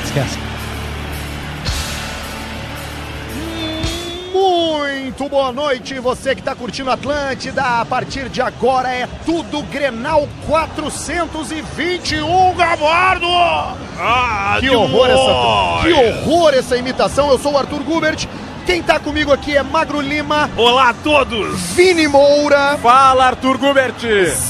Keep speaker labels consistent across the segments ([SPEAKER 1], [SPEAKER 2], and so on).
[SPEAKER 1] podcast.
[SPEAKER 2] Muito boa noite, você que está curtindo Atlântida. A partir de agora é tudo Grenal 421 Gabardo!
[SPEAKER 3] Ah,
[SPEAKER 2] um, que horror essa, que horror essa imitação. Eu sou o Arthur Gubert. Quem tá comigo aqui é Magro Lima,
[SPEAKER 3] Olá a todos!
[SPEAKER 2] Vini Moura,
[SPEAKER 3] Fala, Arthur Gubert!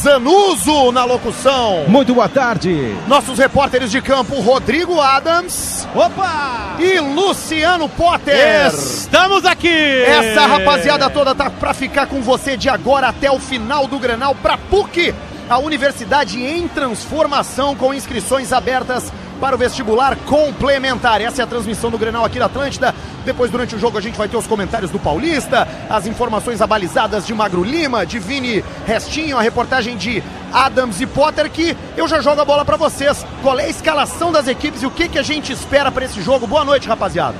[SPEAKER 2] Zanuso na locução.
[SPEAKER 1] Muito boa tarde.
[SPEAKER 2] Nossos repórteres de campo, Rodrigo Adams
[SPEAKER 1] Opa!
[SPEAKER 2] e Luciano Potter.
[SPEAKER 3] Estamos aqui!
[SPEAKER 2] Essa rapaziada toda tá pra ficar com você de agora até o final do Granal pra PUC, a universidade em transformação com inscrições abertas para o vestibular complementar. Essa é a transmissão do Grenal aqui na Atlântida. Depois, durante o jogo, a gente vai ter os comentários do Paulista, as informações abalizadas de Magro Lima, de Vini Restinho, a reportagem de Adams e Potter, que eu já jogo a bola pra vocês. Qual é a escalação das equipes e o que, que a gente espera pra esse jogo? Boa noite, rapaziada.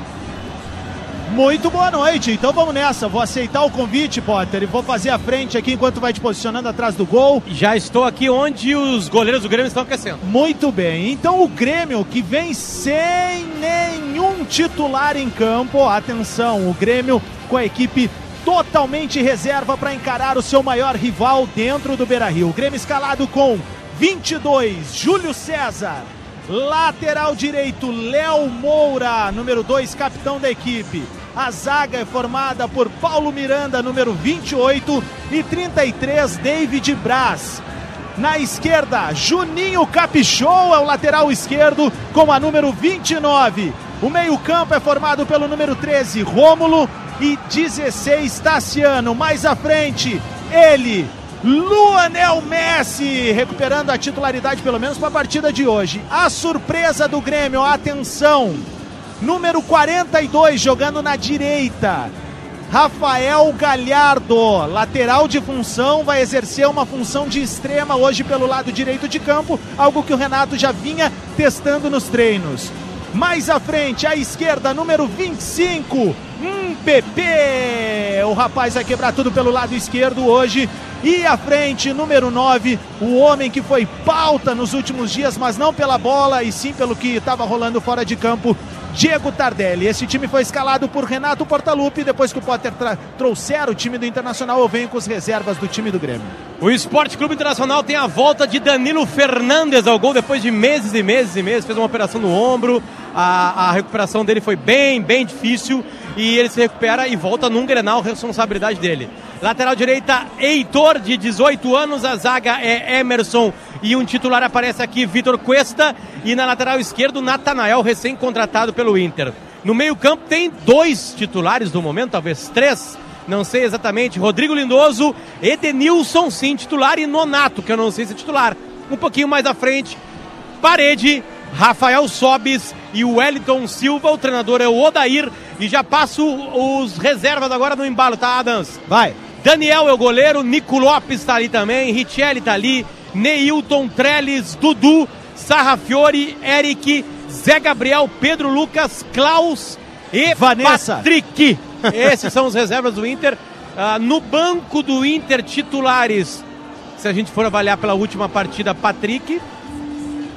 [SPEAKER 4] Muito boa noite, então vamos nessa. Vou aceitar o convite, Potter, e vou fazer a frente aqui enquanto vai te posicionando atrás do gol.
[SPEAKER 5] Já estou aqui onde os goleiros do Grêmio estão aquecendo.
[SPEAKER 4] Muito bem, então o Grêmio que vem sem nenhum titular em campo. Atenção, o Grêmio com a equipe totalmente reserva para encarar o seu maior rival dentro do Beira Rio. O Grêmio escalado com 22, Júlio César. Lateral direito, Léo Moura, número 2, capitão da equipe. A zaga é formada por Paulo Miranda, número 28, e 33, David Braz. Na esquerda, Juninho Capixou é o lateral esquerdo com a número 29. O meio-campo é formado pelo número 13, Rômulo, e 16, Tassiano. Mais à frente, ele, Luanel Messi, recuperando a titularidade pelo menos para a partida de hoje. A surpresa do Grêmio, atenção! Número 42 jogando na direita. Rafael Galhardo, lateral de função, vai exercer uma função de extrema hoje pelo lado direito de campo, algo que o Renato já vinha testando nos treinos. Mais à frente, à esquerda, número 25, PP. um O rapaz vai quebrar tudo pelo lado esquerdo hoje. E à frente, número 9, o homem que foi pauta nos últimos dias, mas não pela bola e sim pelo que estava rolando fora de campo, Diego Tardelli. Esse time foi escalado por Renato Portaluppi. Depois que o Potter tra- trouxer o time do Internacional, eu venho com as reservas do time do Grêmio.
[SPEAKER 5] O Esporte Clube Internacional tem a volta de Danilo Fernandes ao gol depois de meses e meses e meses. Fez uma operação no ombro, a, a recuperação dele foi bem, bem difícil e ele se recupera e volta num grenal, responsabilidade dele. Lateral direita, Heitor, de 18 anos, a zaga é Emerson e um titular aparece aqui, Vitor Cuesta. E na lateral esquerda, Natanael, recém-contratado pelo Inter. No meio-campo tem dois titulares no momento, talvez três. Não sei exatamente. Rodrigo Lindoso, Edenilson, sim, titular. E Nonato, que eu não sei se é titular. Um pouquinho mais à frente, Parede, Rafael Sobis e o Wellington Silva. O treinador é o Odair. E já passo os reservas agora no embalo, tá, Adams?
[SPEAKER 4] Vai.
[SPEAKER 5] Daniel é o goleiro, Nico Lopes tá ali também, Richelli tá ali, Neilton Trellis, Dudu, Sarrafiore, Eric, Zé Gabriel, Pedro Lucas, Klaus e
[SPEAKER 4] Vanessa.
[SPEAKER 5] Patrick. Esses são os reservas do Inter. Ah, no banco do Inter, titulares, se a gente for avaliar pela última partida, Patrick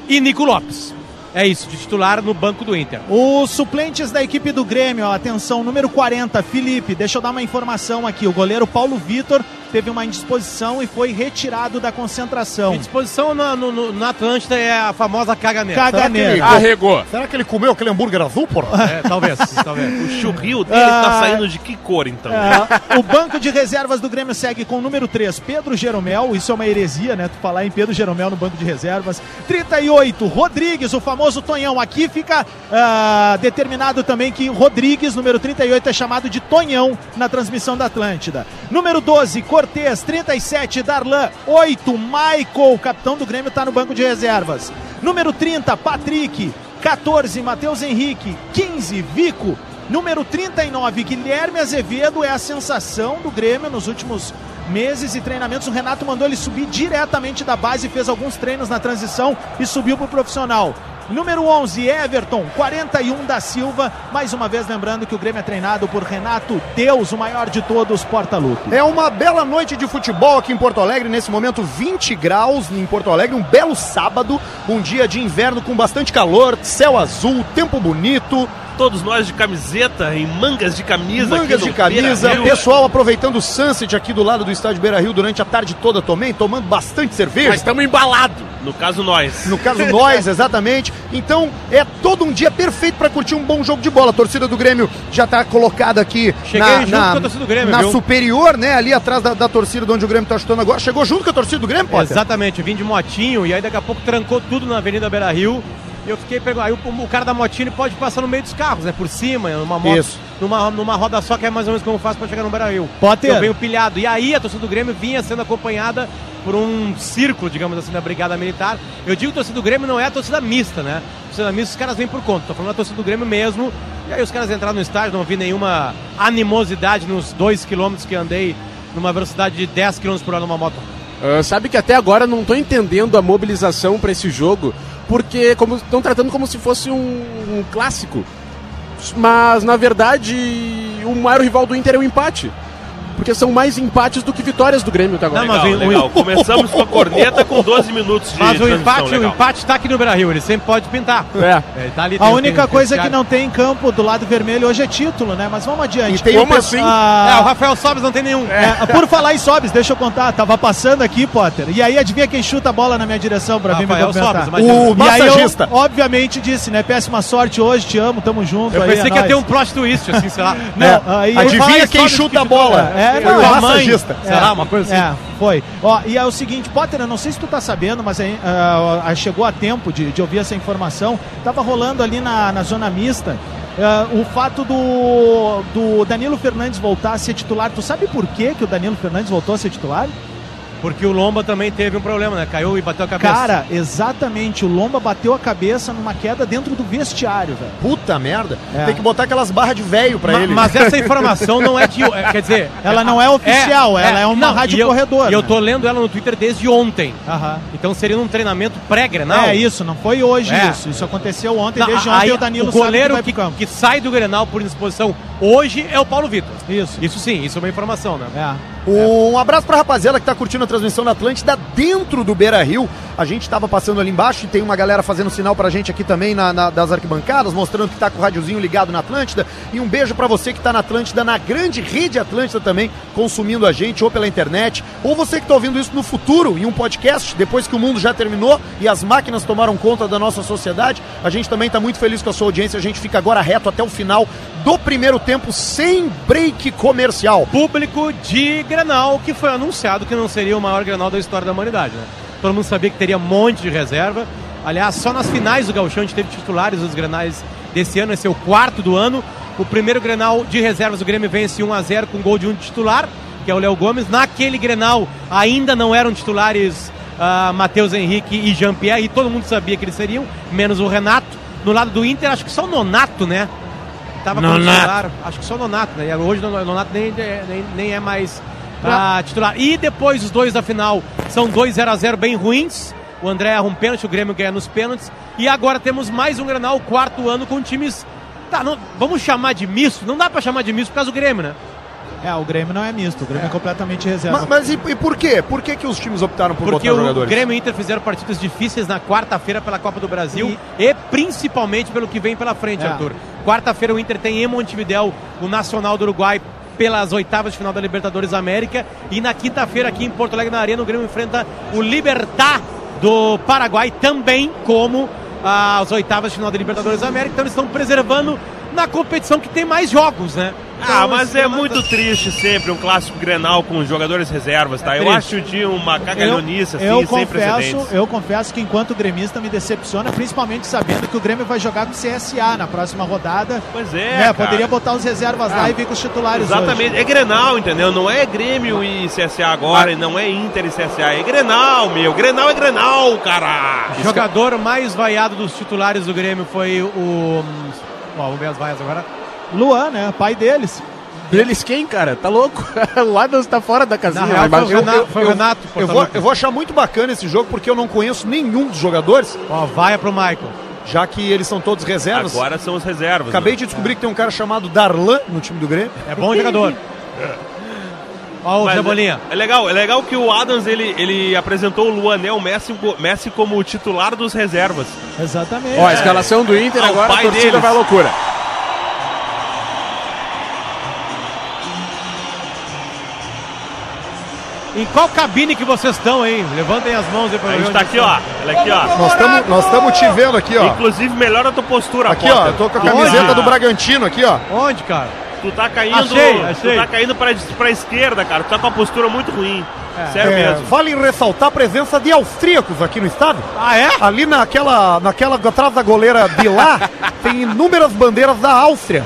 [SPEAKER 5] e Nico Lopes. É isso, de titular no banco do Inter.
[SPEAKER 4] Os suplentes da equipe do Grêmio, ó, atenção, número 40, Felipe, deixa eu dar uma informação aqui. O goleiro Paulo Vitor teve uma indisposição e foi retirado da
[SPEAKER 5] A
[SPEAKER 4] concentração.
[SPEAKER 5] disposição na, no- no- na Atlântida é a famosa caganeira.
[SPEAKER 4] Caga
[SPEAKER 2] Será que ele-
[SPEAKER 4] nele.
[SPEAKER 3] Arregou.
[SPEAKER 2] Será que ele comeu aquele hambúrguer azul, porra?
[SPEAKER 5] É, talvez, talvez.
[SPEAKER 6] O churril dele tá
[SPEAKER 4] Ah.
[SPEAKER 6] saindo de que cor, então?
[SPEAKER 4] É, o banco de reservas do Grêmio segue com o número 3, Pedro Jeromel. Isso é uma heresia, né? Tu falar em Pedro Jeromel no banco de reservas. 38, Rodrigues, o famoso Tonhão. Aqui fica ah, determinado também que Rodrigues, número 38, é chamado de Tonhão na transmissão da Atlântida. Número 12, Cortez. 37, Darlan. 8, Michael, capitão do Grêmio, tá no banco de reservas. Número 30, Patrick. 14, Matheus Henrique. 15, Vico. Número 39, Guilherme Azevedo é a sensação do Grêmio nos últimos meses e treinamentos. O Renato mandou ele subir diretamente da base, fez alguns treinos na transição e subiu pro profissional. Número 11, Everton, 41 da Silva. Mais uma vez lembrando que o Grêmio é treinado por Renato Deus, o maior de todos, porta-luto.
[SPEAKER 2] É uma bela noite de futebol aqui em Porto Alegre, nesse momento 20 graus em Porto Alegre, um belo sábado, um dia de inverno com bastante calor, céu azul, tempo bonito,
[SPEAKER 6] Todos nós de camiseta, em mangas de camisa. aqui
[SPEAKER 2] mangas
[SPEAKER 6] no
[SPEAKER 2] de camisa,
[SPEAKER 6] Beira-Rio.
[SPEAKER 2] pessoal aproveitando o sunset aqui do lado do estádio Beira Rio durante a tarde toda também, tomando bastante cerveja.
[SPEAKER 6] Mas estamos embalados, no caso nós.
[SPEAKER 2] No caso, nós, exatamente. Então, é todo um dia perfeito para curtir um bom jogo de bola. A torcida do Grêmio já tá colocada aqui
[SPEAKER 5] Cheguei
[SPEAKER 2] na,
[SPEAKER 5] junto
[SPEAKER 2] na-
[SPEAKER 5] com a torcida do Grêmio,
[SPEAKER 2] na
[SPEAKER 5] viu?
[SPEAKER 2] superior, né? Ali atrás da, da torcida de onde o Grêmio tá chutando agora. Chegou junto com a torcida do Grêmio, Potter?
[SPEAKER 5] Exatamente, eu vim de motinho e aí daqui a pouco trancou tudo na Avenida Beira Rio. E eu fiquei pegando. Aí o, o cara da motinha ele pode passar no meio dos carros, né? Por cima, numa moto.
[SPEAKER 2] Isso.
[SPEAKER 5] Numa, numa roda só, que é mais ou menos como eu faço pra chegar no Beira Rio.
[SPEAKER 4] Potter.
[SPEAKER 5] Eu venho pilhado. E aí a torcida do Grêmio vinha sendo acompanhada por um círculo, digamos assim, da Brigada Militar. Eu digo que a torcida do Grêmio não é a torcida mista, né? A torcida mista os caras vêm por conta. Tô falando da torcida do Grêmio mesmo. E aí os caras entraram no estádio, não vi nenhuma animosidade nos dois quilômetros que andei numa velocidade de 10 km por hora numa moto.
[SPEAKER 7] Ah, sabe que até agora eu não tô entendendo a mobilização pra esse jogo, porque estão tratando como se fosse um, um clássico. Mas na verdade, o maior rival do Inter é o empate. Porque são mais empates do que vitórias do Grêmio até agora.
[SPEAKER 5] Não,
[SPEAKER 6] Legal,
[SPEAKER 5] mas o-
[SPEAKER 6] legal. Começamos com a corneta com 12 minutos de
[SPEAKER 5] Mas o
[SPEAKER 6] transição,
[SPEAKER 5] empate, o
[SPEAKER 6] legal.
[SPEAKER 5] empate tá aqui no Brasil, ele sempre pode pintar.
[SPEAKER 7] É.
[SPEAKER 5] É, tá ali,
[SPEAKER 4] A
[SPEAKER 5] tem-
[SPEAKER 4] única
[SPEAKER 5] tem-
[SPEAKER 4] coisa
[SPEAKER 5] tem-
[SPEAKER 4] que não tem em campo do lado vermelho hoje é título, né? Mas vamos
[SPEAKER 2] E
[SPEAKER 4] adiante.
[SPEAKER 2] tem um o
[SPEAKER 7] Como
[SPEAKER 2] pessoal-
[SPEAKER 7] assim?
[SPEAKER 5] É, o
[SPEAKER 4] Ah,
[SPEAKER 5] Rafael Sobes não tem nenhum.
[SPEAKER 4] é, por falar em Sobes, deixa eu contar. Tava passando aqui, Potter. E aí adivinha quem chuta a bola na minha direção pra vir me
[SPEAKER 5] Rafael é
[SPEAKER 4] cumprimentar?
[SPEAKER 5] Sobes, imagina.
[SPEAKER 2] O
[SPEAKER 4] E aí
[SPEAKER 2] massagista.
[SPEAKER 4] eu, obviamente, disse, né? Péssima sorte hoje, te amo, tamo junto.
[SPEAKER 5] Eu
[SPEAKER 4] aí
[SPEAKER 5] pensei
[SPEAKER 4] é
[SPEAKER 5] que ia
[SPEAKER 4] nóis.
[SPEAKER 5] ter um plot twist, assim, sei lá.
[SPEAKER 4] Não,
[SPEAKER 2] É.
[SPEAKER 4] aí-
[SPEAKER 2] Adivinha
[SPEAKER 5] Fala
[SPEAKER 2] quem
[SPEAKER 5] sobre
[SPEAKER 2] chuta a
[SPEAKER 5] que
[SPEAKER 2] bola?
[SPEAKER 4] É,
[SPEAKER 2] Foi
[SPEAKER 4] não,
[SPEAKER 2] o
[SPEAKER 4] é
[SPEAKER 2] massagista.
[SPEAKER 5] Sei lá, uma coisa assim.
[SPEAKER 4] É, foi. Ó, e é o seguinte, Potter, eu não sei se tu tá sabendo, mas aí, ah, ah, chegou a tempo de, de ouvir essa informação. Tava rolando ali na, na zona mista ah, o fato do, do Danilo Fernandes voltar a ser titular. Tu sabe por que, que o Danilo Fernandes voltou a ser titular?
[SPEAKER 5] É, Porque o Lomba também teve um problema, né? Caiu e bateu a cabeça.
[SPEAKER 4] Cara, exatamente. O Lomba bateu a cabeça numa queda dentro do vestiário, velho.
[SPEAKER 2] Puta merda.
[SPEAKER 4] É.
[SPEAKER 2] Tem que botar aquelas barras de velho pra
[SPEAKER 5] Ma-
[SPEAKER 2] ele.
[SPEAKER 5] Mas essa informação não é de. é, Quer dizer.
[SPEAKER 4] Ela não é oficial, ela é uma
[SPEAKER 5] não,
[SPEAKER 4] rádio
[SPEAKER 5] e eu-
[SPEAKER 4] corredor,
[SPEAKER 5] E eu
[SPEAKER 4] né?
[SPEAKER 5] tô lendo ela no Twitter desde ontem.
[SPEAKER 4] Aham.
[SPEAKER 5] Então seria um treinamento pré-grenal.
[SPEAKER 4] É isso, não foi hoje
[SPEAKER 5] É.
[SPEAKER 4] isso. Isso aconteceu ontem,
[SPEAKER 5] Não,
[SPEAKER 4] desde
[SPEAKER 5] aí
[SPEAKER 4] ontem o Danilo
[SPEAKER 5] o goleiro
[SPEAKER 4] sabe
[SPEAKER 5] que,
[SPEAKER 4] que vai pro campo.
[SPEAKER 5] que sai do Grenal por indisposição hoje é o Paulo Vitor.
[SPEAKER 4] Isso.
[SPEAKER 5] Isso sim, isso é uma informação, né?
[SPEAKER 4] É.
[SPEAKER 2] Um abraço pra rapaziada que tá curtindo a transmissão da Atlântida dentro do Beira Rio. A gente tava passando ali embaixo e tem uma galera fazendo sinal pra gente aqui também na, na- das arquibancadas, mostrando que tá com o radiozinho ligado na Atlântida. E um beijo pra você que tá na Atlântida, na grande rede Atlântida também, consumindo a gente, ou pela internet, ou você que tá ouvindo isso no futuro, em um podcast, depois que o mundo já terminou e as máquinas tomaram conta da nossa sociedade. A gente também tá muito feliz com a sua audiência. A gente fica agora reto até o final do primeiro tempo, sem break comercial.
[SPEAKER 5] Público de Grenal, que foi anunciado que não seria o maior Grenal da história da humanidade, né? Todo mundo sabia que teria um monte de reserva. Aliás, só nas finais do Gauchão a gente teve titulares dos Grenais desse ano, esse é o quarto do ano. O primeiro Grenal de reservas, o Grêmio vence 1 a 0 com gol de um titular, que é o Léo Gomes. Naquele Grenal ainda não eram titulares ah, Matheus Henrique e Jean-Pierre, e todo mundo sabia que eles seriam, menos o Renato. No lado do Inter, acho que só o Nonato, né? Tava como
[SPEAKER 6] Nonato.
[SPEAKER 5] titular, acho que só o Nonato, né? E Hoje o Nonato nem, nem, nem é mais ah, titular. E depois os dois da final são dois 0 a 0 bem ruins. O André erra um pênalti, o Grêmio ganha nos pênaltis. E agora temos mais um Granal, quarto ano, com times. Tá, não- vamos chamar de misto? Não dá pra chamar de misto por causa do Grêmio, né?
[SPEAKER 4] É, o Grêmio não é misto, o Grêmio é, completamente reserva.
[SPEAKER 2] Ma- Mas, e, e por quê? Por que, que os times optaram por
[SPEAKER 5] Porque
[SPEAKER 2] botar
[SPEAKER 5] o
[SPEAKER 2] jogadores?
[SPEAKER 5] Grêmio e o Inter fizeram partidas difíceis na quarta-feira pela Copa do Brasil e, principalmente pelo que vem pela frente,
[SPEAKER 4] É.
[SPEAKER 5] Arthur. Quarta-feira o Inter tem em Montevidéu o Nacional do Uruguai pelas oitavas de final da Libertadores América e na quinta-feira aqui em Porto Alegre na Arena o Grêmio enfrenta o Libertar do Paraguai também como ah, as oitavas de final da Libertadores América. Então eles estão preservando na competição que tem mais jogos, né?
[SPEAKER 6] Ah,
[SPEAKER 5] Então,
[SPEAKER 6] mas
[SPEAKER 5] isso
[SPEAKER 6] é
[SPEAKER 5] uma-
[SPEAKER 6] muito triste sempre um clássico Grenal com os jogadores reservas, tá?
[SPEAKER 5] É
[SPEAKER 6] eu
[SPEAKER 5] triste.
[SPEAKER 6] acho de uma
[SPEAKER 4] eu,
[SPEAKER 6] cagalhonice, assim,
[SPEAKER 4] eu,
[SPEAKER 6] sem
[SPEAKER 4] confesso,
[SPEAKER 6] precedentes.
[SPEAKER 4] eu confesso que enquanto gremista me decepciona, principalmente sabendo que o Grêmio vai jogar com o CSA na próxima rodada.
[SPEAKER 6] Pois
[SPEAKER 4] É,
[SPEAKER 6] é, cara.
[SPEAKER 4] poderia botar os reservas lá e vir com os titulares hoje.
[SPEAKER 6] Exatamente, é Grenal, entendeu? Não é Grêmio e CSA agora, e não é Inter e CSA, é Grenal, meu. Grenal é Grenal, cara.
[SPEAKER 5] O jogador mais vaiado dos titulares do Grêmio foi o. hum, Ó, vamos ver as vaias agora.
[SPEAKER 4] Luan, né? Pai deles.
[SPEAKER 7] Deles quem, cara? Tá louco? o Adams tá fora da
[SPEAKER 5] Na
[SPEAKER 7] casinha.
[SPEAKER 5] real,
[SPEAKER 7] mas-
[SPEAKER 5] foi o Renato. Foi o Renato
[SPEAKER 2] Eu
[SPEAKER 5] Porta
[SPEAKER 2] vou,
[SPEAKER 5] Lucas.
[SPEAKER 2] eu vou achar muito bacana esse jogo porque eu não conheço nenhum dos jogadores.
[SPEAKER 5] Ó, vaia pro Michael.
[SPEAKER 2] já que eles são todos reservas.
[SPEAKER 6] Agora tá são as reservas.
[SPEAKER 2] Acabei de descobrir que tem um cara chamado Darlan no time do Grêmio.
[SPEAKER 5] É bom jogador. Ó, o
[SPEAKER 6] Mas
[SPEAKER 5] Cebolinha.
[SPEAKER 6] É, é legal, é legal que o Adams ele, ele apresentou o Luanel Messi, Messi como o titular dos reservas.
[SPEAKER 4] Exatamente.
[SPEAKER 7] Ó, a escalação do Inter
[SPEAKER 6] Ah, o
[SPEAKER 7] agora, a
[SPEAKER 6] pai
[SPEAKER 7] torcida
[SPEAKER 6] deles.
[SPEAKER 7] vai à loucura.
[SPEAKER 5] Em qual cabine que vocês estão, hein? Levantem as mãos aí pra
[SPEAKER 6] A
[SPEAKER 5] ver
[SPEAKER 6] gente
[SPEAKER 5] onde
[SPEAKER 6] tá aqui, ó. Ela aqui, ó.
[SPEAKER 2] Nós estamos nós tamo te vendo aqui, ó.
[SPEAKER 6] Inclusive, melhora a tua postura,
[SPEAKER 2] Aqui, ó.
[SPEAKER 6] Costa.
[SPEAKER 2] Eu tô com a
[SPEAKER 6] Tu-
[SPEAKER 2] camiseta
[SPEAKER 6] Olha,
[SPEAKER 2] do Bragantino aqui, ó.
[SPEAKER 5] Onde, cara?
[SPEAKER 6] Tu tá caindo.
[SPEAKER 5] Achei, achei.
[SPEAKER 6] Tu tá caindo pra, pra esquerda, cara. Tu tá com a postura muito ruim. Sério
[SPEAKER 2] É,
[SPEAKER 6] mesmo.
[SPEAKER 2] vale ressaltar a presença de austríacos aqui no estado.
[SPEAKER 5] Ah, é?
[SPEAKER 2] Ali naquela, naquela atrás da goleira Bilar, tem inúmeras bandeiras da Áustria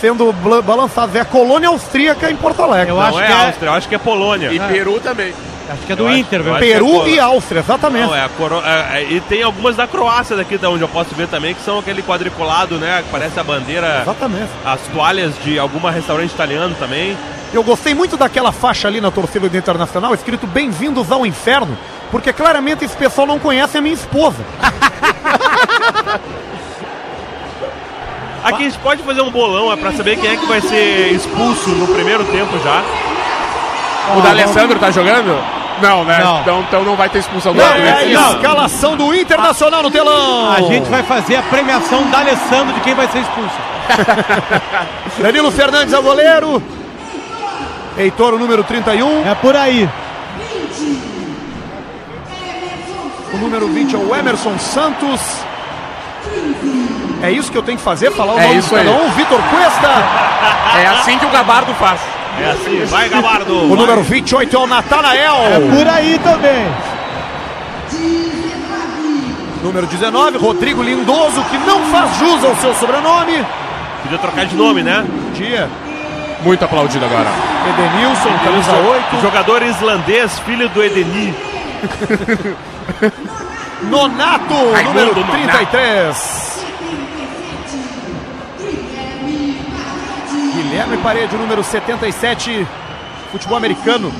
[SPEAKER 2] sendo bla- balançadas. É a colônia austríaca em Porto Alegre.
[SPEAKER 5] Eu
[SPEAKER 6] Não
[SPEAKER 5] acho
[SPEAKER 6] é
[SPEAKER 5] que é-
[SPEAKER 6] Áustria, eu acho que é Polônia.
[SPEAKER 7] E Peru também.
[SPEAKER 5] Acho que é
[SPEAKER 6] Eu
[SPEAKER 5] do
[SPEAKER 6] acho-
[SPEAKER 5] Inter,
[SPEAKER 6] eu
[SPEAKER 5] velho.
[SPEAKER 6] acho-
[SPEAKER 2] Peru
[SPEAKER 6] que é
[SPEAKER 2] e Áustria, exatamente.
[SPEAKER 6] Não, é, a coro... é, é, e tem algumas da Croácia daqui, da onde eu posso ver também, que são aquele quadriculado, né? Que parece a bandeira,
[SPEAKER 2] Exatamente.
[SPEAKER 6] as toalhas de alguma restaurante italiano também.
[SPEAKER 2] Eu gostei muito daquela faixa ali na torcida do Internacional, escrito Bem-vindos ao Inferno, porque claramente esse pessoal não conhece a minha esposa.
[SPEAKER 6] Aqui a gente pode fazer um bolão, é pra saber quem é que vai ser expulso no primeiro tempo
[SPEAKER 2] Ah,
[SPEAKER 6] já.
[SPEAKER 7] O D'Alessandro tá jogando? Não, né?
[SPEAKER 5] Não.
[SPEAKER 7] Então, então não vai ter expulsão do
[SPEAKER 2] Não,
[SPEAKER 7] Inter,
[SPEAKER 2] é
[SPEAKER 7] né?
[SPEAKER 2] a escalação do Internacional no telão.
[SPEAKER 5] A gente vai fazer a premiação da Alessandro de quem vai ser expulso.
[SPEAKER 2] Danilo Fernandes é o goleiro. Heitor, o número 31.
[SPEAKER 4] É por aí.
[SPEAKER 2] O número 20 é o Emerson Santos. É isso que eu tenho que fazer? Falar o
[SPEAKER 7] É
[SPEAKER 2] nome
[SPEAKER 7] isso
[SPEAKER 2] de cada
[SPEAKER 7] aí.
[SPEAKER 2] um? Vitor Cuesta.
[SPEAKER 7] É assim que o Gabardo faz.
[SPEAKER 6] É assim, vai Gabardo!
[SPEAKER 2] O número 28 é o Natanael.
[SPEAKER 4] É Por aí também.
[SPEAKER 2] Número 19, Rodrigo Lindoso, que não faz jus ao seu sobrenome.
[SPEAKER 6] Podia trocar de nome, né?
[SPEAKER 2] Dia.
[SPEAKER 7] Muito aplaudido agora.
[SPEAKER 2] Edenilson, camisa
[SPEAKER 6] Jo-
[SPEAKER 2] 8.
[SPEAKER 6] Jogador islandês, filho do Edeni.
[SPEAKER 2] Nonato,
[SPEAKER 6] Raimundo
[SPEAKER 2] número
[SPEAKER 6] Nonato.
[SPEAKER 2] 33. Guilherme Parede, o número 77. Futebol americano.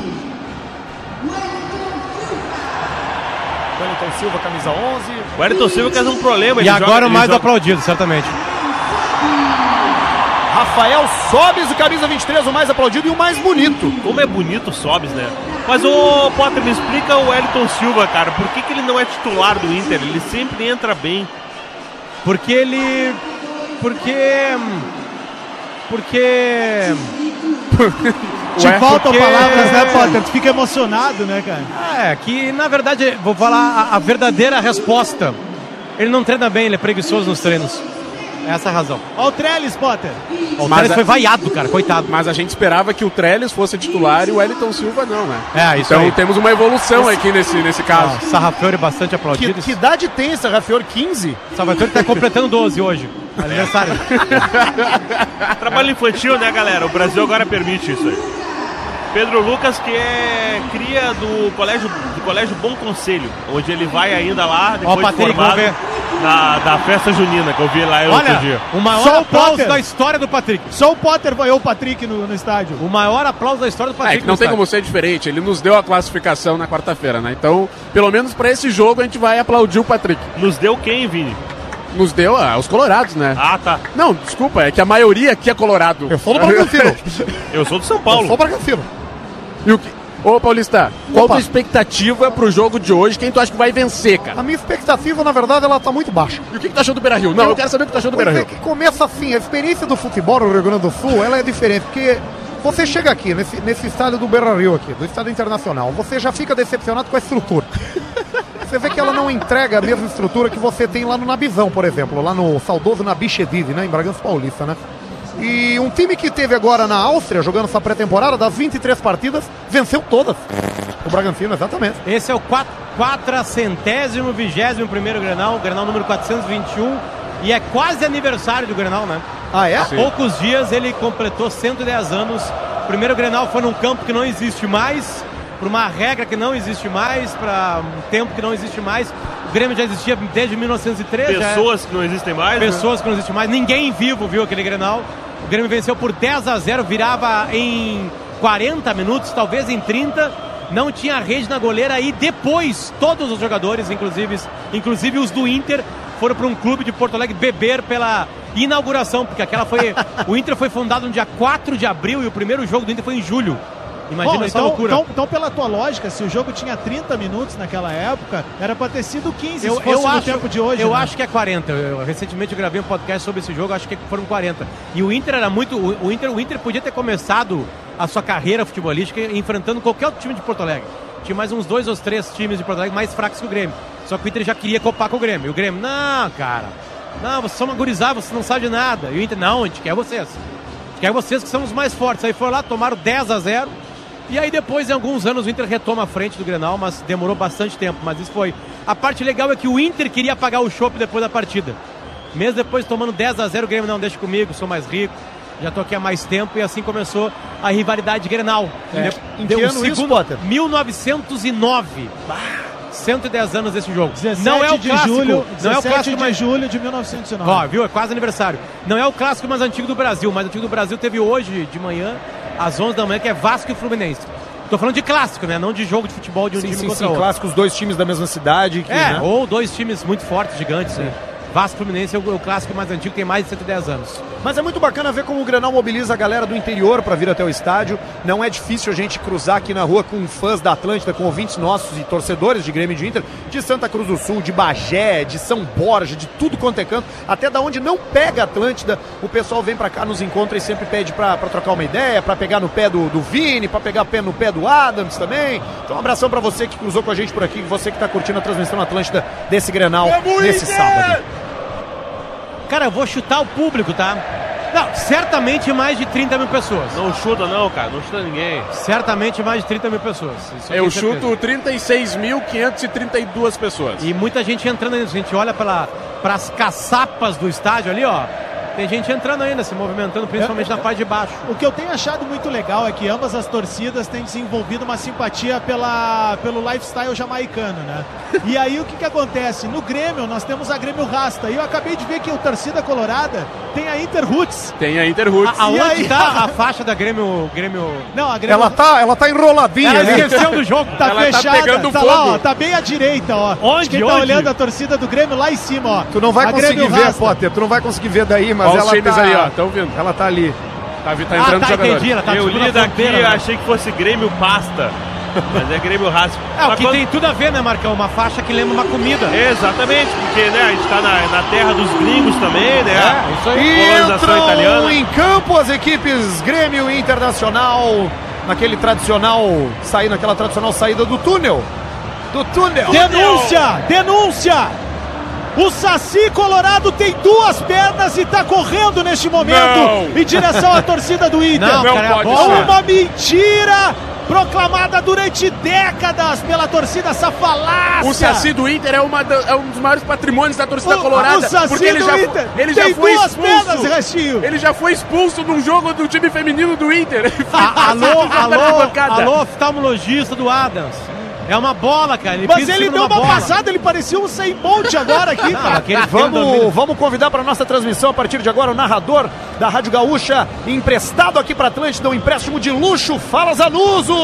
[SPEAKER 2] Wellington Silva, camisa 11.
[SPEAKER 6] O Ayrton Silva quer um problema.
[SPEAKER 5] E
[SPEAKER 6] ele joga-
[SPEAKER 5] agora o
[SPEAKER 6] ele
[SPEAKER 5] mais
[SPEAKER 6] joga-
[SPEAKER 5] aplaudido, certamente.
[SPEAKER 2] Rafael Sobes, o camisa 23, o mais aplaudido e o mais bonito.
[SPEAKER 6] Como é bonito o Sobs, né? Mas o Potter, me explica o Wellington Silva, cara. Por que, que ele não é titular do Inter? Ele sempre entra bem.
[SPEAKER 5] Porque ele. Porque. Porque.
[SPEAKER 4] Te faltam
[SPEAKER 5] é porque-
[SPEAKER 4] palavras, né, Potter? Tu fica emocionado, né, cara?
[SPEAKER 5] É, que na verdade, vou falar a, a verdadeira resposta. Ele não treina bem, ele é preguiçoso nos treinos. É Essa a razão.
[SPEAKER 4] Olha o Trellis, Potter.
[SPEAKER 5] O
[SPEAKER 7] Mas
[SPEAKER 5] Mas
[SPEAKER 7] a-
[SPEAKER 5] foi vaiado, cara, coitado.
[SPEAKER 7] Mas a gente esperava que o Trellis fosse titular e o Wellington Silva não, né?
[SPEAKER 5] É, isso
[SPEAKER 7] então
[SPEAKER 5] aí.
[SPEAKER 7] temos uma evolução aqui nesse, nesse
[SPEAKER 5] Ah,
[SPEAKER 7] caso.
[SPEAKER 5] Sarrafiore bastante
[SPEAKER 2] Que,
[SPEAKER 5] aplaudido.
[SPEAKER 2] que idade tem esse Rafael 15?
[SPEAKER 5] Salvatore tá completando 12 hoje. Aniversário.
[SPEAKER 6] Trabalho infantil, né, galera? O Brasil agora permite isso aí. Pedro Lucas, que é cria do colégio, do colégio Bom Conselho, onde ele vai ainda lá, depois de
[SPEAKER 5] Patrick,
[SPEAKER 6] formado,
[SPEAKER 5] vamos ver.
[SPEAKER 6] na, da festa junina, que eu vi lá outro
[SPEAKER 5] Olha,
[SPEAKER 6] dia.
[SPEAKER 5] o maior
[SPEAKER 4] É, Só o
[SPEAKER 5] aplauso
[SPEAKER 4] Potter.
[SPEAKER 5] da história do Patrick.
[SPEAKER 4] Só o Potter vaiou o Patrick no, no estádio.
[SPEAKER 5] O maior aplauso da história do
[SPEAKER 7] É
[SPEAKER 5] Patrick.
[SPEAKER 7] que não
[SPEAKER 5] no
[SPEAKER 7] tem
[SPEAKER 5] estádio.
[SPEAKER 7] como ser diferente. Ele nos deu a classificação na quarta-feira, né? Então, pelo menos pra esse jogo, a gente vai aplaudir o Patrick.
[SPEAKER 6] Nos deu quem, Vini?
[SPEAKER 7] Nos deu ah, os colorados, né?
[SPEAKER 6] Ah, tá.
[SPEAKER 7] Não, desculpa, é que a maioria aqui é colorado.
[SPEAKER 2] Eu sou do Bragantino.
[SPEAKER 6] Eu sou do São
[SPEAKER 2] Eu
[SPEAKER 6] Paulo.
[SPEAKER 2] sou do Bragantino.
[SPEAKER 7] E o que... Ô, Paulista, qual a
[SPEAKER 2] Opa.
[SPEAKER 7] tua expectativa pro jogo de hoje? Quem tu acha que vai vencer, cara?
[SPEAKER 2] A minha expectativa, na verdade, ela tá muito baixa.
[SPEAKER 7] E o que, que tu achou do Beira Rio? Não, eu, quero saber o que tu achou do Beira
[SPEAKER 2] Pois é
[SPEAKER 7] Rio.
[SPEAKER 2] que começa assim, a experiência do futebol no Rio Grande do Sul, ela é diferente, porque você chega aqui, nesse, nesse estádio do Beira-Rio aqui, do estádio internacional, você já fica decepcionado com a estrutura. Você vê que ela não entrega a mesma estrutura que você tem lá no Nabizão, por exemplo, lá no saudoso Nabichedive, né, em Bragança Paulista, né? E um time que teve agora na Áustria, jogando sua pré-temporada, das 23 partidas, venceu todas. O Bragantino, exatamente.
[SPEAKER 5] Esse é o 4centésimo, vigésimo primeiro Grenal, Grenal número 421. E é quase aniversário do Grenal, né?
[SPEAKER 2] Ah, é?
[SPEAKER 5] Há poucos dias ele completou 110 anos. O primeiro Grenal foi num campo que não existe mais, por uma regra que não existe mais, para um tempo que não existe mais. O Grêmio já existia desde 1903. já é-
[SPEAKER 6] Pessoas que não existem mais. né?
[SPEAKER 5] pessoas que não existem mais, ninguém vivo viu aquele Grenal. O Grêmio venceu por 10 a 0, virava em 40 minutos, talvez em 30. Não tinha rede na goleira e depois todos os jogadores, inclusive, inclusive os do Inter, foram para um clube de Porto Alegre beber pela inauguração, porque aquela foi. o Inter foi fundado no dia 4 de abril e o primeiro jogo do Inter foi em julho. Imagina
[SPEAKER 4] Bom,
[SPEAKER 5] essa
[SPEAKER 4] então,
[SPEAKER 5] loucura.
[SPEAKER 4] Então, então, pela tua lógica, se o jogo tinha 30 minutos naquela época, era pra ter sido 15 se
[SPEAKER 5] eu,
[SPEAKER 4] fosse
[SPEAKER 5] eu
[SPEAKER 4] no
[SPEAKER 5] acho,
[SPEAKER 4] tempo de hoje.
[SPEAKER 5] Eu
[SPEAKER 4] né?
[SPEAKER 5] acho que é 40. Eu- eu- recentemente eu gravei um podcast sobre esse jogo, acho que foram 40. E o Inter era muito. O, o Inter, o Inter podia ter começado a sua carreira futebolística enfrentando qualquer outro time de Porto Alegre. Tinha mais uns dois ou três times de Porto Alegre mais fracos que o Grêmio. Só que o Inter já queria copar com o Grêmio. E o Grêmio, não, cara. Não, vocês são uma gurizada, vocês não sabem de nada. E o Inter, não, a gente quer vocês. A gente quer vocês que são os mais fortes. Aí foram lá, tomaram 10 a 0 e aí depois, em alguns anos, o Inter retoma a frente do Grenal, mas demorou bastante tempo, mas isso foi. A parte legal é que o Inter queria pagar o chopp depois da partida. Mesmo depois tomando 10 a 0 o Grêmio não deixa comigo, sou mais rico, já tô aqui há mais tempo e assim começou a rivalidade Grenal.
[SPEAKER 2] É. Em que ano isso, Potter?
[SPEAKER 5] 1909. 110 anos desse jogo.
[SPEAKER 4] 17
[SPEAKER 5] não é o
[SPEAKER 4] de
[SPEAKER 5] clássico,
[SPEAKER 4] julho,
[SPEAKER 5] não é o
[SPEAKER 4] 17
[SPEAKER 5] clássico
[SPEAKER 4] de
[SPEAKER 5] mais
[SPEAKER 4] julho de 1909.
[SPEAKER 5] Ó, viu? É quase aniversário. Não é o clássico mais antigo do Brasil, mas o antigo do Brasil teve hoje de manhã, às 11 da manhã, que é Vasco e Fluminense. Tô falando de clássico, né? Não de jogo de futebol de um
[SPEAKER 1] Sim,
[SPEAKER 5] time
[SPEAKER 1] sim,
[SPEAKER 5] contra
[SPEAKER 1] sim.
[SPEAKER 5] outro.
[SPEAKER 1] Clássicos, dois times da mesma cidade. que,
[SPEAKER 5] É,
[SPEAKER 1] né?
[SPEAKER 5] ou dois times muito fortes, gigantes. Né? Vasco e Fluminense é o, o clássico mais antigo, tem mais de 110 anos.
[SPEAKER 2] Mas é muito bacana ver como o Granal mobiliza a galera do interior para vir até o estádio. Não é difícil a gente cruzar aqui na rua com fãs da Atlântida, com ouvintes nossos e torcedores de Grêmio e de Inter, de Santa Cruz do Sul, de Bagé, de São Borja, de tudo quanto é canto, até da onde não pega a Atlântida. O pessoal vem para cá, nos encontra e sempre pede para trocar uma ideia, para pegar no pé do, do Vini, para pegar pé no pé do Adams também. Então, um abração para você que cruzou com a gente por aqui, você que tá curtindo a transmissão Atlântida desse Grenal nesse sábado.
[SPEAKER 5] Cara, eu vou chutar o público, tá? Não, certamente mais de 30 mil pessoas.
[SPEAKER 6] Não chuta não, cara. Não chuta ninguém.
[SPEAKER 5] Certamente mais de 30 mil pessoas. Isso eu tenho
[SPEAKER 7] Eu
[SPEAKER 5] certeza.
[SPEAKER 7] chuto 36.532 pessoas.
[SPEAKER 5] E muita gente entrando ainda. A gente olha pela, pras caçapas do estádio ali, ó. Tem gente entrando ainda, se movimentando, principalmente na parte de baixo.
[SPEAKER 4] O que eu tenho achado muito legal é que ambas as torcidas têm desenvolvido uma simpatia pela, pelo lifestyle jamaicano, né? E aí o que, que acontece? No Grêmio, nós temos a Grêmio Rasta. E eu acabei de ver que o torcida colorada tem a Inter Roots.
[SPEAKER 7] Tem a Interhooks.
[SPEAKER 5] A, aonde
[SPEAKER 4] aí?
[SPEAKER 5] tá a faixa da Grêmio. Grêmio...
[SPEAKER 4] Não, a Grêmio
[SPEAKER 2] Ela tá, ela tá enroladinha,
[SPEAKER 5] Ela
[SPEAKER 2] né?
[SPEAKER 5] esqueceu do jogo.
[SPEAKER 4] tá
[SPEAKER 7] ela tá
[SPEAKER 4] fechada.
[SPEAKER 7] pegando
[SPEAKER 4] tá
[SPEAKER 7] fogo.
[SPEAKER 4] lá, ó, tá bem à direita, ó.
[SPEAKER 5] Onde?
[SPEAKER 4] Quem tá
[SPEAKER 5] Onde?
[SPEAKER 4] olhando a torcida do Grêmio lá em cima, ó.
[SPEAKER 2] Tu não vai
[SPEAKER 4] a
[SPEAKER 2] conseguir
[SPEAKER 4] Grêmio
[SPEAKER 2] ver,
[SPEAKER 4] Rasta.
[SPEAKER 2] Potter. Tu não vai conseguir ver daí, mas
[SPEAKER 7] Olha os
[SPEAKER 2] ela
[SPEAKER 7] times
[SPEAKER 2] tá...
[SPEAKER 7] ali, ó. Estão vindo.
[SPEAKER 2] Ela tá ali.
[SPEAKER 7] Tá, vi- tá
[SPEAKER 5] Ah,
[SPEAKER 7] entrando
[SPEAKER 5] tá,
[SPEAKER 7] jogadores.
[SPEAKER 5] entendi. Ela tá
[SPEAKER 6] eu
[SPEAKER 5] tipo
[SPEAKER 6] li
[SPEAKER 5] na
[SPEAKER 6] daqui,
[SPEAKER 5] fronteira, né?
[SPEAKER 6] achei que fosse Grêmio Pasta. Mas é Grêmio Rasco.
[SPEAKER 5] É, o que tem tudo a ver, né, Marcão? Uma faixa que lembra uma comida.
[SPEAKER 6] Exatamente, porque né, a gente tá na, na terra dos gringos também, né?
[SPEAKER 5] É, isso aí.
[SPEAKER 2] E
[SPEAKER 6] Colonização
[SPEAKER 2] entram
[SPEAKER 6] italiana.
[SPEAKER 2] em campo as equipes Grêmio e Internacional naquele tradicional... Sair naquela tradicional saída do túnel. Do túnel.
[SPEAKER 4] Denúncia! Denúncia! O Saci Colorado tem duas pernas e tá correndo neste momento
[SPEAKER 7] Não.
[SPEAKER 4] em direção à torcida do Inter.
[SPEAKER 5] Não,
[SPEAKER 7] Não
[SPEAKER 5] cara, é a
[SPEAKER 7] pode
[SPEAKER 5] bola.
[SPEAKER 7] ser.
[SPEAKER 4] Uma mentira proclamada durante décadas pela torcida essa falácia.
[SPEAKER 7] O Saci do Inter é, uma da- é um dos maiores patrimônios da torcida
[SPEAKER 4] O-
[SPEAKER 7] colorada.
[SPEAKER 4] o Saci
[SPEAKER 7] porque ele
[SPEAKER 4] do
[SPEAKER 7] já,
[SPEAKER 4] Inter
[SPEAKER 7] ele
[SPEAKER 4] tem
[SPEAKER 7] já foi
[SPEAKER 4] duas
[SPEAKER 7] expulso.
[SPEAKER 4] pernas, Restinho.
[SPEAKER 7] Ele já foi expulso num jogo do time feminino do Inter. Ele foi
[SPEAKER 5] A- alô,
[SPEAKER 7] expulso na
[SPEAKER 5] alô,
[SPEAKER 7] arquibancada.
[SPEAKER 5] alô, oftalmologista do Adams. É uma bola, cara. Ele
[SPEAKER 4] Mas
[SPEAKER 5] pisa em
[SPEAKER 4] ele
[SPEAKER 5] cima
[SPEAKER 4] deu
[SPEAKER 5] de
[SPEAKER 4] uma
[SPEAKER 5] bola.
[SPEAKER 4] passada, ele parecia um sem bolt agora aqui,
[SPEAKER 5] Não,
[SPEAKER 4] cara.
[SPEAKER 5] aquele
[SPEAKER 2] Vamos, vamos convidar para nossa transmissão a partir de agora o narrador da Rádio Gaúcha, emprestado aqui para Atlântida, um empréstimo de luxo. Fala Zanuso!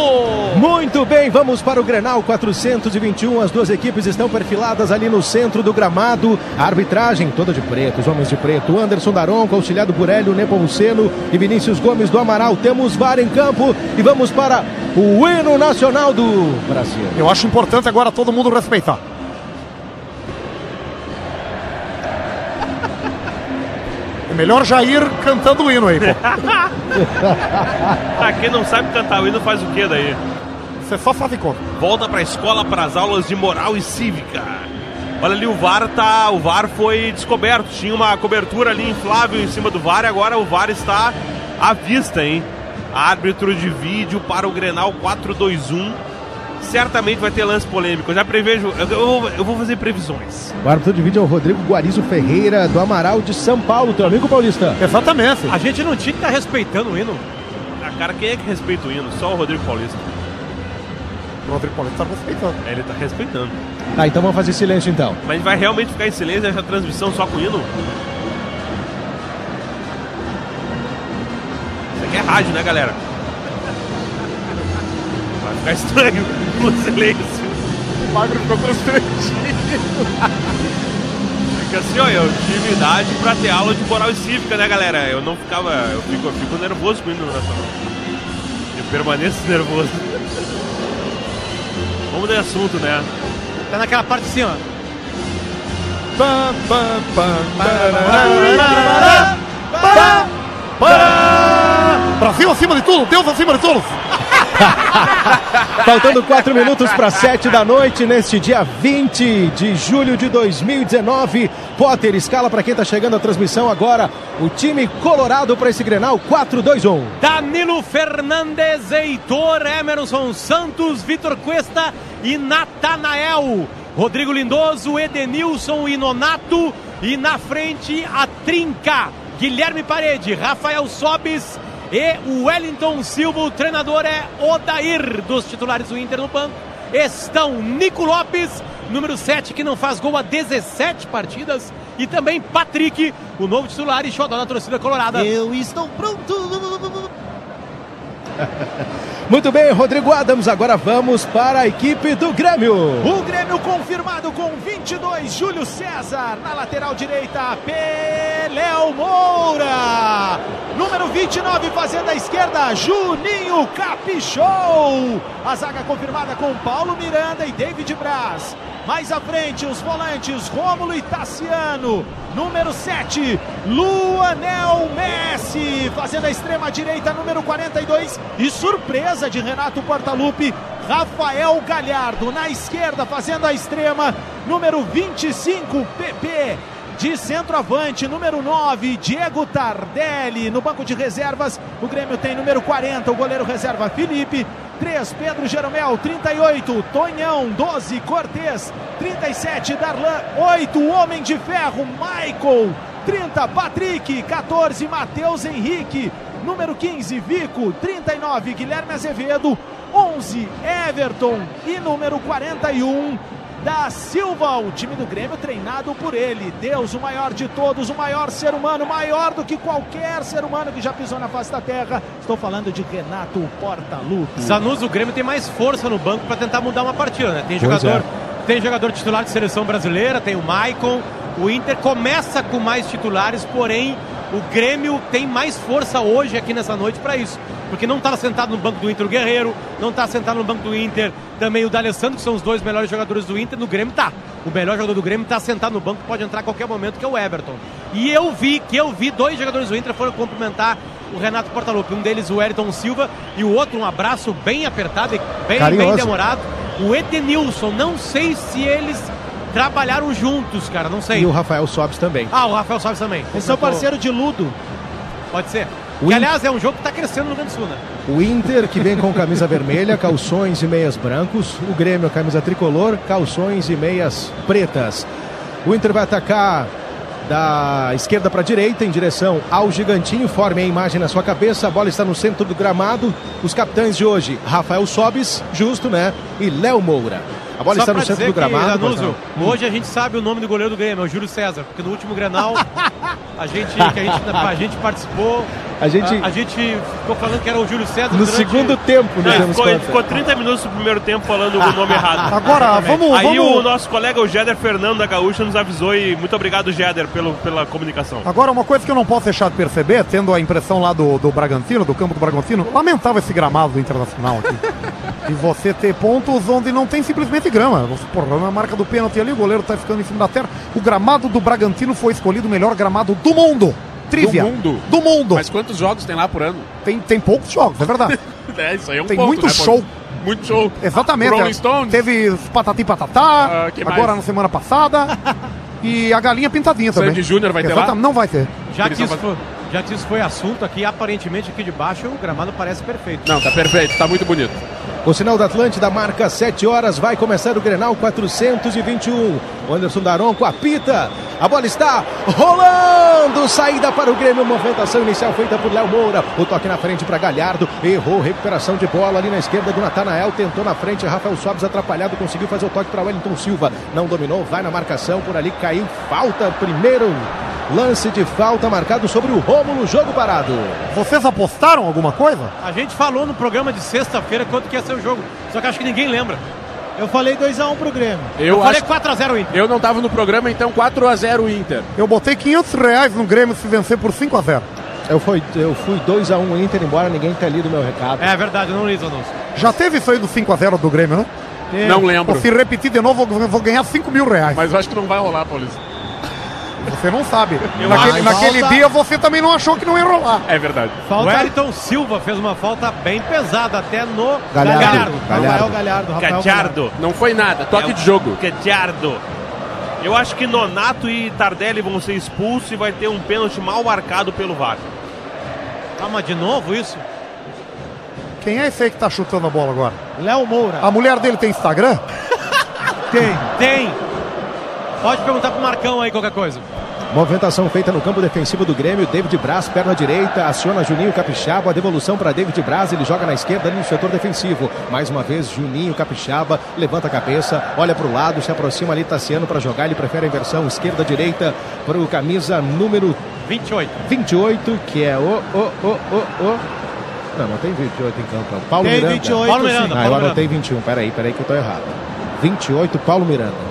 [SPEAKER 1] Muito bem, vamos para o Grenal 421. As duas equipes estão perfiladas ali no centro do gramado. A arbitragem toda de preto, os homens de preto. Anderson Daronco, auxiliado por Hélio Nepomuceno e Vinícius Gomes do Amaral. Temos VAR em campo e vamos para o hino nacional do Brasil.
[SPEAKER 2] Eu acho importante agora todo mundo respeitar. É melhor Jair cantando o hino aí, pô.
[SPEAKER 6] Pra quem não sabe cantar o hino faz o quê daí?
[SPEAKER 2] Você só faz de conta.
[SPEAKER 6] Volta pra escola para as aulas de moral e cívica. Olha ali o VAR tá, o VAR foi descoberto. Tinha uma cobertura ali inflável em cima do VAR e agora o VAR está à vista, hein? Árbitro de vídeo para o Grenal 421. Certamente vai ter lance polêmico. Eu já prevejo, eu, eu- eu vou fazer previsões.
[SPEAKER 1] O árbitro de vídeo é o Rodrigo Guarizo Ferreira do Amaral de São Paulo, teu amigo paulista.
[SPEAKER 2] Exatamente.
[SPEAKER 5] A gente não tinha que estar respeitando o hino.
[SPEAKER 6] Na cara, quem é que respeita o hino? Só o Rodrigo Paulista.
[SPEAKER 2] O Rodrigo Paulista tá respeitando.
[SPEAKER 6] É, Ele tá respeitando.
[SPEAKER 1] Tá, então vamos fazer silêncio então.
[SPEAKER 6] Mas vai realmente ficar em silêncio essa transmissão só com o hino? Isso aqui é rádio, né, galera? Vai ficar estranho o silêncio. O magro ficou constrangido. que assim, ó, eu tive idade pra ter aula de moral e cívica, né, galera? Eu não ficava. Eu fico, eu fico nervoso com o hino nacional. Eu permaneço nervoso. Vamos de assunto, né?
[SPEAKER 5] Tá naquela parte assim, ó.
[SPEAKER 2] Brasil acima de tudo, Deus acima de tudo.
[SPEAKER 1] Faltando 4 minutos para 7 da noite, neste dia 20 de julho de 2019. Potter, escala para quem está chegando a transmissão agora. O time colorado para esse Grenal 4-2-1.
[SPEAKER 5] Danilo Fernandes, Heitor, Emerson Santos, Vitor Cuesta e Natanael. Rodrigo Lindoso, Edenilson e Nonato. E na frente a trinca. Guilherme Parede, Rafael Sobis e o Wellington Silva. O treinador é Odair, dos titulares do Inter no banco. Estão Nico Lopes, número 7, que não faz gol há 17 partidas. E também Patrick, o novo titular e xodó da torcida colorada.
[SPEAKER 4] Eu estou pronto.
[SPEAKER 1] Muito bem, Rodrigo Adams. Agora vamos para a equipe do Grêmio.
[SPEAKER 4] O Grêmio confirmado com 22, Júlio César. Na lateral direita, Peléu Moura. Número 29, fazendo a esquerda, Juninho Capichou. A zaga confirmada com Paulo Miranda e David Braz. Mais à frente, os volantes Rômulo e Tassiano. Número 7, Luanel Messi. Fazendo a extrema direita, número 42. E surpresa de Renato Portaluppi, Rafael Galhardo. Na esquerda, fazendo a extrema, número 25, PP. De centroavante, número 9, Diego Tardelli. No banco de reservas, o Grêmio tem número 40, o goleiro reserva Felipe. 3, Pedro Jeromel, 38, Tonhão, 12, Cortez, 37, Darlan, 8, Homem de Ferro, Michael, 30, Patrick, 14, Matheus Henrique, número 15, Vico, 39, Guilherme Azevedo, 11, Everton e número 41, da Silva, o time do Grêmio treinado por ele. Deus, o maior de todos, o maior ser humano, maior do que qualquer ser humano que já pisou na face da terra. Estou falando de Renato Portaluppi.
[SPEAKER 5] Zanus, o Grêmio tem mais força no banco para tentar mudar uma partida, né? Tem
[SPEAKER 1] Pois
[SPEAKER 5] jogador, tem jogador titular de seleção brasileira, tem o Maicon. O Inter começa com mais titulares, porém o Grêmio tem mais força hoje aqui nessa noite para isso. Porque não está sentado no banco do Inter o Guerreiro, não está sentado no banco do Inter também o D'Alessandro, que são os dois melhores jogadores do Inter, no Grêmio tá. O melhor jogador do Grêmio está sentado no banco, pode entrar a qualquer momento, que é o Everton. E eu vi, que eu vi, dois jogadores do Inter foram cumprimentar o Renato Portaluppi, um deles o Wellington Silva e o outro um abraço bem apertado e bem, bem
[SPEAKER 1] Carinhoso.
[SPEAKER 5] demorado. O Edenilson, não sei se eles trabalharam juntos, cara, não sei.
[SPEAKER 1] E o Rafael Sobis também.
[SPEAKER 5] Ah, o Rafael Soares também.
[SPEAKER 4] Eles são parceiro de Ludo.
[SPEAKER 5] Pode ser.
[SPEAKER 1] O
[SPEAKER 5] Que,
[SPEAKER 1] Inter-
[SPEAKER 5] aliás, é um jogo que tá crescendo no Rio Grande do Sul, né?
[SPEAKER 1] O Inter, que vem com camisa vermelha, calções e meias brancos. O Grêmio, camisa tricolor, calções e meias pretas. O Inter vai atacar da esquerda para a direita, em direção ao Gigantinho. Forme a imagem na sua cabeça. A bola está no centro do gramado. Os capitães de hoje, Rafael Sobis, justo, né? E Léo Moura. A bola
[SPEAKER 5] Só
[SPEAKER 1] está no
[SPEAKER 5] pra
[SPEAKER 1] centro
[SPEAKER 5] dizer
[SPEAKER 1] do
[SPEAKER 5] que,
[SPEAKER 1] gramado. mas
[SPEAKER 5] Danuzio, hoje a gente sabe o nome do goleiro do Grêmio, é o Júlio César, porque no último Grenal a gente, que a gente, a gente participou,
[SPEAKER 1] não. A gente,
[SPEAKER 5] a, a gente ficou falando que era o Júlio César
[SPEAKER 1] no
[SPEAKER 5] durante-
[SPEAKER 1] segundo tempo, né, nos
[SPEAKER 6] Não, ele
[SPEAKER 1] demos
[SPEAKER 6] ficou, ele ficou
[SPEAKER 1] conta.
[SPEAKER 6] 30 minutos do primeiro tempo falando o nome errado.
[SPEAKER 2] Agora, vamos,
[SPEAKER 6] Aí
[SPEAKER 2] vamos...
[SPEAKER 6] o nosso colega, o Jeder Fernando da Gaúcha, nos avisou e muito obrigado, Jeder, pelo, pela comunicação.
[SPEAKER 2] Agora, uma coisa que eu não posso deixar de perceber, tendo a impressão lá do, do Bragantino, do campo do Bragantino, lamentável esse gramado do Internacional aqui. e você ter pontos onde não tem simplesmente grama. Você, porra, na marca do pênalti ali, o goleiro tá ficando em cima da terra. O gramado do Bragantino foi escolhido o melhor gramado do mundo. Trivia.
[SPEAKER 7] Do mundo?
[SPEAKER 2] Do mundo.
[SPEAKER 7] Mas quantos jogos tem lá por ano?
[SPEAKER 2] Tem, tem poucos jogos, é verdade.
[SPEAKER 7] É, isso aí é um
[SPEAKER 2] Tem
[SPEAKER 7] ponto,
[SPEAKER 2] muito
[SPEAKER 7] né,
[SPEAKER 2] show.
[SPEAKER 7] Potter? Muito show.
[SPEAKER 2] Exatamente. é.
[SPEAKER 7] Rolling Stones.
[SPEAKER 2] Teve os patati patatá,
[SPEAKER 7] Ah, que mais?
[SPEAKER 2] agora na semana passada. e a galinha pintadinha também.
[SPEAKER 7] Sandy Júnior vai ter lá?
[SPEAKER 2] Exatamente, Não vai ter.
[SPEAKER 5] Já
[SPEAKER 7] Eles
[SPEAKER 5] que, isso
[SPEAKER 7] vão
[SPEAKER 5] foi, já que isso foi assunto aqui, aparentemente aqui de baixo o gramado parece perfeito.
[SPEAKER 7] Não, tá perfeito, tá muito bonito.
[SPEAKER 1] O sinal da Atlântida marca 7 horas, vai começar o Grenal 421. O um. Anderson Daron com a pita. A bola está rolando. Saída para o Grêmio, movimentação inicial feita por Léo Moura. O toque na frente para Galhardo. Errou, recuperação de bola ali na esquerda do Natanael. Tentou na frente, Rafael Sobes atrapalhado, conseguiu fazer o toque para Wellington Silva. Não dominou, vai na marcação por ali, caiu. Falta, primeiro lance de falta marcado sobre o Rômulo, jogo parado.
[SPEAKER 2] Vocês apostaram alguma coisa?
[SPEAKER 5] A gente falou no programa de sexta-feira quanto que ia ser o jogo, só que acho que ninguém lembra.
[SPEAKER 4] Eu falei 2x1 pro Grêmio.
[SPEAKER 7] Eu,
[SPEAKER 5] Falei
[SPEAKER 7] acho,
[SPEAKER 5] 4x0 Inter.
[SPEAKER 7] eu não tava no programa, então 4x0 Inter.
[SPEAKER 2] Eu botei 500 reais no Grêmio se vencer por 5x0.
[SPEAKER 1] Eu fui, eu fui 2x1 Inter, embora ninguém tenha lido meu recado.
[SPEAKER 5] É verdade, eu não li os anúncios.
[SPEAKER 2] Já teve isso aí do 5x0 do Grêmio, né?
[SPEAKER 7] Não
[SPEAKER 2] Pô,
[SPEAKER 7] lembro.
[SPEAKER 2] se repetir de novo, eu vou ganhar 5 mil reais.
[SPEAKER 7] Mas eu acho que não vai rolar, Paulista.
[SPEAKER 2] Você não sabe.
[SPEAKER 6] Eu
[SPEAKER 2] Naquele,
[SPEAKER 6] acho-
[SPEAKER 2] naquele
[SPEAKER 4] Volta.
[SPEAKER 2] dia você também não achou que não ia rolar.
[SPEAKER 7] É verdade.
[SPEAKER 5] O
[SPEAKER 4] Falta
[SPEAKER 5] Wellington Silva fez uma falta bem pesada, até no
[SPEAKER 1] Galhardo.
[SPEAKER 4] Rafael
[SPEAKER 1] Galhardo.
[SPEAKER 4] Galhardo. Rafael Galhardo.
[SPEAKER 6] Gadiardo.
[SPEAKER 7] Não foi nada. Toque
[SPEAKER 6] É o
[SPEAKER 7] de jogo.
[SPEAKER 6] Gadiardo. Eu acho que Nonato e Tardelli vão ser expulsos e vai ter um pênalti mal marcado pelo VAR.
[SPEAKER 5] Ah, mas de novo isso?
[SPEAKER 2] Quem é esse aí que tá chutando a bola agora?
[SPEAKER 4] Léo Moura.
[SPEAKER 2] A mulher dele tem Instagram?
[SPEAKER 4] Tem.
[SPEAKER 5] Tem! Pode perguntar pro Marcão aí qualquer coisa.
[SPEAKER 1] Movimentação feita no campo defensivo do Grêmio. David Braz, perna direita, aciona Juninho Capixaba. A devolução para David Braz. Ele joga na esquerda no setor defensivo. Mais uma vez, Juninho Capixaba levanta a cabeça, olha para o lado, se aproxima ali Tassiano para jogar. Ele prefere a inversão esquerda-direita para o camisa número
[SPEAKER 5] 28.
[SPEAKER 1] 28, que é o, o, o, o, o. Não, não tem 28 em campo. é o Paulo
[SPEAKER 4] Tem
[SPEAKER 1] Miranda.
[SPEAKER 4] 28.
[SPEAKER 5] Paulo
[SPEAKER 4] sim.
[SPEAKER 5] Miranda,
[SPEAKER 1] Ah, eu
[SPEAKER 5] Paulo
[SPEAKER 1] anotei 21. Peraí, peraí que eu tô errado. 28, Paulo Miranda.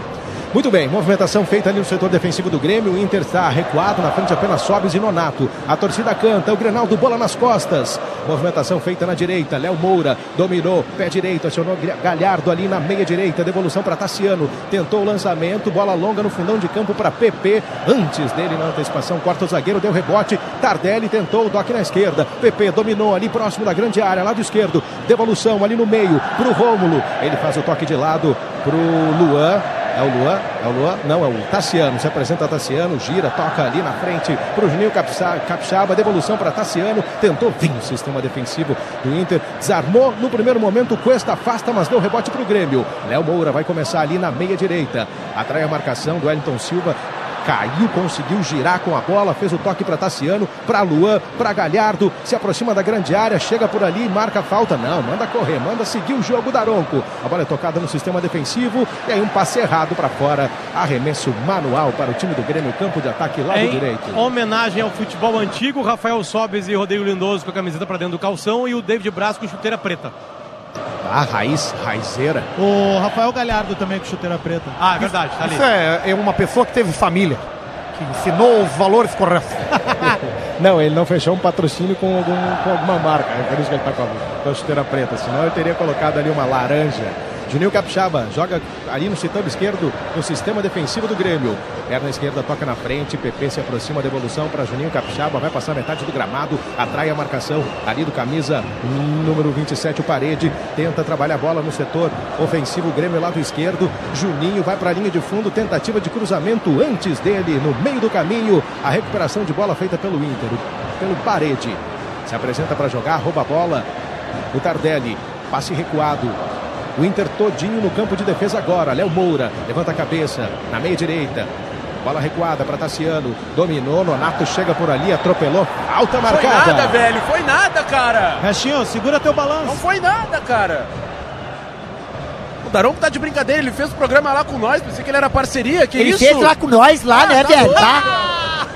[SPEAKER 1] Muito bem, movimentação feita ali no setor defensivo do Grêmio. O Inter está recuado, na frente apenas Sobes e Nonato. A torcida canta, o Grenaldo bola nas costas. Movimentação feita na direita, Léo Moura dominou, pé direito, acionou Gra- Galhardo ali na meia direita. Devolução para Tassiano, tentou o lançamento, bola longa no fundão de campo para PP. Antes dele, na antecipação, corta o zagueiro, deu rebote. Tardelli tentou, o toque na esquerda. PP dominou ali próximo da grande área, lado esquerdo. Devolução ali no meio, para o Rômulo. Ele faz o toque de lado para o Luan. É o Luan? É o Luan? Não, é o Tassiano. Se apresenta Tassiano, gira, toca ali na frente para o Juninho Capsa- Capixaba. Devolução para Tassiano. Tentou vir o sistema defensivo do Inter. Desarmou no primeiro momento. Cuesta afasta, mas deu rebote para o Grêmio. Léo Moura vai começar ali na meia direita. Atrai a marcação do Wellington Silva. Caiu, conseguiu girar com a bola, fez o toque para Tassiano, para Luan, para Galhardo, se aproxima da grande área, chega por ali, marca a falta. Não, manda correr, manda seguir o jogo Daronco. A bola é tocada no sistema defensivo e aí um passe errado para fora. Arremesso manual para o time do Grêmio, campo de ataque lado
[SPEAKER 5] Em
[SPEAKER 1] direito.
[SPEAKER 5] homenagem ao futebol antigo, Rafael Sobes e Rodrigo Lindoso com a camiseta pra dentro do calção e o David Braz com chuteira preta.
[SPEAKER 1] A raiz, raizeira.
[SPEAKER 4] O Rafael Um Galhardo também com chuteira preta.
[SPEAKER 5] Ah, é verdade, tá ali.
[SPEAKER 2] Isso é, é uma pessoa que teve família, que ensinou os valores corretos.
[SPEAKER 1] Não, ele não fechou um patrocínio com, algum- com alguma marca. É por isso que ele tá com a, com a chuteira preta. Senão eu teria colocado ali uma laranja. Juninho Capixaba joga ali no setor esquerdo, no sistema defensivo do Grêmio. Perna esquerda toca na frente, PP se aproxima, devolução para Juninho Capixaba, vai passar metade do gramado, atrai a marcação ali do camisa número 27, o Parede, tenta trabalhar a bola no setor ofensivo, Grêmio lado esquerdo, Juninho vai para a linha de fundo, tentativa de cruzamento antes dele, no meio do caminho, a recuperação de bola feita pelo Inter, pelo Parede. Se apresenta para jogar, rouba a bola, o Tardelli, passe recuado. O Inter todinho no campo de defesa agora. Léo Moura levanta a cabeça na meia direita. Bola recuada para Tassiano. Dominou, Nonato chega por ali, atropelou. Alta
[SPEAKER 7] Foi
[SPEAKER 1] marcada.
[SPEAKER 7] nada, velho. Foi nada, cara.
[SPEAKER 4] Restinho, segura teu
[SPEAKER 7] Não
[SPEAKER 4] balanço.
[SPEAKER 7] foi nada, cara. O Daronco tá de brincadeira. Ele fez o programa lá com nós. Pensei que ele era parceria. Que isso?
[SPEAKER 2] com nós lá, né, velho?
[SPEAKER 7] Ah,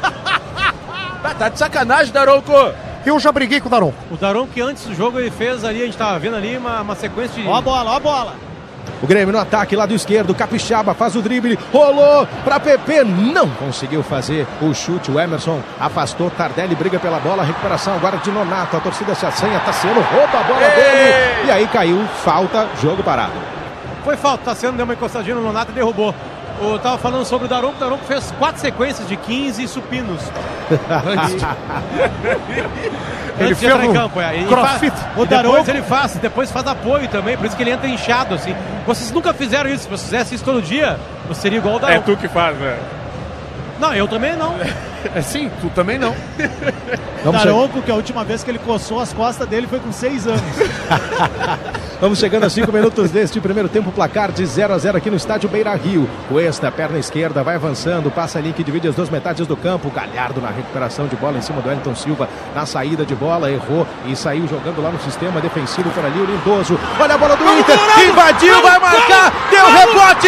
[SPEAKER 7] tá de sacanagem, Daronco.
[SPEAKER 2] Eu já briguei com o Daron.
[SPEAKER 5] O Daron que antes do jogo ele fez ali, a gente tava vendo ali uma, uma sequência de.
[SPEAKER 4] Ó a bola, ó a bola.
[SPEAKER 1] O Grêmio no ataque, lado esquerdo, Capixaba faz o drible, rolou para PP, não conseguiu fazer o chute, o Emerson afastou, Tardelli briga pela bola, recuperação agora de Nonato, a torcida se assanha, Tassiano rouba a bola dele, e aí caiu, falta, jogo parado.
[SPEAKER 5] Foi falta, tá sendo, deu uma encostadinha no Nonato e derrubou. Eu tava falando sobre o Daronco, o Daronco fez quatro sequências de 15 supinos. Antes,
[SPEAKER 2] Ele
[SPEAKER 5] antes de entrar
[SPEAKER 2] fez
[SPEAKER 5] em
[SPEAKER 2] um
[SPEAKER 5] campo, é. E
[SPEAKER 2] crossfit.
[SPEAKER 5] faz-
[SPEAKER 4] O
[SPEAKER 5] e depois
[SPEAKER 4] Daronco-
[SPEAKER 5] ele faz, depois faz apoio também, por isso que ele entra inchado, assim. Vocês nunca fizeram isso, se vocês fizessem isso todo dia, você seria igual o
[SPEAKER 6] É
[SPEAKER 5] Daronco.
[SPEAKER 6] tu que faz, né?
[SPEAKER 5] Não, eu também não.
[SPEAKER 2] É sim, tu também não.
[SPEAKER 1] Vamos, che-
[SPEAKER 4] Daronco, que a última vez que ele coçou as costas dele foi com seis anos.
[SPEAKER 1] Vamos chegando a cinco minutos deste primeiro tempo, placar de 0 a 0 aqui no estádio Beira Rio. Cuesta, perna esquerda, vai avançando, passa ali que divide as duas metades do campo. Galhardo na recuperação de bola em cima do Elton Silva, na saída de bola, errou e saiu jogando lá no sistema defensivo por ali o Lindoso. Olha a bola do Inter, invadiu, vai marcar, deu rebote,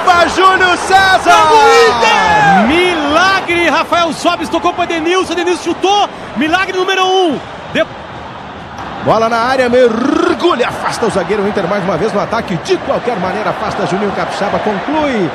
[SPEAKER 1] salva Júlio César!
[SPEAKER 5] Milagre! Rafael Sobes tocou pra Denilson, Denilson chutou. Milagre número um. De-
[SPEAKER 1] Bola na área, mergulhou mergulha, afasta o zagueiro Inter mais uma vez no ataque. De qualquer maneira, afasta Juninho Capixaba, conclui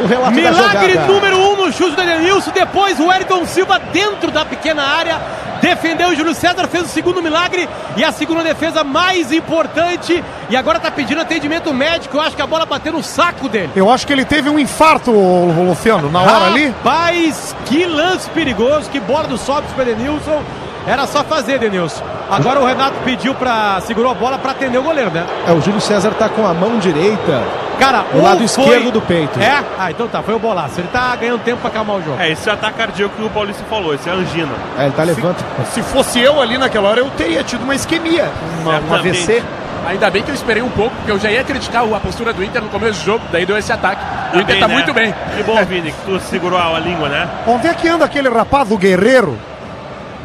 [SPEAKER 1] o relato da
[SPEAKER 5] Milagre
[SPEAKER 1] jogada.
[SPEAKER 5] número um no chute do Edenilson. Depois o Wellington Silva dentro da pequena área. Defendeu o Júlio César, fez o segundo milagre e a segunda defesa mais importante. E agora tá pedindo atendimento médico. Eu acho que a bola bateu no saco dele.
[SPEAKER 2] Eu acho que ele teve um infarto, ô, ô, Luciano, na hora ali.
[SPEAKER 5] Rapaz, que lance perigoso, que bola do Sobis para Edenilson. Era só fazer, Edenilson. Agora o Renato pediu pra. segurou a bola pra atender o goleiro, né?
[SPEAKER 1] É, o Júlio César tá com a mão direita.
[SPEAKER 5] Cara,
[SPEAKER 1] O
[SPEAKER 5] ou
[SPEAKER 1] lado
[SPEAKER 5] foi-
[SPEAKER 1] esquerdo do peito.
[SPEAKER 5] É? Ah, então tá, foi o bolaço. Ele tá ganhando tempo pra acalmar o jogo.
[SPEAKER 6] É, esse ataque cardíaco que o Paulista falou, esse é angina.
[SPEAKER 1] É, ele tá levanta.
[SPEAKER 2] Se fosse eu ali naquela hora, eu teria tido uma isquemia, uma, um
[SPEAKER 6] Certamente.
[SPEAKER 2] AVC.
[SPEAKER 7] Ainda bem que eu esperei um pouco, porque eu já ia criticar o- a postura do Inter no começo do jogo, daí deu esse ataque. O Inter tá
[SPEAKER 6] né?
[SPEAKER 7] muito bem.
[SPEAKER 6] Que bom, Vini, que tu segurou a língua, né?
[SPEAKER 2] Onde é que anda aquele rapaz, o guerreiro?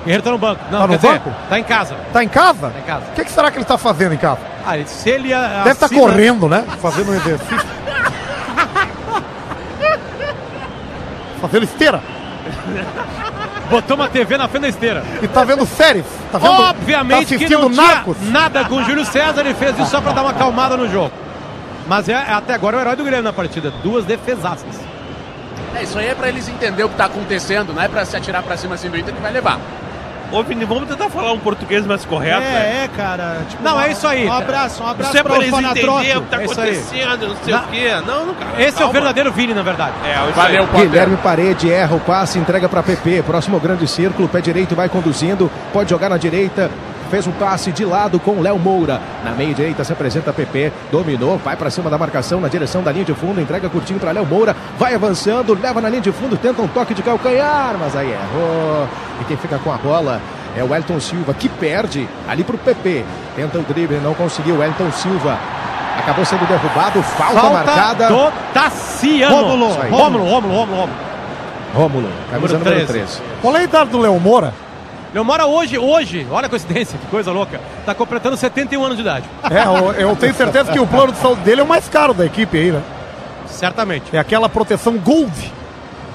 [SPEAKER 5] Guerreiro tá no banco. Não,
[SPEAKER 2] Tá no
[SPEAKER 5] quer dizer,
[SPEAKER 2] banco?
[SPEAKER 5] tá em casa.
[SPEAKER 2] Tá em casa? Tá
[SPEAKER 5] em casa.
[SPEAKER 2] O que, que será que ele tá fazendo em casa?
[SPEAKER 5] Ah, ele- se ele. a-
[SPEAKER 2] Deve estar
[SPEAKER 5] assina-
[SPEAKER 2] correndo, né? Fazendo um exercício. Fazendo esteira.
[SPEAKER 5] Botou uma TV na frente da esteira.
[SPEAKER 2] E tá vendo séries. Tá vendo,
[SPEAKER 5] Obviamente
[SPEAKER 2] tá
[SPEAKER 5] que não
[SPEAKER 2] assistindo Narcos.
[SPEAKER 5] tinha nada com o Júlio César, ele fez isso só pra dar uma acalmada no jogo. Mas é, é até agora o herói do Grêmio na partida. Duas defesaças.
[SPEAKER 7] É, isso aí é pra eles entenderem o que tá acontecendo, não é pra se atirar pra cima assim do Inter que vai levar.
[SPEAKER 6] Ô, Vini, vamos tentar falar um português mais correto, né?
[SPEAKER 4] É, é, cara. tipo,
[SPEAKER 5] Não,
[SPEAKER 4] um-
[SPEAKER 5] é isso aí.
[SPEAKER 4] Um abraço, um abraço
[SPEAKER 6] Isso é
[SPEAKER 4] pra
[SPEAKER 6] pra eles
[SPEAKER 4] Orfanatrote.
[SPEAKER 6] entenderem o que tá
[SPEAKER 5] É isso aí.
[SPEAKER 6] acontecendo, não sei
[SPEAKER 5] Na-
[SPEAKER 6] o quê. Não, não, cara.
[SPEAKER 5] Esse é o
[SPEAKER 6] calma.
[SPEAKER 5] verdadeiro Vini, na verdade.
[SPEAKER 6] É, isso aí.
[SPEAKER 7] Valeu, Potter.
[SPEAKER 1] Guilherme Parede erra o passe, entrega para PP. Próximo ao grande círculo, pé direito vai conduzindo, pode jogar na direita. Fez um passe de lado com Léo Moura. Na meia direita se apresenta PP, dominou, vai para cima da marcação na direção da linha de fundo, entrega curtinho para Léo Moura, vai avançando, leva na linha de fundo, tenta um toque de calcanhar, mas aí errou. E quem fica com a bola é o Elton Silva que perde ali pro PP. Tenta o drible, não conseguiu. O Elton Silva acabou sendo derrubado, falta, marcada.
[SPEAKER 5] do Tassiano.
[SPEAKER 1] Rômulo,
[SPEAKER 5] Isso aí. Rômulo,
[SPEAKER 1] Rômulo.
[SPEAKER 5] Rômulo, Rômulo, Rômulo.
[SPEAKER 1] Rômulo, camisa
[SPEAKER 5] Número
[SPEAKER 1] número
[SPEAKER 5] 13.
[SPEAKER 1] 13.
[SPEAKER 2] Qual é a idade do Léo Moura?
[SPEAKER 5] Ele mora hoje, hoje, olha a coincidência, que coisa louca. Tá completando 71 anos de idade,
[SPEAKER 2] É, eu, eu tenho certeza que o plano de saúde dele é o mais caro da equipe aí, né?
[SPEAKER 5] certamente.
[SPEAKER 2] É aquela proteção Gold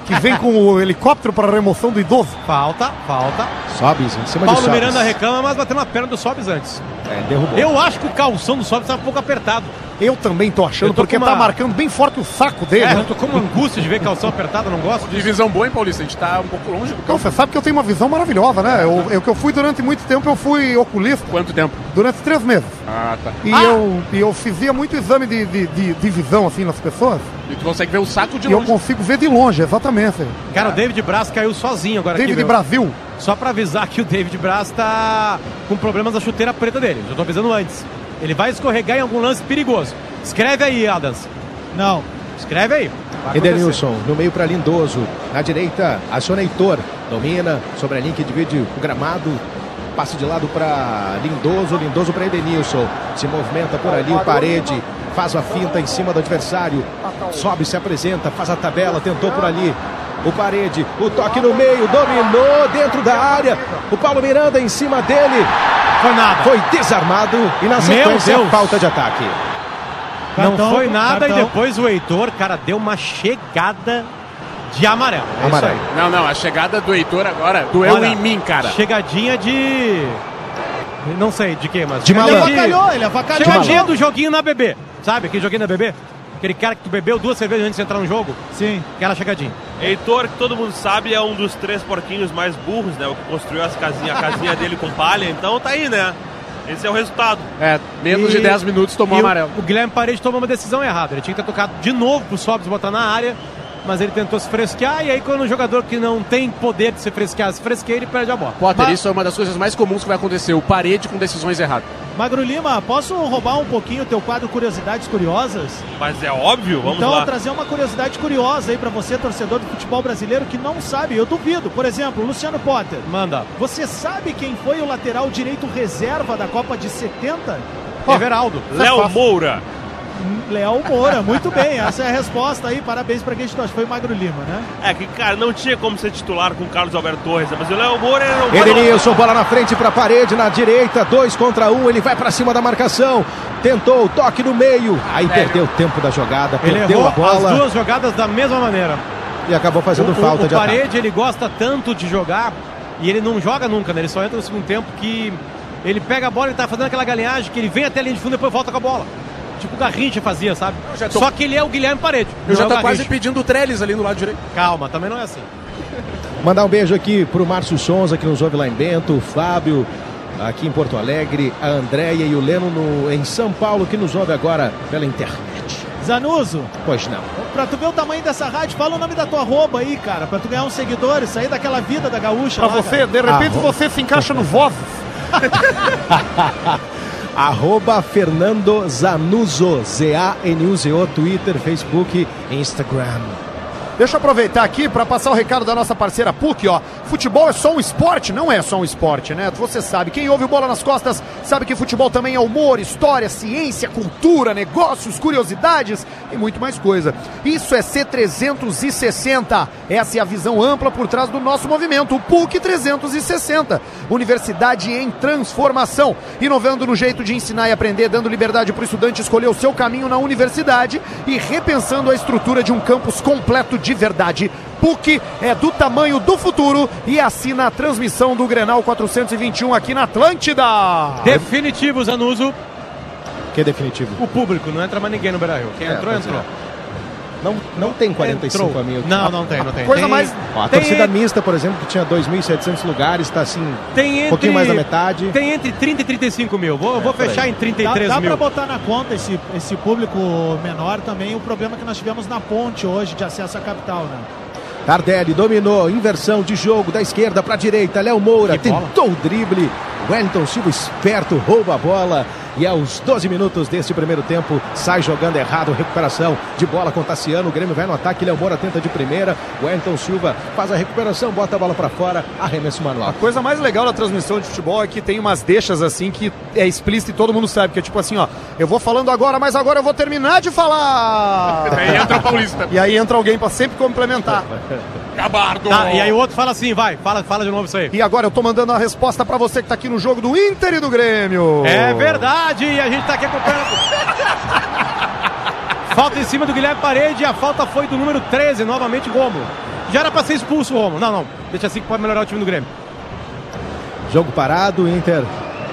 [SPEAKER 2] que vem com o helicóptero para remoção do é idoso.
[SPEAKER 5] Falta, falta.
[SPEAKER 1] Sobes em cima de
[SPEAKER 5] Paulo
[SPEAKER 1] Sobes.
[SPEAKER 5] Miranda reclama, mas bateu na perna do Sobs antes.
[SPEAKER 1] É, derrubou.
[SPEAKER 5] Eu acho que o calção do Sobs estava um pouco apertado.
[SPEAKER 2] Eu também tô achando,
[SPEAKER 5] Eu tô
[SPEAKER 2] porque
[SPEAKER 5] com
[SPEAKER 2] tá
[SPEAKER 5] uma-
[SPEAKER 2] marcando bem forte o saco dele.
[SPEAKER 5] É,
[SPEAKER 2] né?
[SPEAKER 5] eu tô com uma angústia de ver calção apertado, não gosto disso.
[SPEAKER 7] Divisão boa, hein, Paulista? A gente tá um pouco longe do
[SPEAKER 2] Então,
[SPEAKER 7] campo.
[SPEAKER 2] você sabe que eu tenho uma visão maravilhosa, né? Eu, eu que eu fui durante muito tempo, eu fui oculista
[SPEAKER 7] Quanto tempo?
[SPEAKER 2] durante três meses.
[SPEAKER 7] Ah, tá.
[SPEAKER 2] E, eu, e eu fazia muito exame de, de, de, de visão, assim, nas pessoas.
[SPEAKER 7] E tu consegue ver o saco de
[SPEAKER 2] e eu
[SPEAKER 7] longe.
[SPEAKER 2] consigo ver de longe, exatamente.
[SPEAKER 5] Cara, o David Braz caiu sozinho agora
[SPEAKER 2] David
[SPEAKER 5] aqui. meu.
[SPEAKER 2] Brasil.
[SPEAKER 5] Só pra avisar que o David Braz tá com problemas na chuteira preta dele. Já tô avisando antes. Ele vai escorregar em algum lance perigoso. Escreve aí, Adams.
[SPEAKER 4] Não.
[SPEAKER 5] Escreve aí. Vai acontecer.
[SPEAKER 1] Edenilson, no meio para Lindoso. Na direita, aciona Heitor. Domina sobre a linha que divide o gramado. Passe de lado para Lindoso. Lindoso para Edenilson. Se movimenta por ali o parede. Faz a finta em cima do adversário. Sobe, se apresenta, faz a tabela. Tentou por ali. O parede, o toque no meio, dominou dentro da área. O Paulo Miranda em cima dele.
[SPEAKER 5] Foi nada.
[SPEAKER 1] Foi desarmado e na sequência
[SPEAKER 5] Deus.
[SPEAKER 1] falta de ataque.
[SPEAKER 5] não
[SPEAKER 4] Cartão,
[SPEAKER 5] foi nada
[SPEAKER 4] cartão.
[SPEAKER 5] e depois o Heitor, cara, deu uma chegada de amarelo. É isso
[SPEAKER 1] Amarelo.
[SPEAKER 5] aí.
[SPEAKER 7] Não, não, a chegada do Heitor agora doeu
[SPEAKER 5] Olha,
[SPEAKER 7] em mim, cara.
[SPEAKER 5] Chegadinha de. Não sei de quê, mas.
[SPEAKER 1] De
[SPEAKER 4] Ele
[SPEAKER 1] malandro.
[SPEAKER 5] Chegadinha,
[SPEAKER 4] avacalhou, ele avacalhou.
[SPEAKER 5] chegadinha do joguinho na bebê. Sabe aquele joguinho na bebê? Aquele cara que tu bebeu duas cervejas antes de entrar no jogo?
[SPEAKER 4] Sim.
[SPEAKER 5] Aquela chegadinha.
[SPEAKER 6] Heitor, que todo mundo sabe, é um dos três porquinhos mais burros, né? O que construiu as casinhas, a casinha dele com palha, então tá aí, né? Esse é o resultado.
[SPEAKER 7] É, menos de
[SPEAKER 5] E-
[SPEAKER 7] 10 minutos tomou
[SPEAKER 5] E o-
[SPEAKER 7] amarelo.
[SPEAKER 5] O Guilherme Paredes tomou uma decisão errada. Ele tinha que ter tocado de novo pro Sobs botar na área, mas ele tentou se fresquear. E aí, quando um jogador que não tem poder de se fresquear se fresqueia, ele perde a bola.
[SPEAKER 7] Potter,
[SPEAKER 4] Mas-
[SPEAKER 7] isso é uma das coisas mais comuns que vai acontecer, o parede com decisões erradas.
[SPEAKER 4] Magro Lima, posso roubar um pouquinho o teu quadro Curiosidades Curiosas?
[SPEAKER 6] Mas é óbvio, vamos
[SPEAKER 4] então,
[SPEAKER 6] lá.
[SPEAKER 4] trazer uma curiosidade curiosa aí pra você, torcedor do futebol brasileiro, que não sabe. Eu duvido. Por exemplo, Luciano Potter.
[SPEAKER 5] Manda.
[SPEAKER 4] Você sabe quem foi o lateral direito reserva da Copa de 70?
[SPEAKER 5] Everaldo. é
[SPEAKER 6] Léo Moura.
[SPEAKER 4] Hum, Léo Moura. Muito bem, essa é a resposta aí. Parabéns pra quem chutou. Acho que Foi o Magro Lima, né?
[SPEAKER 6] É que, cara, não tinha como ser titular com o Carlos Alberto Torres, né? mas o Léo Moura era um
[SPEAKER 1] Edenilson, bola na frente para a parede, na direita, dois contra um, ele vai para cima da marcação, tentou o toque no meio, aí perdeu o tempo da jogada,
[SPEAKER 5] Ele
[SPEAKER 1] perdeu
[SPEAKER 5] errou
[SPEAKER 1] a bola
[SPEAKER 5] as duas jogadas da mesma maneira.
[SPEAKER 1] e acabou fazendo
[SPEAKER 5] o,
[SPEAKER 1] falta
[SPEAKER 5] o, o
[SPEAKER 1] de
[SPEAKER 5] parede, ele gosta tanto de jogar e ele não joga nunca, né? Ele só entra no segundo tempo que Ele pega a bola, ele tá fazendo aquela galinhagem que ele vem até a linha de fundo e depois volta com a bola. Tipo o Garrincha fazia, sabe?
[SPEAKER 7] já tô-
[SPEAKER 5] Só que ele é o Guilherme Parede.
[SPEAKER 7] Eu já
[SPEAKER 5] não é o
[SPEAKER 7] tá quase
[SPEAKER 5] Garrincha.
[SPEAKER 7] pedindo o Trellis ali no lado direito.
[SPEAKER 5] Calma, também não é assim.
[SPEAKER 1] Mandar um beijo aqui pro Márcio Sonza, que nos ouve lá em Bento, o Fábio, aqui em Porto Alegre, a Andréia e o Leno no- em São Paulo, que nos ouve agora pela internet.
[SPEAKER 4] Zanuso,
[SPEAKER 1] Pois não.
[SPEAKER 4] pra tu ver o tamanho dessa rádio, fala o nome da tua arroba aí, cara. Pra tu ganhar uns seguidores, sair daquela vida da gaúcha.
[SPEAKER 2] Pra
[SPEAKER 4] lá,
[SPEAKER 2] você,
[SPEAKER 4] cara.
[SPEAKER 2] de repente você se encaixa no Vozes.
[SPEAKER 1] Arroba Fernando Zanuso, Z-A-N-U-Z-O, Twitter, Facebook, Instagram.
[SPEAKER 2] Deixa eu aproveitar aqui para passar o recado da nossa parceira PUC, ó. Futebol é só um esporte? Não é só um esporte, né? Você sabe. Quem ouve o Bola nas Costas sabe que futebol também é humor, história, ciência, cultura, negócios, curiosidades e muito mais coisa. Isso é C360. Essa é a visão ampla por trás do nosso movimento, o PUC 360. Universidade em transformação, inovando no jeito de ensinar e aprender, dando liberdade para o estudante escolher o seu caminho na universidade e repensando a estrutura de um campus completo de verdade. PUC é do tamanho do futuro e assina a transmissão do Grenal 421 aqui na Atlântida.
[SPEAKER 5] Definitivo, Zanuso.
[SPEAKER 1] Que é definitivo.
[SPEAKER 5] O público, não entra mais ninguém no Beira-Rio. Quem
[SPEAKER 1] É,
[SPEAKER 5] entrou,
[SPEAKER 1] pois é.
[SPEAKER 5] entrou.
[SPEAKER 1] Não, não tem 45
[SPEAKER 5] Entrou.
[SPEAKER 1] mil.
[SPEAKER 5] Não, não tem, não tem.
[SPEAKER 2] Coisa
[SPEAKER 5] Tem-
[SPEAKER 2] mais-
[SPEAKER 1] Ó, a
[SPEAKER 5] tem-
[SPEAKER 1] torcida mista, por exemplo, que tinha 2.700 lugares, está assim,
[SPEAKER 5] Tem entre,
[SPEAKER 1] um pouquinho mais da metade.
[SPEAKER 5] Tem entre 30 e 35 mil. Vou, vou
[SPEAKER 1] por
[SPEAKER 5] fechar em
[SPEAKER 4] Dá,
[SPEAKER 5] 33
[SPEAKER 4] dá pra
[SPEAKER 5] mil.
[SPEAKER 4] botar na conta esse, esse público menor também o problema é que nós tivemos na ponte hoje de acesso à capital, né?
[SPEAKER 1] Tardelli dominou, inversão de jogo da esquerda para a direita. Léo Moura
[SPEAKER 5] Que bola.
[SPEAKER 1] tentou o drible. Wellington Silva esperto rouba a bola. E aos 12 minutos deste primeiro tempo, sai jogando errado. Recuperação de bola com Tassiano. O Grêmio vai no ataque. Léo Moura tenta de primeira. Wellington Silva faz a recuperação, bota a bola para fora. Arremesso manual.
[SPEAKER 2] A coisa mais legal da transmissão de futebol é que tem umas deixas assim que é explícito e todo mundo sabe, que é tipo assim, ó, eu vou falando agora, mas agora eu vou terminar de falar.
[SPEAKER 3] Aí entra o Paulista.
[SPEAKER 2] E aí entra alguém pra sempre complementar.
[SPEAKER 3] Gabardo.
[SPEAKER 5] Tá, e aí o outro fala assim, vai, fala, fala de novo isso aí.
[SPEAKER 2] E agora eu tô mandando a resposta pra você que tá aqui no jogo do Inter e do Grêmio.
[SPEAKER 5] É verdade, e a gente tá aqui acompanhando. falta em cima do Guilherme Parede, a falta foi do número 13, novamente Romo. Já era pra ser expulso o Romo. Não, não, deixa assim que pode melhorar o time do Grêmio.
[SPEAKER 1] Jogo parado. Inter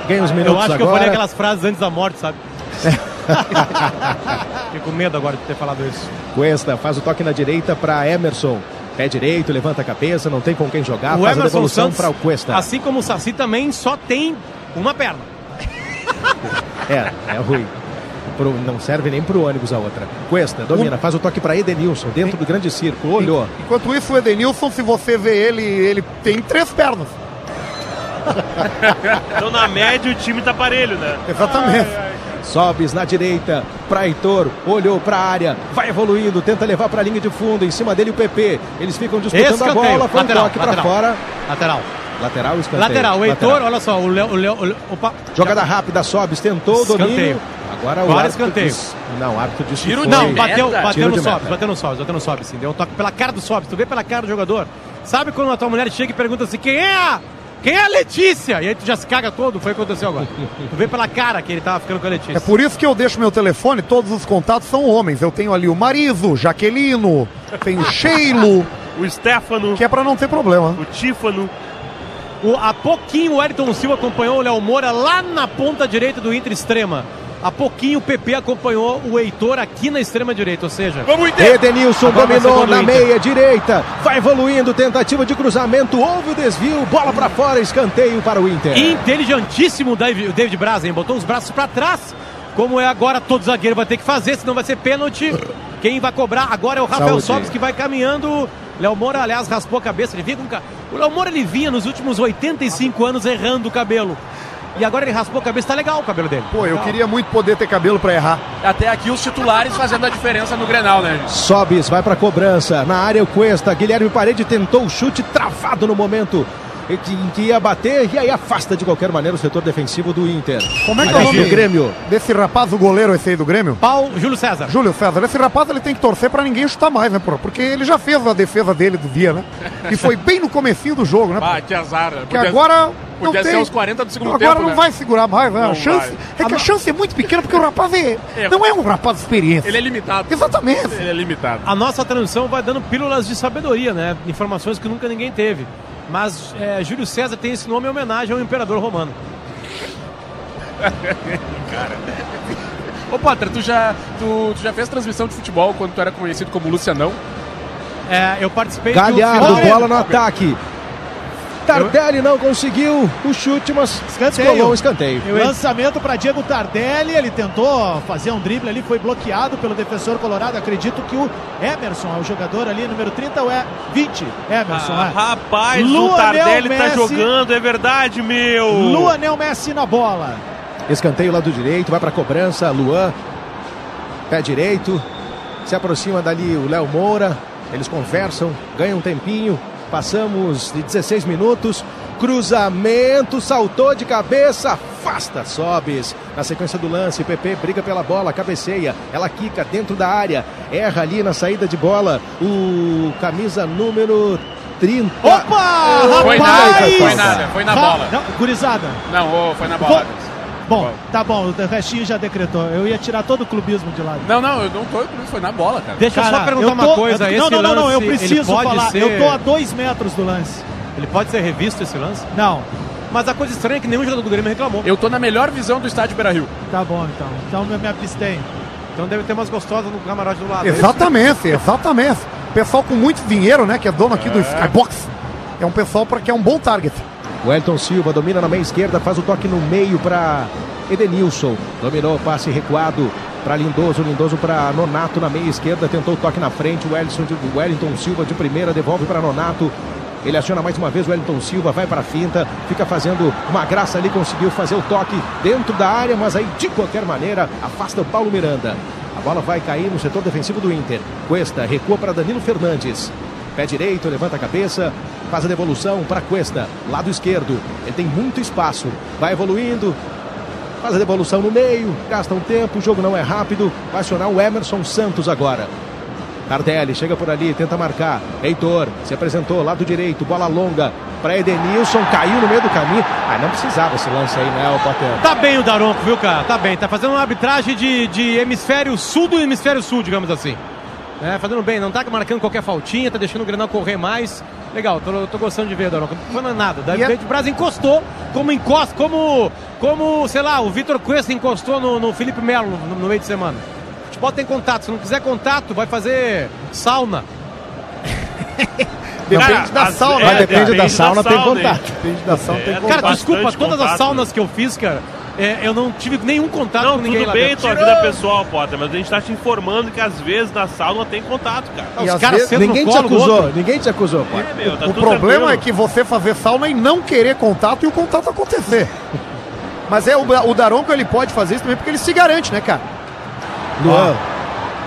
[SPEAKER 1] ganha uns minutos
[SPEAKER 5] eu acho que eu
[SPEAKER 1] agora.
[SPEAKER 5] falei aquelas frases antes da morte, sabe?
[SPEAKER 1] É.
[SPEAKER 5] Fiquei com medo agora de ter falado isso.
[SPEAKER 1] Cuesta faz o toque na direita para Emerson. Pé direito, levanta a cabeça, não tem com quem jogar.
[SPEAKER 5] o
[SPEAKER 1] faz a
[SPEAKER 5] Emerson
[SPEAKER 1] devolução
[SPEAKER 5] Santos,
[SPEAKER 1] para o Cuesta.
[SPEAKER 5] assim como o Saci também, só tem uma perna.
[SPEAKER 1] É, é ruim. Pro- não serve nem pro ônibus a outra. Cuesta,
[SPEAKER 5] Um-
[SPEAKER 1] domina, faz o toque pra Edenilson, dentro do grande círculo, olhou.
[SPEAKER 2] Enquanto isso, o Edenilson, se você vê ele, ele tem três pernas.
[SPEAKER 6] Então, na média, o time tá parelho, né?
[SPEAKER 2] Exatamente.
[SPEAKER 1] Sobes na direita, pra Heitor, olhou pra área, vai evoluindo, tenta levar pra linha de fundo, em cima dele o PP. Eles ficam disputando a
[SPEAKER 5] Escanteio,
[SPEAKER 1] bola, foi um
[SPEAKER 5] lateral,
[SPEAKER 1] toque pra
[SPEAKER 5] lateral.
[SPEAKER 1] fora.
[SPEAKER 5] Lateral.
[SPEAKER 1] Lateral, escanteio.
[SPEAKER 5] Lateral, o Heitor, olha só, o Léo. o Léo- o Léo- Opa.
[SPEAKER 1] Jogada rápida, Sobes tentou,
[SPEAKER 5] Escanteio.
[SPEAKER 1] domínio. Agora o
[SPEAKER 5] Agora
[SPEAKER 1] árbitro
[SPEAKER 5] escanteio.
[SPEAKER 1] dis- Não, o árbitro disse
[SPEAKER 5] Tiro
[SPEAKER 1] foi.
[SPEAKER 5] não, bateu, bateu
[SPEAKER 1] Tiro
[SPEAKER 5] no
[SPEAKER 1] de
[SPEAKER 5] Sobs,
[SPEAKER 1] meta.
[SPEAKER 5] bateu no Sobs, bateu no Sobs, sim. Deu um toque pela cara do Sobs. Tu vê pela cara do jogador. Sabe quando a tua mulher chega e pergunta assim: quem é? a- Quem é a Letícia? E aí tu já se caga todo, foi o que aconteceu agora. tu vê pela cara que ele tava ficando com a Letícia.
[SPEAKER 2] É por isso que eu deixo meu telefone, todos os contatos são homens. Eu tenho ali o Marizo, Jaquelino, tem o Sheilo,
[SPEAKER 6] O Stefano,
[SPEAKER 2] que é pra não ter problema.
[SPEAKER 6] o Tífano.
[SPEAKER 5] O- há pouquinho o Ayrton Silva acompanhou o Léo Moura lá na ponta direita do Inter Extrema. Há pouquinho o PP acompanhou o Heitor aqui na extrema direita, ou seja,
[SPEAKER 3] Vamos, Inter.
[SPEAKER 1] Edenilson
[SPEAKER 5] Agora vai ser gol
[SPEAKER 1] dominou
[SPEAKER 5] do
[SPEAKER 1] na
[SPEAKER 5] Inter.
[SPEAKER 1] meia direita, vai evoluindo, tentativa de cruzamento, houve o desvio, bola pra fora, escanteio para o
[SPEAKER 2] É.
[SPEAKER 1] Inter.
[SPEAKER 5] inteligentíssimo o Davi- o David Braz, hein? Botou os braços pra trás, como é agora todo zagueiro vai ter que fazer, senão vai ser pênalti. Quem vai cobrar agora é o Rafael
[SPEAKER 1] Saúde.
[SPEAKER 5] Sobis que vai caminhando. Léo Moura, aliás, raspou a cabeça. Ele vinha com ca- O Léo Moura ele vinha nos últimos 85 anos errando o cabelo. E agora ele raspou a cabeça, tá legal o cabelo dele.
[SPEAKER 2] Pô, eu queria muito poder ter cabelo pra errar.
[SPEAKER 7] Até aqui os titulares fazendo a diferença no Grenal, né, gente?
[SPEAKER 1] Sobes vai pra cobrança, na área o Cuesta, Guilherme Parede tentou o chute travado no momento em que- em que ia bater e aí afasta de qualquer maneira o setor defensivo do Inter.
[SPEAKER 2] Como é que é o
[SPEAKER 1] Aliás,
[SPEAKER 2] nome
[SPEAKER 1] do Grêmio?
[SPEAKER 2] Desse rapaz, o goleiro esse aí do Grêmio?
[SPEAKER 5] Pau, Júlio César.
[SPEAKER 2] Júlio César, esse rapaz ele tem que torcer pra ninguém chutar mais, né, porra? Porque ele já fez a defesa dele do dia, né? E foi bem no comecinho do jogo, né? porra?
[SPEAKER 3] Ah, que azar. né?
[SPEAKER 2] Porque
[SPEAKER 3] Podia-
[SPEAKER 2] agora não
[SPEAKER 3] podia
[SPEAKER 2] tem.
[SPEAKER 3] ser os 40 do segundo
[SPEAKER 2] agora
[SPEAKER 3] tempo,
[SPEAKER 2] não
[SPEAKER 3] né?
[SPEAKER 2] vai segurar mais, né? a
[SPEAKER 3] Não
[SPEAKER 2] chance
[SPEAKER 3] vai.
[SPEAKER 2] é que a chance é muito pequena porque o rapaz é, não é um rapaz experiente.
[SPEAKER 3] Ele é limitado.
[SPEAKER 2] Exatamente.
[SPEAKER 3] Ele é limitado.
[SPEAKER 5] A nossa transmissão vai dando pílulas de sabedoria, né? Informações que nunca ninguém teve. Mas é, Júlio César tem esse nome em homenagem ao imperador romano.
[SPEAKER 7] Ô, Potter, tu já, tu, tu já fez transmissão de futebol quando tu era conhecido como Lucianão?
[SPEAKER 5] É, eu participei de um
[SPEAKER 1] Galhardo,
[SPEAKER 5] fenômeno-
[SPEAKER 1] bola no ataque. Tardelli não conseguiu o chute, mas
[SPEAKER 4] Escanteio.
[SPEAKER 1] colou um escanteio.
[SPEAKER 4] Lançamento para Diego Tardelli, ele tentou fazer um drible ali, foi bloqueado pelo defensor colorado. Acredito que o Emerson é o jogador ali, número 30 ou é 20? Emerson,
[SPEAKER 6] Ah,
[SPEAKER 4] é.
[SPEAKER 6] rapaz,
[SPEAKER 4] Luanel
[SPEAKER 6] o Tardelli
[SPEAKER 4] Messi.
[SPEAKER 6] tá jogando, é verdade, meu!
[SPEAKER 4] Luanel Messi na bola.
[SPEAKER 1] Escanteio lá do direito, vai para cobrança, Luan. Pé direito. Se aproxima dali o Léo Moura. Eles conversam, ganham um tempinho. Passamos de 16 minutos. Cruzamento, saltou de cabeça, afasta Sobes. Na sequência do lance, PP briga pela bola, cabeceia. Ela quica dentro da área, erra ali na saída de bola. O camisa número Ah, 30.
[SPEAKER 4] Opa!
[SPEAKER 3] Foi
[SPEAKER 4] rapaz!
[SPEAKER 3] nada, foi nada, foi na
[SPEAKER 4] Ra-
[SPEAKER 3] bola.
[SPEAKER 4] Não, gurizada.
[SPEAKER 3] Não, ô, foi na bola.
[SPEAKER 4] Bom, tá bom, o restinho já decretou. Eu ia tirar todo o clubismo de lado.
[SPEAKER 7] Não, não, eu não tô, foi na bola, cara.
[SPEAKER 5] Deixa eu só
[SPEAKER 4] Cara,
[SPEAKER 5] perguntar
[SPEAKER 4] eu tô-
[SPEAKER 5] uma coisa.
[SPEAKER 4] eu-
[SPEAKER 5] esse
[SPEAKER 4] não, não, não, não, eu
[SPEAKER 5] lance, ele
[SPEAKER 4] preciso
[SPEAKER 5] pode
[SPEAKER 4] falar.
[SPEAKER 5] ser-
[SPEAKER 4] Eu tô a dois metros do lance.
[SPEAKER 5] Ele pode ser revisto esse lance?
[SPEAKER 4] Não,
[SPEAKER 5] Mas a coisa estranha é que nenhum jogador do Grêmio reclamou.
[SPEAKER 7] Eu tô na melhor visão do estádio Beira-Rio.
[SPEAKER 4] tá bom então. Então eu me abstenho.
[SPEAKER 5] Então deve ter umas gostosas no camarote do lado.
[SPEAKER 2] Exatamente, exatamente. Pessoal com muito dinheiro, né? Que é dono aqui do Skybox. É um pessoal pra, que é um bom target.
[SPEAKER 1] O Elton Silva domina na meia esquerda, faz o toque no meio para Edenilson. Dominou, passe recuado para Lindoso, Lindoso para Nonato na meia esquerda, tentou o toque na frente. O Ellison de- o Wellington Silva de primeira devolve para Nonato. Ele aciona mais uma vez o Wellington Silva, vai para a finta, fica fazendo uma graça ali, conseguiu fazer o toque dentro da área, mas aí de qualquer maneira afasta o Paulo Miranda. A bola vai cair no setor defensivo do Inter. Cuesta recua para Danilo Fernandes. Pé direito, levanta a cabeça, faz a devolução para Cuesta, lado esquerdo. Ele tem muito espaço, vai evoluindo, faz a devolução no meio, gasta um tempo, o jogo não é rápido. Vai acionar o Emerson Santos agora. Tardelli chega por ali, tenta marcar. Heitor se apresentou, lado direito, bola longa para Edenilson, caiu no meio do caminho. Ah, não precisava esse lance aí,
[SPEAKER 7] É,
[SPEAKER 1] né, o Potter?
[SPEAKER 5] Tá bem o Daronco, viu, cara? Tá bem. Tá fazendo uma arbitragem de, de hemisfério sul do hemisfério sul, digamos assim. É, fazendo bem. Não tá marcando qualquer faltinha, tá deixando o Grenal correr mais. Legal, tô, tô gostando de ver o Daronco. Não foi nada. Daí
[SPEAKER 1] é-
[SPEAKER 2] E a-
[SPEAKER 5] o Brasil encostou, como encosta, como, como, sei lá, o Vitor Cuesta encostou no, no Felipe Melo no, no meio de semana. O futebol tem contato. Se não quiser contato, vai fazer sauna.
[SPEAKER 2] Depende
[SPEAKER 6] Cara,
[SPEAKER 2] da
[SPEAKER 6] as-
[SPEAKER 2] sauna.
[SPEAKER 6] é,
[SPEAKER 2] né?
[SPEAKER 6] depende da sauna, hein?
[SPEAKER 2] Depende da sauna, tem
[SPEAKER 6] É,
[SPEAKER 2] contato.
[SPEAKER 5] Cara,
[SPEAKER 6] Bastante
[SPEAKER 5] desculpa, todas as
[SPEAKER 6] contato.
[SPEAKER 5] saunas que eu fiz, cara, é, eu não tive nenhum contato
[SPEAKER 6] Não,
[SPEAKER 5] com ninguém
[SPEAKER 6] tudo
[SPEAKER 5] lá
[SPEAKER 6] bem,
[SPEAKER 5] dentro.
[SPEAKER 6] tua vida pessoal, Potter, mas a gente tá te informando que às vezes na sauna tem contato, cara.
[SPEAKER 2] E
[SPEAKER 5] Os
[SPEAKER 2] às
[SPEAKER 5] caras
[SPEAKER 2] vezes-
[SPEAKER 5] sentam no
[SPEAKER 1] Ninguém te
[SPEAKER 5] colo do outro.
[SPEAKER 1] acusou, ninguém te acusou, Potter.
[SPEAKER 6] É, meu, tá
[SPEAKER 2] o
[SPEAKER 6] tudo
[SPEAKER 2] problema
[SPEAKER 6] tranquilo.
[SPEAKER 2] é que você fazer sauna e não querer contato e o contato acontecer. Mas é o, o Daronco ele pode fazer isso também porque ele se garante, né, cara?
[SPEAKER 1] Luan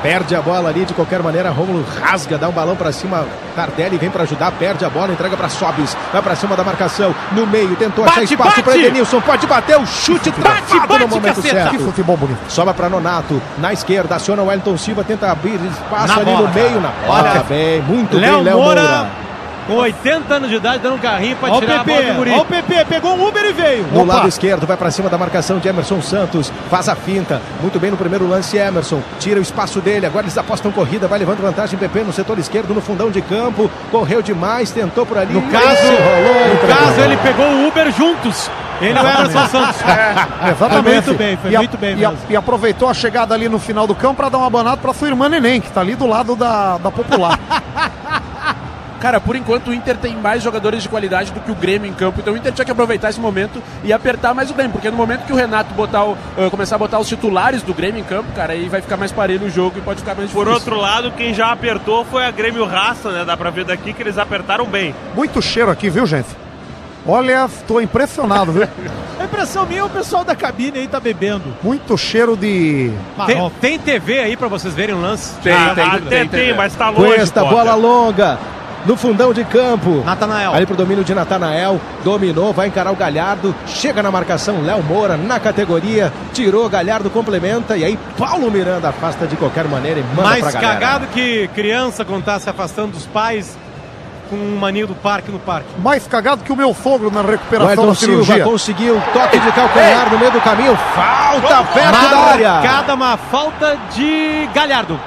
[SPEAKER 1] perde a bola ali de qualquer maneira. Rômulo rasga, dá um balão pra cima. Tardelli vem pra ajudar, perde a bola, entrega pra Sobis. Vai pra cima da marcação, no meio, tentou achar
[SPEAKER 5] Bate,
[SPEAKER 1] espaço
[SPEAKER 5] bate!
[SPEAKER 1] pra Edenilson. Pode bater o chute,
[SPEAKER 5] Bate,
[SPEAKER 1] travado
[SPEAKER 5] bate,
[SPEAKER 1] no momento
[SPEAKER 5] caceta!
[SPEAKER 2] Que
[SPEAKER 1] certo.
[SPEAKER 2] futebol bonito.
[SPEAKER 1] Sobra pra Nonato, na esquerda, aciona o Wellington Silva, tenta abrir espaço
[SPEAKER 5] Na
[SPEAKER 1] ali
[SPEAKER 5] bola,
[SPEAKER 1] no meio, na bola. tá
[SPEAKER 5] Olha,
[SPEAKER 1] bem, muito
[SPEAKER 5] Léo
[SPEAKER 1] bem, Léo Moura.
[SPEAKER 5] Moura, com 80 anos de idade, dando um carrinho pra
[SPEAKER 4] Ó o
[SPEAKER 5] tirar a
[SPEAKER 4] PP,
[SPEAKER 5] bola do guri.
[SPEAKER 4] ó o PP, pegou um Uber e veio.
[SPEAKER 1] No
[SPEAKER 4] Opa.
[SPEAKER 1] lado esquerdo, vai pra cima da marcação de Emerson Santos. Faz a finta. Muito bem no primeiro lance, Emerson. Tira o espaço dele. Agora eles apostam corrida. Vai levando vantagem, PP, no setor esquerdo, no fundão de campo. Correu demais, tentou por ali.
[SPEAKER 5] No caso,
[SPEAKER 1] Ih, rolou,
[SPEAKER 5] no
[SPEAKER 1] entregou.
[SPEAKER 5] caso, ele pegou o Uber juntos. Ele e o Emerson Santos.
[SPEAKER 2] É. Exatamente.
[SPEAKER 4] é Foi muito bem, foi
[SPEAKER 2] E a-
[SPEAKER 4] muito bem
[SPEAKER 2] e, a-
[SPEAKER 4] mesmo.
[SPEAKER 2] e aproveitou a chegada ali no final do campo pra dar uma banada pra sua irmã Neném, que tá ali do lado da, da popular.
[SPEAKER 7] Cara, por enquanto o Inter tem mais jogadores de qualidade do que o Grêmio em campo, então o Inter tinha que aproveitar esse momento e apertar mais o Grêmio, porque no momento que o Renato botar o- eh, começar a botar os titulares do Grêmio em campo, cara, aí vai ficar mais parelho o jogo e pode ficar mais difícil.
[SPEAKER 6] Por outro lado, quem já apertou foi a Grêmio Raça, né? Dá pra ver daqui que eles apertaram bem.
[SPEAKER 2] muito cheiro aqui, viu, gente? Olha, tô impressionado, viu?
[SPEAKER 4] A impressão minha é o pessoal da cabine aí tá bebendo.
[SPEAKER 2] Muito cheiro de.
[SPEAKER 5] Tem,
[SPEAKER 4] Marrom.
[SPEAKER 5] tem TV aí pra vocês verem o lance?
[SPEAKER 7] Tem,
[SPEAKER 6] Ah,
[SPEAKER 7] tem,
[SPEAKER 6] até tem,
[SPEAKER 7] tem, tem,
[SPEAKER 6] mas tá longe.
[SPEAKER 1] Cuesta,
[SPEAKER 6] Potter.
[SPEAKER 1] bola longa. No fundão de campo.
[SPEAKER 5] Natanael.
[SPEAKER 1] Ali pro domínio de Natanael, dominou, vai encarar o Galhardo, chega na marcação, Léo Moura na categoria, tirou, Galhardo complementa e aí Paulo Miranda afasta de qualquer maneira e manda pra
[SPEAKER 5] Mais
[SPEAKER 1] galera.
[SPEAKER 5] cagado que criança quando tá se afastando dos pais com um maninho do parque no parque.
[SPEAKER 2] Mais cagado que o meu sogro na
[SPEAKER 1] O
[SPEAKER 2] recuperação
[SPEAKER 1] Elton
[SPEAKER 2] da
[SPEAKER 1] Silva
[SPEAKER 2] cirurgia.
[SPEAKER 1] conseguiu um toque de calcanhar no meio do caminho. Falta perto da área.
[SPEAKER 5] Marcada uma falta de Galhardo.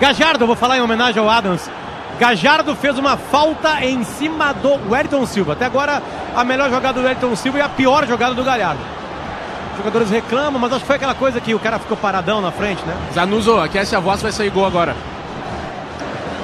[SPEAKER 5] Gajardo, eu vou falar em homenagem ao Adams. Gajardo fez uma falta em cima do Wellington Silva. Até agora, a melhor jogada do Wellington Silva e a pior jogada do Galhardo. jogadores reclamam, mas acho que foi aquela coisa que o cara ficou paradão na frente, né?
[SPEAKER 7] Zanuso, aquece a voz, vai sair gol agora.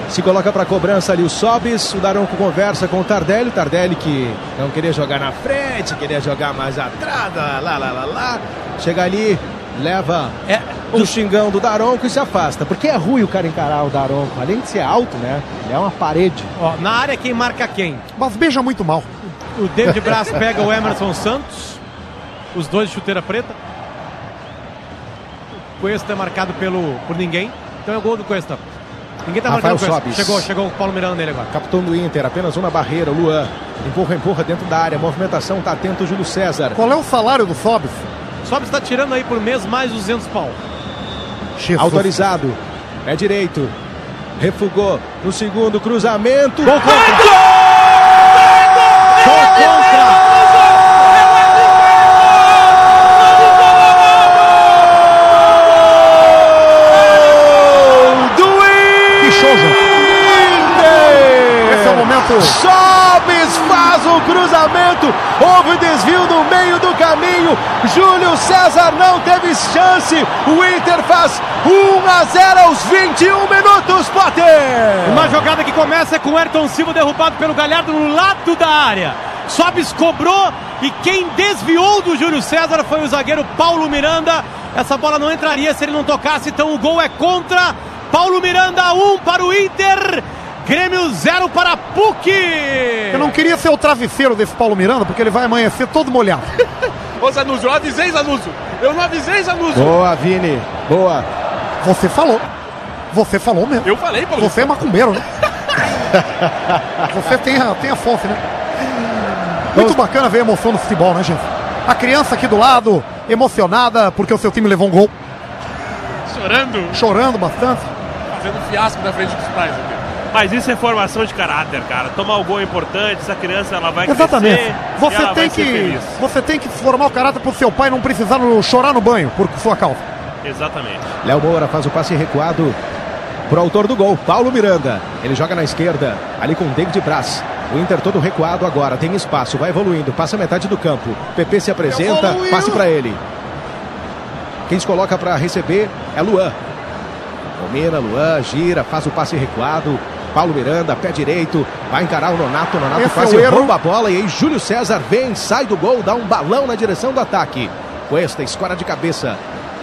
[SPEAKER 1] Se coloca para cobrança ali o Sobis, o Daronco conversa com o Tardelli, o Tardelli que não queria jogar na frente, queria jogar mais atrás, lá, lá, lá, lá. Chega ali, leva
[SPEAKER 5] É,
[SPEAKER 1] o xingão do Daronco e se afasta. Porque é ruim o cara encarar o Daronco, além de ser alto, né? Ele é uma parede.
[SPEAKER 5] ó, na área quem marca quem?
[SPEAKER 2] Mas beija muito mal.
[SPEAKER 5] O David Braz pega o Emerson Santos, os dois de chuteira preta. O Cuesta é marcado pelo, por ninguém, então é o gol do Cuesta. Ninguém tá
[SPEAKER 1] Rafael
[SPEAKER 5] marcando o Cuesta.
[SPEAKER 1] Sobis.
[SPEAKER 5] Chegou, chegou o Paulo Miranda nele agora.
[SPEAKER 1] Capitão do Inter, apenas uma barreira, o Luan. Empurra, empurra dentro da área, movimentação, tá atento o Júlio César.
[SPEAKER 2] Qual é o salário do Sobis?
[SPEAKER 5] Sobis está tirando aí por mês mais 200 pau.
[SPEAKER 1] Autorizado, é direito. Refugou no segundo cruzamento.
[SPEAKER 5] Gol contra! Gol contra!
[SPEAKER 2] Que show, João. Esse é o momento.
[SPEAKER 1] Sobes faz o cruzamento, houve desvio no meio do caminho. Júlio César não teve chance. O Inter faz 1 a 0 aos 21 minutos. Potter!
[SPEAKER 5] Uma jogada que começa com o Ayrton Silva derrubado pelo Galhardo no lado da área. Sobis cobrou e quem desviou do Júlio César foi o zagueiro Paulo Miranda. Essa bola não entraria se ele não tocasse, então o gol é contra. Paulo Miranda, 1 um para o Inter. Grêmio 0 para a PUC.
[SPEAKER 2] Eu não queria ser o travesseiro desse Paulo Miranda, porque ele vai amanhecer todo molhado.
[SPEAKER 3] Ô Zanuso, eu avisei Zanuso. Eu não avisei Zanuso.
[SPEAKER 1] Boa, Vini. Boa.
[SPEAKER 2] Você falou. Você falou mesmo.
[SPEAKER 3] Eu falei, Paulo.
[SPEAKER 2] Você é macumbeiro, né? Você tem a, tem a fonte, né? Muito bacana ver a emoção do futebol, né, gente? A criança aqui do lado, emocionada porque o seu time levou um gol,
[SPEAKER 3] Chorando,
[SPEAKER 2] chorando bastante.
[SPEAKER 3] fazendo fiasco na frente dos pais aqui.
[SPEAKER 6] Mas isso é formação de caráter, cara. Tomar o gol é importante, essa criança ela vai
[SPEAKER 2] Exatamente.
[SPEAKER 6] crescer. e
[SPEAKER 2] Você
[SPEAKER 6] ela
[SPEAKER 2] tem,
[SPEAKER 6] vai ser
[SPEAKER 2] que,
[SPEAKER 6] feliz.
[SPEAKER 2] você tem que formar o caráter pro seu pai não precisar no- chorar no banho por sua causa.
[SPEAKER 6] Exatamente.
[SPEAKER 1] Léo Moura faz o passe recuado pro autor do gol, Paulo Miranda. Ele joga na esquerda, ali com o David Braz. O Inter todo recuado agora, tem espaço, vai evoluindo, passa a metade do campo. PP se apresenta,
[SPEAKER 2] Evoluiu.
[SPEAKER 1] passe para ele. Quem se coloca para receber é Luan. Domina, Luan, gira, faz o passe recuado. Paulo Miranda, pé direito, vai encarar o Nonato. O Nonato
[SPEAKER 2] Esse
[SPEAKER 1] quase
[SPEAKER 2] é o erro.
[SPEAKER 1] rouba a bola. E aí Júlio César vem, sai do gol, dá um balão na direção do ataque. Cuesta escora de cabeça.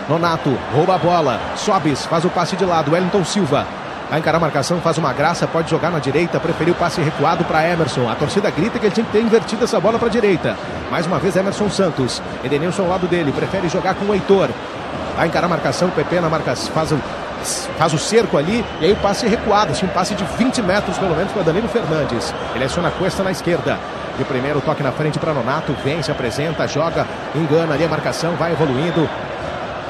[SPEAKER 1] Nonato rouba a bola. Sobes faz o passe de lado. Wellington Silva. Vai encarar a marcação, faz uma graça, pode jogar na direita, preferiu o passe recuado para Emerson. A torcida grita que ele tinha que ter invertido essa bola para a direita. Mais uma vez Emerson Santos. Edenilson ao lado dele, prefere jogar com o Heitor. Vai encarar a marcação, o PP na marcação, faz o, faz o cerco ali, e aí o passe recuado, assim, um passe de 20 metros pelo menos para Danilo Fernandes. Ele aciona a cuesta na esquerda. De primeiro toque na frente para Nonato, vem, se apresenta, joga, engana ali a marcação, vai evoluindo.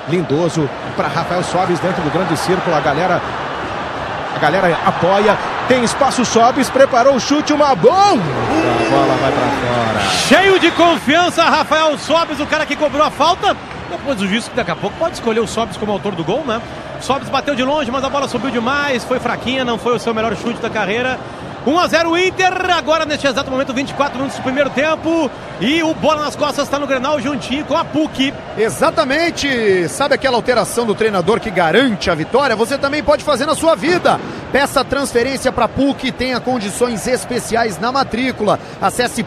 [SPEAKER 1] Lindoso para Rafael Sobes dentro do grande círculo, a galera a galera apoia, tem espaço Sobes, preparou o chute, uma boa! A bola vai para fora.
[SPEAKER 5] Cheio de confiança, Rafael Sobis, o cara que cobrou a falta. Depois o juiz, que daqui a pouco, pode escolher o Sobis como autor do gol, né? Sobis bateu de longe, mas a bola subiu demais, foi fraquinha, não foi o seu melhor chute da carreira. 1 a 0 Inter, agora neste exato momento, 24 minutos do primeiro tempo. E o bola nas costas está no Grenal juntinho com a PUC.
[SPEAKER 2] Exatamente! Sabe aquela alteração do treinador que garante a vitória? Você também pode fazer na sua vida. Peça transferência para PUC e tenha condições especiais na matrícula. Acesse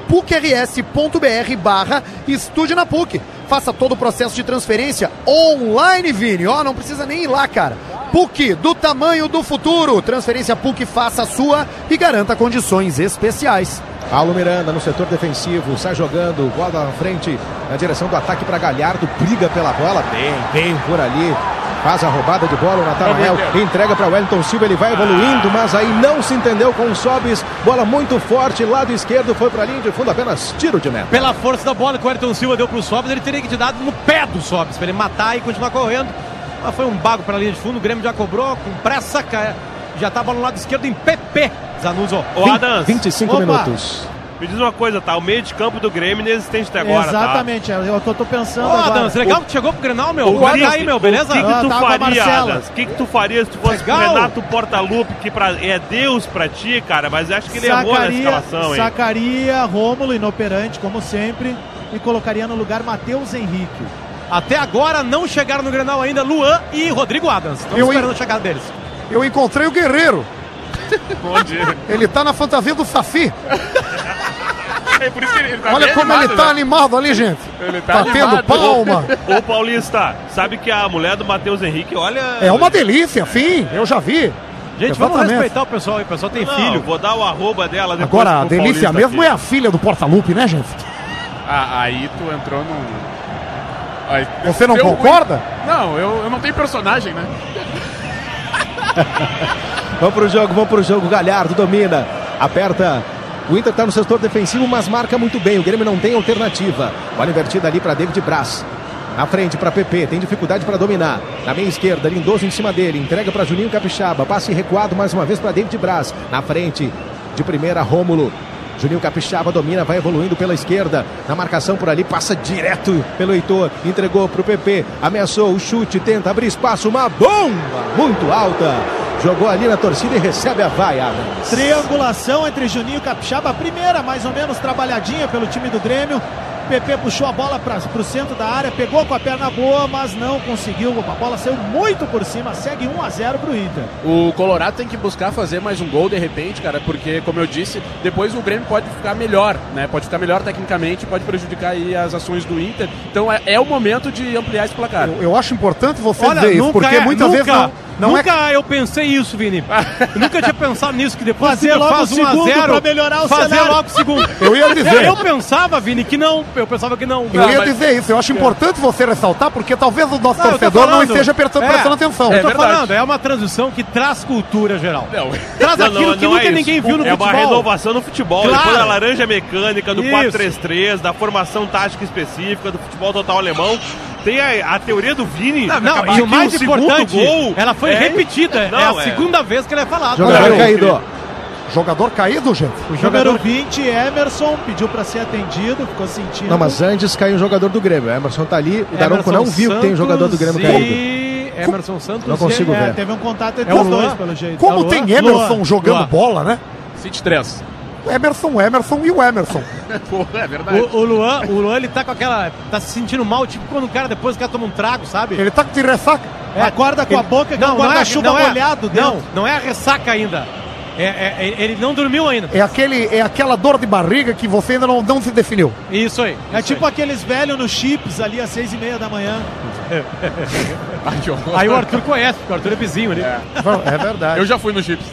[SPEAKER 2] pucrs.br barra estude na PUC. Faça todo o processo de transferência online, Vini. Ó, não precisa nem ir lá, cara. PUC, do tamanho do futuro. Transferência PUC, faça a sua e garanta condições especiais.
[SPEAKER 1] Paulo Miranda no setor defensivo, sai jogando, bola na frente, na direção do ataque para Galhardo, briga pela bola, bem, bem por ali. Faz a roubada de bola, o Natanael entrega para Wellington Silva, ele vai evoluindo, mas aí não se entendeu com o Sobis. Bola muito forte, lado esquerdo, foi para a linha de fundo, apenas tiro de meta.
[SPEAKER 5] Pela força da bola que o Ayrton Silva deu pro Sobis, ele teria que ter dado no pé do Sobis, para ele matar e continuar correndo. Mas foi um bago para a linha de fundo, o Grêmio já cobrou, com pressa, ca- já estava no lado esquerdo em PP. Zanuso.
[SPEAKER 6] Ô, Adams,
[SPEAKER 1] 25
[SPEAKER 4] Opa.
[SPEAKER 1] minutos.
[SPEAKER 6] me diz uma coisa, tá? O meio de campo do Grêmio inexistente até agora, tá?
[SPEAKER 4] Exatamente, é o que eu tô pensando
[SPEAKER 5] Ô,
[SPEAKER 4] agora.
[SPEAKER 5] Adams, tá? legal que tu chegou pro Grenal,
[SPEAKER 6] tá?
[SPEAKER 5] meu. Guarda aí, meu, beleza?
[SPEAKER 6] O que, que
[SPEAKER 4] Ah,
[SPEAKER 6] tu
[SPEAKER 4] tá,
[SPEAKER 6] faria,
[SPEAKER 4] Marcelo.
[SPEAKER 6] Adams? O que, que tu faria se tu fosse pro
[SPEAKER 5] Legal.
[SPEAKER 6] Renato Portaluppi, que pra- é Deus pra ti, cara, mas eu acho que ele errou na
[SPEAKER 4] Sacaria,
[SPEAKER 6] escalação, hein?
[SPEAKER 4] sacaria Rômulo inoperante, como sempre, e colocaria no lugar Matheus Henrique.
[SPEAKER 5] Até agora não chegaram no Grenal ainda Luan e Rodrigo Adams. Estamos
[SPEAKER 2] Eu-
[SPEAKER 5] esperando a chegada deles.
[SPEAKER 2] Eu encontrei o Guerreiro.
[SPEAKER 3] Onde?
[SPEAKER 2] Ele tá na fantasia do Saci.
[SPEAKER 3] É por isso que ele tá
[SPEAKER 2] Olha
[SPEAKER 3] bem
[SPEAKER 2] como
[SPEAKER 3] animado,
[SPEAKER 2] ele tá
[SPEAKER 3] né?
[SPEAKER 2] animado ali, gente.
[SPEAKER 3] Ele tá
[SPEAKER 2] Tá tendo
[SPEAKER 3] animado.
[SPEAKER 2] palma.
[SPEAKER 6] Ô Paulista, sabe que a mulher do Matheus Henrique, olha.
[SPEAKER 2] É uma delícia, sim, eu já vi.
[SPEAKER 5] Gente, vamos
[SPEAKER 2] Exatamente.
[SPEAKER 5] respeitar o pessoal aí. O pessoal tem
[SPEAKER 6] Não,
[SPEAKER 5] filho.
[SPEAKER 6] Vou dar o arroba dela depois.
[SPEAKER 2] Agora, a
[SPEAKER 6] pro
[SPEAKER 2] delícia
[SPEAKER 6] Paulista
[SPEAKER 2] mesmo
[SPEAKER 6] aqui.
[SPEAKER 2] é a filha do Porta-Lupe, né, gente?
[SPEAKER 3] Ah, aí tu entrou num. Aí-
[SPEAKER 2] Você não
[SPEAKER 3] Deu
[SPEAKER 7] um
[SPEAKER 3] ruim.
[SPEAKER 2] concorda?
[SPEAKER 3] Não, eu, eu não tenho personagem, né?
[SPEAKER 1] Vamos pro jogo, vamos pro jogo. Galhardo domina, aperta. O Inter tá no setor defensivo, mas marca muito bem. O Grêmio não tem alternativa. Bola invertida ali para David Braz. Na frente para PP, tem dificuldade para dominar. Na meia esquerda, Lindoso em cima dele, entrega para Juninho Capixaba. Passe recuado mais uma vez para David Braz. Na frente, de primeira, Rômulo. Juninho Capixaba domina, vai evoluindo pela esquerda. Na marcação por ali, passa direto pelo Heitor. Entregou para o PP. Ameaçou o chute, tenta abrir espaço. Uma bomba muito alta. Jogou ali na torcida e recebe a vaia. Adams.
[SPEAKER 4] Triangulação Então, entre Juninho e Capixaba, a primeira mais ou menos trabalhadinha pelo time do Grêmio. PP puxou a bola para o centro da área, pegou com a perna boa, mas não conseguiu. A bola saiu muito por cima, segue 1 a 0 para o Inter.
[SPEAKER 7] O Colorado tem que buscar fazer mais um gol de repente, cara, porque, como eu disse, depois o Grêmio pode ficar melhor, né? Pode ficar melhor tecnicamente, pode prejudicar aí as ações do Inter. Então é, é o momento de ampliar esse placar.
[SPEAKER 2] Eu, eu acho importante você
[SPEAKER 5] Olha,
[SPEAKER 2] dizer isso,
[SPEAKER 5] nunca,
[SPEAKER 2] porque
[SPEAKER 5] é-
[SPEAKER 2] muitas
[SPEAKER 5] nunca,
[SPEAKER 2] vezes não, não é
[SPEAKER 5] nunca Ah, eu pensei isso, Vini. nunca tinha pensado nisso, que depois
[SPEAKER 4] Fazer
[SPEAKER 5] o Inter
[SPEAKER 4] logo
[SPEAKER 5] faz
[SPEAKER 4] o
[SPEAKER 5] 1 a
[SPEAKER 4] segundo
[SPEAKER 5] 0,
[SPEAKER 4] pra melhorar o
[SPEAKER 5] fazer
[SPEAKER 4] cenário.
[SPEAKER 5] logo o segundo.
[SPEAKER 2] Eu ia dizer.
[SPEAKER 5] Eu, eu pensava, Vini, que não. Eu pensava que não. É.
[SPEAKER 2] Eu ia dizer isso, eu acho importante você ressaltar, porque talvez o nosso
[SPEAKER 5] Não, eu tô
[SPEAKER 2] torcedor não
[SPEAKER 5] falando.
[SPEAKER 2] esteja prestando,
[SPEAKER 5] É.
[SPEAKER 2] prestando atenção.
[SPEAKER 5] eu tô
[SPEAKER 7] verdade.
[SPEAKER 5] falando, é uma transição que traz cultura geral.
[SPEAKER 7] Não.
[SPEAKER 5] Traz
[SPEAKER 6] Não,
[SPEAKER 5] aquilo
[SPEAKER 6] não,
[SPEAKER 5] que
[SPEAKER 6] não
[SPEAKER 5] nunca
[SPEAKER 6] é isso.
[SPEAKER 5] ninguém viu no
[SPEAKER 6] É uma
[SPEAKER 5] futebol.
[SPEAKER 6] renovação no futebol.
[SPEAKER 5] Claro.
[SPEAKER 6] Depois da laranja mecânica, do
[SPEAKER 5] Isso.
[SPEAKER 6] 4-3-3, da formação tática específica, do futebol total alemão. Tem a, a teoria do Vini.
[SPEAKER 5] Não, não,
[SPEAKER 6] acabar
[SPEAKER 5] e
[SPEAKER 6] que
[SPEAKER 5] o mais
[SPEAKER 6] segundo
[SPEAKER 5] importante,
[SPEAKER 6] gol
[SPEAKER 5] ela foi
[SPEAKER 6] é-
[SPEAKER 5] repetida.
[SPEAKER 6] Não,
[SPEAKER 5] é
[SPEAKER 6] é.
[SPEAKER 5] a segunda vez que ela é falada.
[SPEAKER 1] Jogador
[SPEAKER 6] Não,
[SPEAKER 1] caído.
[SPEAKER 6] filho.
[SPEAKER 2] é. Jogador caído, gente.
[SPEAKER 4] O Número 20, Emerson, pediu para ser atendido, ficou sentindo.
[SPEAKER 1] Não, mas antes caiu um jogador do Grêmio. O Emerson tá ali. O Daronco não viu que tem um jogador do Grêmio caído.
[SPEAKER 5] E Emerson Santos né?
[SPEAKER 1] Não
[SPEAKER 5] e-
[SPEAKER 1] consigo
[SPEAKER 4] é,
[SPEAKER 1] ver.
[SPEAKER 4] teve um contato entre
[SPEAKER 5] É o
[SPEAKER 4] os dois,
[SPEAKER 5] Luan?
[SPEAKER 4] pelo jeito. É o
[SPEAKER 2] Como
[SPEAKER 4] Luan?
[SPEAKER 2] tem Emerson
[SPEAKER 4] Luan.
[SPEAKER 2] jogando
[SPEAKER 5] Luan.
[SPEAKER 2] bola, né?
[SPEAKER 7] City 3.
[SPEAKER 2] O Emerson, o Emerson e o Emerson.
[SPEAKER 3] Porra, é verdade.
[SPEAKER 5] O, o Luan, o Luan, ele tá com aquela. tá se sentindo mal, tipo quando o cara depois o cara toma um trago, sabe?
[SPEAKER 2] Ele tá de ressaca.
[SPEAKER 4] É, Acorda com a boca que o guarda-chuva
[SPEAKER 5] não é-
[SPEAKER 4] molhado
[SPEAKER 5] Não,
[SPEAKER 4] dentro.
[SPEAKER 5] não é a ressaca ainda. É, é- é- ele não dormiu ainda.
[SPEAKER 2] É, aquele, é aquela dor de barriga que você ainda não, não se definiu.
[SPEAKER 5] Isso aí.
[SPEAKER 4] É tipo aqueles velhos no chips ali às seis e meia da manhã.
[SPEAKER 5] Aí o Arthur conhece, porque o Arthur é vizinho ali.
[SPEAKER 2] É verdade.
[SPEAKER 3] Eu já fui no Chips.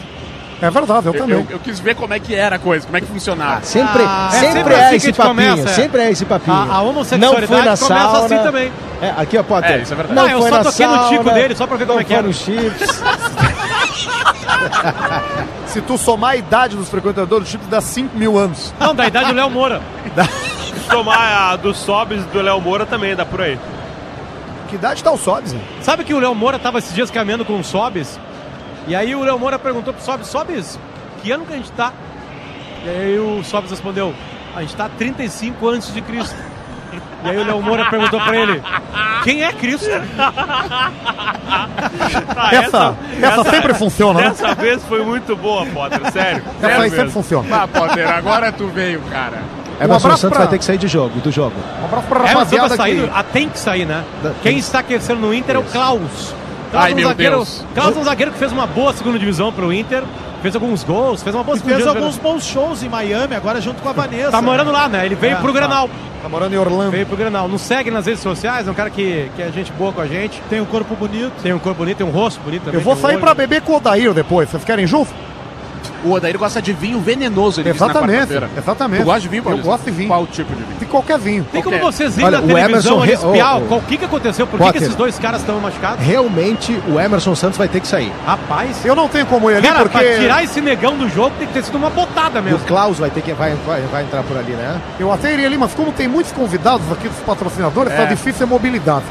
[SPEAKER 2] É verdade, eu
[SPEAKER 3] Eu,
[SPEAKER 2] também.
[SPEAKER 3] eu- eu quis ver como é que era a coisa, como é que funcionava.
[SPEAKER 1] Sempre,
[SPEAKER 4] Ah,
[SPEAKER 5] é
[SPEAKER 1] sempre,
[SPEAKER 5] sempre
[SPEAKER 1] é,
[SPEAKER 5] assim que a
[SPEAKER 1] esse
[SPEAKER 5] gente
[SPEAKER 1] papinho,
[SPEAKER 5] começa, é.
[SPEAKER 1] sempre é esse papinho.
[SPEAKER 5] A- a homossexualidade
[SPEAKER 1] Não fui na
[SPEAKER 5] começa
[SPEAKER 1] sauna.
[SPEAKER 5] assim também.
[SPEAKER 1] É, aqui, ó, Potter.
[SPEAKER 3] É, isso é verdade.
[SPEAKER 5] Não, eu
[SPEAKER 1] foi
[SPEAKER 5] só
[SPEAKER 1] na
[SPEAKER 5] toquei no tico
[SPEAKER 1] sauna,
[SPEAKER 5] dele, só pra ver como
[SPEAKER 1] não
[SPEAKER 5] é que era.
[SPEAKER 1] foi no chips.
[SPEAKER 2] Se tu somar a idade dos frequentadores, tipo, dá 5 mil anos.
[SPEAKER 5] Não, da idade do Léo Moura.
[SPEAKER 6] Se Tomar a do Sobis e do Léo Moura também, dá por aí.
[SPEAKER 2] Que idade tá o Sobs? hein?
[SPEAKER 5] Sabe que o Léo Moura tava esses dias caminhando com o Sobes? E aí o Léo Moura perguntou pro Sobes, Sobes, que ano que a gente tá? E aí o Sobes respondeu, a gente tá 35 antes de Cristo. E aí o Léo Moura perguntou pra ele, quem é Cristo?
[SPEAKER 6] Ah,
[SPEAKER 2] Essa, essa, sempre funciona, né?
[SPEAKER 6] Dessa vez foi muito boa, Potter, sério.
[SPEAKER 2] Essa
[SPEAKER 6] sério
[SPEAKER 2] aí sempre
[SPEAKER 6] mesmo.
[SPEAKER 2] funciona. É,
[SPEAKER 3] Ah, Potter, agora tu veio, cara.
[SPEAKER 5] Um
[SPEAKER 1] Emerson
[SPEAKER 2] abraço
[SPEAKER 1] Santos
[SPEAKER 2] pra-
[SPEAKER 1] vai ter que sair de jogo, do jogo.
[SPEAKER 2] Um abraço pra
[SPEAKER 5] É, mas tem
[SPEAKER 2] rapaziada
[SPEAKER 5] que sair,
[SPEAKER 2] que...
[SPEAKER 5] ah, tem que sair, né?
[SPEAKER 1] Da-
[SPEAKER 5] Quem está aquecendo no Inter é o Klaus. Klaus
[SPEAKER 3] Ai,
[SPEAKER 5] é um
[SPEAKER 3] meu
[SPEAKER 5] zagueiro,
[SPEAKER 3] Deus.
[SPEAKER 5] Klaus é um zagueiro que fez uma boa segunda divisão pro Inter, fez alguns gols, fez uma boa
[SPEAKER 4] E
[SPEAKER 5] segunda
[SPEAKER 4] fez
[SPEAKER 5] divisão.
[SPEAKER 4] alguns bons shows em Miami, agora junto com a Vanessa.
[SPEAKER 5] Tá morando lá, né? Ele veio
[SPEAKER 4] É,
[SPEAKER 5] pro
[SPEAKER 4] tá.
[SPEAKER 5] Granal.
[SPEAKER 2] Tá morando em Orlando.
[SPEAKER 5] Veio pro Granal. Não segue nas redes sociais, é um cara que, que é gente boa com a gente.
[SPEAKER 4] Tem um corpo bonito.
[SPEAKER 5] Tem um corpo bonito, tem um rosto bonito também.
[SPEAKER 2] Eu vou
[SPEAKER 5] tem um
[SPEAKER 2] sair
[SPEAKER 5] olho.
[SPEAKER 2] pra beber com o Odair depois. Vocês querem junto?
[SPEAKER 7] O Odair gosta de vinho venenoso, ele disse na
[SPEAKER 2] Exatamente,
[SPEAKER 7] quarta-feira.
[SPEAKER 2] exatamente.
[SPEAKER 7] Tu gosta de vinho, Paulista?
[SPEAKER 2] Eu gosto de vinho.
[SPEAKER 7] Qual tipo de vinho?
[SPEAKER 2] De qualquer vinho.
[SPEAKER 5] Tem como vocês irem
[SPEAKER 1] Olha,
[SPEAKER 5] na
[SPEAKER 1] o
[SPEAKER 5] televisão
[SPEAKER 1] Emerson
[SPEAKER 5] ali
[SPEAKER 1] re-
[SPEAKER 5] espiar
[SPEAKER 2] Oh,
[SPEAKER 1] ô, ô.
[SPEAKER 5] o que, que aconteceu, por que que
[SPEAKER 1] Potter.
[SPEAKER 5] esses dois caras estão machucados?
[SPEAKER 1] Realmente, o Emerson Santos vai ter que sair.
[SPEAKER 5] Rapaz,
[SPEAKER 2] Eu não tenho como ir ali
[SPEAKER 5] cara,
[SPEAKER 2] é porque
[SPEAKER 5] pra tirar esse negão do jogo tem que ter sido uma botada
[SPEAKER 1] E o
[SPEAKER 5] mesmo.
[SPEAKER 1] Klaus vai ter que vai, vai, vai entrar por ali, né?
[SPEAKER 2] eu até iria ali, mas como tem muitos tá
[SPEAKER 5] É.
[SPEAKER 1] É.
[SPEAKER 2] convidados aqui dos patrocinadores, tá difícil a mobilidade.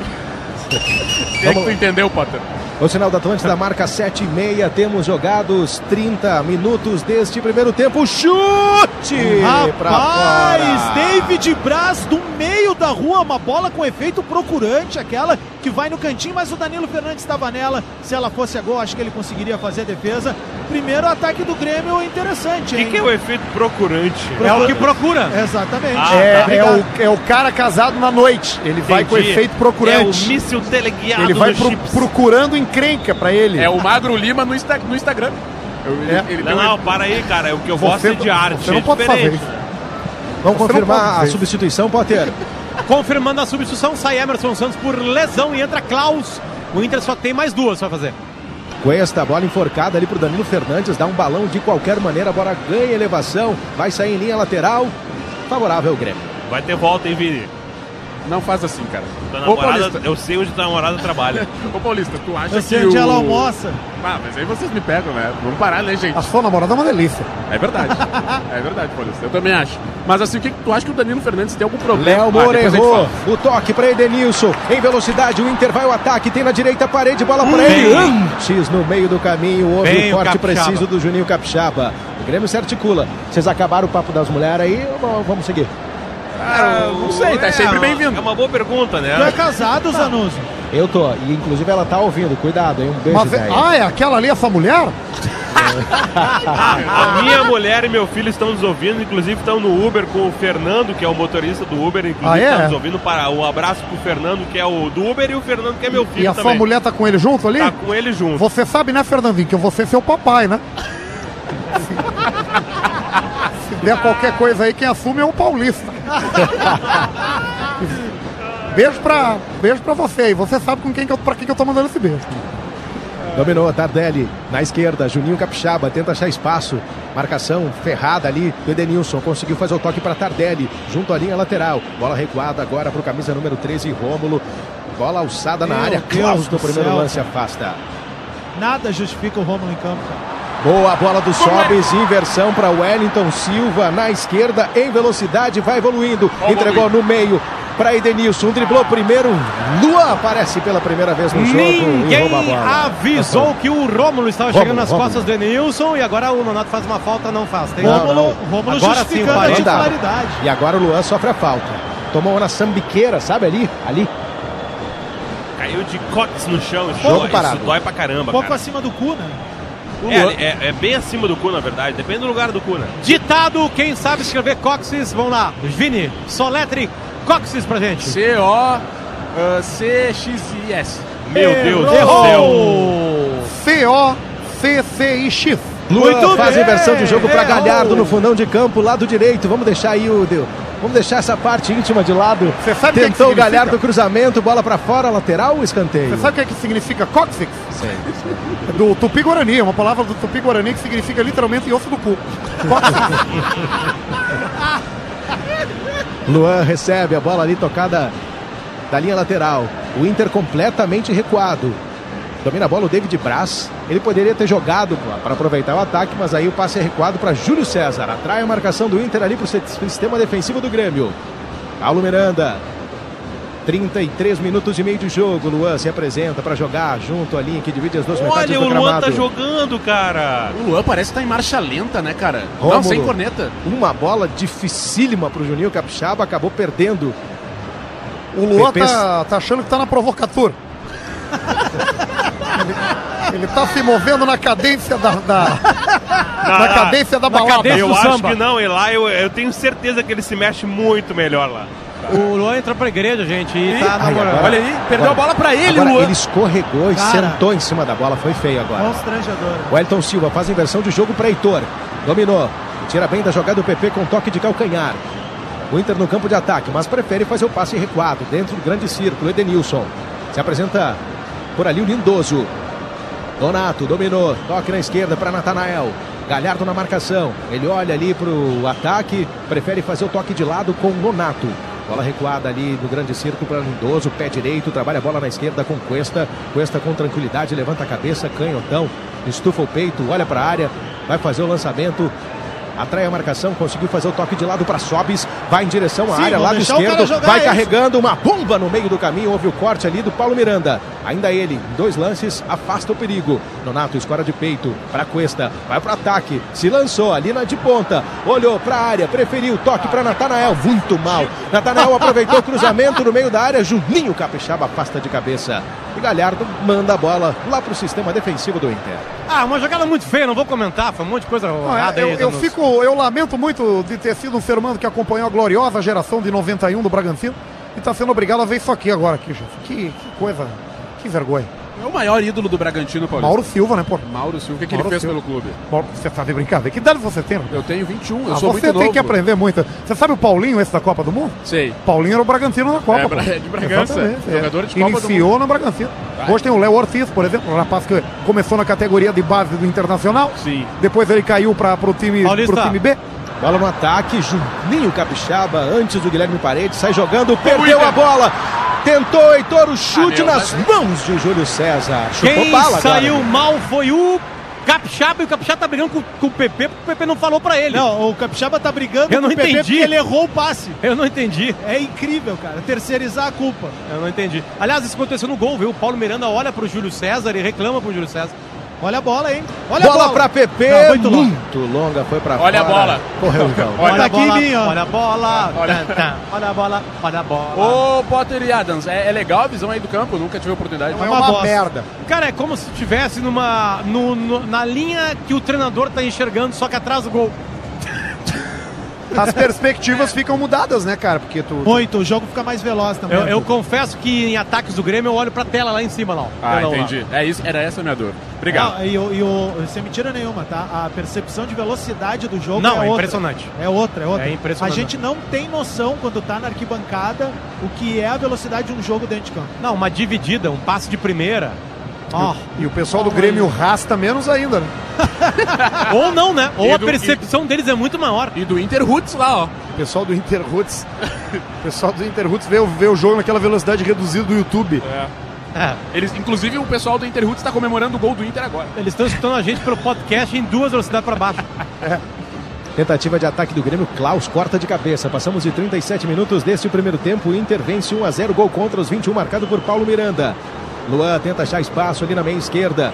[SPEAKER 3] Tem que tu entendeu, Potter.
[SPEAKER 1] O sinal da Atlântida marca 7 e meia. Temos jogados 30 minutos deste primeiro tempo. Chute! pra
[SPEAKER 4] Rapaz,
[SPEAKER 1] fora.
[SPEAKER 4] David Braz do meio da rua, uma bola com efeito procurante, aquela que vai no cantinho, mas o Danilo Fernandes estava nela. Se ela fosse a gol, acho que ele conseguiria fazer a defesa. Primeiro ataque do Grêmio interessante,
[SPEAKER 6] O que,
[SPEAKER 4] hein?
[SPEAKER 6] que é o efeito procurante?
[SPEAKER 5] É o que procura. tá.
[SPEAKER 4] Exatamente.
[SPEAKER 6] Ah,
[SPEAKER 2] É, é
[SPEAKER 4] Obrigado.
[SPEAKER 2] o, é o cara casado na noite. Ele vai com
[SPEAKER 6] Entendi.
[SPEAKER 2] efeito
[SPEAKER 6] É o
[SPEAKER 2] procurante.
[SPEAKER 6] míssil teleguiado
[SPEAKER 2] ele vai
[SPEAKER 6] do
[SPEAKER 2] pro-
[SPEAKER 6] Chips.
[SPEAKER 2] procurando encrenca pra ele.
[SPEAKER 3] É o Magro Lima no, Insta- no Instagram. Eu- ele-
[SPEAKER 2] É.
[SPEAKER 3] ele
[SPEAKER 6] Não,
[SPEAKER 3] tem um-
[SPEAKER 6] não, para aí, cara. O que eu gosto
[SPEAKER 2] Você
[SPEAKER 6] é de
[SPEAKER 2] não-
[SPEAKER 6] arte.
[SPEAKER 2] você
[SPEAKER 6] é
[SPEAKER 2] não pode fazer
[SPEAKER 6] diferente.
[SPEAKER 1] Vamos
[SPEAKER 2] Você não pode
[SPEAKER 1] confirmar
[SPEAKER 2] dizer
[SPEAKER 1] a
[SPEAKER 2] isso.
[SPEAKER 1] substituição, Potter.
[SPEAKER 5] Confirmando a substituição, sai Emerson Santos por lesão e entra Klaus. O Inter só tem mais duas pra fazer.
[SPEAKER 1] Cuesta, bola enforcada ali pro Danilo Fernandes, dá um balão de qualquer maneira, a bola ganha elevação, vai sair em linha lateral. Favorável ao Grêmio.
[SPEAKER 6] Vai ter volta, hein, Vini?
[SPEAKER 3] Não faz assim, cara.
[SPEAKER 6] Tua
[SPEAKER 3] Ô,
[SPEAKER 6] namorada,
[SPEAKER 3] Paulista,
[SPEAKER 6] eu sei onde tua namorada trabalha.
[SPEAKER 3] ô, Paulista, tu acha
[SPEAKER 4] Eu
[SPEAKER 3] que
[SPEAKER 4] sei onde
[SPEAKER 3] o...
[SPEAKER 4] ela almoça.
[SPEAKER 3] Ah, mas aí vocês me pegam, né? Vamos parar, né, gente?
[SPEAKER 2] A sua namorada é uma delícia.
[SPEAKER 3] É verdade. é verdade, Paulista. Eu também acho. Mas assim, o que que tu acha que o Danilo Fernandes tem algum problema?
[SPEAKER 1] Léo
[SPEAKER 3] Ah,
[SPEAKER 1] É, Moura
[SPEAKER 3] depois a gente
[SPEAKER 1] errou.
[SPEAKER 3] fala.
[SPEAKER 1] O toque para Edenilson. Em velocidade, o Inter vai ao ataque. Tem na direita a parede, bola para ele. Antes, no meio do caminho, houve
[SPEAKER 5] Bem
[SPEAKER 1] o
[SPEAKER 5] o
[SPEAKER 1] corte
[SPEAKER 5] Capixaba.
[SPEAKER 1] preciso do Juninho Capixaba. O Grêmio se articula. Vocês acabaram o papo das mulheres aí? ou Vamos seguir.
[SPEAKER 3] Ah, não sei, tá
[SPEAKER 6] É,
[SPEAKER 3] sempre
[SPEAKER 6] É
[SPEAKER 3] bem-vindo.
[SPEAKER 6] uma boa pergunta, né?
[SPEAKER 4] Tu é casado, Zanuso?
[SPEAKER 1] Tá. Eu tô. E inclusive ela tá ouvindo. Cuidado, hein? Um beijo,
[SPEAKER 2] Uma ve-
[SPEAKER 1] velho.
[SPEAKER 2] Ah, é aquela ali, essa mulher?
[SPEAKER 6] A minha mulher e meu filho estão nos ouvindo, inclusive estão no Uber com o Fernando, que é o motorista do Uber, inclusive
[SPEAKER 2] Ah, é?
[SPEAKER 6] está nos ouvindo para um abraço pro Fernando, que é o do Uber, e o Fernando, que é meu filho
[SPEAKER 2] E a sua
[SPEAKER 6] também.
[SPEAKER 2] mulher tá com ele junto ali?
[SPEAKER 6] Tá com ele junto.
[SPEAKER 2] Você sabe, né, Fernandinho, que eu vou ser seu papai, né? Se der qualquer coisa aí, quem assume é o paulista. Beijo pra, beijo pra você aí. Você sabe com quem que eu, pra quem que eu tô mandando esse beijo.
[SPEAKER 1] Dominou a Tardelli na esquerda, Juninho Capixaba tenta achar espaço. Marcação ferrada ali do Edenilson. Conseguiu fazer o toque para Tardelli, junto à linha lateral. Bola recuada agora para o camisa número 13, Rômulo. Bola alçada na
[SPEAKER 4] Meu
[SPEAKER 1] área.
[SPEAKER 4] Deus
[SPEAKER 1] Klaus
[SPEAKER 4] do
[SPEAKER 1] no primeiro
[SPEAKER 4] céu.
[SPEAKER 1] lance afasta.
[SPEAKER 4] Nada justifica o Romulo em campo, cara.
[SPEAKER 1] Boa bola do Sobes, inversão para Wellington Silva na esquerda, em velocidade, vai evoluindo, entregou no meio para Edenilson, driblou primeiro, Lua aparece pela primeira vez no jogo e
[SPEAKER 5] Ninguém
[SPEAKER 1] rouba a bola.
[SPEAKER 5] avisou que o Rômulo estava Tá
[SPEAKER 1] Rômulo,
[SPEAKER 5] chegando nas
[SPEAKER 1] Rômulo.
[SPEAKER 5] costas do Edenilson e agora o Nonato faz uma falta, não faz. Tem
[SPEAKER 1] Não,
[SPEAKER 5] Rômulo.
[SPEAKER 1] não.
[SPEAKER 4] Romulo
[SPEAKER 5] Agora
[SPEAKER 4] justificando
[SPEAKER 5] sim,
[SPEAKER 4] a
[SPEAKER 5] vai.
[SPEAKER 1] Não dá.
[SPEAKER 4] titularidade.
[SPEAKER 1] E agora o Luan sofre a falta. Tomou na sambiqueira, sabe ali? Ali.
[SPEAKER 6] Caiu de cotes no chão. Isso,
[SPEAKER 1] Jogo
[SPEAKER 6] dói,
[SPEAKER 1] parado.
[SPEAKER 6] isso dói pra caramba,
[SPEAKER 4] Um pouco
[SPEAKER 6] cara.
[SPEAKER 4] acima do cu, né?
[SPEAKER 6] É, é- é bem acima do cu, na verdade. Depende do lugar do cu, né?
[SPEAKER 5] Ditado, quem sabe escrever Coxes, vamos lá. Vini, soletre Coxes pra gente.
[SPEAKER 3] C-O-C-X-I-S.
[SPEAKER 6] Meu Deus do céu.
[SPEAKER 5] Errou!
[SPEAKER 2] C-O-C-C-I-X.
[SPEAKER 1] Luan
[SPEAKER 5] Muito
[SPEAKER 1] faz
[SPEAKER 5] bem.
[SPEAKER 1] inversão de jogo para
[SPEAKER 5] Errou.
[SPEAKER 1] Galhardo no fundão de campo, lado direito. Vamos deixar aí o deu. Vamos deixar essa parte íntima de lado.
[SPEAKER 2] Você sabe o que é que
[SPEAKER 1] Tentou o
[SPEAKER 2] significa?
[SPEAKER 1] Galhardo cruzamento, bola para fora, lateral, escanteio.
[SPEAKER 2] Você sabe o que, é que significa cóccix? É do Tupi Guarani, é uma palavra do Tupi Guarani que significa literalmente osso do cu.
[SPEAKER 1] Luan recebe a bola ali tocada da linha lateral. O Inter completamente recuado. Domina a bola o David Braz. Ele poderia ter jogado para aproveitar o ataque, mas aí o passe é recuado para Júlio César. Atrai a marcação do Inter ali para o sistema defensivo do Grêmio. Paulo Miranda. 33 minutos e meio de jogo. Luan se apresenta para jogar junto à linha que divide as duas metades
[SPEAKER 6] Olha,
[SPEAKER 2] é
[SPEAKER 1] do
[SPEAKER 6] o Luan
[SPEAKER 1] gramado.
[SPEAKER 6] tá jogando, cara.
[SPEAKER 7] O Luan parece que tá em marcha lenta, né, cara? Não,
[SPEAKER 1] Rômulo.
[SPEAKER 7] sem corneta.
[SPEAKER 1] Uma bola dificílima para o Juninho Capixaba. Acabou perdendo.
[SPEAKER 2] O Luan
[SPEAKER 1] Pepe-
[SPEAKER 2] tá, tá achando que tá na provocatura. ele, ele tá se movendo na cadência da, da- na cadência da balada.
[SPEAKER 5] cadência
[SPEAKER 6] Eu
[SPEAKER 5] do
[SPEAKER 6] acho
[SPEAKER 5] samba.
[SPEAKER 6] que não, e lá eu, eu tenho certeza que ele se mexe muito melhor lá.
[SPEAKER 5] O Luan entrou pra igreja, gente, e tá
[SPEAKER 1] Ai,
[SPEAKER 5] namorando.
[SPEAKER 1] agora-
[SPEAKER 5] Olha,
[SPEAKER 7] Olha aí, perdeu a bola pra ele,
[SPEAKER 1] Agora
[SPEAKER 7] Luan.
[SPEAKER 1] ele escorregou e
[SPEAKER 4] Cara.
[SPEAKER 1] sentou em cima da bola. Foi feio agora.
[SPEAKER 4] É Constrangedor. né?
[SPEAKER 1] O Elton Silva faz a inversão de jogo para Heitor. Dominou. Tira bem da jogada o PP com toque de calcanhar. O Inter no campo de ataque, mas prefere fazer o passe recuado dentro do grande círculo. Edenilson se apresenta por ali o Lindoso. Donato dominou, toque na esquerda para Natanael. Galhardo na marcação. Ele olha ali para o ataque, prefere fazer o toque de lado com o Donato. Bola recuada ali do grande círculo para Lindoso, pé direito, trabalha a bola na esquerda com Cuesta. Cuesta com tranquilidade, levanta a cabeça, canhotão, estufa o peito, olha para a área, vai fazer o lançamento. atrai a marcação, conseguiu fazer o toque de lado para Sobis, vai em direção à
[SPEAKER 2] Sim,
[SPEAKER 1] área,
[SPEAKER 2] vou
[SPEAKER 1] lado
[SPEAKER 2] deixar o cara
[SPEAKER 1] esquerdo,
[SPEAKER 2] jogar,
[SPEAKER 1] vai
[SPEAKER 2] é isso.
[SPEAKER 1] carregando uma bomba no meio do caminho, houve o corte ali do Paulo Miranda. Ainda ele, em dois lances, afasta o perigo. Nonato escora de peito para Cuesta, vai para ataque, se lançou ali na de ponta, olhou para a área, preferiu o toque para Natanael, muito mal. Natanael aproveitou o cruzamento no meio da área, Juninho Capixaba afasta de cabeça. E Galhardo manda a bola lá para o sistema defensivo do Inter.
[SPEAKER 5] Ah, uma jogada muito feia, não vou comentar, foi um monte de coisa
[SPEAKER 2] Não, é,
[SPEAKER 5] errada
[SPEAKER 2] eu,
[SPEAKER 5] aí.
[SPEAKER 2] eu
[SPEAKER 5] Zanus.
[SPEAKER 2] fico, eu lamento muito de ter sido um ser humano que acompanhou a gloriosa geração de 91 do Bragantino e está sendo obrigado a ver isso aqui agora, aqui, gente. Que, que coisa, que vergonha.
[SPEAKER 3] É o maior ídolo do Bragantino, Paulista.
[SPEAKER 2] Mauro Silva, né, pô?
[SPEAKER 3] Mauro Silva, o que, que
[SPEAKER 2] Mauro
[SPEAKER 3] ele fez
[SPEAKER 2] Silva.
[SPEAKER 3] pelo clube?
[SPEAKER 2] Mauro, Você tá de brincadeira? Que idade você tem? Rafael?
[SPEAKER 3] Eu tenho 21, eu
[SPEAKER 2] Ah,
[SPEAKER 3] sou
[SPEAKER 2] você
[SPEAKER 3] muito
[SPEAKER 2] tem
[SPEAKER 3] novo.
[SPEAKER 2] que aprender muito. Você sabe o Paulinho, esse da Copa do Mundo?
[SPEAKER 3] Sei.
[SPEAKER 2] Paulinho era o Bragantino na Copa.
[SPEAKER 3] É,
[SPEAKER 2] pô.
[SPEAKER 3] é de Bragança.
[SPEAKER 2] Exatamente, é.
[SPEAKER 3] Jogador de
[SPEAKER 2] Ele
[SPEAKER 3] Copa do
[SPEAKER 2] Iniciou na Bragantino.
[SPEAKER 3] Vai.
[SPEAKER 2] Hoje tem o Léo Ortiz, por exemplo, um rapaz que começou na categoria de base do Internacional.
[SPEAKER 3] Sim.
[SPEAKER 2] Depois ele caiu para pro time,
[SPEAKER 5] Paulista.
[SPEAKER 2] pro time B.
[SPEAKER 1] Bola no ataque, Juninho Capixaba, antes do Guilherme Paredes, sai jogando, perdeu a bola. Tentou Heitor o chute
[SPEAKER 3] Ah, meu,
[SPEAKER 1] nas mãos de Júlio César. Chutou
[SPEAKER 5] Quem
[SPEAKER 1] bala agora.
[SPEAKER 5] saiu mal foi o Capixaba e o Capixaba tá brigando com, com o PP porque o PP não falou pra ele.
[SPEAKER 4] Não, o Capixaba tá brigando
[SPEAKER 5] Eu não
[SPEAKER 4] com o PP
[SPEAKER 5] entendi.
[SPEAKER 4] porque ele errou o passe.
[SPEAKER 5] Eu não entendi.
[SPEAKER 4] É incrível, cara. Terceirizar a culpa.
[SPEAKER 5] Eu não entendi. Aliás, isso aconteceu no gol, viu? O Paulo Miranda olha pro Júlio César e reclama pro Júlio César.
[SPEAKER 4] Olha a bola, hein? Olha
[SPEAKER 1] Bola,
[SPEAKER 4] a bola.
[SPEAKER 1] pra PP,
[SPEAKER 4] Não, muito longe.
[SPEAKER 1] muito longa, foi pra
[SPEAKER 3] Olha a
[SPEAKER 1] fora.
[SPEAKER 3] bola.
[SPEAKER 1] Correu então.
[SPEAKER 3] Olha
[SPEAKER 4] Tá aqui em mim, ó.
[SPEAKER 5] olha a bola,
[SPEAKER 3] Olha.
[SPEAKER 5] tan, tan. olha a bola, olha a bola.
[SPEAKER 3] Ô, Potter e Adams, é, é legal a visão aí do campo, nunca tive oportunidade.
[SPEAKER 2] É
[SPEAKER 4] uma
[SPEAKER 2] uma,
[SPEAKER 4] bosta.
[SPEAKER 2] merda.
[SPEAKER 5] Cara, é como se estivesse numa no- no- na linha que o treinador tá enxergando, só que atrás do gol.
[SPEAKER 2] As perspectivas ficam mudadas, né, cara? Porque tu.
[SPEAKER 4] Muito, o jogo fica mais veloz também.
[SPEAKER 5] Eu, eu confesso que em ataques do Grêmio eu olho pra tela lá em cima, lá. ó.
[SPEAKER 3] Ah,
[SPEAKER 5] Telão lá.
[SPEAKER 3] entendi. É isso, era essa a minha dor. Obrigado.
[SPEAKER 4] Não, e, o- e o- sem mentira nenhuma, tá? A percepção de velocidade do jogo
[SPEAKER 5] Não,
[SPEAKER 4] é,
[SPEAKER 5] é
[SPEAKER 4] outra.
[SPEAKER 5] impressionante.
[SPEAKER 4] É outra, é outra.
[SPEAKER 5] É impressionante.
[SPEAKER 4] A gente não tem noção quando tá na arquibancada o que é a velocidade de um jogo dentro de campo.
[SPEAKER 5] Não, uma dividida, um passe de primeira. Ó,
[SPEAKER 2] E o pessoal do Grêmio rasta menos ainda, né?
[SPEAKER 5] ou não, né? Ou
[SPEAKER 3] E
[SPEAKER 5] a
[SPEAKER 3] do-
[SPEAKER 5] percepção deles é muito maior.
[SPEAKER 3] E do Inter Roots lá, ó.
[SPEAKER 2] O pessoal do Interroots. O pessoal do Interroots vê, o- vê o jogo naquela velocidade reduzida do YouTube.
[SPEAKER 3] É. Eles, inclusive, o pessoal do Inter Roots está comemorando o gol do Inter agora.
[SPEAKER 5] Eles estão escutando a gente pelo podcast em duas velocidades pra baixo.
[SPEAKER 1] É. Tentativa de ataque do Grêmio, Klaus corta de cabeça. Passamos de 37 minutos deste primeiro tempo. O Inter vence 1 a 0, gol contra os 21 marcado por Paulo Miranda. Luan tenta achar espaço ali na meia esquerda.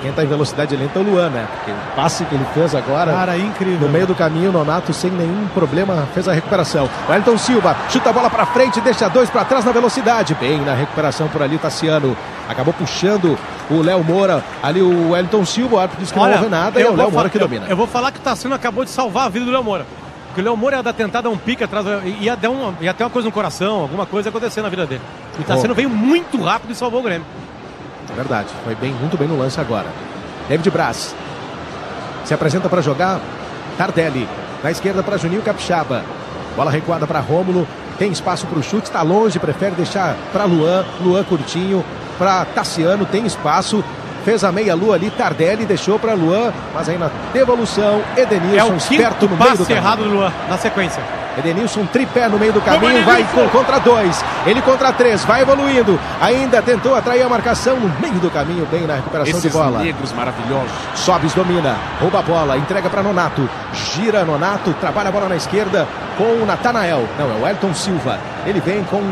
[SPEAKER 1] Quem tá em velocidade lenta é o Luan, né? Porque o passe que ele fez agora
[SPEAKER 4] Cara, é incrível.
[SPEAKER 1] No
[SPEAKER 5] né?
[SPEAKER 1] meio do caminho, o Nonato, sem nenhum problema, fez a recuperação. Wellington Silva chuta a bola para frente, deixa dois para trás na velocidade. Bem na recuperação por ali, o Tassiano. Acabou puxando o Léo Moura. Ali o Wellington Silva, o árbitro disse que não houve nada. E é o
[SPEAKER 5] vou
[SPEAKER 1] Léo Moura
[SPEAKER 5] fa-
[SPEAKER 1] que
[SPEAKER 5] eu-
[SPEAKER 1] domina.
[SPEAKER 5] Eu, vou falar que o Tassino acabou de salvar a vida do Léo Moura. Porque o Léo Moura ia dar, tentar dar um pique atrás, ia, dar um, ia ter uma coisa no coração, alguma coisa ia acontecer na vida dele. E o Tassino veio muito rápido e salvou o Grêmio.
[SPEAKER 1] É verdade, foi bem, muito bem no lance agora. David Braz se apresenta para jogar. Tardelli na esquerda para Juninho Capixaba. Bola recuada para Rômulo. Tem espaço para o chute, está longe, prefere deixar para Luan. Luan curtinho para Tassiano, tem espaço. Fez a meia-lua ali, Tardelli deixou para Luan, mas aí na devolução, Edenilson
[SPEAKER 5] é o
[SPEAKER 1] esperto
[SPEAKER 5] quinto
[SPEAKER 1] no meio do
[SPEAKER 5] passe
[SPEAKER 1] caminho.
[SPEAKER 5] errado do Luan, na sequência.
[SPEAKER 1] Edenilson tripé no meio do caminho, vai com- contra dois, ele contra três, vai evoluindo, ainda tentou atrair a marcação no meio do caminho, bem na recuperação de
[SPEAKER 3] Esses
[SPEAKER 1] bola.
[SPEAKER 3] negros maravilhosos.
[SPEAKER 1] Sobes domina, rouba a bola, entrega para Nonato, gira Nonato, trabalha a bola na esquerda com o Natanael, não, é o Elton Silva, ele vem com,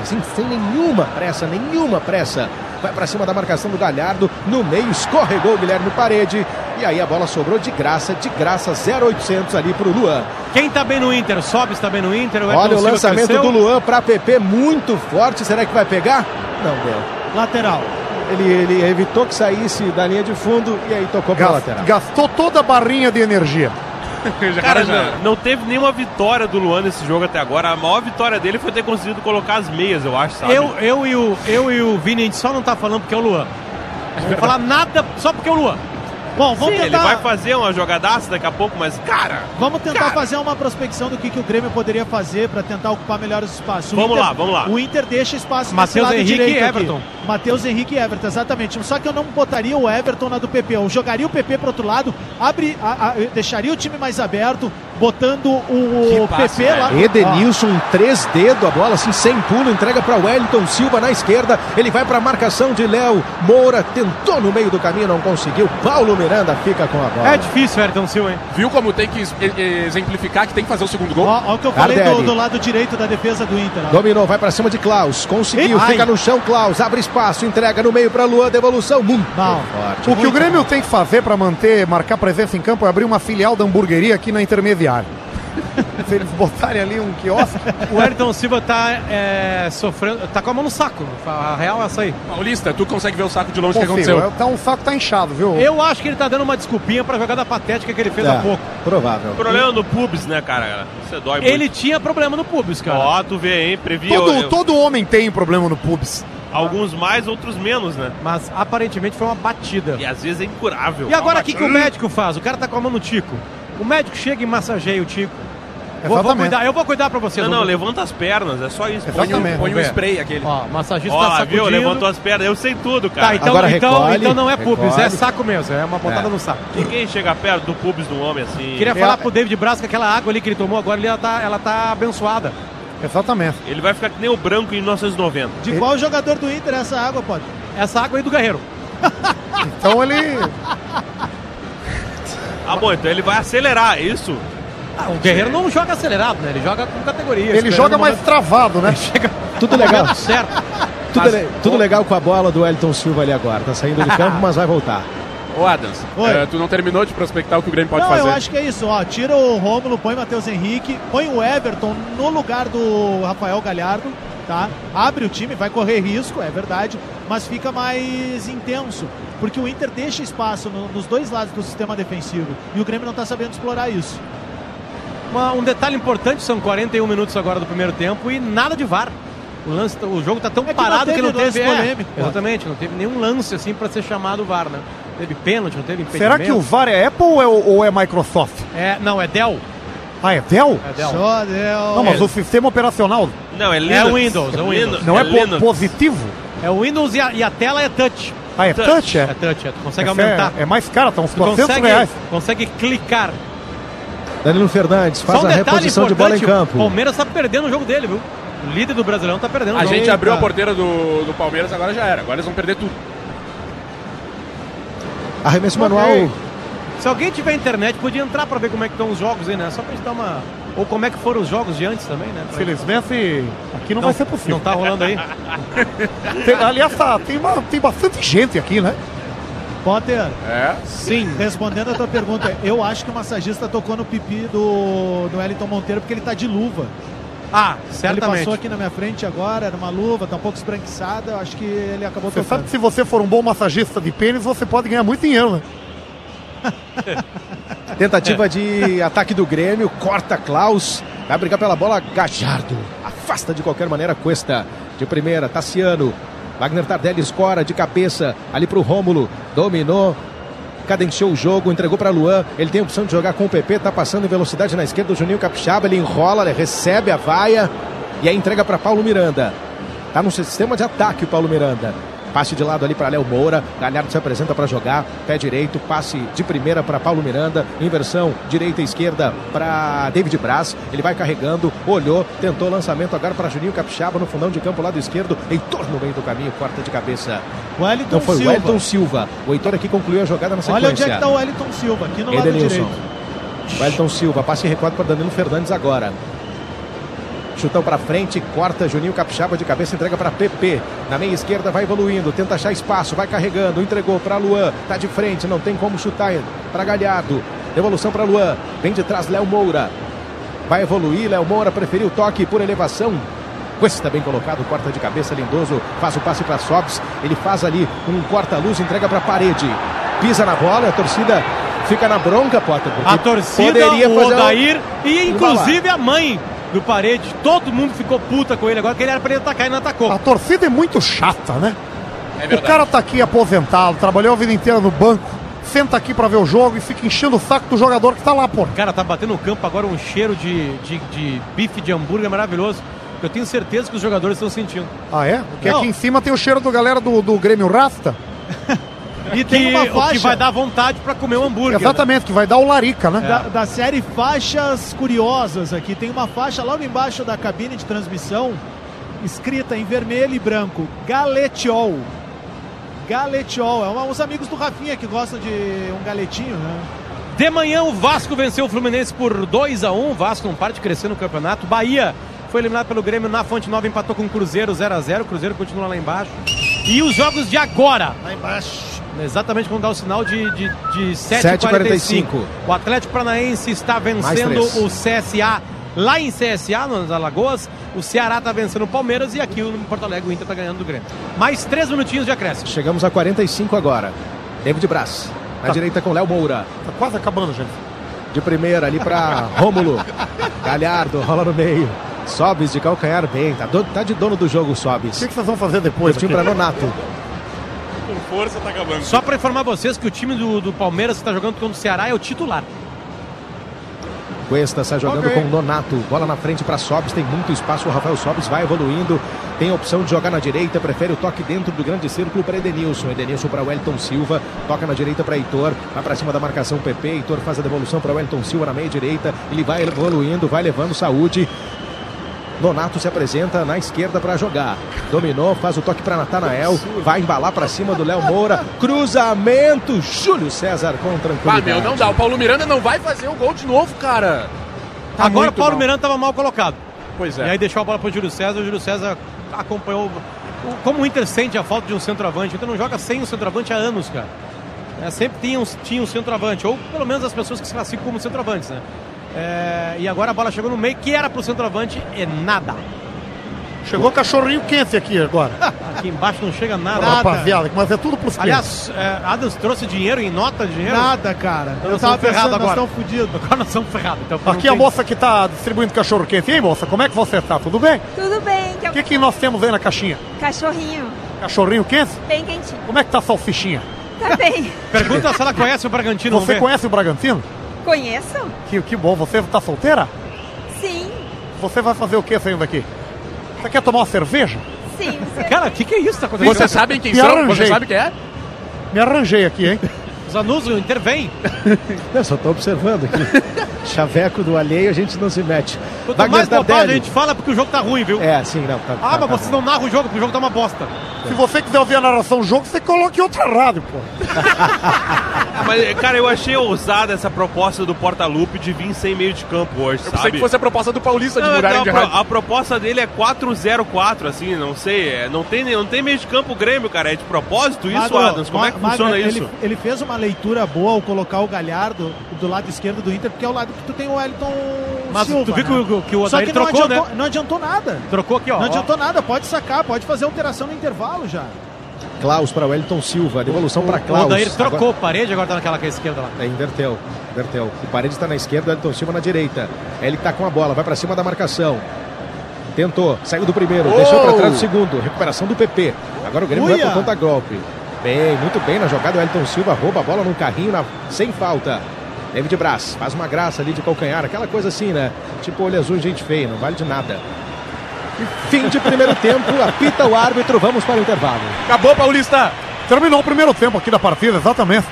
[SPEAKER 1] assim, sem nenhuma pressa, nenhuma pressa, vai para cima da marcação do Galhardo, no meio escorregou o Guilherme Parede, e aí a bola sobrou de graça, de graça, 0,800 ali para o Luan.
[SPEAKER 5] Quem tá bem no Inter? Sobes tá bem no Inter. Everton
[SPEAKER 4] um
[SPEAKER 1] Olha o
[SPEAKER 5] Silva
[SPEAKER 1] lançamento
[SPEAKER 5] cresceu.
[SPEAKER 1] do Luan para PP, muito forte. Será que vai pegar? Não deu.
[SPEAKER 4] Lateral.
[SPEAKER 1] Ele, ele evitou que saísse da linha de fundo e aí tocou para
[SPEAKER 2] Gas-
[SPEAKER 1] lateral.
[SPEAKER 2] gastou toda a barrinha de energia.
[SPEAKER 6] Cara, não, não teve nenhuma vitória do Luan nesse jogo até agora. A maior vitória dele foi ter conseguido colocar as meias, eu acho, sabe?
[SPEAKER 5] Eu, eu, e o, eu e o Vini, a gente só não tá falando porque é o Luan. Não vou falar nada só porque é o Luan.
[SPEAKER 4] Bom, vamos
[SPEAKER 6] Sim, ele
[SPEAKER 4] tentar,
[SPEAKER 6] vai fazer uma jogadaça daqui a pouco, mas, cara,
[SPEAKER 4] vamos tentar fazer uma prospecção do que, que o Grêmio poderia fazer para tentar ocupar melhor os espaços. O
[SPEAKER 6] Vamos lá, vamos lá.
[SPEAKER 4] O Inter deixa espaço
[SPEAKER 5] Matheus
[SPEAKER 4] nesse lado
[SPEAKER 5] Henrique e
[SPEAKER 4] direito aqui.
[SPEAKER 5] Everton.
[SPEAKER 4] Matheus Henrique e Everton, exatamente. Só que eu não botaria o Everton na do PP. Eu jogaria o PP pro outro lado, abre, a- a- eu deixaria o time mais aberto, botando o,
[SPEAKER 7] Que passe,
[SPEAKER 4] PP lá.
[SPEAKER 1] Edenilson, três dedos, a bola assim sem pulo, entrega para Wellington Silva na esquerda. Ele vai para a marcação de Léo Moura, tentou no meio do caminho, não conseguiu. Paulo Miranda fica com a bola.
[SPEAKER 5] É difícil, Ayrton Silva, hein?
[SPEAKER 3] Viu como tem que es- e- e- exemplificar que tem que fazer o segundo
[SPEAKER 4] Ó,
[SPEAKER 3] gol?
[SPEAKER 4] ó, ó o que eu falei do,
[SPEAKER 1] Tardelli.
[SPEAKER 4] do lado direito da defesa do Inter. ó.
[SPEAKER 1] Dominou, vai para cima de Klaus, conseguiu,
[SPEAKER 4] Ih, ai.
[SPEAKER 1] fica no chão Klaus, abre espaço, entrega no meio para Luan, devolução muito
[SPEAKER 4] Não.
[SPEAKER 1] forte.
[SPEAKER 2] O que o Grêmio tem que fazer para manter, marcar presença em campo é abrir uma filial da hamburgueria aqui na intermediária. Se eles botarem ali um quiosque.
[SPEAKER 5] O Ayrton Silva tá é, sofrendo, tá com a mão no saco. A real é essa aí.
[SPEAKER 3] Paulista, tu consegue ver o saco de longe
[SPEAKER 2] Pô,
[SPEAKER 3] que aconteceu?
[SPEAKER 2] filho, tá um saco tá inchado, viu?
[SPEAKER 5] Eu acho que ele tá dando uma desculpinha pra jogada patética que ele fez há
[SPEAKER 1] É,
[SPEAKER 5] pouco.
[SPEAKER 1] Provável.
[SPEAKER 6] O problema do pubs, né, cara? Você dói muito.
[SPEAKER 5] Ele tinha problema no pubis, cara.
[SPEAKER 6] Ó, tu vê, hein? Previa
[SPEAKER 2] Todo,
[SPEAKER 6] eu- eu-
[SPEAKER 2] todo homem tem problema no pubis.
[SPEAKER 6] alguns mais, outros menos, né?
[SPEAKER 5] Mas aparentemente foi uma batida.
[SPEAKER 6] E às vezes é incurável.
[SPEAKER 5] E agora
[SPEAKER 6] Uma
[SPEAKER 5] o que, que o médico faz? O cara tá com a mão no tico. O médico chega e massageia o tico. Vou, vou
[SPEAKER 2] Exatamente.
[SPEAKER 5] cuidar, eu vou cuidar pra você.
[SPEAKER 6] Não, não,
[SPEAKER 5] doutor.
[SPEAKER 6] levanta as pernas, é só isso.
[SPEAKER 2] Exatamente.
[SPEAKER 6] Põe um-
[SPEAKER 3] Põe um
[SPEAKER 5] ver.
[SPEAKER 3] spray aquele.
[SPEAKER 5] Ó, o massagista
[SPEAKER 6] Ó,
[SPEAKER 5] tá
[SPEAKER 6] lá,
[SPEAKER 5] sacudindo.
[SPEAKER 6] viu? Levantou as pernas, eu sei tudo,
[SPEAKER 5] Tá,
[SPEAKER 6] cara.
[SPEAKER 5] então,
[SPEAKER 1] Agora
[SPEAKER 5] então,
[SPEAKER 1] recolhe,
[SPEAKER 5] então não é pubis,
[SPEAKER 1] recolhe.
[SPEAKER 5] é saco mesmo. É uma pontada
[SPEAKER 1] É.
[SPEAKER 5] no saco.
[SPEAKER 6] Ninguém chega perto do pubis de um homem assim.
[SPEAKER 5] Queria
[SPEAKER 2] É,
[SPEAKER 5] falar
[SPEAKER 2] é.
[SPEAKER 5] pro David Braz que aquela água ali que ele tomou agora, ali, ela tá, ela tá abençoada.
[SPEAKER 2] Exatamente.
[SPEAKER 6] Ele vai ficar que nem o branco em 1990.
[SPEAKER 4] De qual jogador do Inter é essa água, pode?
[SPEAKER 5] Essa água aí do Guerreiro.
[SPEAKER 2] Então ele.
[SPEAKER 6] Ah, bom, então ele vai acelerar, é isso?
[SPEAKER 5] Ah, o Guerreiro não joga acelerado, né? Ele joga com categoria.
[SPEAKER 2] ele
[SPEAKER 5] esperando
[SPEAKER 2] joga
[SPEAKER 5] o
[SPEAKER 2] mais
[SPEAKER 5] momento-
[SPEAKER 2] travado, né?
[SPEAKER 1] Tudo legal.
[SPEAKER 5] Tá Certo.
[SPEAKER 1] Tudo,
[SPEAKER 3] Mas-
[SPEAKER 1] le- tudo legal com a bola do Elton Silva ali agora. Tá saindo de campo, mas vai voltar.
[SPEAKER 3] Ô, Adams,
[SPEAKER 4] Oi.
[SPEAKER 3] eh, tu não terminou de prospectar o que o Grêmio pode
[SPEAKER 4] não,
[SPEAKER 3] fazer.
[SPEAKER 4] eu acho que é isso. Ó, tira o Rômulo, põe Matheus Henrique, põe o Everton no lugar do Rafael Galhardo, tá? Abre o time, vai correr risco, é verdade, mas fica mais intenso, porque o Inter deixa espaço no- nos dois lados do sistema defensivo e o Grêmio não tá sabendo explorar isso.
[SPEAKER 5] Uma- um detalhe importante, são 41 minutos agora do primeiro tempo e nada de VAR. O, lance, o jogo tá tão
[SPEAKER 4] É que
[SPEAKER 5] parado
[SPEAKER 4] não
[SPEAKER 5] que não
[SPEAKER 4] teve
[SPEAKER 5] teve.
[SPEAKER 4] lance
[SPEAKER 5] é,
[SPEAKER 4] polêmico, pô.
[SPEAKER 5] exatamente, não teve nenhum lance assim pra ser chamado VAR, né? Não Teve pênalti, não teve impedimento.
[SPEAKER 2] Será que o VAR é Apple ou é, ou é Microsoft?
[SPEAKER 5] É, não, é Dell.
[SPEAKER 2] Ah, é Dell?
[SPEAKER 5] É Dell.
[SPEAKER 4] Só Deus.
[SPEAKER 2] Não, mas o sistema operacional
[SPEAKER 6] Não, é Linux.
[SPEAKER 5] É Windows, é Windows.
[SPEAKER 6] Linux,
[SPEAKER 2] não é, po-
[SPEAKER 6] Linux.
[SPEAKER 2] positivo?
[SPEAKER 5] É o Windows e a, e a tela é touch.
[SPEAKER 2] Ah, é
[SPEAKER 6] Touch.
[SPEAKER 2] touch?
[SPEAKER 5] É
[SPEAKER 2] É,
[SPEAKER 5] touch, é, tu consegue
[SPEAKER 2] Essa
[SPEAKER 5] aumentar.
[SPEAKER 2] é, é mais caro, tá uns
[SPEAKER 5] Tu
[SPEAKER 2] 400
[SPEAKER 5] consegue,
[SPEAKER 2] reais.
[SPEAKER 5] consegue clicar.
[SPEAKER 1] Danilo Fernandes faz
[SPEAKER 5] Só um
[SPEAKER 1] a
[SPEAKER 5] detalhe
[SPEAKER 1] reposição de bola
[SPEAKER 5] importante,
[SPEAKER 1] em
[SPEAKER 5] o
[SPEAKER 1] campo.
[SPEAKER 5] Palmeiras tá perdendo o jogo dele, viu? O líder do Brasileirão tá perdendo o
[SPEAKER 3] A
[SPEAKER 5] jogo.
[SPEAKER 3] gente abriu a porteira do, do Palmeiras, agora já era. Agora eles vão perder tudo.
[SPEAKER 1] Arremesso manual.
[SPEAKER 5] Se alguém tiver internet, podia entrar pra ver como é que estão os jogos aí, né? Só pra gente dar uma... Ou como é que foram os jogos de antes também, né? Pra-
[SPEAKER 2] Infelizmente, aqui não, vai ser possível.
[SPEAKER 5] Não tá rolando aí?
[SPEAKER 2] Tem- aliás, tá- tem, uma- tem bastante gente aqui, né?
[SPEAKER 4] Potter,
[SPEAKER 3] É.
[SPEAKER 5] Sim.
[SPEAKER 4] respondendo a tua pergunta, eu acho que o massagista tocou no pipi do, do Wellington Monteiro porque ele tá de luva.
[SPEAKER 5] Ah,
[SPEAKER 4] Ele
[SPEAKER 5] certamente.
[SPEAKER 4] passou aqui na minha frente agora, era uma luva, tá um pouco esbranquiçada, eu acho que ele acabou
[SPEAKER 2] Você sabe
[SPEAKER 4] tocando.
[SPEAKER 2] que se você for um bom massagista de pênis, você pode ganhar muito dinheiro, né?
[SPEAKER 1] Tentativa de ataque do Grêmio, corta Klaus, vai brigar pela bola, Gajardo, afasta de qualquer maneira Cuesta, de primeira, Tassiano, Wagner Tardelli escora de cabeça, ali pro Rômulo, dominou, cadenciou o jogo, entregou para Luan, ele tem a opção de jogar com o PP, tá passando em velocidade na esquerda, o Juninho Capixaba, ele enrola, ele recebe a vaia e aí entrega para Paulo Miranda. Tá no sistema de ataque o Paulo Miranda. Passe de lado ali para Léo Moura. Galhardo se apresenta para jogar. Pé direito, passe de primeira para Paulo Miranda. Inversão direita e esquerda para David Braz. Ele vai carregando, olhou, tentou lançamento agora para Juninho Capixaba no fundão de campo, lado esquerdo. Heitor no meio do caminho, corta de cabeça.
[SPEAKER 4] O Wellington
[SPEAKER 1] Então foi o
[SPEAKER 4] Silva.
[SPEAKER 1] Wellington Silva. O Heitor aqui concluiu a jogada na sequência.
[SPEAKER 4] Olha onde é que tá o Wellington Silva, aqui no lado
[SPEAKER 1] Edenilson.
[SPEAKER 4] direito.
[SPEAKER 1] Wellington Silva, passe e recorde para Danilo Fernandes agora. Chutão para frente, corta Juninho Capixaba de cabeça, entrega para PP. Na meia esquerda vai evoluindo, tenta achar espaço, vai carregando, entregou para Luan, tá de frente, não tem como chutar para Galhardo. Devolução para Luan, vem de trás Léo Moura. Vai evoluir, Léo Moura preferiu o toque por elevação. Cuesta bem colocado, corta de cabeça, Lindoso faz o passe para Sobs. Ele faz ali um corta-luz, entrega para parede. Pisa na bola, a torcida fica na bronca, Potter. porque
[SPEAKER 5] A torcida,
[SPEAKER 1] poderia
[SPEAKER 5] o
[SPEAKER 1] fazer uma-
[SPEAKER 5] Odair e
[SPEAKER 1] um
[SPEAKER 5] inclusive a mãe do Parede. Todo mundo ficou puta com ele agora, que ele era pra ele atacar e não atacou.
[SPEAKER 2] A torcida é muito chata, né?
[SPEAKER 3] É
[SPEAKER 2] O
[SPEAKER 3] verdade.
[SPEAKER 2] cara tá aqui aposentado, trabalhou a vida inteira no banco, senta aqui pra ver o jogo e fica enchendo o saco do jogador que tá lá, pô.
[SPEAKER 5] Cara, tá batendo no campo agora um cheiro de, de, de bife de hambúrguer maravilhoso. Porque eu tenho certeza que os jogadores estão sentindo.
[SPEAKER 2] Ah, é? Porque
[SPEAKER 5] Não.
[SPEAKER 2] aqui em cima tem o cheiro do galera do, do Grêmio Rasta.
[SPEAKER 5] E
[SPEAKER 4] tem
[SPEAKER 5] que,
[SPEAKER 4] uma
[SPEAKER 5] o que
[SPEAKER 4] faixa.
[SPEAKER 5] vai dar vontade para comer um hambúrguer. né?
[SPEAKER 2] Exatamente, que vai dar o Larica,
[SPEAKER 5] É.
[SPEAKER 2] né?
[SPEAKER 4] da, da série Faixas Curiosas aqui. Tem uma faixa logo embaixo da cabine de transmissão, escrita em vermelho e branco: Galetiol. Galetiol. É uma, uns amigos do Rafinha que gostam de um galetinho, né?
[SPEAKER 5] De manhã, o Vasco venceu o Fluminense por 2 a 1 O Vasco não para de crescer no campeonato. Bahia foi eliminado pelo Grêmio na Fonte Nova, empatou com o Cruzeiro 0 a 0 O Cruzeiro continua lá embaixo. E os jogos de agora. Lá embaixo. Exatamente quando dá o sinal de, de, de 7h45.
[SPEAKER 1] 7h45.
[SPEAKER 5] O Atlético Paranaense está vencendo
[SPEAKER 1] três.
[SPEAKER 5] o CSA lá em CSA, nas Alagoas. O Ceará está vencendo o Palmeiras e aqui no Porto Alegre o Inter está ganhando do Grêmio. Mais três minutinhos de acréscimo.
[SPEAKER 1] Chegamos a 45 agora. David Braz. Na direita com Léo Moura.
[SPEAKER 2] Tá quase acabando, gente.
[SPEAKER 1] De primeira ali pra Rômulo. Galhardo rola no meio. Sobes de calcanhar bem. Tá, do- tá de dono do jogo, o
[SPEAKER 2] O que,
[SPEAKER 1] Sobes.
[SPEAKER 2] que vocês vão fazer depois?
[SPEAKER 1] Partiu pra
[SPEAKER 2] aqui?
[SPEAKER 1] Nonato.
[SPEAKER 3] Com força tá acabando.
[SPEAKER 5] Só para informar vocês que o time do, do Palmeiras que está jogando contra o Ceará é o titular.
[SPEAKER 1] Cuesta sai jogando
[SPEAKER 2] Ok.
[SPEAKER 1] com o Nonato. Bola na frente para Sobes. Tem muito espaço. O Rafael Sobes vai evoluindo. Tem a opção de jogar na direita. Prefere o toque dentro do grande círculo para Edenilson. Edenilson para Wellington Silva. Toca na direita para Heitor. Vai para cima da marcação PP. Heitor faz a devolução para Wellington Silva na meia direita. Ele vai evoluindo, vai levando saúde. Nonato se apresenta na esquerda para jogar. Dominou, faz o toque para Natanael. Vai embalar para cima do Léo Moura. Cruzamento. Júlio César com
[SPEAKER 3] Ah,
[SPEAKER 1] tranquilidade.
[SPEAKER 3] meu, não dá. O Paulo Miranda não vai fazer o gol de novo, cara. Tá
[SPEAKER 5] Agora o
[SPEAKER 3] muito
[SPEAKER 5] Paulo
[SPEAKER 3] mal.
[SPEAKER 5] Miranda estava mal colocado.
[SPEAKER 3] Pois
[SPEAKER 5] E
[SPEAKER 3] é.
[SPEAKER 5] aí deixou a bola para o Júlio César. O Júlio César acompanhou. o- Como o Inter sente a falta de um centroavante. O Inter não joga sem um centroavante há anos, cara. É, sempre tinha um, tinha um centroavante. Ou pelo menos as pessoas que se classificam como centroavantes, né? É, e agora a bola chegou no meio, que era para o centroavante, é nada.
[SPEAKER 2] Chegou cachorrinho quente aqui agora.
[SPEAKER 5] Aqui embaixo não chega nada.
[SPEAKER 2] Rapaziada, mas é tudo pros quentes.
[SPEAKER 5] Aliás, é, Adams trouxe dinheiro em nota de dinheiro?
[SPEAKER 4] Nada, cara.
[SPEAKER 5] Então nós estamos ferrados
[SPEAKER 4] nós
[SPEAKER 5] agora.
[SPEAKER 4] estamos fodidos.
[SPEAKER 5] Agora nós estamos ferrados. Então, não
[SPEAKER 2] Aqui a
[SPEAKER 5] tem-
[SPEAKER 2] moça que tá distribuindo cachorro quente. E aí, moça, como é que você tá? Tudo bem?
[SPEAKER 8] Tudo bem, que é
[SPEAKER 2] O
[SPEAKER 8] um
[SPEAKER 2] que, que nós temos aí na caixinha?
[SPEAKER 8] cachorrinho
[SPEAKER 2] Cachorrinho quente?
[SPEAKER 8] bem quentinho.
[SPEAKER 2] Como é que tá a salsichinha?
[SPEAKER 8] Tá bem.
[SPEAKER 5] Pergunta se ela conhece o Bragantino. vamos
[SPEAKER 2] Você
[SPEAKER 5] ver.
[SPEAKER 2] conhece o Bragantino?
[SPEAKER 8] Conheço?
[SPEAKER 2] Que, que bom, você tá solteira?
[SPEAKER 8] Sim,
[SPEAKER 2] Você vai fazer o que saindo daqui? Você quer tomar uma cerveja?
[SPEAKER 8] sim. você-
[SPEAKER 5] Cara, o que, que é isso que tá acontecendo?
[SPEAKER 3] Vocês sabem quem
[SPEAKER 2] Me
[SPEAKER 3] são?
[SPEAKER 2] arranjei.
[SPEAKER 3] Vocês sabem quem é?
[SPEAKER 2] Me arranjei aqui, hein?
[SPEAKER 5] Os anúncios intervêm.
[SPEAKER 1] Eu só tô observando aqui. Chaveco do alheio, a gente não se mete.
[SPEAKER 5] Quanto
[SPEAKER 1] Wagner
[SPEAKER 5] mais bobagem a
[SPEAKER 1] Tardelli.
[SPEAKER 5] gente fala porque o jogo tá ruim, viu?
[SPEAKER 1] É, sim, não. Tá,
[SPEAKER 5] Ah, mas você não narra o jogo porque o jogo tá uma bosta.
[SPEAKER 2] Se você quiser ouvir a narração do jogo, você coloque em outra rádio, pô.
[SPEAKER 6] Ah, Mas, cara, eu achei ousada essa proposta do Porta-Lupe de vir sem meio de campo hoje,
[SPEAKER 3] Eu pensei
[SPEAKER 6] sabe?
[SPEAKER 3] que fosse a proposta do Paulista de
[SPEAKER 6] Não,
[SPEAKER 3] murarem
[SPEAKER 6] não,
[SPEAKER 3] de
[SPEAKER 6] a, pro-
[SPEAKER 3] rádio.
[SPEAKER 6] a proposta dele é 4-0-4, assim, não sei. é, não, tem, nem- não tem meio de campo o Grêmio, cara. É de propósito isso,
[SPEAKER 4] Magro,
[SPEAKER 6] Adams? Como é que
[SPEAKER 4] Ma-
[SPEAKER 6] funciona
[SPEAKER 4] Magro,
[SPEAKER 6] isso?
[SPEAKER 4] Ele, ele fez uma leitura boa ao colocar o Galhardo do lado esquerdo do Inter, porque é o lado que tu tem o Wellington
[SPEAKER 5] Mas
[SPEAKER 4] Silva,
[SPEAKER 5] tu viu
[SPEAKER 4] né?
[SPEAKER 5] que o- que o
[SPEAKER 4] Só
[SPEAKER 5] Odair
[SPEAKER 4] que não
[SPEAKER 5] trocou,
[SPEAKER 4] adiantou,
[SPEAKER 5] né?
[SPEAKER 4] não adiantou nada.
[SPEAKER 5] Trocou aqui, ó.
[SPEAKER 4] Não
[SPEAKER 5] ó.
[SPEAKER 4] adiantou nada, pode sacar, pode fazer alteração no intervalo já.
[SPEAKER 1] Klaus para Wellington Silva. Devolução para
[SPEAKER 5] O
[SPEAKER 1] Klaus.
[SPEAKER 5] Odair trocou
[SPEAKER 1] Agora-
[SPEAKER 5] a parede, agora tá naquela que é a esquerda lá.
[SPEAKER 1] É, inverteu. Inverteu. O parede está na esquerda, o Wellington Silva na direita. Ele tá com a bola, vai para cima da marcação. Tentou, saiu do primeiro, deixou para trás do segundo. Recuperação do PP. Agora o Grêmio vai
[SPEAKER 4] Uia!
[SPEAKER 1] por conta golpe. Bem, muito bem na jogada. O Elton Silva rouba a bola no carrinho na- sem falta. David Braz faz uma graça ali de calcanhar, aquela coisa assim, né? Tipo olho azul, e gente feia, não vale de nada. Fim de primeiro tempo, apita o árbitro, vamos para o intervalo.
[SPEAKER 3] Acabou, Paulista!
[SPEAKER 2] Terminou o primeiro tempo aqui da partida, exatamente.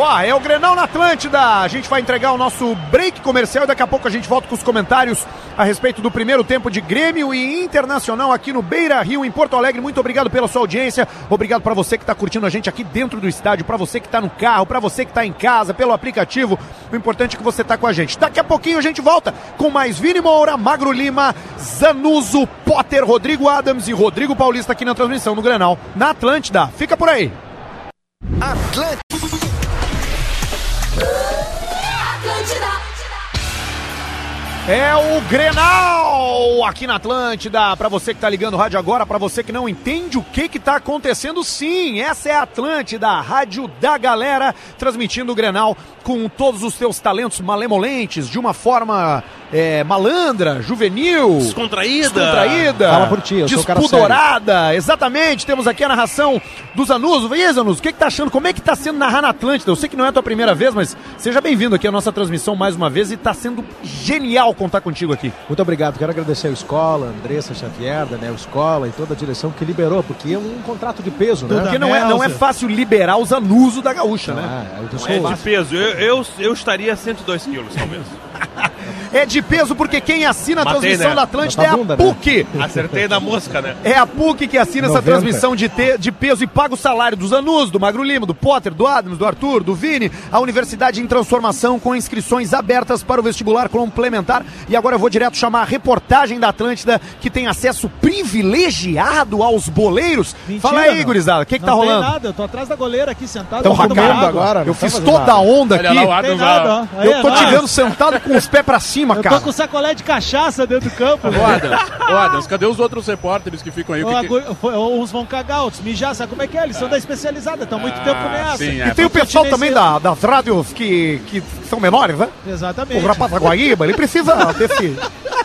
[SPEAKER 2] Ó, é o Grenal na Atlântida. A gente vai entregar o nosso break comercial e daqui a pouco a gente volta com os comentários a respeito do primeiro tempo de Grêmio e Internacional aqui no Beira Rio, em Porto Alegre. Muito obrigado pela sua audiência. Obrigado pra você que tá curtindo a gente aqui dentro do estádio, pra você que tá no carro, pra você que tá em casa, pelo aplicativo. O importante é que você tá com a gente. Daqui a pouquinho a gente volta com mais Vini Moura, Magro Lima, Zanuso, Potter, Rodrigo Adams e Rodrigo Paulista aqui na transmissão do Grenal na Atlântida. Fica por aí.
[SPEAKER 7] Ah,
[SPEAKER 2] É o Grenal aqui na Atlântida. Pra você que tá ligando o rádio agora, pra você que não entende o que que tá acontecendo, sim, essa é a Atlântida, a rádio da galera, transmitindo o Grenal com todos os seus talentos malemolentes, de uma forma é, malandra, juvenil,
[SPEAKER 6] Descontraída.
[SPEAKER 2] descontraída,
[SPEAKER 1] Fala por ti, eu sou o cara
[SPEAKER 2] despudorada. Exatamente, temos aqui a narração do Zanuso. E aí, Zanuso, o que, que tá achando? Como é que tá sendo narrar na Atlântida? Eu sei que não é a tua primeira vez, mas seja bem-vindo aqui à nossa transmissão mais uma vez e tá sendo genial, contar contigo aqui.
[SPEAKER 1] Muito obrigado. Quero agradecer ao Escola, Andressa Xavier, Daniel Escola e toda a direção que liberou, porque é um contrato de peso, né?
[SPEAKER 2] Porque não é, não é
[SPEAKER 4] Nelson.
[SPEAKER 2] fácil liberar os anusos da gaúcha, né?
[SPEAKER 1] Ah, eu sou-
[SPEAKER 6] É de peso. Eu, eu, eu estaria 102 quilos, talvez.
[SPEAKER 2] É de peso porque quem assina a
[SPEAKER 6] Matei,
[SPEAKER 2] transmissão
[SPEAKER 6] né?
[SPEAKER 2] da Atlântida é
[SPEAKER 1] Bota
[SPEAKER 2] a
[SPEAKER 1] a bunda, né?
[SPEAKER 2] PUC.
[SPEAKER 6] Acertei na mosca, né?
[SPEAKER 2] É a PUC que assina
[SPEAKER 1] 90.
[SPEAKER 2] essa transmissão de, te- de peso e paga o salário dos Anus, do Magro Lima, do Potter, do Adams, do Arthur, do Vini. A Universidade em Transformação com inscrições abertas para o vestibular complementar. E agora eu vou direto chamar a reportagem da Atlântida, que tem acesso privilegiado aos boleiros.
[SPEAKER 4] Mentira,
[SPEAKER 2] Fala aí,
[SPEAKER 4] não.
[SPEAKER 2] gurizada, o que, que tá
[SPEAKER 4] Não tem
[SPEAKER 2] rolando?
[SPEAKER 4] nada, Tá eu tô atrás da goleira aqui sentado.
[SPEAKER 2] Tão
[SPEAKER 4] tomando
[SPEAKER 2] racando
[SPEAKER 4] água.
[SPEAKER 1] agora,
[SPEAKER 2] Eu
[SPEAKER 1] não
[SPEAKER 2] fiz
[SPEAKER 1] tá fazendo
[SPEAKER 2] toda a
[SPEAKER 1] nada.
[SPEAKER 2] onda
[SPEAKER 3] Olha lá o
[SPEAKER 2] aqui.
[SPEAKER 4] Não tem
[SPEAKER 3] Adams.
[SPEAKER 4] nada,
[SPEAKER 3] ah,
[SPEAKER 4] ó. Aí,
[SPEAKER 2] né? Eu tô
[SPEAKER 4] ó.
[SPEAKER 2] te vendo sentado com os pés pra cima,
[SPEAKER 4] Eu
[SPEAKER 2] cara.
[SPEAKER 4] tô com sacolé de cachaça dentro do campo.
[SPEAKER 3] Ô, Adams, ô, Adams, cadê os outros repórteres que ficam aí? O
[SPEAKER 4] Ô,
[SPEAKER 3] que que-
[SPEAKER 4] agu- foi- ô, Uns vão cagar, outros mijar, sabe como é que é? Eles são da especializada, estão há muito
[SPEAKER 3] Ah,
[SPEAKER 4] tempo nessa.
[SPEAKER 3] sim,
[SPEAKER 2] E
[SPEAKER 3] é.
[SPEAKER 2] tem o pessoal
[SPEAKER 4] Continência-
[SPEAKER 2] também da, das rádios que, que são menores, né? O
[SPEAKER 4] Exatamente.
[SPEAKER 2] rapaz da Guaíba, ele precisa desse,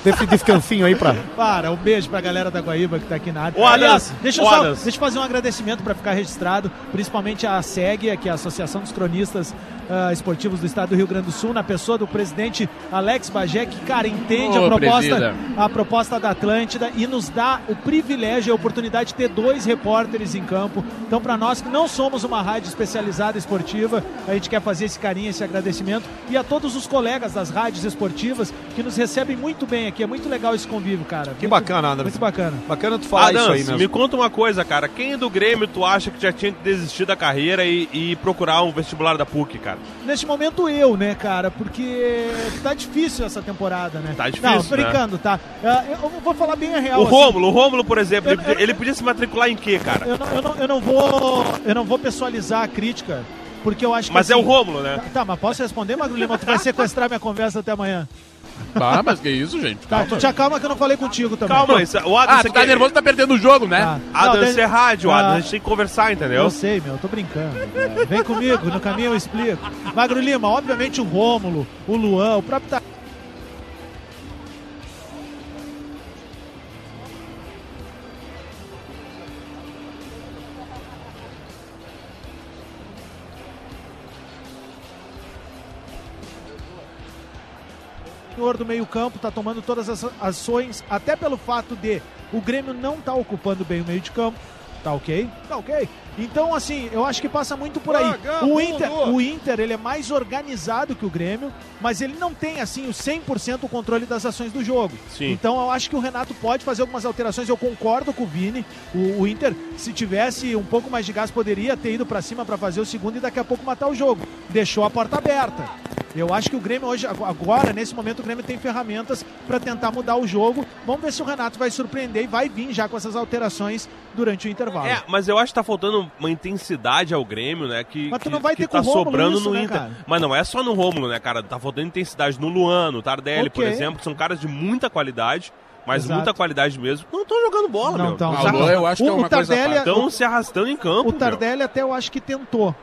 [SPEAKER 2] desse descansinho aí pra.
[SPEAKER 4] Para, um beijo pra galera da Guaíba que tá aqui na área.
[SPEAKER 6] Ô, Adams,
[SPEAKER 4] Aliás, deixa eu,
[SPEAKER 6] ô,
[SPEAKER 4] só,
[SPEAKER 6] Adams.
[SPEAKER 4] deixa eu fazer um agradecimento pra ficar registrado, principalmente a SEG, que é a Associação dos Cronistas ah, Esportivos do Estado do Rio Grande do Sul, na pessoa do presidente Alex Bagé, que, cara, entende
[SPEAKER 3] Ô,
[SPEAKER 4] a, proposta,
[SPEAKER 3] presida.
[SPEAKER 4] a proposta da Atlântida e nos dá o privilégio e a oportunidade de ter dois repórteres em campo. Então, pra nós que não somos uma rádio especializada esportiva, a gente quer fazer esse carinho, esse agradecimento e a todos os colegas das rádios esportivas que nos recebem muito bem aqui. É muito legal esse convívio, cara.
[SPEAKER 2] Que
[SPEAKER 4] Muito-
[SPEAKER 2] bacana, Anderson.
[SPEAKER 4] Muito bacana.
[SPEAKER 2] Bacana tu falar isso
[SPEAKER 6] Adams,
[SPEAKER 2] aí mesmo.
[SPEAKER 6] me conta uma coisa, cara. Quem do Grêmio tu acha que já tinha que desistir da carreira e, e procurar um vestibular da PUC, cara?
[SPEAKER 4] Neste momento eu, né, cara? Porque tá difícil essa temporada, né?
[SPEAKER 6] Tá difícil,
[SPEAKER 4] Não, tô
[SPEAKER 6] né?
[SPEAKER 4] brincando, tá? Ah, eu eu vou falar bem a real.
[SPEAKER 6] O
[SPEAKER 4] assim.
[SPEAKER 6] Rômulo, o Rômulo, por exemplo, ele,
[SPEAKER 4] Eu- eu-
[SPEAKER 6] ele podia se matricular em quê, cara?
[SPEAKER 4] Eu não, eu, não, eu não vou. Eu não vou pessoalizar a crítica, porque eu acho que.
[SPEAKER 6] Mas é o
[SPEAKER 4] assim,
[SPEAKER 6] Rômulo, né?
[SPEAKER 4] Tá, tá, mas posso responder, Magro Lima? Tu vai sequestrar minha conversa até amanhã.
[SPEAKER 3] Ah, mas que isso, gente?
[SPEAKER 4] Tá, tu te acalma que eu não falei contigo também.
[SPEAKER 6] Calma, isso, é, o Adams,
[SPEAKER 3] Ah,
[SPEAKER 6] você
[SPEAKER 3] tu tá
[SPEAKER 6] quer-
[SPEAKER 3] nervoso, tá perdendo o jogo, né?
[SPEAKER 4] Tá. Não,
[SPEAKER 6] Adams,
[SPEAKER 4] daí-
[SPEAKER 6] isso é rádio,
[SPEAKER 4] Ah,
[SPEAKER 6] Adams. A gente tem que conversar, entendeu?
[SPEAKER 4] Eu sei, meu, eu tô brincando. né? Vem comigo, no caminho eu explico. Magro Lima, obviamente o Rômulo, o Luan, o próprio Ta- senhor do meio-campo está tomando todas as ações, até pelo fato de o Grêmio não tá ocupando bem o meio de campo. Tá ok? Tá ok. Então, assim, eu acho que passa muito por aí. O Inter, o Inter, ele é mais organizado que o Grêmio, mas ele não tem, assim, o 100% o controle das ações do jogo.
[SPEAKER 6] Sim.
[SPEAKER 4] Então, eu acho que o Renato pode fazer algumas alterações. Eu concordo com o Vini. O, o Inter, se tivesse um pouco mais de gás, poderia ter ido para cima para fazer o segundo e daqui a pouco matar o jogo. Deixou a porta aberta. Eu acho que o Grêmio hoje, ago- agora, nesse momento, o Grêmio tem ferramentas para tentar mudar o jogo. Vamos ver se o Renato vai surpreender e vai vir já com essas alterações durante o intervalo.
[SPEAKER 6] É, mas eu acho que tá faltando uma intensidade ao Grêmio, né? Que,
[SPEAKER 4] Mas tu
[SPEAKER 6] que-
[SPEAKER 4] não vai
[SPEAKER 6] que
[SPEAKER 4] ter com
[SPEAKER 6] tá
[SPEAKER 4] o Rômulo
[SPEAKER 6] sobrando
[SPEAKER 4] isso,
[SPEAKER 6] no
[SPEAKER 4] né,
[SPEAKER 6] Inter.
[SPEAKER 4] cara?
[SPEAKER 6] Mas não é só no Rômulo, né, cara? Tá faltando intensidade no Luan, no Tardelli, por
[SPEAKER 4] Ok.
[SPEAKER 6] exemplo, que são caras de muita qualidade, mas
[SPEAKER 4] Exato.
[SPEAKER 6] muita qualidade mesmo. Não então, estão jogando bola,
[SPEAKER 4] Não
[SPEAKER 6] meu.
[SPEAKER 4] tão.
[SPEAKER 3] Ah, o Luan, eu acho que é
[SPEAKER 4] O-
[SPEAKER 3] uma
[SPEAKER 4] o
[SPEAKER 3] coisa à
[SPEAKER 4] Tardelli-
[SPEAKER 3] parte.
[SPEAKER 6] Estão se arrastando em campo.
[SPEAKER 4] O
[SPEAKER 6] meu.
[SPEAKER 4] Tardelli até eu acho que tentou.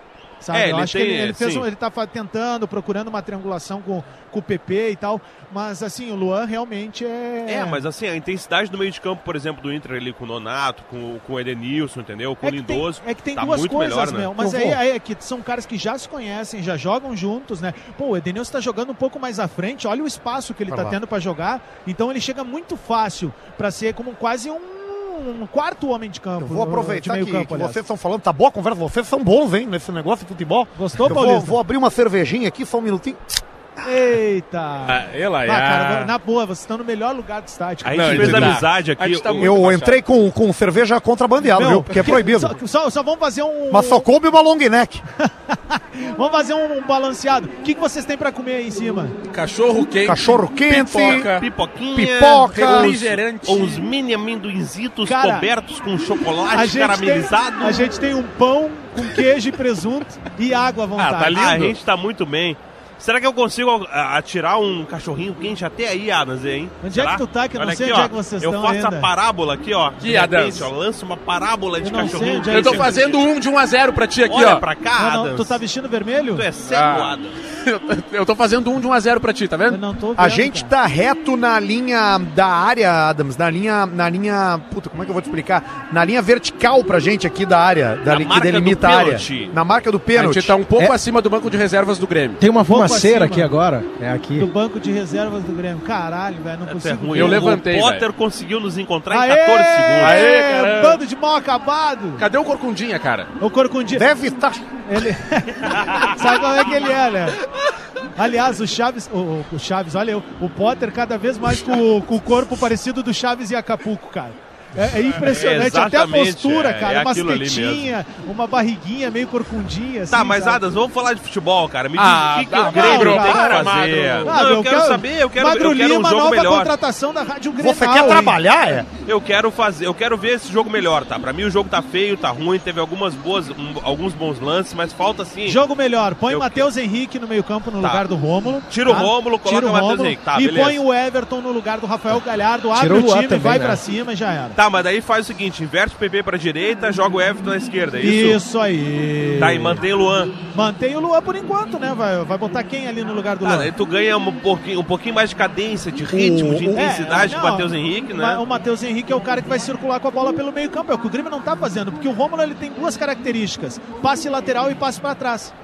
[SPEAKER 4] Sabe?
[SPEAKER 6] É,
[SPEAKER 4] eu
[SPEAKER 6] ele
[SPEAKER 4] acho
[SPEAKER 6] tem-
[SPEAKER 4] que ele, ele fez
[SPEAKER 6] sim.
[SPEAKER 4] um- ele tá fa- tentando, procurando uma triangulação com, com o PP e tal. Mas assim, o Luan realmente é.
[SPEAKER 6] É, mas assim, a intensidade do meio de campo, por exemplo, do Inter ali com o Nonato, com, com o Edenilson, entendeu? Com
[SPEAKER 4] É
[SPEAKER 6] o
[SPEAKER 4] que
[SPEAKER 6] Lindoso.
[SPEAKER 4] Tem, é que tem
[SPEAKER 6] tá
[SPEAKER 4] duas
[SPEAKER 6] muito
[SPEAKER 4] coisas,
[SPEAKER 6] melhor, né?
[SPEAKER 4] meu. Mas
[SPEAKER 1] Eu
[SPEAKER 3] Uhum.
[SPEAKER 4] aí,
[SPEAKER 1] vou.
[SPEAKER 4] aí é que são caras que já se conhecem, já jogam juntos, né? Pô, o Edenilson tá jogando um pouco mais à frente, olha o espaço que ele tá tendo pra jogar. Então ele chega muito fácil pra ser como quase um. um quarto homem de campo.
[SPEAKER 2] Eu vou
[SPEAKER 4] no-
[SPEAKER 2] aproveitar
[SPEAKER 4] de
[SPEAKER 2] que,
[SPEAKER 4] meio campo,
[SPEAKER 2] que
[SPEAKER 4] aliás.
[SPEAKER 2] vocês estão falando, tá boa a conversa, vocês são bons, hein, nesse negócio de futebol.
[SPEAKER 4] Gostou,
[SPEAKER 2] eu vou,
[SPEAKER 4] Paulista?
[SPEAKER 2] vou abrir uma cervejinha aqui, só um minutinho.
[SPEAKER 4] Eita!
[SPEAKER 3] Ah, ela,
[SPEAKER 4] Ah, cara, na boa, vocês estão no melhor lugar do estádio.
[SPEAKER 6] A
[SPEAKER 4] cara.
[SPEAKER 6] gente
[SPEAKER 3] Não,
[SPEAKER 6] fez
[SPEAKER 3] ele tá-
[SPEAKER 6] amizade aqui.
[SPEAKER 3] a gente tá
[SPEAKER 6] o-
[SPEAKER 3] muito-
[SPEAKER 2] Eu
[SPEAKER 3] baixado.
[SPEAKER 2] entrei com, com cerveja contrabandeada,
[SPEAKER 4] Meu,
[SPEAKER 2] viu? Porque é proibido.
[SPEAKER 4] Só, só, só vamos fazer um.
[SPEAKER 2] Mas só coube uma long neck.
[SPEAKER 4] Vamos fazer um balanceado. O que, que vocês têm pra comer aí em cima?
[SPEAKER 3] Cachorro quente.
[SPEAKER 2] Cachorro quente.
[SPEAKER 3] Pipoca.
[SPEAKER 6] Pipoquinha,
[SPEAKER 2] Pipoca.
[SPEAKER 6] refrigerante, uns mini amendoinzitos
[SPEAKER 4] Cara,
[SPEAKER 6] cobertos com
[SPEAKER 4] A
[SPEAKER 6] Um chocolate
[SPEAKER 4] gente, tem,
[SPEAKER 6] caramelizado.
[SPEAKER 4] a gente tem um pão com queijo e presunto e água à vontade.
[SPEAKER 6] Ah, tá lindo. A gente tá muito bem. Será que eu consigo a- atirar um cachorrinho quente até aí, Adams, hein?
[SPEAKER 4] Onde
[SPEAKER 6] Será?
[SPEAKER 4] é que tu tá, que eu não
[SPEAKER 6] Olha
[SPEAKER 4] sei
[SPEAKER 6] aqui,
[SPEAKER 4] onde
[SPEAKER 6] ó.
[SPEAKER 4] é que vocês
[SPEAKER 6] Eu
[SPEAKER 4] estão
[SPEAKER 6] faço
[SPEAKER 4] ainda.
[SPEAKER 6] a parábola aqui, ó. De
[SPEAKER 3] Adams?
[SPEAKER 6] repente, ó, lanço uma parábola de
[SPEAKER 4] Eu não sei
[SPEAKER 6] cachorrinho
[SPEAKER 4] onde é
[SPEAKER 6] quente.
[SPEAKER 4] que
[SPEAKER 3] Eu tô fazendo um de 1 a 0 pra ti aqui, ó.
[SPEAKER 6] Olha pra cá,
[SPEAKER 4] Ah, não,
[SPEAKER 6] Adams.
[SPEAKER 4] tu tá vestindo vermelho?
[SPEAKER 6] Tu é cego,
[SPEAKER 3] Ah.
[SPEAKER 6] Adams.
[SPEAKER 3] Eu tô fazendo um de 1 a 0 pra ti, tá
[SPEAKER 4] Eu
[SPEAKER 3] vendo?
[SPEAKER 4] não tô
[SPEAKER 2] A
[SPEAKER 4] vendo,
[SPEAKER 2] gente
[SPEAKER 4] cara.
[SPEAKER 2] tá reto na linha da área, Adams, na linha, na linha, puta, como é que eu vou te explicar? Na linha vertical pra gente aqui da área, da
[SPEAKER 6] Na
[SPEAKER 2] li- que
[SPEAKER 6] marca do
[SPEAKER 2] delimita a área.
[SPEAKER 6] pênalti.
[SPEAKER 2] Na marca do
[SPEAKER 3] A
[SPEAKER 2] pênalti.
[SPEAKER 3] gente tá um pouco
[SPEAKER 2] É,
[SPEAKER 3] acima do banco de reservas do Grêmio.
[SPEAKER 1] Tem uma canseira
[SPEAKER 4] pra cima
[SPEAKER 1] aqui agora. É aqui.
[SPEAKER 4] Um Do banco tá de reservas do Grêmio. Caralho, velho, não
[SPEAKER 6] Essa é
[SPEAKER 4] consigo.
[SPEAKER 6] ruim.
[SPEAKER 4] ver.
[SPEAKER 3] Eu levantei,
[SPEAKER 6] O Potter
[SPEAKER 3] velho.
[SPEAKER 6] conseguiu nos encontrar Tá em
[SPEAKER 4] Aê,
[SPEAKER 6] 14 segundos.
[SPEAKER 3] Aê, caramba.
[SPEAKER 4] Bando de mal acabado.
[SPEAKER 3] Cadê o Corcundinha, cara?
[SPEAKER 4] O Corcundinha.
[SPEAKER 2] Deve
[SPEAKER 6] tá-
[SPEAKER 2] estar.
[SPEAKER 4] Ele... Sabe como é que ele é, né? Aliás, o Chaves, o, o- o Chaves, olha eu, o Potter cada vez mais com, o- com o corpo parecido do Chaves e Acapulco, cara. É, é
[SPEAKER 6] É,
[SPEAKER 4] impressionante, até a
[SPEAKER 6] exatamente,
[SPEAKER 4] postura,
[SPEAKER 6] é,
[SPEAKER 4] cara.
[SPEAKER 6] é
[SPEAKER 4] umas
[SPEAKER 6] aquilo ali mesmo.
[SPEAKER 4] tetinhas, uma barriguinha meio corcundinha.
[SPEAKER 6] Tá,
[SPEAKER 4] assim,
[SPEAKER 6] mas
[SPEAKER 4] sabe?
[SPEAKER 6] Adams, vamos falar de futebol, cara. Me diz
[SPEAKER 3] Ah,
[SPEAKER 6] o que, que
[SPEAKER 3] tá,
[SPEAKER 6] o Grêmio
[SPEAKER 4] Magro,
[SPEAKER 6] tem
[SPEAKER 4] para,
[SPEAKER 6] que fazer.
[SPEAKER 3] Magro.
[SPEAKER 6] Não, Ah, eu quero saber, eu quero,
[SPEAKER 4] Magro
[SPEAKER 6] eu quero um
[SPEAKER 4] Lima,
[SPEAKER 6] jogo
[SPEAKER 4] nova
[SPEAKER 6] melhor.
[SPEAKER 4] contratação da Rádio Grêmio.
[SPEAKER 2] Você quer trabalhar, é?
[SPEAKER 6] Eu quero fazer, eu quero ver esse jogo melhor, tá? Pra mim o jogo tá feio, tá ruim, teve algumas boas, um- alguns bons lances, mas falta assim.
[SPEAKER 4] Jogo melhor, põe
[SPEAKER 6] Eu
[SPEAKER 4] Matheus Henrique no meio-campo no
[SPEAKER 6] Tá.
[SPEAKER 4] lugar do Rômulo.
[SPEAKER 6] Tira o Rômulo, coloca o Matheus
[SPEAKER 4] Rômulo
[SPEAKER 6] Henrique. Tá,
[SPEAKER 4] e
[SPEAKER 6] beleza.
[SPEAKER 4] põe o Everton no lugar do Rafael Galhardo, abre
[SPEAKER 1] Tirou
[SPEAKER 4] o
[SPEAKER 1] o Luan
[SPEAKER 4] time,
[SPEAKER 1] também,
[SPEAKER 4] vai
[SPEAKER 1] né?
[SPEAKER 4] pra cima e já era.
[SPEAKER 6] Tá, mas daí faz o seguinte, inverte o PP pra direita, joga o Everton na esquerda, é
[SPEAKER 4] Isso.
[SPEAKER 6] isso?
[SPEAKER 4] aí.
[SPEAKER 6] Tá, e mantém o Luan.
[SPEAKER 4] Mantém o Luan por enquanto, né? Vai, vai botar quem ali no lugar do
[SPEAKER 6] Tá,
[SPEAKER 4] Luan?
[SPEAKER 6] daí tu ganha um pouquinho, um pouquinho mais de cadência, de ritmo, de
[SPEAKER 4] É,
[SPEAKER 6] intensidade com
[SPEAKER 4] não,
[SPEAKER 6] o Matheus Henrique, né?
[SPEAKER 4] ma- O Matheus Henrique é o cara que vai circular com a bola pelo meio campo. É o que o Grêmio não tá fazendo, porque o Rômulo ele tem duas características: passe lateral e passe pra trás.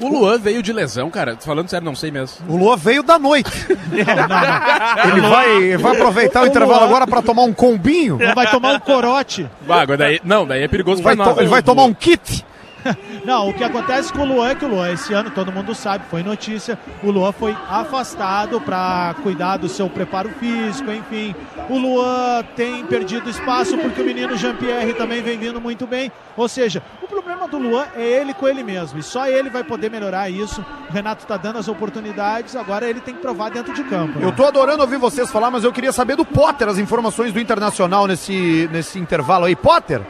[SPEAKER 7] O Luan veio de lesão, cara. Tô Falando sério, não sei mesmo.
[SPEAKER 2] O Lua veio da noite. Ele vai, vai aproveitar o intervalo agora pra tomar um combinho.
[SPEAKER 4] Não
[SPEAKER 6] é
[SPEAKER 4] vai tomar um corote.
[SPEAKER 7] Bah, agora daí, não, daí é perigoso
[SPEAKER 2] Vai
[SPEAKER 7] pra nós.
[SPEAKER 2] to- ele vai tomar um kit.
[SPEAKER 4] Não, o que acontece com o Luan é que o Luan, esse ano, todo mundo sabe, foi notícia, o Luan foi afastado para cuidar do seu preparo físico, enfim. O Luan tem perdido espaço porque o menino Jean-Pierre também vem vindo muito bem. Ou seja, o problema do Luan é ele com ele mesmo. E só ele vai poder melhorar isso. O Renato tá dando as oportunidades, agora ele tem que provar dentro de campo. né?
[SPEAKER 2] Eu tô adorando ouvir vocês falar, mas eu queria saber do Potter as informações do Internacional nesse, nesse intervalo aí. Potter?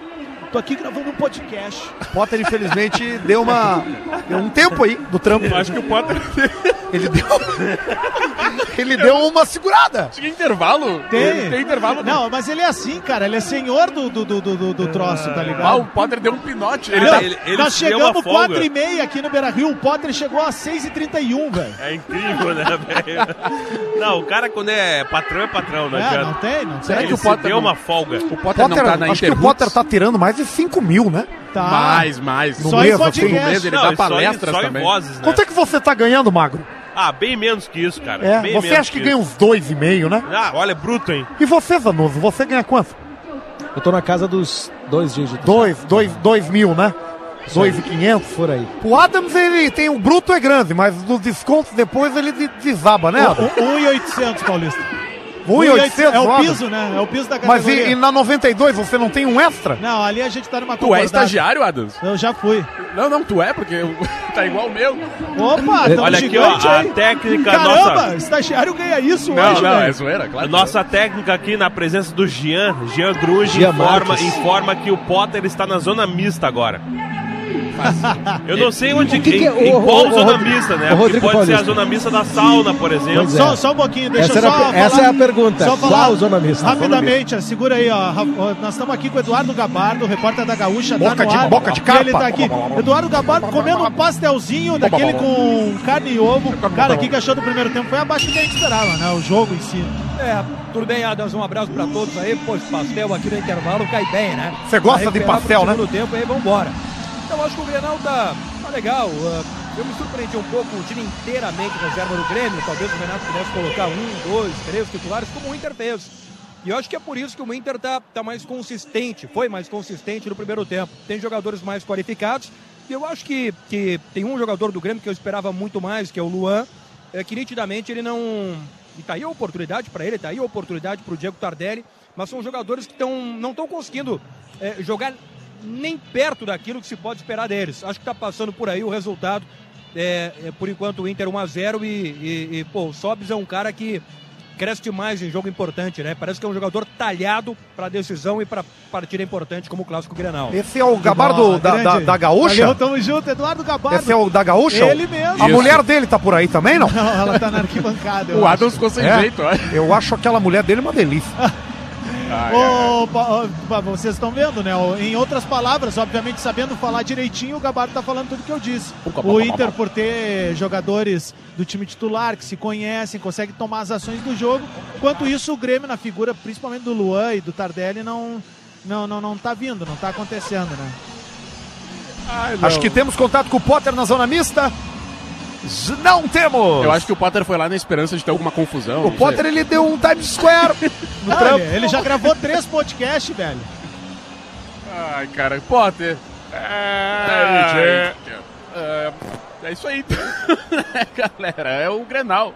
[SPEAKER 4] Tô aqui gravando um podcast.
[SPEAKER 2] Potter, infelizmente, deu uma. Deu um tempo aí do trampo.
[SPEAKER 3] Acho que o Potter
[SPEAKER 2] Ele deu. Ele deu um- uma segurada.
[SPEAKER 3] tinha intervalo. Ele tem intervalo.
[SPEAKER 4] Não, mas ele é assim, cara. Ele é senhor do, do, do, do, do troço, tá ligado?
[SPEAKER 3] Ah, o Potter deu um pinote. Ele
[SPEAKER 6] Não.
[SPEAKER 3] tá-
[SPEAKER 6] ele- ele
[SPEAKER 4] Nós
[SPEAKER 6] deu uma
[SPEAKER 4] chegamos
[SPEAKER 6] folga.
[SPEAKER 4] 4 e meia aqui no Beira Rio, o Potter chegou às 6h31, velho.
[SPEAKER 6] É incrível, né, velho? Não, o cara quando é patrão é patrão, não
[SPEAKER 4] É,
[SPEAKER 6] adianta.
[SPEAKER 4] não tem, não
[SPEAKER 7] Será
[SPEAKER 4] tem.
[SPEAKER 6] Ele
[SPEAKER 7] que o
[SPEAKER 6] se
[SPEAKER 7] Potter
[SPEAKER 6] deu
[SPEAKER 7] não-
[SPEAKER 6] uma folga.
[SPEAKER 7] O Potter, não
[SPEAKER 2] Potter,
[SPEAKER 7] tá na
[SPEAKER 2] acho que o
[SPEAKER 7] Interroots?
[SPEAKER 2] Potter tá tirando mais de 5 mil, né?
[SPEAKER 4] Tá.
[SPEAKER 7] Mais, mais.
[SPEAKER 4] Só
[SPEAKER 2] mês,
[SPEAKER 4] em
[SPEAKER 2] eu
[SPEAKER 7] assim, No mês
[SPEAKER 4] podcast.
[SPEAKER 7] ele
[SPEAKER 6] Não,
[SPEAKER 7] dá
[SPEAKER 6] e só em-
[SPEAKER 7] palestras
[SPEAKER 6] só em
[SPEAKER 7] também.
[SPEAKER 6] vozes, né?
[SPEAKER 2] Quanto é que você tá ganhando, Magro?
[SPEAKER 6] Ah, bem menos que isso, cara.
[SPEAKER 2] É,
[SPEAKER 6] Bem
[SPEAKER 2] você
[SPEAKER 6] menos
[SPEAKER 2] acha que
[SPEAKER 6] isso.
[SPEAKER 2] ganha
[SPEAKER 7] um
[SPEAKER 2] uns 2,5, né?
[SPEAKER 6] Ah, olha, é bruto, hein?
[SPEAKER 2] E você, Zanoso, você ganha quanto?
[SPEAKER 1] Eu tô na casa dos dois dígitos.
[SPEAKER 2] 2, 2, 2 mil, né? 2,500.
[SPEAKER 1] Por aí.
[SPEAKER 2] O Adams, ele tem o bruto é grande, mas nos descontos depois ele de- desaba, né? Adams?
[SPEAKER 4] O- o- 1,800, Paulista.
[SPEAKER 2] 1,800
[SPEAKER 4] É o
[SPEAKER 2] Adams.
[SPEAKER 4] piso, né? É o piso da
[SPEAKER 2] Mas
[SPEAKER 4] categoria.
[SPEAKER 2] e, e na 92 você não tem um extra?
[SPEAKER 4] Não, ali a gente tá numa
[SPEAKER 7] Tu é
[SPEAKER 4] concordata.
[SPEAKER 7] estagiário, Adams?
[SPEAKER 4] Eu já fui.
[SPEAKER 7] Não, não, tu é, porque eu- tá igual o meu.
[SPEAKER 4] Opa, tamo
[SPEAKER 6] Olha aqui, ó,
[SPEAKER 4] gigante
[SPEAKER 6] a
[SPEAKER 4] aí.
[SPEAKER 6] técnica
[SPEAKER 4] Caramba,
[SPEAKER 6] nossa.
[SPEAKER 4] estagiário ganha isso
[SPEAKER 7] Não,
[SPEAKER 4] hoje, né?
[SPEAKER 7] não, é
[SPEAKER 4] velho.
[SPEAKER 7] zoeira, claro.
[SPEAKER 6] A nossa técnica aqui na presença do Jean, Jean Gruge,
[SPEAKER 1] Jean
[SPEAKER 6] informa,
[SPEAKER 1] Marques.
[SPEAKER 6] informa que o Potter está na zona mista agora. Eu não sei onde,
[SPEAKER 1] O que que é?
[SPEAKER 6] em, em
[SPEAKER 1] Ô,
[SPEAKER 6] qual
[SPEAKER 1] ô, ô,
[SPEAKER 6] zona
[SPEAKER 1] Rodrigo-
[SPEAKER 6] mista, né?
[SPEAKER 1] ô,
[SPEAKER 6] Porque
[SPEAKER 1] Rodrigo
[SPEAKER 6] pode ser a
[SPEAKER 1] Paulista.
[SPEAKER 6] zona mista da sauna, por exemplo.
[SPEAKER 1] Pois é.
[SPEAKER 4] Só, só um pouquinho, deixa
[SPEAKER 1] Essa
[SPEAKER 4] eu só
[SPEAKER 1] era a per- essa é a pergunta.
[SPEAKER 4] Só
[SPEAKER 1] Qual
[SPEAKER 4] falar
[SPEAKER 1] zona mista?
[SPEAKER 4] Rapidamente, segura aí, ó. Ra- ó, Nós estamos aqui com o Eduardo Gabardo, repórter da Gaúcha. tá
[SPEAKER 2] Boca
[SPEAKER 4] no
[SPEAKER 2] de-
[SPEAKER 4] ar.
[SPEAKER 2] boca de
[SPEAKER 4] E
[SPEAKER 2] capa.
[SPEAKER 4] Ele tá aqui. Eduardo Gabardo comendo um pastelzinho daquele com carne e ovo. Cara, o que que achou do primeiro tempo? Foi abaixo do que a gente esperava, né? O jogo em si.
[SPEAKER 9] É, tudo bem, Adams? Um abraço pra todos aí. Pô, esse pastel aqui no intervalo cai bem, né?
[SPEAKER 2] Você gosta
[SPEAKER 9] Vai
[SPEAKER 2] de
[SPEAKER 9] recuperar
[SPEAKER 2] pastel,
[SPEAKER 9] pro
[SPEAKER 2] né?
[SPEAKER 9] Segundo tempo aí, vambora. Então, acho que o Grenal tá, tá legal. Ah, eu me surpreendi um pouco, o time inteiramente reserva do Grêmio. Talvez o Renato pudesse colocar um, dois, três titulares, como o Inter fez. E eu acho que é por isso que o Inter tá, tá mais consistente, foi mais consistente no primeiro tempo. Tem jogadores mais qualificados. E eu acho que, que tem um jogador do Grêmio que eu esperava muito mais, que é o Luan é, que nitidamente ele não. E tá aí a oportunidade para ele, tá aí a oportunidade para o Diego Tardelli, mas são jogadores que tão, não estão conseguindo é, jogar nem perto daquilo que se pode esperar deles. Acho que está passando por aí o resultado. É, é, por enquanto o Inter 1x0 e, e, e, pô, o Sobs é um cara que cresce demais em jogo importante, né? Parece que é um jogador talhado para decisão e para partida importante como o Clássico Grenal.
[SPEAKER 2] Esse é o gabardo
[SPEAKER 4] bola,
[SPEAKER 2] da, da,
[SPEAKER 4] grande.
[SPEAKER 2] da
[SPEAKER 4] Valeu,
[SPEAKER 2] Gaúcha?
[SPEAKER 4] tamo junto, Eduardo Gabardo.
[SPEAKER 2] Esse é o da Gaúcha?
[SPEAKER 4] Ele mesmo.
[SPEAKER 2] A mulher dele tá por aí também, não?
[SPEAKER 4] Não, ela tá na arquibancada. eu
[SPEAKER 7] O
[SPEAKER 4] acho.
[SPEAKER 7] Adams ficou sem
[SPEAKER 2] É.
[SPEAKER 7] jeito, olha.
[SPEAKER 2] Eu acho aquela mulher dele uma delícia.
[SPEAKER 4] Ô, pa- ó, pa- vocês estão vendo, né? Ó, Em outras palavras, obviamente sabendo falar direitinho, o Gabardo tá falando tudo que eu disse. O
[SPEAKER 7] tá
[SPEAKER 4] Inter, por ter jogadores do time titular que se conhecem, consegue tomar as ações do jogo. Enquanto isso, o Grêmio, na figura principalmente do Luan e do Tardelli, não, não, não, não tá vindo, não tá acontecendo, né?
[SPEAKER 2] Acho que temos contato com o Potter na zona mista. Z- Não temos!
[SPEAKER 7] Eu acho que o Potter foi lá na esperança de ter alguma confusão.
[SPEAKER 2] O Potter ele deu um Times Square no
[SPEAKER 4] Não,
[SPEAKER 2] trampo.
[SPEAKER 4] ele, ele já gravou três podcasts, velho.
[SPEAKER 7] Ai, cara, Potter. É, é, é isso aí, galera. É o Grenal.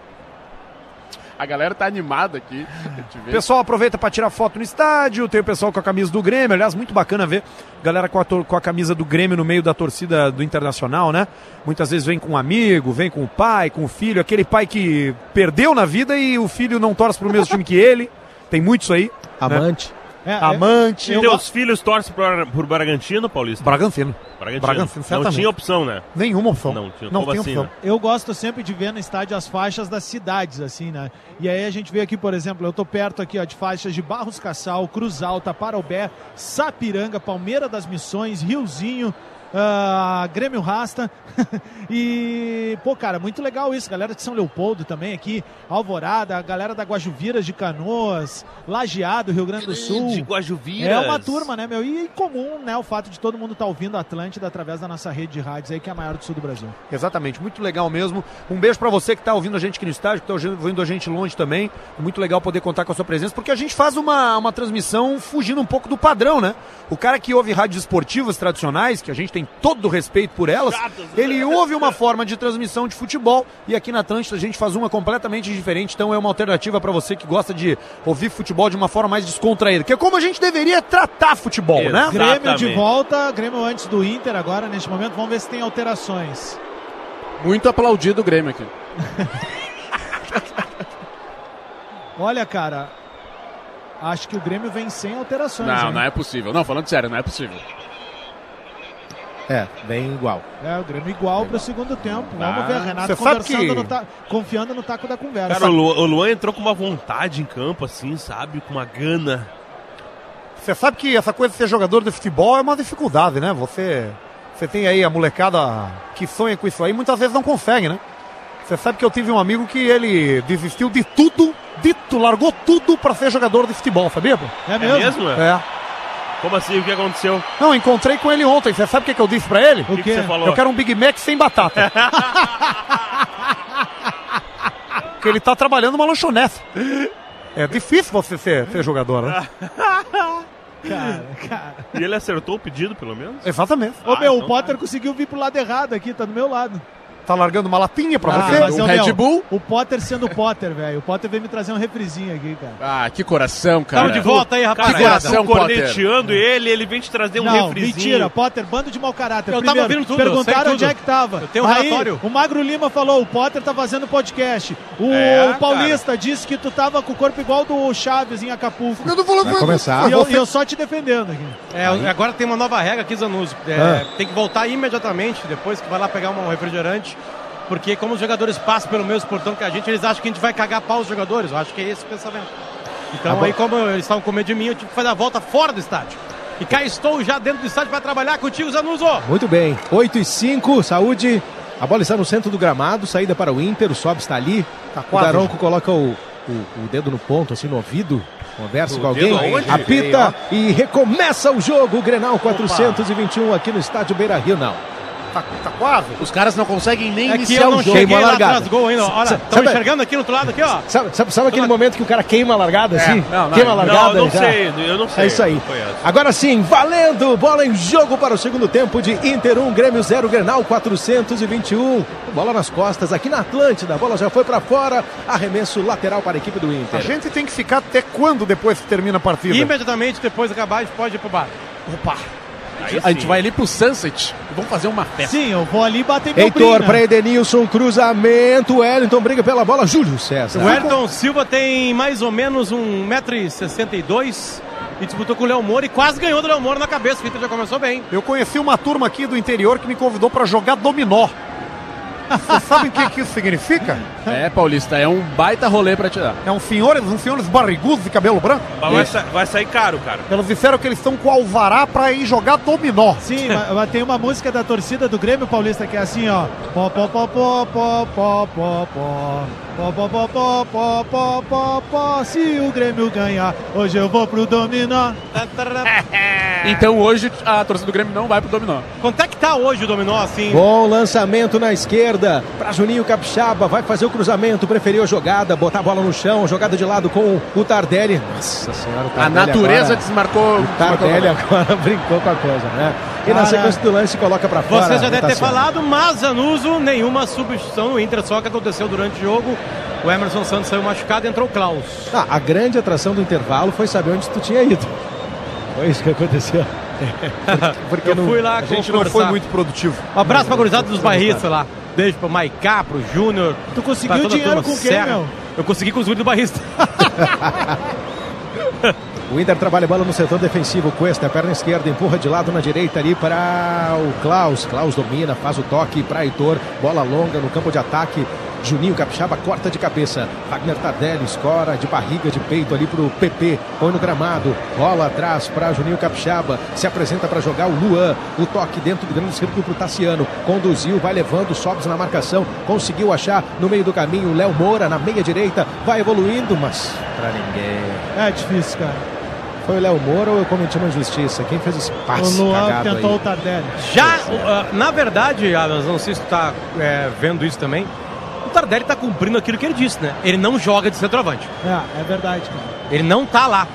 [SPEAKER 7] A galera tá animada aqui. A gente vê.
[SPEAKER 2] Pessoal aproveita pra tirar foto no estádio, tem o pessoal com a camisa do Grêmio, aliás, muito bacana ver galera com a, tor- com a camisa do Grêmio no meio da torcida do Internacional, né? Muitas vezes vem com um amigo, vem com o pai, com o filho, aquele pai que perdeu na vida e o filho não torce pro mesmo time que ele. Tem muito isso aí. né?
[SPEAKER 1] Amante.
[SPEAKER 4] É,
[SPEAKER 2] Amante,
[SPEAKER 4] Eu-
[SPEAKER 6] Teus filhos torcem pro, pro Bragantino, Paulista?
[SPEAKER 2] Bragantino.
[SPEAKER 6] Bragantino.
[SPEAKER 2] Bragantino,
[SPEAKER 6] Não
[SPEAKER 2] certamente.
[SPEAKER 6] tinha opção, né?
[SPEAKER 2] Nenhuma opção.
[SPEAKER 6] Não tinha.
[SPEAKER 2] Não
[SPEAKER 6] Como
[SPEAKER 2] tem
[SPEAKER 6] assim,
[SPEAKER 2] opção.
[SPEAKER 6] né?
[SPEAKER 4] Eu gosto sempre de ver no estádio as faixas das cidades, assim, né? E aí a gente vê aqui, por exemplo, eu tô perto aqui, ó, de faixas de Barros Cassal, Cruz Alta, Parobé, Sapiranga, Palmeira das Missões, Riozinho, ah, Grêmio Rasta. e, pô, cara, muito legal isso. Galera de São Leopoldo também aqui, Alvorada, a galera da Guajuviras de Canoas, Lajeado, Rio Grande do
[SPEAKER 6] De
[SPEAKER 4] Sul.
[SPEAKER 6] Guajuviras.
[SPEAKER 4] É uma turma, né, meu? E comum, né, o fato de todo mundo estar ouvindo a Atlântida através da nossa rede de rádios aí, que é a maior do sul do Brasil.
[SPEAKER 2] Exatamente, muito legal mesmo. Um beijo pra você que tá ouvindo a gente aqui no estádio, que tá ouvindo a gente longe também. É muito legal poder contar com a sua presença, porque a gente faz uma, uma transmissão fugindo um pouco do padrão, né? O cara que ouve rádios esportivas tradicionais, que a gente tem todo o respeito por elas, ele ouve uma forma de transmissão de futebol e aqui na Atlântida a gente faz uma completamente diferente, então é uma alternativa pra você que gosta de ouvir futebol de uma forma mais descontraída, que é como a gente deveria tratar futebol, né?
[SPEAKER 6] Exato.
[SPEAKER 4] Grêmio de
[SPEAKER 6] Exatamente.
[SPEAKER 4] volta, Grêmio antes do Inter agora, neste momento. Vamos ver se tem alterações.
[SPEAKER 7] Muito aplaudido o Grêmio aqui.
[SPEAKER 4] Olha, cara, acho que o Grêmio vem sem alterações.
[SPEAKER 7] Não,
[SPEAKER 4] hein?
[SPEAKER 7] não é possível. Não, falando sério, não é possível.
[SPEAKER 1] É, bem igual.
[SPEAKER 4] é... o Grêmio igual pro segundo tempo. Vamos ver, Renato
[SPEAKER 2] Você sabe
[SPEAKER 4] conversando
[SPEAKER 2] que-
[SPEAKER 4] no ta- confiando no taco da conversa.
[SPEAKER 6] Cara, o Luan, o Luan entrou com uma vontade em campo, assim, sabe? Com uma gana.
[SPEAKER 2] Você sabe que essa coisa de ser jogador de futebol é uma dificuldade, né? Você, você tem aí a molecada que sonha com isso aí, muitas vezes não consegue, né? Você sabe que eu tive um amigo que ele desistiu de tudo, de tu, largou tudo pra ser jogador de futebol, sabia? pô?
[SPEAKER 4] é
[SPEAKER 6] É
[SPEAKER 4] mesmo?
[SPEAKER 6] mesmo? né?
[SPEAKER 2] É.
[SPEAKER 6] Como assim? O que aconteceu?
[SPEAKER 2] Não, encontrei com ele ontem. Você sabe o que, que eu disse pra ele?
[SPEAKER 6] O
[SPEAKER 4] quê?
[SPEAKER 6] que, que você falou?
[SPEAKER 2] Eu quero um Big Mac sem batata. Porque ele tá trabalhando numa lanchonete. É difícil você ser, ser jogador, né?
[SPEAKER 4] Cara, cara.
[SPEAKER 6] E ele acertou o pedido, pelo menos?
[SPEAKER 2] Exatamente.
[SPEAKER 4] Ô,
[SPEAKER 6] Ah,
[SPEAKER 4] meu, o
[SPEAKER 6] então
[SPEAKER 4] Potter conseguiu vir pro lado errado aqui, tá do meu lado.
[SPEAKER 2] Tá largando uma latinha pra
[SPEAKER 4] Ah,
[SPEAKER 2] você?
[SPEAKER 4] mas,
[SPEAKER 7] Um
[SPEAKER 4] ô,
[SPEAKER 7] Red
[SPEAKER 4] meu,
[SPEAKER 7] Bull?
[SPEAKER 4] O Potter sendo o Potter, velho. O Potter veio me trazer um refrizinho aqui, cara.
[SPEAKER 7] Ah, que coração, cara.
[SPEAKER 5] Tamo de volta aí,
[SPEAKER 6] Cara,
[SPEAKER 7] Que
[SPEAKER 5] rapaziada.
[SPEAKER 7] graça.
[SPEAKER 6] estão
[SPEAKER 7] coração, Potter. É.
[SPEAKER 6] corneteando ele, ele vem te trazer um
[SPEAKER 4] não,
[SPEAKER 6] refrizinho.
[SPEAKER 4] mentira, Potter, bando de mau caráter.
[SPEAKER 5] Eu tava
[SPEAKER 4] Primeiro,
[SPEAKER 5] ouvindo tudo, eu
[SPEAKER 4] perguntaram
[SPEAKER 5] sei
[SPEAKER 4] onde
[SPEAKER 5] tudo.
[SPEAKER 4] é que tava.
[SPEAKER 5] Eu tenho um
[SPEAKER 4] Aí,
[SPEAKER 5] relatório.
[SPEAKER 4] O Magro Lima falou, o Potter tá fazendo podcast. O
[SPEAKER 6] É,
[SPEAKER 4] Paulista disse que tu tava com o corpo igual do Chaves em Acapulco.
[SPEAKER 1] Vai começar.
[SPEAKER 4] E eu, e eu só te defendendo aqui.
[SPEAKER 5] É, agora tem uma nova regra aqui, Zanussi. É, Tem que voltar imediatamente, depois que vai lá pegar um refrigerante. Porque como os jogadores passam pelo mesmo portão que a gente, eles acham que a gente vai cagar pau os jogadores. Eu acho que é esse o pensamento. Então aí, como eles estavam com medo de mim, eu tive que fazer a volta fora do estádio. E cá estou já dentro do estádio para trabalhar contigo, Zanuso.
[SPEAKER 1] Muito bem. 8 e 5, saúde. A bola está no centro do gramado, saída para o Inter, o Sob está ali. o
[SPEAKER 6] Tá
[SPEAKER 2] quase
[SPEAKER 1] Daronco coloca o, o, o dedo no ponto, assim, no ouvido. Conversa com alguém,
[SPEAKER 6] dedo aonde?
[SPEAKER 1] apita e recomeça o jogo. O Grenal 421 aqui no estádio Beira Rio, não.
[SPEAKER 2] Tá, tá quase.
[SPEAKER 7] Os caras não conseguem nem
[SPEAKER 5] É que
[SPEAKER 7] iniciar
[SPEAKER 5] eu
[SPEAKER 7] o
[SPEAKER 5] não
[SPEAKER 7] jogo.
[SPEAKER 5] cheguei
[SPEAKER 1] Queimou a
[SPEAKER 5] lá
[SPEAKER 1] largada.
[SPEAKER 5] atrás do gol ainda. ó. Olha,
[SPEAKER 1] Sabe-
[SPEAKER 5] estão enxergando aqui no outro lado, aqui, ó. É.
[SPEAKER 1] Sabe, sabe, sabe aquele momento que o cara queima a largada, assim?
[SPEAKER 7] não, não,
[SPEAKER 1] queima a
[SPEAKER 6] Não,
[SPEAKER 1] largada
[SPEAKER 6] não
[SPEAKER 1] já?
[SPEAKER 6] sei, eu não sei.
[SPEAKER 1] É isso aí.
[SPEAKER 6] Não foi essa.
[SPEAKER 1] Agora sim, valendo! Bola em jogo para o segundo tempo de Inter 1, Grêmio 0, Grenal 421. Bola nas costas aqui na Atlântida. A bola já foi para fora. Arremesso lateral para a equipe do
[SPEAKER 2] A
[SPEAKER 1] Inter.
[SPEAKER 2] gente tem que ficar até quando depois que termina a partida?
[SPEAKER 5] Imediatamente depois de acabar, a gente pode ir pro bar.
[SPEAKER 6] Aí
[SPEAKER 7] A gente
[SPEAKER 6] sim.
[SPEAKER 7] vai ali pro Sunset e vamos fazer uma festa.
[SPEAKER 4] Sim, eu vou ali bater meu
[SPEAKER 1] Heitor
[SPEAKER 4] brinco.
[SPEAKER 1] para Edenilson, cruzamento. Wellington briga pela bola. Júlio César.
[SPEAKER 5] O Ayrton Silva tem mais ou menos 1,62m e disputou com o Léo Moura e quase ganhou do Léo Moura na cabeça. O Inter já começou bem.
[SPEAKER 2] Eu conheci uma turma aqui do interior que me convidou pra jogar dominó. Vocês sabem o que, que isso significa?
[SPEAKER 7] É, Paulista, é um baita rolê pra tirar.
[SPEAKER 2] É um senhores, uns senhores barrigudos de cabelo branco.
[SPEAKER 6] Mas vai, sa- vai sair caro, cara.
[SPEAKER 2] Eles disseram que eles estão com alvará pra ir jogar dominó.
[SPEAKER 4] Sim, mas, mas tem uma música da torcida do Grêmio Paulista que é assim, ó. Pó, pó, pó, pó, pó, pó, pó, pó. Pó, pó, pó, pó, pó, pó, pó, pó. Se o Grêmio ganhar, hoje eu vou pro dominó.
[SPEAKER 7] Então hoje a torcida do Grêmio não vai pro Dominó.
[SPEAKER 5] Quanto é que tá hoje o dominó, assim?
[SPEAKER 1] Bom lançamento na esquerda. esquerda para Juninho Capixaba. Vai fazer o cruzamento, preferiu a jogada, botar a bola no chão, jogada de lado com o Tardelli. Nossa senhora, o
[SPEAKER 7] A
[SPEAKER 1] Tardelli.
[SPEAKER 7] natureza
[SPEAKER 1] agora- tá
[SPEAKER 7] desmarcou.
[SPEAKER 1] O Tardelli agora brincou com a coisa, né? E na
[SPEAKER 5] Cara,
[SPEAKER 1] sequência do lance coloca pra fora.
[SPEAKER 5] Você já
[SPEAKER 1] a
[SPEAKER 5] deve ter
[SPEAKER 1] rotação.
[SPEAKER 5] falado, mas Zanuso, nenhuma substituição no Inter, só que aconteceu durante o jogo. O Emerson Santos saiu machucado, entrou o Klaus.
[SPEAKER 1] Ah, a grande atração do intervalo foi saber onde tu tinha ido. Foi isso que aconteceu. Porque
[SPEAKER 5] Eu
[SPEAKER 1] não-
[SPEAKER 5] fui lá A gente não foi muito
[SPEAKER 2] produtivo.
[SPEAKER 5] Um abraço pra gurizada dos barristas lá. Beijo pro Maiká, pro Júnior.
[SPEAKER 4] Tu conseguiu
[SPEAKER 5] pra toda a
[SPEAKER 4] dinheiro
[SPEAKER 5] turma,
[SPEAKER 4] com quem,
[SPEAKER 5] Serra.
[SPEAKER 4] meu?
[SPEAKER 5] Eu consegui com os guris do barrista.
[SPEAKER 1] O Inter trabalha a bola no setor defensivo. Cuesta, perna esquerda, empurra de lado na direita ali para o Klaus. Klaus domina, faz o toque para Heitor. Bola longa no campo de ataque. Juninho Capixaba corta de cabeça. Wagner Tardelli escora de barriga, de peito ali para o PP. Põe no gramado. Bola atrás para Juninho Capixaba. Se apresenta para jogar o Luan. O toque dentro do grande círculo para o Tassiano. Conduziu, vai levando, sobes na marcação. Conseguiu achar no meio do caminho. Léo Moura na meia direita. Vai evoluindo, mas para ninguém.
[SPEAKER 4] É difícil, cara.
[SPEAKER 1] Foi o Léo Moura ou eu cometi uma injustiça? Quem fez esse passe
[SPEAKER 4] o Luan
[SPEAKER 1] cagado
[SPEAKER 4] tentou
[SPEAKER 1] aí?
[SPEAKER 4] o Tardelli.
[SPEAKER 5] Já, ah, na verdade, Adams, não sei se tu tá é, vendo isso também. O Tardelli tá cumprindo aquilo que ele disse, né? Ele não joga de centroavante.
[SPEAKER 4] É, é verdade, cara.
[SPEAKER 5] Ele não tá lá.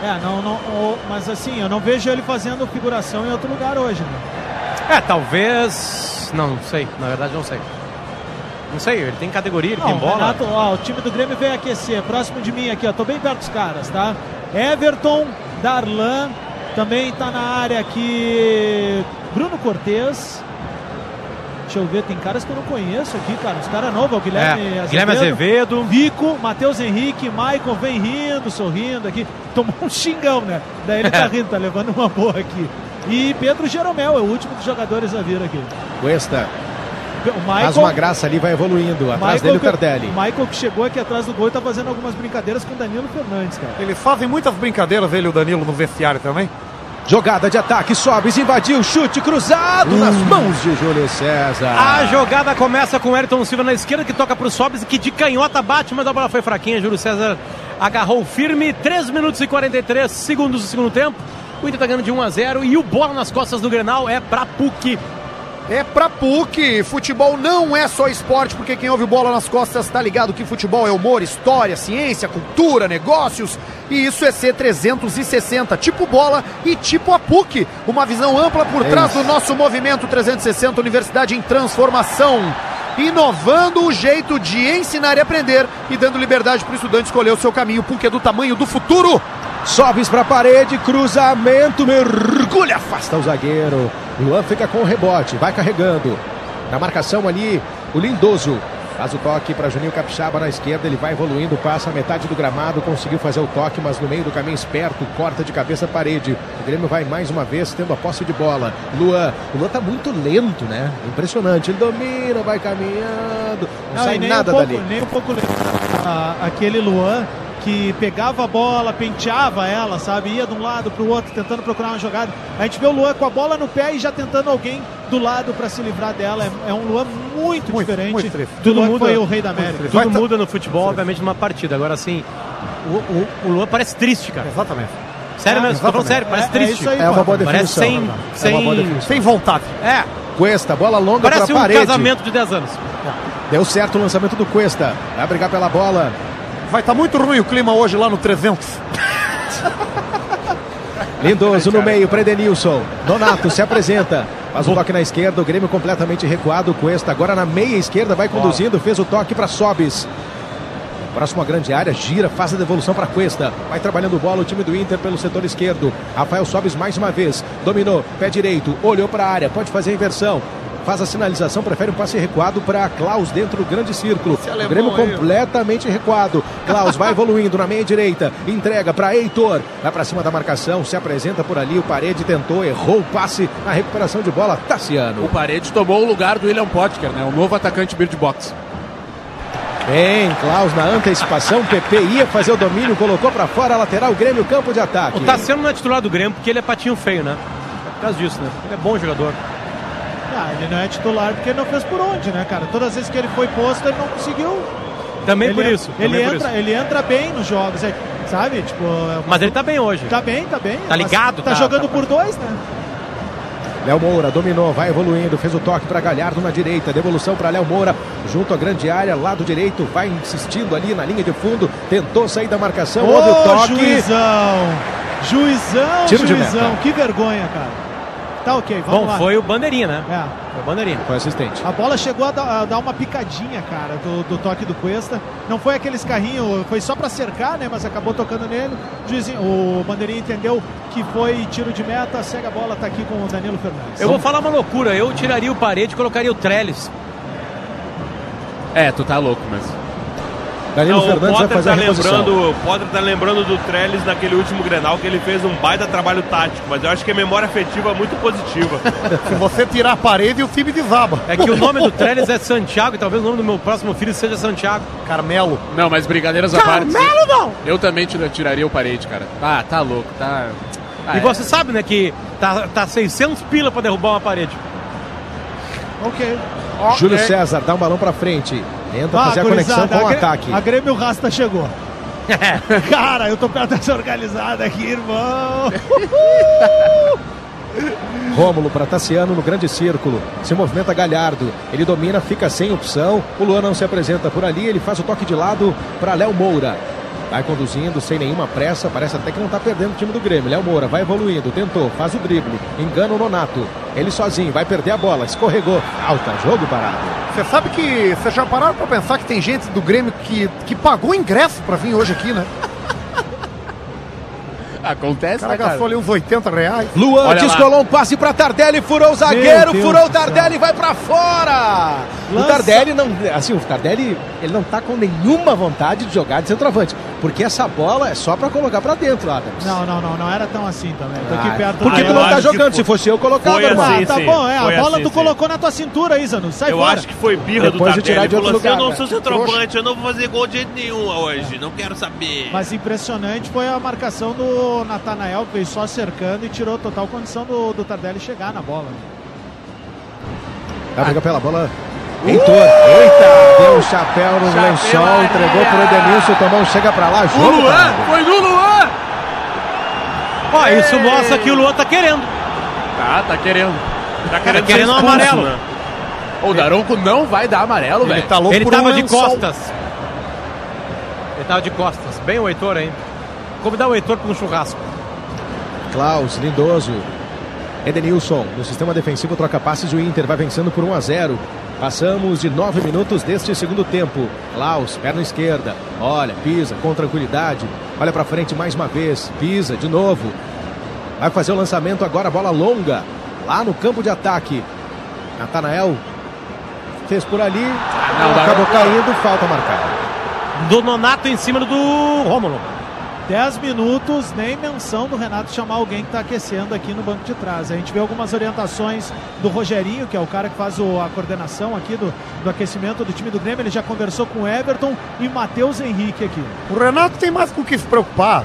[SPEAKER 4] É, não, não, o- mas assim, eu não vejo ele fazendo figuração em outro lugar hoje, né?
[SPEAKER 5] É, talvez. Não, não sei. Na verdade, não sei. Não sei, ele tem categoria, ele
[SPEAKER 4] Não,
[SPEAKER 5] tem
[SPEAKER 4] o
[SPEAKER 5] bola.
[SPEAKER 4] Renato, ó, o time do Grêmio veio aquecer, próximo de mim aqui, ó, tô bem perto dos caras, tá? Everton, Darlan, também tá na área aqui Bruno Cortez. Deixa eu ver, tem caras que eu não conheço aqui, cara. Os caras novos, é o Guilherme
[SPEAKER 5] É, Guilherme Azevedo.
[SPEAKER 4] Vico, Matheus Henrique, Maicon vem rindo, sorrindo aqui. Tomou um xingão, né? Daí ele tá rindo, tá levando uma boa aqui. E Pedro Jeromel é o último dos jogadores a vir aqui.
[SPEAKER 1] Cuesta
[SPEAKER 4] O
[SPEAKER 1] faz uma graça ali, vai evoluindo. Atrás dele o
[SPEAKER 4] que-
[SPEAKER 1] Tardelli.
[SPEAKER 4] o Michael que chegou aqui atrás do gol e tá fazendo algumas brincadeiras com o Danilo Fernandes, cara.
[SPEAKER 2] Eles fazem muitas brincadeiras, ele e o Danilo, no vestiário também.
[SPEAKER 1] Jogada de ataque, sobes, invadiu, chute cruzado nas
[SPEAKER 2] Hum.
[SPEAKER 1] mãos de Júlio César.
[SPEAKER 5] A jogada começa com o Ayrton Silva na esquerda, que toca pro Sobis, que de canhota bate, mas a bola foi fraquinha. Júlio César agarrou firme. 3 minutos e 43 segundos do segundo tempo. O Inter tá ganhando de 1 a 0 e o bola nas costas do Grenal é pra PUC.
[SPEAKER 2] É pra PUC. Futebol não é só esporte, porque quem ouve bola nas costas tá ligado que futebol é humor, história, ciência, cultura, negócios. E isso é C360, tipo bola e tipo a PUC. Uma visão ampla por
[SPEAKER 1] É
[SPEAKER 2] trás
[SPEAKER 1] isso.
[SPEAKER 2] do nosso movimento 360, Universidade em Transformação. Inovando o jeito de ensinar e aprender e dando liberdade para o estudante escolher o seu caminho. PUC é do tamanho do futuro.
[SPEAKER 1] Sobes pra parede, cruzamento, mergulha, afasta o zagueiro. Luan fica com o rebote, vai carregando. Na marcação ali, o Lindoso. Faz o toque para Juninho Capixaba na esquerda, ele vai evoluindo, passa a metade do gramado, conseguiu fazer o toque, mas no meio do caminho esperto, corta de cabeça a parede. O Grêmio vai mais uma vez tendo a posse de bola. Luan, o Luan tá muito lento, né? Impressionante. Ele domina, vai caminhando, não, sai
[SPEAKER 4] e nem
[SPEAKER 1] nada
[SPEAKER 4] um pouco,
[SPEAKER 1] dali.
[SPEAKER 4] Nem um pouco Ah, aquele Luan que pegava a bola, penteava ela, sabe? Ia de um lado pro outro tentando procurar uma jogada. A gente vê o Luan com a bola no pé e já tentando alguém do lado pra se livrar dela. É, é um Luan muito,
[SPEAKER 2] Muito,
[SPEAKER 4] diferente
[SPEAKER 2] muito triste.
[SPEAKER 4] do Luan que
[SPEAKER 5] Muito
[SPEAKER 4] foi
[SPEAKER 5] triste.
[SPEAKER 4] o rei da América.
[SPEAKER 5] Tudo muda no futebol, obviamente, numa partida. Agora, assim, o, o, o Luan parece triste, cara.
[SPEAKER 2] Exatamente.
[SPEAKER 5] Sério mesmo, tô falando
[SPEAKER 1] exatamente.
[SPEAKER 5] sério, parece
[SPEAKER 4] É- é
[SPEAKER 5] triste.
[SPEAKER 4] isso aí,
[SPEAKER 1] É uma boa
[SPEAKER 5] Parece
[SPEAKER 1] definição.
[SPEAKER 5] sem-
[SPEAKER 1] É uma boa
[SPEAKER 5] sem-
[SPEAKER 1] definição.
[SPEAKER 2] Sem vontade.
[SPEAKER 5] É,
[SPEAKER 1] Cuesta, bola longa para
[SPEAKER 5] parece um
[SPEAKER 1] parede.
[SPEAKER 5] casamento de 10 anos.
[SPEAKER 1] Deu certo o lançamento do Cuesta. Vai brigar pela bola.
[SPEAKER 2] Vai estar muito ruim o clima hoje lá no 300.
[SPEAKER 1] Lindoso no meio para Edenilson. Donato se apresenta. Faz o toque na esquerda. O Grêmio completamente recuado. Cuesta agora na meia esquerda vai conduzindo. Fez o toque para Sobis. Próximo à grande área, gira, faz a devolução para Cuesta. Vai trabalhando bola o time do Inter pelo setor esquerdo. Rafael Sobis mais uma vez. Dominou, pé direito, olhou para a área, pode fazer a inversão. Faz a sinalização, prefere um passe recuado para Klaus dentro do grande círculo. O Grêmio completamente recuado. Klaus vai evoluindo na meia direita, entrega para Heitor. Vai para cima da marcação, se apresenta por ali. O Parede tentou, errou o passe na recuperação de bola. tá Tassiano.
[SPEAKER 7] O Paredes tomou o lugar do William Potker, né? O novo atacante Bird Box.
[SPEAKER 1] Bem, Klaus na antecipação. PP ia fazer o domínio, colocou para fora a lateral. Grêmio, campo de ataque.
[SPEAKER 5] O Tassiano não é titular do Grêmio porque ele é patinho feio, né? É por causa disso, né? Ele é bom jogador.
[SPEAKER 4] Ah, ele não é titular porque ele não fez por onde, né, cara? Todas as vezes que ele foi posto, ele não conseguiu.
[SPEAKER 5] Também
[SPEAKER 4] ele
[SPEAKER 5] por
[SPEAKER 4] en-
[SPEAKER 5] isso.
[SPEAKER 4] Ele
[SPEAKER 5] também por
[SPEAKER 4] entra,
[SPEAKER 5] isso.
[SPEAKER 4] ele entra bem nos jogos, é- sabe? Tipo, é uma
[SPEAKER 5] Mas ele tá bem hoje.
[SPEAKER 4] Tá bem, tá bem.
[SPEAKER 5] Tá ligado,
[SPEAKER 4] Mas tá,
[SPEAKER 5] tá-
[SPEAKER 4] jogando
[SPEAKER 5] tá-
[SPEAKER 4] por dois, né?
[SPEAKER 1] Léo Moura dominou, vai evoluindo, fez o toque para Galhardo na direita, devolução para Léo Moura, junto à grande área, lado direito, vai insistindo ali na linha de fundo, tentou sair da marcação, houve o
[SPEAKER 4] Ô,
[SPEAKER 1] um toque.
[SPEAKER 4] juizão! Juizão,
[SPEAKER 1] Tiro de
[SPEAKER 4] juizão,
[SPEAKER 1] meta.
[SPEAKER 4] que vergonha, cara. Tá ok, vamos
[SPEAKER 5] Bom,
[SPEAKER 4] lá.
[SPEAKER 5] foi o bandeirinha, né?
[SPEAKER 4] É.
[SPEAKER 5] Foi o bandeirinha.
[SPEAKER 1] Foi assistente.
[SPEAKER 4] A bola chegou a dar, a dar uma picadinha, cara, do, do toque do Cuesta. Não foi aqueles carrinhos, foi só pra cercar, né? Mas acabou tocando nele. Juizinho, o bandeirinha entendeu que foi tiro de meta, segue a bola, tá aqui com o Danilo Fernandes.
[SPEAKER 5] Eu vou falar uma loucura, eu tiraria o parede e colocaria o Trellis.
[SPEAKER 3] É, tu tá louco, mas.
[SPEAKER 1] Danilo
[SPEAKER 6] Não, o
[SPEAKER 1] Fernandes vai
[SPEAKER 6] Potter
[SPEAKER 1] fazer
[SPEAKER 6] tá,
[SPEAKER 1] a reposição.
[SPEAKER 6] lembrando, o Potter tá lembrando do Trellis naquele último Grenal que ele fez um baita trabalho tático, mas eu acho que a memória afetiva é muito positiva.
[SPEAKER 2] Se você tirar a parede, o time desaba.
[SPEAKER 5] É que o nome do Trellis é Santiago e talvez o nome do meu próximo filho seja Santiago.
[SPEAKER 2] Carmelo.
[SPEAKER 3] Não, mas brigadeiras à parte. Carmelo não! Eu também tira- tiraria o parede, cara. Tá, tá louco, tá. Ah,
[SPEAKER 5] e
[SPEAKER 3] é.
[SPEAKER 5] você sabe, né, que tá, tá 600 pila pra derrubar uma parede.
[SPEAKER 4] Ok. Ah,
[SPEAKER 1] Júlio César dá um balão para frente, tenta fazer a conexão
[SPEAKER 4] É. gurizada,
[SPEAKER 1] com o
[SPEAKER 4] a Gre-
[SPEAKER 1] ataque.
[SPEAKER 4] A Grêmio Rasta chegou. Cara, eu tô perto dessa organizada aqui, irmão.
[SPEAKER 1] Rômulo para Tassiano no grande círculo. Se movimenta Galhardo. Ele domina, fica sem opção. O Luan não se apresenta por ali. Ele faz o toque de lado para Léo Moura. Vai conduzindo sem nenhuma pressa. Parece até que não está perdendo o time do Grêmio. Léo Moura vai evoluindo. Tentou, faz o drible. Engana o Nonato. Ele sozinho vai perder a bola. Escorregou. Alta, jogo parado.
[SPEAKER 2] Você sabe que vocês já pararam pra pensar que tem gente do Grêmio que, que pagou ingresso pra vir hoje aqui, né? O
[SPEAKER 3] Acontece,
[SPEAKER 2] cara
[SPEAKER 3] né, cara?
[SPEAKER 2] gastou ali uns 80 reais.
[SPEAKER 1] Luan
[SPEAKER 3] Olha lá.
[SPEAKER 1] descolou um passe para Tardelli. Furou o zagueiro.
[SPEAKER 4] Deus
[SPEAKER 1] Furou o
[SPEAKER 4] do céu.
[SPEAKER 1] Tardelli. Vai para fora. O
[SPEAKER 4] Lança-
[SPEAKER 1] Tardelli não. Assim, o Tardelli ele não tá com nenhuma vontade de jogar de centroavante. Porque essa bola é só para colocar para dentro, Adams.
[SPEAKER 4] Não, não, não, não era tão assim também. Tô aqui
[SPEAKER 1] Ah,
[SPEAKER 4] perto
[SPEAKER 1] Porque
[SPEAKER 6] Ah,
[SPEAKER 4] da-
[SPEAKER 1] tu não
[SPEAKER 6] eu
[SPEAKER 1] tá
[SPEAKER 6] acho
[SPEAKER 1] jogando.
[SPEAKER 6] que
[SPEAKER 1] Se fosse eu, colocava,
[SPEAKER 6] foi
[SPEAKER 1] irmão.
[SPEAKER 6] assim.
[SPEAKER 4] Ah, tá bom, é.
[SPEAKER 6] Foi
[SPEAKER 4] A bola
[SPEAKER 6] assim,
[SPEAKER 4] tu
[SPEAKER 6] sim.
[SPEAKER 4] colocou na tua cintura aí, Zanu. Sai
[SPEAKER 6] Eu
[SPEAKER 4] fora.
[SPEAKER 6] acho que foi birra
[SPEAKER 1] Depois de
[SPEAKER 6] do
[SPEAKER 1] tirar
[SPEAKER 6] Tardelli.
[SPEAKER 1] de
[SPEAKER 6] Ele falou
[SPEAKER 1] outro
[SPEAKER 6] assim, eu
[SPEAKER 1] lugar,
[SPEAKER 6] não
[SPEAKER 1] né?
[SPEAKER 6] sou centroavante, eu não vou fazer gol de jeito nenhum hoje, não quero saber.
[SPEAKER 4] Mas impressionante foi a marcação do Natanael, que veio só cercando e tirou total condição do, do Tardelli chegar na bola. né?
[SPEAKER 1] A briga pela bola.
[SPEAKER 4] Uh!
[SPEAKER 1] Heitor. Eita! Deu um chapéu no lençol, entregou pro Edenilson. Tomão chega pra lá,
[SPEAKER 3] O
[SPEAKER 1] jogo.
[SPEAKER 3] Luan!
[SPEAKER 1] cara.
[SPEAKER 3] Foi do Luan!
[SPEAKER 5] Ó, isso mostra que o Luan tá querendo.
[SPEAKER 7] Ah,
[SPEAKER 3] Tá, tá querendo.
[SPEAKER 6] Tá
[SPEAKER 5] Cara,
[SPEAKER 6] ser
[SPEAKER 5] querendo um
[SPEAKER 6] expulso,
[SPEAKER 5] amarelo.
[SPEAKER 6] né?
[SPEAKER 7] O Daronco não vai dar amarelo, velho.
[SPEAKER 2] tá
[SPEAKER 5] Ele
[SPEAKER 2] por
[SPEAKER 5] tava
[SPEAKER 2] um
[SPEAKER 5] de
[SPEAKER 2] lençol.
[SPEAKER 5] costas. Ele tava de costas. Bem o Heitor, hein? Convidar o Heitor pra um churrasco.
[SPEAKER 1] Klaus, lindoso. Edenilson, no sistema defensivo, troca passes. O Inter vai vencendo por 1 a 0. Passamos de nove minutos deste segundo tempo. Klaus, perna esquerda. Olha, pisa com tranquilidade. Olha pra frente mais uma vez. Pisa de novo. Vai fazer o lançamento agora, bola longa. Lá no campo de ataque. Natanael fez por ali.
[SPEAKER 3] Ah, não, dá-
[SPEAKER 1] acabou caindo, falta marcada.
[SPEAKER 5] Do Nonato em cima do Rômulo.
[SPEAKER 4] 10 minutos, nem menção do Renato chamar alguém que está aquecendo aqui no banco de trás. A gente vê algumas orientações do Rogerinho, que é o cara que faz o- a coordenação aqui do, do aquecimento do time do Grêmio. Ele já conversou com o Everton e Matheus Henrique aqui.
[SPEAKER 2] O Renato tem mais com o que se preocupar.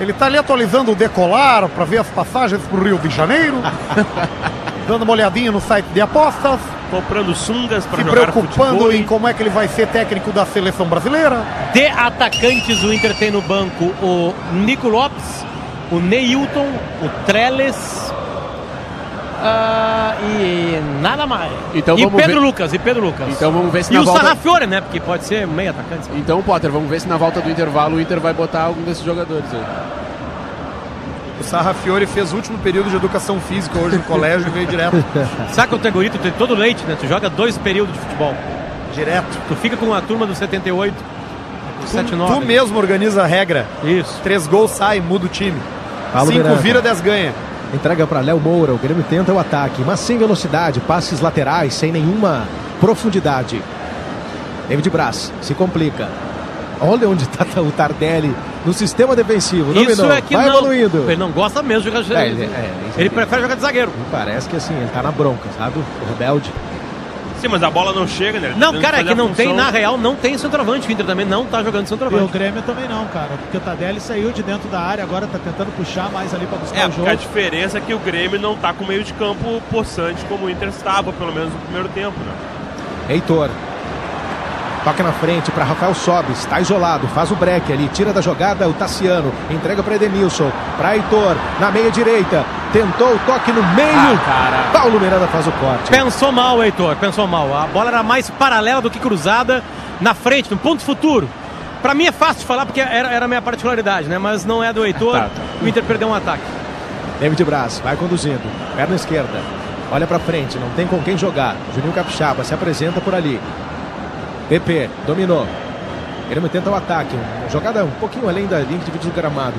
[SPEAKER 2] Ele tá ali atualizando o decolar pra ver as passagens pro Rio de Janeiro. dando uma olhadinha no site de apostas.
[SPEAKER 6] Comprando sungas pra
[SPEAKER 2] se
[SPEAKER 6] jogar
[SPEAKER 2] preocupando
[SPEAKER 6] futebol.
[SPEAKER 2] em como é que ele vai ser técnico da seleção brasileira.
[SPEAKER 5] De atacantes, o Inter tem no banco o Nico Lopes, o Neilton, o Trellis. ah, e nada mais.
[SPEAKER 7] Então
[SPEAKER 5] e
[SPEAKER 7] vamos
[SPEAKER 5] Pedro
[SPEAKER 7] ver-
[SPEAKER 5] Lucas, e Pedro Lucas.
[SPEAKER 7] Então vamos ver se
[SPEAKER 5] e
[SPEAKER 7] na
[SPEAKER 5] o
[SPEAKER 7] volta-
[SPEAKER 5] Sarrafiore, né? Porque pode ser meio atacante.
[SPEAKER 7] Então, Potter, vamos ver se na volta do intervalo o Inter vai botar algum desses jogadores aí.
[SPEAKER 10] O Sarra Fiore fez o último período de educação física hoje no colégio e veio direto.
[SPEAKER 5] Saca o Tegorito, é tem todo leite, né? Tu joga dois períodos de futebol.
[SPEAKER 2] Direto.
[SPEAKER 5] Tu fica com a turma do 78, do 79.
[SPEAKER 10] tu mesmo organiza a regra.
[SPEAKER 5] Isso.
[SPEAKER 10] Três gols sai, muda o time.
[SPEAKER 1] Paulo
[SPEAKER 10] Cinco
[SPEAKER 1] Miranda.
[SPEAKER 10] vira, dez ganha.
[SPEAKER 1] Entrega para Léo Moura. O Grêmio tenta o ataque, mas sem velocidade, passes laterais, sem nenhuma profundidade. David Braz se complica. Olha onde está o Tardelli no sistema defensivo.
[SPEAKER 5] Isso
[SPEAKER 1] dominou,
[SPEAKER 5] é que
[SPEAKER 1] vai
[SPEAKER 5] não.
[SPEAKER 1] evoluindo.
[SPEAKER 5] Ele não gosta mesmo de jogar.
[SPEAKER 1] É,
[SPEAKER 5] ele
[SPEAKER 1] ele- é, isso
[SPEAKER 5] ele
[SPEAKER 1] aí.
[SPEAKER 5] prefere jogar de zagueiro.
[SPEAKER 1] Parece que assim, ele tá na bronca, sabe? O rebelde.
[SPEAKER 6] Sim, mas a bola não chega, né? Ele tá
[SPEAKER 5] Não,
[SPEAKER 6] tentando
[SPEAKER 5] cara, é
[SPEAKER 6] fazer
[SPEAKER 5] que
[SPEAKER 6] a
[SPEAKER 5] não tem,
[SPEAKER 6] função.
[SPEAKER 5] na real, não tem centroavante. O Inter também não tá jogando
[SPEAKER 4] E o
[SPEAKER 5] centroavante.
[SPEAKER 4] Grêmio também não, cara, porque o Tardelli saiu de dentro da área, agora tá tentando puxar mais ali para buscar
[SPEAKER 6] É,
[SPEAKER 4] o
[SPEAKER 6] porque
[SPEAKER 4] jogo.
[SPEAKER 6] a diferença é que o Grêmio não tá com meio de campo possante como o Inter estava, pelo menos no primeiro tempo, né?
[SPEAKER 1] Heitor. Toca na frente para Rafael Sobes, está isolado, faz o break ali, tira da jogada o Tassiano, entrega para Edenilson, para Heitor, na meia direita, tentou o toque no
[SPEAKER 5] Ah,
[SPEAKER 1] meio. Paulo Miranda faz o corte.
[SPEAKER 5] Pensou mal, Heitor, pensou mal. A bola era mais paralela do que cruzada na frente, no ponto futuro. Pra mim é fácil de falar porque era, era a minha particularidade, né? Mas não é do Heitor.
[SPEAKER 1] Tá, tá.
[SPEAKER 5] O Inter perdeu um ataque.
[SPEAKER 1] David Braz vai conduzindo, perna esquerda, olha pra frente, não tem com quem jogar. Juninho Capixaba se apresenta por ali. PP dominou. Grêmio tenta o ataque, uma jogada um pouquinho além da linha de vídeo do gramado.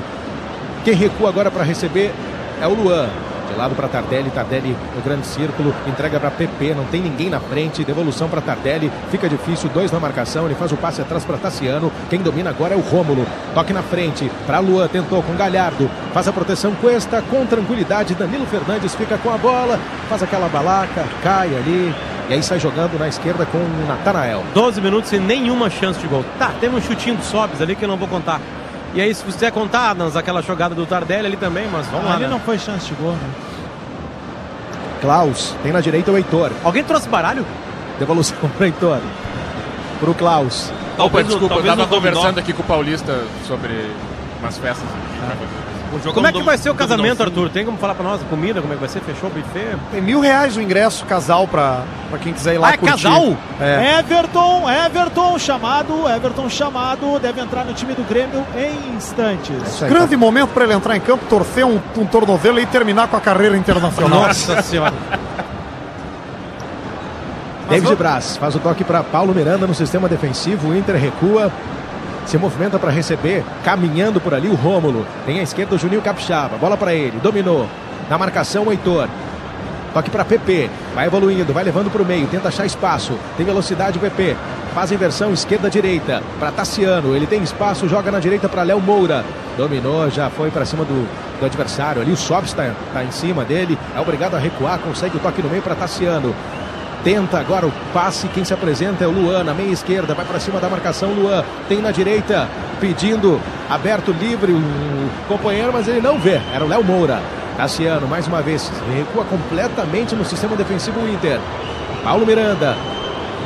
[SPEAKER 1] Quem recua agora pra receber é o Luan. De lado pra Tardelli, Tardelli no grande círculo, entrega pra PP, não tem ninguém na frente, devolução pra Tardelli, fica difícil, dois na marcação, ele faz o passe atrás pra Tassiano, quem domina agora é o Rômulo, toque na frente, pra Luan, tentou com Galhardo, faz a proteção Cuesta, com tranquilidade, Danilo Fernandes fica com a bola, faz aquela balaca, cai ali, e aí sai jogando na esquerda com o Natanael.
[SPEAKER 5] 12 minutos e nenhuma chance de gol. Tá, teve um chutinho do Sobs ali que eu não vou contar. E aí, se você quiser contar, Adams, aquela jogada do Tardelli ali também, mas vamos lá.
[SPEAKER 4] Ali
[SPEAKER 5] né?
[SPEAKER 4] não foi chance de gol, né?
[SPEAKER 1] Klaus, tem na direita o Heitor.
[SPEAKER 5] Alguém trouxe baralho?
[SPEAKER 1] Devolução pro Heitor. Pro Klaus.
[SPEAKER 3] Opa,
[SPEAKER 6] Talvez o-
[SPEAKER 3] desculpa, eu
[SPEAKER 6] talvez
[SPEAKER 3] tava
[SPEAKER 6] o dominó.
[SPEAKER 3] conversando aqui com o Paulista sobre umas festas.
[SPEAKER 5] Como é que vai ser o casamento, Arthur? Tem como falar pra nós? Comida, como é que vai ser? Fechou o buffet?
[SPEAKER 2] Tem mil reais o ingresso casal pra, pra quem quiser ir lá
[SPEAKER 5] Ah, é
[SPEAKER 2] curtir.
[SPEAKER 5] casal?
[SPEAKER 2] É.
[SPEAKER 4] Everton, Everton chamado, Everton chamado, deve entrar no time do Grêmio em
[SPEAKER 2] É
[SPEAKER 4] instantes.
[SPEAKER 2] Grande momento pra ele entrar em campo, torcer um, um tornozelo e terminar com a carreira internacional.
[SPEAKER 5] Nossa senhora.
[SPEAKER 1] David Braz faz o toque para Paulo Miranda no sistema defensivo. O Inter recua, se movimenta para receber, caminhando por ali o Rômulo. Tem à esquerda o Juninho Capixaba, bola para ele, dominou. Na marcação o Heitor. Toque para PP, vai evoluindo, vai levando para o meio, tenta achar espaço, tem velocidade o PP, faz a inversão esquerda-direita para Tassiano, ele tem espaço, joga na direita para Léo Moura, dominou, já foi para cima do, do adversário ali, o Sobs está em cima dele, é obrigado a recuar, consegue o toque no meio para Tassiano, Tenta agora o passe. Quem se apresenta é o Luan, na meia esquerda. Vai para cima da marcação. Luan tem na direita, pedindo aberto, livre o companheiro, mas ele não vê. Era o Léo Moura. Cassiano, mais uma vez, recua completamente no sistema defensivo do Inter. Paulo Miranda.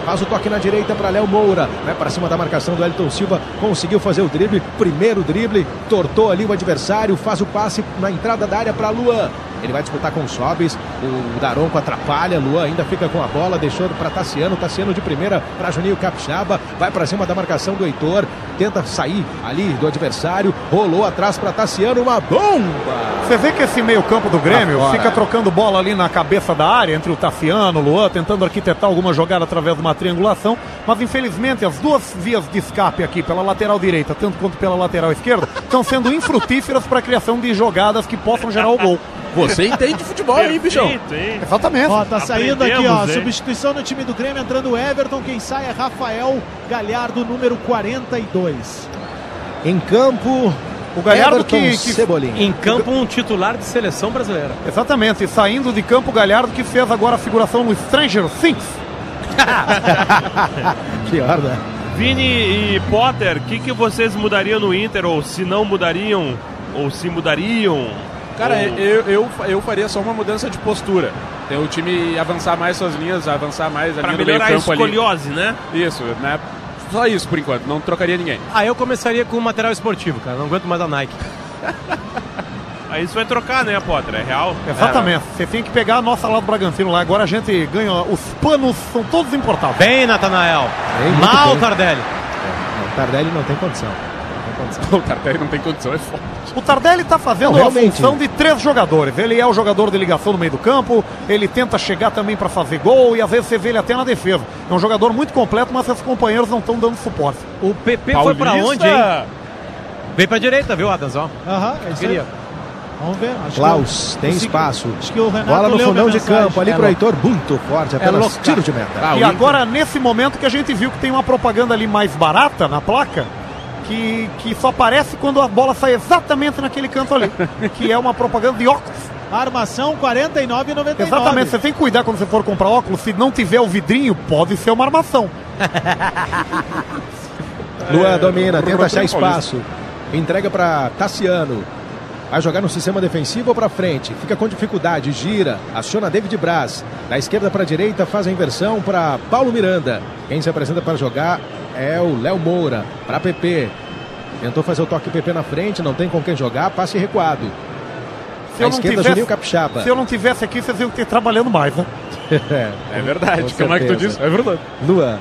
[SPEAKER 1] Faz o toque na direita para Léo Moura. Vai para cima da marcação do Elton Silva. Conseguiu fazer o drible. Primeiro drible. Tortou ali o adversário. Faz o passe na entrada da área para Luan. Ele vai disputar com o Sobis. O Daronco atrapalha. Luan ainda fica com a bola. Deixou para Tassiano. Tassiano de primeira para Juninho Capixaba. Vai para cima da marcação do Heitor. Tenta sair ali do adversário. Rolou atrás para Tassiano. Uma bomba!
[SPEAKER 2] Você vê que esse meio-campo do Grêmio
[SPEAKER 1] Pra fora.
[SPEAKER 2] fica trocando bola ali na cabeça da área, entre o Tassiano, o Luan, tentando arquitetar alguma jogada através de uma triangulação, mas infelizmente as duas vias de escape aqui, pela lateral direita, tanto quanto pela lateral esquerda, estão sendo infrutíferas para a criação de jogadas que possam gerar o gol.
[SPEAKER 7] Você entende de futebol aí, bichão.
[SPEAKER 6] Perfeito, hein?
[SPEAKER 2] Exatamente.
[SPEAKER 4] Ó, tá saindo aqui, ó.
[SPEAKER 6] Aprendemos, hein?
[SPEAKER 4] Substituição no time do Grêmio, entrando o Everton. Quem sai é Rafael Galhardo, número 42.
[SPEAKER 1] Em campo,
[SPEAKER 2] O Galhardo
[SPEAKER 1] Everton
[SPEAKER 2] que- que
[SPEAKER 1] Cebolinha.
[SPEAKER 5] em campo, um titular de seleção brasileira.
[SPEAKER 2] Exatamente, e saindo de campo o Galhardo que fez agora a figuração no Stranger Things.
[SPEAKER 1] Pior, né?
[SPEAKER 6] Vini e Potter, o que, que vocês mudariam no Inter? Ou se não mudariam? Ou se mudariam?
[SPEAKER 7] Cara,
[SPEAKER 6] ou...
[SPEAKER 7] eu, eu, eu faria só uma mudança de postura. Tem o time avançar mais suas linhas, avançar mais a
[SPEAKER 6] Pra
[SPEAKER 7] linha do meio
[SPEAKER 6] melhorar a
[SPEAKER 7] campo ali.
[SPEAKER 6] escoliose, né?
[SPEAKER 7] Isso, né? Só isso por enquanto, não trocaria ninguém.
[SPEAKER 5] Ah, eu começaria com material esportivo, cara. Não aguento mais a Nike.
[SPEAKER 6] Aí isso vai trocar, né, Potter? É real?
[SPEAKER 2] Exatamente. Você tem que pegar a nossa lá do Bragantino lá. Agora a gente ganha. Os panos são todos importados.
[SPEAKER 5] Bem, Natanael.
[SPEAKER 1] Bem, muito
[SPEAKER 5] Mal,
[SPEAKER 1] bem. É,
[SPEAKER 5] Tardelli.
[SPEAKER 1] O Tardelli não tem condição. Não tem condição.
[SPEAKER 7] O Tardelli não tem condição, é foda.
[SPEAKER 2] O Tardelli tá fazendo
[SPEAKER 1] Não,
[SPEAKER 2] a
[SPEAKER 1] realmente.
[SPEAKER 2] função de três jogadores. Ele é o jogador de ligação no meio do campo, ele tenta chegar também pra fazer gol e às vezes você vê ele até na defesa. É um jogador muito completo, mas seus companheiros não estão dando suporte.
[SPEAKER 5] O PP foi pra onde, hein? Veio pra direita, viu, Adams? Ó.
[SPEAKER 4] Aham, é isso aí.
[SPEAKER 5] Queria.
[SPEAKER 4] Vamos ver. Acho que
[SPEAKER 1] Klaus
[SPEAKER 4] eu-
[SPEAKER 1] tem
[SPEAKER 4] eu sei-
[SPEAKER 1] espaço.
[SPEAKER 4] Acho que o Renato
[SPEAKER 1] Bola no
[SPEAKER 4] leu minha
[SPEAKER 1] fundão de
[SPEAKER 4] mensagem.
[SPEAKER 1] campo, ali
[SPEAKER 4] É
[SPEAKER 1] pro
[SPEAKER 4] louco. É Ah,
[SPEAKER 1] Heitor, muito forte, apenas
[SPEAKER 5] louco,
[SPEAKER 1] tiro de meta.
[SPEAKER 2] e agora, nesse momento que a gente viu que tem uma propaganda ali mais barata na placa, que, que só aparece quando a bola sai exatamente naquele canto ali, que é uma propaganda de óculos.
[SPEAKER 4] Armação 49,99.
[SPEAKER 2] Exatamente, você tem que cuidar quando você for comprar óculos, se não tiver o vidrinho, pode ser uma armação.
[SPEAKER 1] Luan domina, tenta
[SPEAKER 7] Rodrigo
[SPEAKER 1] achar espaço. Entrega para Tassiano. Vai jogar no sistema defensivo ou para frente? Fica com dificuldade, gira, aciona David Braz. Da esquerda para a direita, faz a inversão para Paulo Miranda. Quem se apresenta para jogar é o Léo Moura, para PP. Tentou fazer o toque PP na frente, não tem com quem jogar, passe recuado.
[SPEAKER 2] Se
[SPEAKER 1] à
[SPEAKER 2] eu não
[SPEAKER 1] esquerda,
[SPEAKER 2] tivesse-
[SPEAKER 1] Juninho Capixaba.
[SPEAKER 2] Se eu não tivesse aqui, vocês iam ter trabalhando mais, né?
[SPEAKER 1] É,
[SPEAKER 3] É verdade,
[SPEAKER 1] Com
[SPEAKER 3] como é que tu
[SPEAKER 1] certeza.
[SPEAKER 3] disse? É verdade.
[SPEAKER 1] Luan.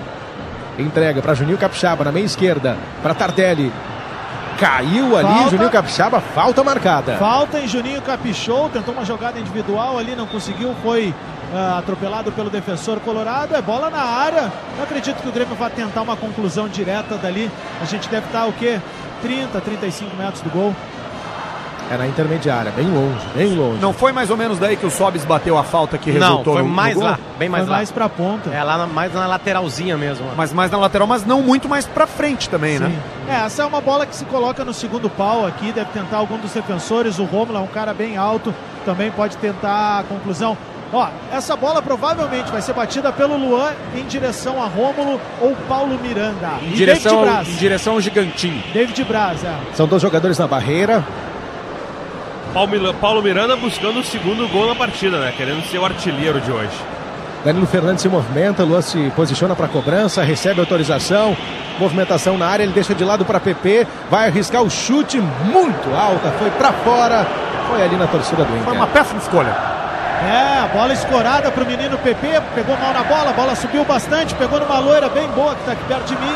[SPEAKER 1] Entrega para Juninho Capixaba na meia esquerda. Para Tardelli. Caiu ali,
[SPEAKER 4] Falta.
[SPEAKER 1] Juninho Capixaba, falta marcada.
[SPEAKER 4] Falta em Juninho Capichou, tentou uma jogada individual ali, não conseguiu, foi ah, atropelado pelo defensor colorado, é bola na área. Não acredito que o Grêmio vá tentar uma conclusão direta dali. A gente deve estar o quê? 30, 35 metros do gol.
[SPEAKER 1] É na intermediária, bem longe, bem longe.
[SPEAKER 10] Não foi mais ou menos daí que o Sobis bateu a falta que
[SPEAKER 5] Não,
[SPEAKER 10] resultou
[SPEAKER 5] foi
[SPEAKER 10] no- no
[SPEAKER 5] mais
[SPEAKER 10] gol?
[SPEAKER 5] lá, bem mais
[SPEAKER 4] Foi
[SPEAKER 5] lá.
[SPEAKER 4] mais pra ponta.
[SPEAKER 5] É lá na- mais na lateralzinha mesmo. ó.
[SPEAKER 10] Mas mais na lateral, mas não muito mais pra frente também,
[SPEAKER 4] Sim.
[SPEAKER 10] né?
[SPEAKER 4] É, essa é uma bola que se coloca no segundo pau aqui, deve tentar algum dos defensores. O Romulo é um cara bem alto, também pode tentar a conclusão. Ó, essa bola provavelmente vai ser batida pelo Luan em direção a Rômulo ou Paulo Miranda.
[SPEAKER 7] Em
[SPEAKER 4] E
[SPEAKER 7] direção,
[SPEAKER 4] David
[SPEAKER 7] ao,
[SPEAKER 4] Braz.
[SPEAKER 7] em direção ao gigantinho.
[SPEAKER 4] David Braz, é.
[SPEAKER 1] São dois jogadores na barreira.
[SPEAKER 6] É, Paulo, Paulo Miranda buscando o segundo gol na partida, né? Querendo ser o artilheiro de hoje.
[SPEAKER 1] Danilo Fernandes se movimenta, Luan se posiciona para cobrança, recebe autorização, movimentação na área, ele deixa de lado para PP, vai arriscar o chute muito alta, foi para fora, foi ali na torcida do
[SPEAKER 10] Foi uma
[SPEAKER 1] Inter.
[SPEAKER 10] péssima escolha.
[SPEAKER 4] É, bola escorada pro menino PP, pegou mal na bola, a bola subiu bastante, pegou numa loira bem boa que tá aqui perto de mim.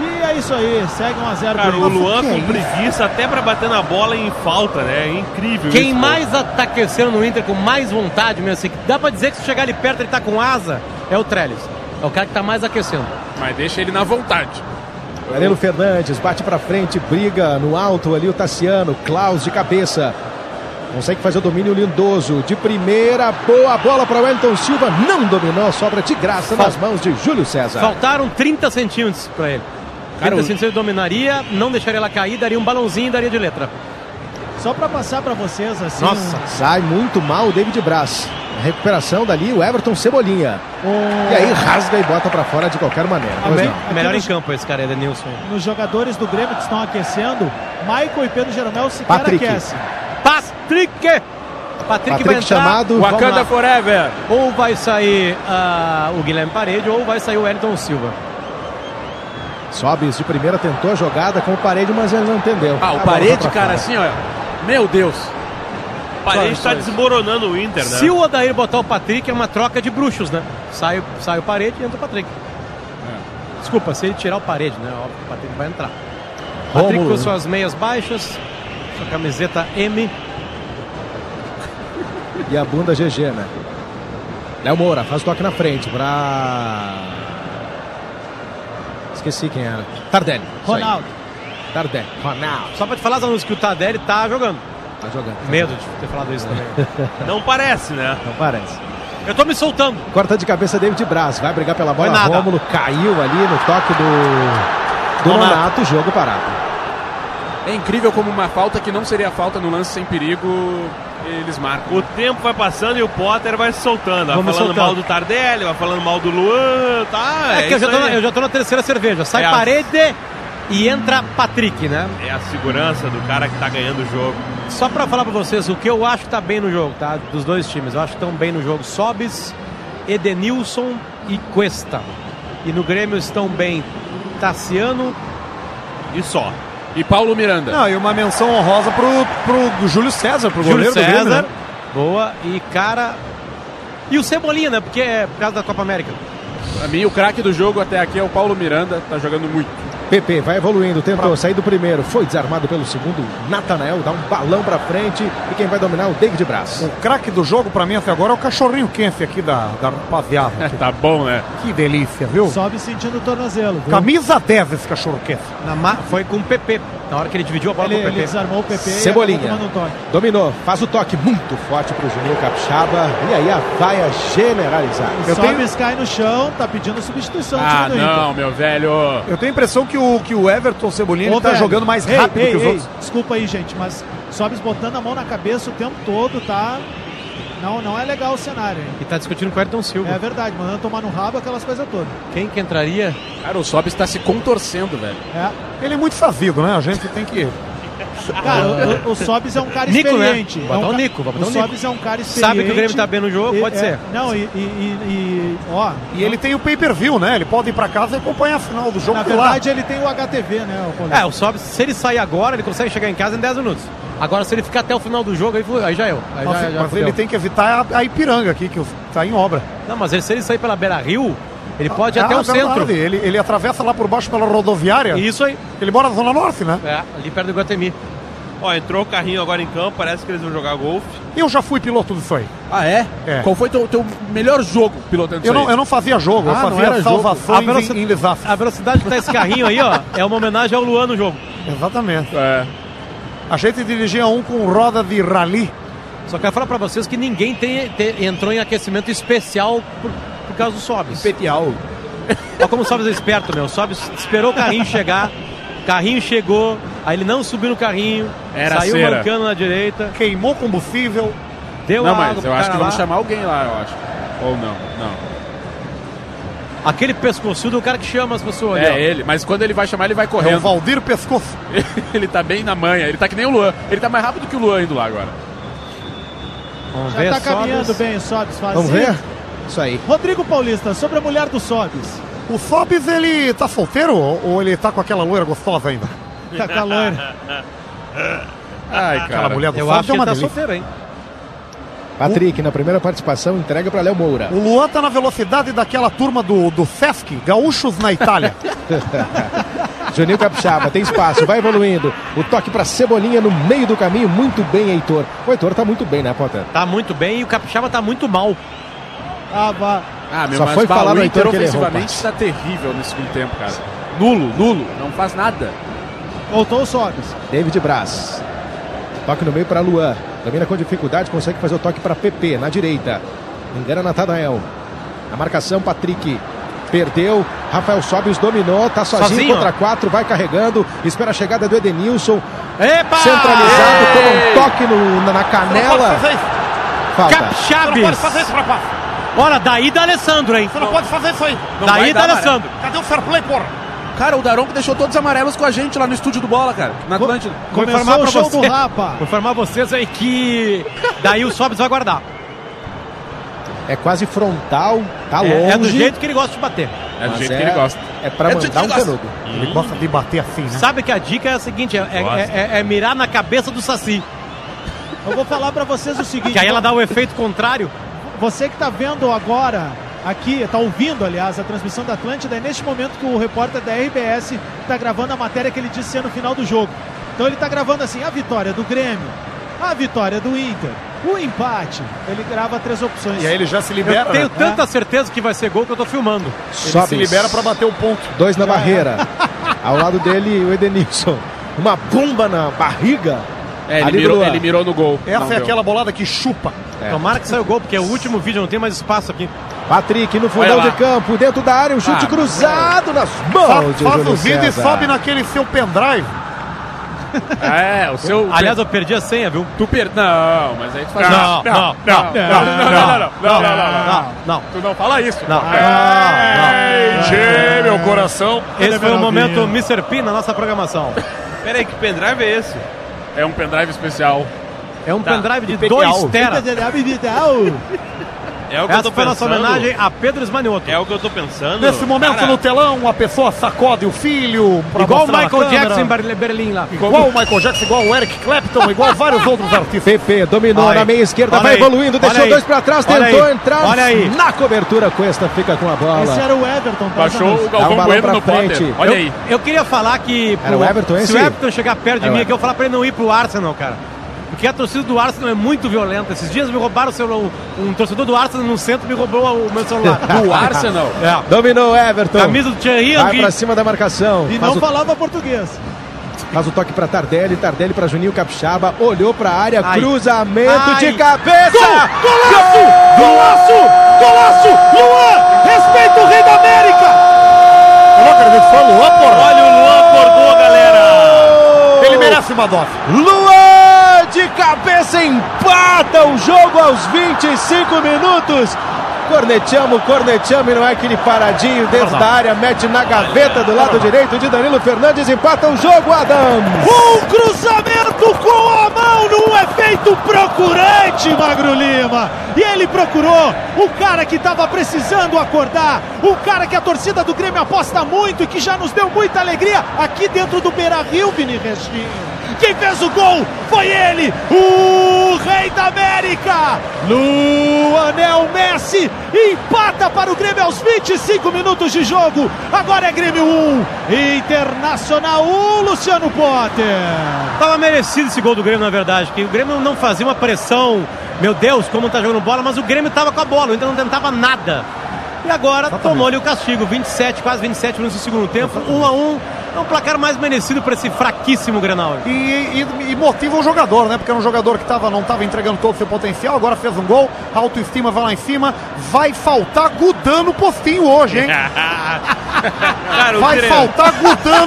[SPEAKER 4] E é isso aí, segue 1 a 0
[SPEAKER 6] Cara,
[SPEAKER 4] pro
[SPEAKER 6] o
[SPEAKER 4] Inter.
[SPEAKER 6] Luan com preguiça até pra bater na bola em falta, né? É incrível
[SPEAKER 5] Quem
[SPEAKER 6] isso, né?
[SPEAKER 5] mais tá aquecendo no Inter com mais vontade mesmo, assim, que dá pra dizer que se chegar ali perto ele tá com asa, é o Trellis. É o cara que tá mais aquecendo.
[SPEAKER 3] Mas deixa ele na vontade.
[SPEAKER 1] Danilo Fernandes bate para frente, briga no alto ali o Tassiano, Klaus de cabeça. Consegue fazer o domínio lindoso. De primeira, boa bola para Wellington Silva. Não dominou, sobra de graça nas mãos de Júlio César.
[SPEAKER 5] Faltaram 30 centímetros pra ele. 30
[SPEAKER 7] Cara, o-
[SPEAKER 5] centímetros ele dominaria, não deixaria ela cair, daria um balãozinho e daria de letra.
[SPEAKER 4] Só pra passar pra vocês assim,
[SPEAKER 5] Nossa.
[SPEAKER 1] Sai muito mal o David Braz. A recuperação dali, o Everton Cebolinha.
[SPEAKER 4] o-
[SPEAKER 1] E aí rasga e bota pra fora de qualquer maneira. Pois não.
[SPEAKER 4] Aqui
[SPEAKER 5] Melhor em
[SPEAKER 4] nos-
[SPEAKER 5] campo esse cara, é Edenilson.
[SPEAKER 4] nos jogadores do Grêmio que estão aquecendo, Michael e Pedro Jeromel sequer
[SPEAKER 1] Patrick.
[SPEAKER 4] aquecem.
[SPEAKER 5] Patrick! Patrick vai
[SPEAKER 1] Patrick
[SPEAKER 5] entrar,
[SPEAKER 1] chamado.
[SPEAKER 7] Wakanda
[SPEAKER 1] vamos lá.
[SPEAKER 7] Forever!
[SPEAKER 5] ou vai sair ah, o Guilherme Parede, ou vai sair o Wellington Silva.
[SPEAKER 1] Sobes de primeira tentou a jogada com o parede, mas ele não entendeu.
[SPEAKER 5] Tá
[SPEAKER 7] Ah, o
[SPEAKER 1] A bola
[SPEAKER 7] parede,
[SPEAKER 1] foi pra
[SPEAKER 7] cara,
[SPEAKER 1] fora.
[SPEAKER 7] assim, ó. Meu Deus.
[SPEAKER 6] O Parede tá
[SPEAKER 7] Sorry, sorry.
[SPEAKER 6] desmoronando o Inter, né?
[SPEAKER 5] Se o Odair botar o Patrick, é uma troca de bruxos, né? Sai, o- sai o Parede e entra o Patrick. Desculpa, se ele tirar o Parede, né? Óbvio que o Patrick vai entrar. Patrick
[SPEAKER 1] Rômulo.
[SPEAKER 5] com suas meias baixas, sua camiseta M.
[SPEAKER 1] E a bunda GG, né? Léo Moura faz o toque na frente pra. Esqueci quem era. Tardelli. Isso aí.
[SPEAKER 4] Ronaldo.
[SPEAKER 1] Tardelli. Ronaldo.
[SPEAKER 5] Só pra te falar, Zanus, que o Tardelli tá jogando.
[SPEAKER 1] Tá jogando.
[SPEAKER 5] Medo de ter falado isso também.
[SPEAKER 6] Não parece, né?
[SPEAKER 1] Não parece.
[SPEAKER 5] Eu tô me soltando.
[SPEAKER 1] Corta de cabeça David Braz. Vai brigar pela bola.
[SPEAKER 5] Foi nada.
[SPEAKER 1] Rômulo caiu ali no toque do. Do
[SPEAKER 5] Nonato.
[SPEAKER 1] Nonato, jogo parado.
[SPEAKER 7] É incrível como uma falta que não seria falta no lance sem perigo, eles marcam.
[SPEAKER 6] O tempo vai passando e o Potter vai se soltando. Vai
[SPEAKER 5] Vamos
[SPEAKER 6] falando
[SPEAKER 5] soltando.
[SPEAKER 6] mal do Tardelli, vai falando mal do Luan, tá?
[SPEAKER 5] É,
[SPEAKER 6] É,
[SPEAKER 5] que eu
[SPEAKER 6] isso
[SPEAKER 5] já, tô na,
[SPEAKER 6] aí.
[SPEAKER 5] eu já tô na terceira cerveja. Sai
[SPEAKER 6] É a-
[SPEAKER 5] Parede e entra Patrick, né?
[SPEAKER 6] É a segurança do cara que tá ganhando o jogo.
[SPEAKER 5] Só pra falar pra vocês o que eu acho que tá bem no jogo, tá? Dos dois times. Eu acho que estão bem no jogo. Sobis, Edenilson e Cuesta. E no Grêmio estão bem Tassiano.
[SPEAKER 6] E só.
[SPEAKER 3] E Paulo Miranda.
[SPEAKER 10] Não, e uma menção honrosa pro, pro Júlio César, pro
[SPEAKER 5] Júlio
[SPEAKER 10] goleiro do Grêmio,
[SPEAKER 5] César.
[SPEAKER 10] né?
[SPEAKER 5] Boa. E cara. E o Cebolinha, né? Porque é por causa da Copa América.
[SPEAKER 3] Pra mim, o craque do jogo até aqui é o Paulo Miranda, tá jogando muito.
[SPEAKER 1] PP vai evoluindo, tentou sair do primeiro, foi desarmado pelo segundo. Natanael dá um balão pra frente e quem vai dominar é o David Braz.
[SPEAKER 10] O craque do jogo pra mim até agora é o cachorrinho quente aqui da, da rapaziada.
[SPEAKER 3] Tá bom, né?
[SPEAKER 10] que delícia, viu?
[SPEAKER 4] Sobe sentindo o tornozelo. viu?
[SPEAKER 10] Camisa 10 esse cachorro quente.
[SPEAKER 5] Na ma- Foi com o PP. Na hora que ele dividiu a bola
[SPEAKER 4] Ele,
[SPEAKER 5] com o
[SPEAKER 4] ele
[SPEAKER 5] PP.
[SPEAKER 4] desarmou o PP
[SPEAKER 1] Cebolinha.
[SPEAKER 4] e acabou tomando um toque.
[SPEAKER 1] Dominou, faz o toque muito forte pro Juninho Capixaba. E aí a vaia generalizada.
[SPEAKER 4] O Sobis cai no chão, tá pedindo substituição
[SPEAKER 3] Ah,
[SPEAKER 4] do time do Inter.
[SPEAKER 3] não, meu velho.
[SPEAKER 10] Eu tenho a impressão que o, que o Everton Cebolinha ele
[SPEAKER 4] Ô,
[SPEAKER 10] tá
[SPEAKER 4] velho,
[SPEAKER 10] jogando mais
[SPEAKER 4] ei,
[SPEAKER 10] rápido
[SPEAKER 4] ei,
[SPEAKER 10] que os
[SPEAKER 4] ei,
[SPEAKER 10] outros.
[SPEAKER 4] Desculpa aí, gente, mas Sobis botando a mão na cabeça o tempo todo, tá? Não, não é legal o cenário, hein?
[SPEAKER 5] E tá discutindo com o Ayrton Silva.
[SPEAKER 4] É verdade, mandando tomar no rabo aquelas coisas todas.
[SPEAKER 5] Quem que entraria?
[SPEAKER 7] Cara, o Sob está se contorcendo, velho.
[SPEAKER 4] É.
[SPEAKER 10] Ele é muito sazido, né? A gente tem que.
[SPEAKER 4] Cara, o, o, o Sobis é um cara
[SPEAKER 5] Ah. Nico, né?
[SPEAKER 4] experiente.
[SPEAKER 5] Botar
[SPEAKER 4] É um
[SPEAKER 5] o
[SPEAKER 4] ca-
[SPEAKER 5] Nico, botar
[SPEAKER 4] o
[SPEAKER 5] o Nico.
[SPEAKER 4] Sobis é um cara experiente.
[SPEAKER 5] Sabe que o Grêmio tá bem no jogo?
[SPEAKER 4] E-
[SPEAKER 5] Pode
[SPEAKER 4] é,
[SPEAKER 5] ser.
[SPEAKER 4] Não, e, e, e- e- ó,
[SPEAKER 10] E ele tem o pay-per-view, né? Ele pode ir pra casa e acompanhar a final do jogo
[SPEAKER 4] na
[SPEAKER 10] lá.
[SPEAKER 4] verdade ele tem o HTV, né? O
[SPEAKER 5] É,
[SPEAKER 4] colega?
[SPEAKER 5] o Sobis, se ele sair agora, ele consegue chegar em casa em 10 minutos. Agora, se ele ficar até o final do jogo, aí, fu- aí já é eu. Aí já,
[SPEAKER 2] Mas,
[SPEAKER 5] já
[SPEAKER 2] mas
[SPEAKER 5] fudeu.
[SPEAKER 2] ele tem que evitar a, a Ipiranga aqui, que tá em obra.
[SPEAKER 5] Não, mas ele- se ele sair pela Beira Rio, ele pode ir
[SPEAKER 2] Ah,
[SPEAKER 5] até o
[SPEAKER 2] verdade,
[SPEAKER 5] centro.
[SPEAKER 2] Ele, ele atravessa lá por baixo pela rodoviária.
[SPEAKER 5] Isso aí.
[SPEAKER 2] Ele mora na Zona Norte, né?
[SPEAKER 5] É, ali perto do Guatemi.
[SPEAKER 6] Ó, entrou o carrinho agora em campo, parece que eles vão jogar golfe.
[SPEAKER 2] Eu já fui piloto disso aí.
[SPEAKER 7] Ah, é?
[SPEAKER 2] É.
[SPEAKER 7] Qual foi teu, teu melhor jogo pilotando
[SPEAKER 2] Eu
[SPEAKER 7] isso
[SPEAKER 2] não,
[SPEAKER 7] aí?
[SPEAKER 2] eu não fazia jogo,
[SPEAKER 5] Ah,
[SPEAKER 2] eu
[SPEAKER 5] não era
[SPEAKER 2] fazia
[SPEAKER 5] jogo. A
[SPEAKER 2] salvações
[SPEAKER 5] veloci-
[SPEAKER 2] em, em desastre.
[SPEAKER 5] A velocidade que tá esse carrinho aí, ó, é uma homenagem ao Luan no jogo.
[SPEAKER 2] Exatamente.
[SPEAKER 7] É.
[SPEAKER 2] A gente dirigia um com roda de rally.
[SPEAKER 5] Só quero falar pra vocês que ninguém tem- tem- entrou em aquecimento especial por, por causa do Sobis.
[SPEAKER 10] Petial.
[SPEAKER 5] Olha como o Sobis é esperto, meu. O Sobis esperou o carrinho chegar, carrinho chegou, aí ele não subiu no carrinho,
[SPEAKER 3] Era
[SPEAKER 5] saiu
[SPEAKER 3] cera.
[SPEAKER 5] mancando na direita,
[SPEAKER 2] Queimou combustível.
[SPEAKER 5] deu
[SPEAKER 3] Não,
[SPEAKER 5] água
[SPEAKER 3] mas
[SPEAKER 5] pro
[SPEAKER 3] eu acho
[SPEAKER 5] cara
[SPEAKER 3] que vamos
[SPEAKER 5] lá.
[SPEAKER 3] chamar alguém lá, eu acho. Ou não, não.
[SPEAKER 5] Aquele pescoçudo é o cara que chama as pessoas ali, ó.
[SPEAKER 3] É ele, mas quando ele vai chamar, ele vai
[SPEAKER 2] É o
[SPEAKER 3] correndo.
[SPEAKER 2] Valdir Pescoço.
[SPEAKER 3] ele tá bem na manha, ele tá que nem o Luan. Ele tá mais rápido que o Luan indo lá agora.
[SPEAKER 5] Vamos
[SPEAKER 4] Já
[SPEAKER 5] ver,
[SPEAKER 4] tá caminhando
[SPEAKER 5] Sobis.
[SPEAKER 4] bem o Sobis fazia.
[SPEAKER 1] Vamos ver? Isso aí.
[SPEAKER 4] Rodrigo Paulista, sobre a mulher do Sobis.
[SPEAKER 2] O Sobis, ele tá solteiro ou ou ele tá com aquela loira gostosa ainda?
[SPEAKER 4] Tá com a loira.
[SPEAKER 3] Ai,
[SPEAKER 2] Aquela
[SPEAKER 3] cara.
[SPEAKER 2] mulher do
[SPEAKER 5] Eu acho
[SPEAKER 2] Sobis é
[SPEAKER 5] que ele
[SPEAKER 2] uma
[SPEAKER 5] tá
[SPEAKER 2] delícia.
[SPEAKER 5] solteiro, hein?
[SPEAKER 1] Patrick, na primeira participação, entrega para Léo Moura.
[SPEAKER 2] O Luan tá na velocidade daquela turma do, do Sesc, Gaúchos na Itália.
[SPEAKER 1] Juninho Capixaba tem espaço, vai evoluindo. O toque para Cebolinha no meio do caminho, muito bem, Heitor. O Heitor tá muito bem, né, Potter?
[SPEAKER 5] Tá muito bem e o Capixaba tá muito mal.
[SPEAKER 4] Ah, vá.
[SPEAKER 3] Ah, meu,
[SPEAKER 1] Só
[SPEAKER 3] mas
[SPEAKER 1] foi
[SPEAKER 3] bah,
[SPEAKER 1] falar
[SPEAKER 3] o
[SPEAKER 1] no
[SPEAKER 3] Inter
[SPEAKER 1] Heitor que ele errou o
[SPEAKER 3] ofensivamente
[SPEAKER 1] passe.
[SPEAKER 3] tá terrível nesse segundo tempo, cara. Nulo, nulo, não faz nada.
[SPEAKER 4] Voltou o Sobis.
[SPEAKER 1] David Braz. Toque no meio para Luan. Domina com dificuldade, consegue fazer o toque para PP na direita. Engana Natanael. Na marcação, Patrick. Perdeu, Rafael Sobis dominou, tá sozinho,
[SPEAKER 5] Sozinho.
[SPEAKER 1] contra quatro, vai carregando, espera a chegada do Edenilson,
[SPEAKER 5] Epa!
[SPEAKER 1] centralizado, toma um toque no- na, na canela.
[SPEAKER 2] fazer isso.
[SPEAKER 1] Falta.
[SPEAKER 5] Capixabes!
[SPEAKER 2] rapaz.
[SPEAKER 5] Olha, daí da Alessandro, hein?
[SPEAKER 2] Você não pode fazer isso aí.
[SPEAKER 5] daí
[SPEAKER 3] vai
[SPEAKER 5] da
[SPEAKER 3] dar,
[SPEAKER 5] Alessandro.
[SPEAKER 2] Cadê o fair play, porra?
[SPEAKER 7] Cara, o Daronco deixou todos amarelos com a gente lá no estúdio do Bola, cara. Na Atlântida.
[SPEAKER 5] Vou informar
[SPEAKER 4] Começou o show
[SPEAKER 5] pra
[SPEAKER 4] do
[SPEAKER 5] você.
[SPEAKER 4] Rapa.
[SPEAKER 5] Vou informar vocês aí que daí o Sobis vai guardar.
[SPEAKER 1] É quase frontal, tá longe.
[SPEAKER 5] É, é do jeito que ele gosta de bater.
[SPEAKER 3] É do
[SPEAKER 1] mas
[SPEAKER 3] jeito
[SPEAKER 1] é,
[SPEAKER 3] que ele gosta.
[SPEAKER 1] É pra
[SPEAKER 7] É do jeito
[SPEAKER 1] mandar um
[SPEAKER 7] que ele gosta.
[SPEAKER 1] canudo.
[SPEAKER 2] Ele gosta de bater assim, né?
[SPEAKER 5] Sabe que a dica é a seguinte: é, é-
[SPEAKER 6] Gosta.
[SPEAKER 5] é- é- é mirar na cabeça do Saci.
[SPEAKER 4] Eu vou falar pra vocês o seguinte.
[SPEAKER 5] Que aí ela dá o efeito contrário.
[SPEAKER 4] Você que tá vendo agora aqui, tá ouvindo, aliás, a transmissão da Atlântida, é neste momento que o repórter da RBS tá gravando a matéria que ele disse ser no final do jogo. Então ele tá gravando assim, a vitória do Grêmio, a vitória do Inter, o empate. Ele grava três opções.
[SPEAKER 2] E aí ele já se
[SPEAKER 5] Eu
[SPEAKER 2] libera.
[SPEAKER 5] tenho
[SPEAKER 2] né?
[SPEAKER 5] tanta certeza que vai ser gol que eu tô filmando.
[SPEAKER 2] Ele
[SPEAKER 1] Sobe.
[SPEAKER 2] se libera pra bater o ponto.
[SPEAKER 1] Dois na barreira. Ao lado dele, o Edenilson. Uma bomba na barriga.
[SPEAKER 3] É, ele
[SPEAKER 1] Ali do
[SPEAKER 3] mirou,
[SPEAKER 1] Luan.
[SPEAKER 3] ele mirou no gol.
[SPEAKER 2] Essa
[SPEAKER 3] Não
[SPEAKER 2] é
[SPEAKER 3] deu.
[SPEAKER 2] aquela bolada que chupa.
[SPEAKER 1] É.
[SPEAKER 5] Tomara que saia o gol, porque é o último vídeo, não tem mais espaço aqui.
[SPEAKER 1] Patrick no
[SPEAKER 3] Olha
[SPEAKER 1] fundão
[SPEAKER 3] lá.
[SPEAKER 1] de campo, dentro da área, um chute
[SPEAKER 3] Ah,
[SPEAKER 1] cruzado nas mãos
[SPEAKER 2] Faz,
[SPEAKER 1] de
[SPEAKER 2] faz
[SPEAKER 1] Júlio
[SPEAKER 2] o vídeo e
[SPEAKER 1] César.
[SPEAKER 2] sobe naquele seu pendrive.
[SPEAKER 3] É, o seu.
[SPEAKER 5] Aliás, eu perdi a senha, viu?
[SPEAKER 3] tu per... Não, mas aí tu faz.
[SPEAKER 5] Não, não,
[SPEAKER 3] não, não, não, não, não, não, não, não.
[SPEAKER 5] Não.
[SPEAKER 3] Tu não fala isso.
[SPEAKER 5] Não. É.
[SPEAKER 3] Ei, meu coração.
[SPEAKER 5] Esse foi o momento Mr. P na nossa programação.
[SPEAKER 6] Pera aí, que pendrive é esse? Tá.
[SPEAKER 3] É um pendrive especial.
[SPEAKER 5] É um pendrive de
[SPEAKER 6] IPTL.
[SPEAKER 5] 2 teras.
[SPEAKER 6] É o que eu
[SPEAKER 5] Essa
[SPEAKER 6] tô
[SPEAKER 5] foi a nossa
[SPEAKER 6] pensando.
[SPEAKER 5] homenagem a Pedro Esmanioto.
[SPEAKER 6] É o que eu tô pensando.
[SPEAKER 2] Nesse momento
[SPEAKER 6] Cara,
[SPEAKER 2] no telão, a pessoa sacode o filho. pra
[SPEAKER 5] Igual o
[SPEAKER 2] mostrar na
[SPEAKER 5] Michael
[SPEAKER 2] câmera.
[SPEAKER 5] Jackson em Ber- Berlim lá.
[SPEAKER 2] Igual o Michael Jackson, igual o Eric Clapton, igual vários outros artistas.
[SPEAKER 1] PP dominou
[SPEAKER 5] Olha
[SPEAKER 1] na
[SPEAKER 5] aí.
[SPEAKER 1] meia esquerda,
[SPEAKER 5] Olha
[SPEAKER 1] vai
[SPEAKER 5] aí.
[SPEAKER 1] evoluindo,
[SPEAKER 5] Olha
[SPEAKER 1] deixou
[SPEAKER 5] aí.
[SPEAKER 1] dois pra trás,
[SPEAKER 5] Olha
[SPEAKER 1] tentou
[SPEAKER 5] aí.
[SPEAKER 1] entrar
[SPEAKER 5] Olha aí.
[SPEAKER 1] na cobertura. Cuesta fica com a
[SPEAKER 4] Esse
[SPEAKER 1] bola.
[SPEAKER 4] era o Everton. tá?
[SPEAKER 3] Baixou o
[SPEAKER 1] Dá um
[SPEAKER 3] Galvão
[SPEAKER 1] balão
[SPEAKER 3] Bueno
[SPEAKER 1] pra
[SPEAKER 3] no
[SPEAKER 1] frente.
[SPEAKER 3] Potter. Olha
[SPEAKER 5] eu,
[SPEAKER 3] aí.
[SPEAKER 5] eu queria falar que.
[SPEAKER 1] Era o Everton
[SPEAKER 5] Se
[SPEAKER 1] esse?
[SPEAKER 5] o Everton chegar perto de
[SPEAKER 1] Era o
[SPEAKER 5] mim aqui, eu vou falar pra ele não ir pro Arsenal, cara. Porque a torcida do Arsenal é muito violenta. Esses dias me roubaram o celular. um- Um torcedor do Arsenal no centro me roubou o meu celular.
[SPEAKER 3] Do Arsenal.
[SPEAKER 5] É.
[SPEAKER 1] Dominou Everton.
[SPEAKER 5] Camisa do Thierry
[SPEAKER 1] Vai
[SPEAKER 5] Henry.
[SPEAKER 1] pra cima da marcação.
[SPEAKER 4] E
[SPEAKER 1] Faz
[SPEAKER 4] não
[SPEAKER 1] o,
[SPEAKER 4] falava português.
[SPEAKER 1] faz o toque pra Tardelli, Tardelli pra Juninho Capixaba. Olhou pra área,
[SPEAKER 5] Ai.
[SPEAKER 1] cruzamento
[SPEAKER 5] Ai.
[SPEAKER 1] de cabeça. Gol!
[SPEAKER 2] Golaço! Golaço! Luan! Respeita o rei da América! Eu não acredito, foi o Luan, porra!
[SPEAKER 6] Olha, o Luan acordou, galera!
[SPEAKER 2] Ele merece uma dose.
[SPEAKER 1] Luan de cabeça empata o jogo aos 25 minutos. Cornetiamo, cornetiamo, e não é aquele paradinho dentro da área, mete na gaveta do lado direito de Danilo Fernandes, empata o jogo, Adams.
[SPEAKER 4] Um cruzamento com a mão num efeito procurante, Magro Lima. E ele procurou o cara que estava precisando acordar, o cara que a torcida do Grêmio aposta muito e que já nos deu muita alegria aqui dentro do Beira Rio, Vini Restinho. Quem fez o gol foi ele, o Rei da América. Luanel Messi empata para o Grêmio aos 25 minutos de jogo. Agora é Grêmio 1, Internacional 1, Luciano Potter.
[SPEAKER 5] Tava merecido esse gol do Grêmio, na verdade, porque o Grêmio não fazia uma pressão, meu Deus, como tá jogando bola, mas o Grêmio tava com a bola, ainda não tentava nada. E agora tomou-lhe o castigo, 27, quase 27 minutos do segundo tempo, 1 a 1 é um placar mais merecido para esse fraquíssimo Grenal.
[SPEAKER 2] E, e- e motiva o jogador, né? Porque era um jogador que tava, não estava entregando todo o seu potencial, agora fez um gol, a autoestima vai lá em cima. Vai faltar Gudan no postinho hoje, hein?
[SPEAKER 4] Ah.
[SPEAKER 6] Cara, o
[SPEAKER 2] vai
[SPEAKER 6] tre-
[SPEAKER 2] faltar Gudan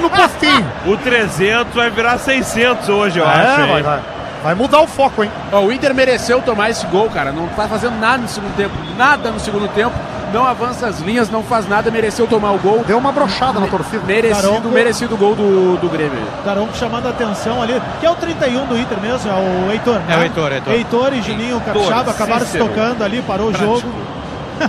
[SPEAKER 2] no postinho.
[SPEAKER 6] O 300 vai virar 600 hoje, eu acho.
[SPEAKER 2] É,
[SPEAKER 6] hein?
[SPEAKER 2] vai, vai. Vai mudar o foco, hein?
[SPEAKER 7] Ó, o Inter mereceu tomar esse gol, cara. Não tá fazendo nada no segundo tempo. Nada no segundo tempo. Não avança as linhas, não faz nada. Mereceu tomar o gol.
[SPEAKER 2] Deu uma brochada na torcida.
[SPEAKER 7] Merecido,
[SPEAKER 4] Garoto.
[SPEAKER 7] merecido gol do, do Grêmio.
[SPEAKER 4] Daronco um chamando a atenção ali, que é o 31 do Inter mesmo, é o Heitor. né?
[SPEAKER 5] É o Heitor, Heitor. é
[SPEAKER 4] Heitor e Juninho Capixaba acabaram se tocando ali, parou o jogo.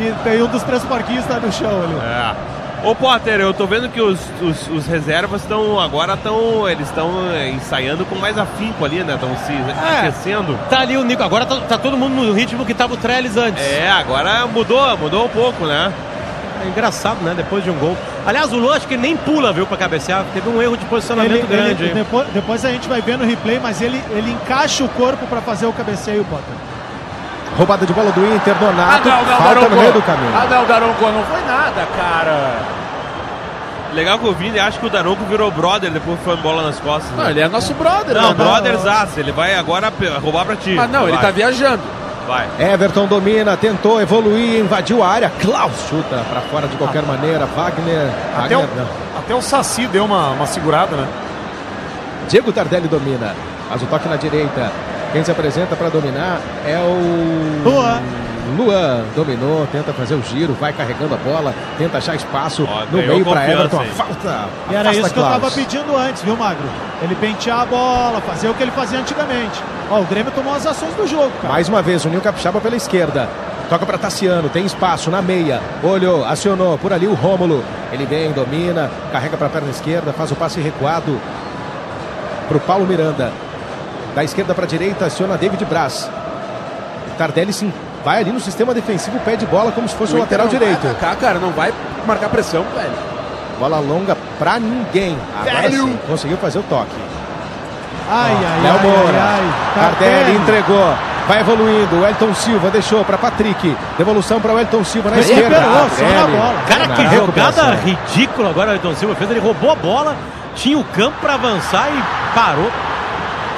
[SPEAKER 4] e tem um dos três porquinhos tá no chão ali.
[SPEAKER 6] É. Ô Potter, eu tô vendo que os, os, os reservas estão agora estão eles estão é, ensaiando com mais afinco ali, né? Estão se aquecendo.
[SPEAKER 5] Tá ali o Nico, agora tá, tá todo mundo no ritmo que tava o Trellis antes.
[SPEAKER 6] É, agora mudou, mudou um pouco, né?
[SPEAKER 5] É engraçado, né? Depois de um gol. Aliás, o Lô acho que nem pula, viu, pra cabecear. Teve um erro de posicionamento
[SPEAKER 4] Ele-
[SPEAKER 5] grande.
[SPEAKER 4] ele-
[SPEAKER 5] hein?
[SPEAKER 4] depois, depois a gente vai ver no replay, mas ele, ele encaixa o corpo para fazer o cabeceio, Potter.
[SPEAKER 1] Roubada de bola do Inter, Donato. falta no meio do caminho.
[SPEAKER 7] Ah, não, Daronco, não foi nada, cara.
[SPEAKER 6] Legal que eu vi, acho que o Daronco virou brother depois foi bola nas costas.
[SPEAKER 7] Não,
[SPEAKER 6] Né?
[SPEAKER 7] ele é nosso brother,
[SPEAKER 6] Não,
[SPEAKER 7] né?
[SPEAKER 6] brothers aço, ele vai agora pe- roubar pra ti.
[SPEAKER 7] Ah, não, ele
[SPEAKER 6] vai,
[SPEAKER 7] tá viajando.
[SPEAKER 6] Vai.
[SPEAKER 1] Everton domina, tentou evoluir, invadiu a área. Klaus chuta pra fora de qualquer maneira. Wagner.
[SPEAKER 2] Até o,
[SPEAKER 1] Wagner né? não.
[SPEAKER 2] até o Saci deu uma, uma segurada, né?
[SPEAKER 1] Diego Tardelli domina. Faz o toque na direita. Quem se apresenta para dominar é o.
[SPEAKER 4] Luan.
[SPEAKER 1] Luan dominou, tenta fazer o giro, vai carregando a bola, tenta achar espaço
[SPEAKER 6] Ó,
[SPEAKER 1] no
[SPEAKER 6] ganhou
[SPEAKER 1] meio para
[SPEAKER 6] confiança
[SPEAKER 1] Everton.
[SPEAKER 6] aí.
[SPEAKER 1] Falta.
[SPEAKER 4] E era
[SPEAKER 1] Afasta
[SPEAKER 4] isso que eu tava
[SPEAKER 1] Klaus.
[SPEAKER 4] pedindo antes, viu, Magro? Ele pentear a bola, fazer o que ele fazia antigamente. Ó, o Grêmio tomou as ações do jogo, cara.
[SPEAKER 1] Mais uma vez, o Nil Capixaba pela esquerda. Toca para Tassiano, tem espaço na meia. Olhou, acionou, por ali o Rômulo. Ele vem, domina, carrega para a perna esquerda, faz o passe recuado para o Paulo Miranda. Da esquerda para a direita, aciona David Braz. Tardelli sim, vai ali no sistema defensivo, pede bola como se fosse o,
[SPEAKER 7] Inter
[SPEAKER 1] lateral
[SPEAKER 7] não
[SPEAKER 1] direito.
[SPEAKER 7] Vai atacar, cara, não vai marcar pressão, velho.
[SPEAKER 1] Bola longa para ninguém. Agora sim, conseguiu fazer o toque.
[SPEAKER 4] Ai, ai,
[SPEAKER 1] Léo
[SPEAKER 4] ai,
[SPEAKER 1] Moura.
[SPEAKER 4] ai, tá ai.
[SPEAKER 1] Tardelli entregou. Vai evoluindo. O Elton Silva deixou para Patrick. Devolução para o Elton Silva na esquerda.
[SPEAKER 4] Recuperou, segura a
[SPEAKER 1] Tardelli.
[SPEAKER 4] bola.
[SPEAKER 5] é Cara, que
[SPEAKER 1] Na
[SPEAKER 5] jogada
[SPEAKER 1] é recuperação.
[SPEAKER 5] ridícula agora o Ayrton Silva fez. Ele roubou a bola, tinha o campo pra avançar e parou.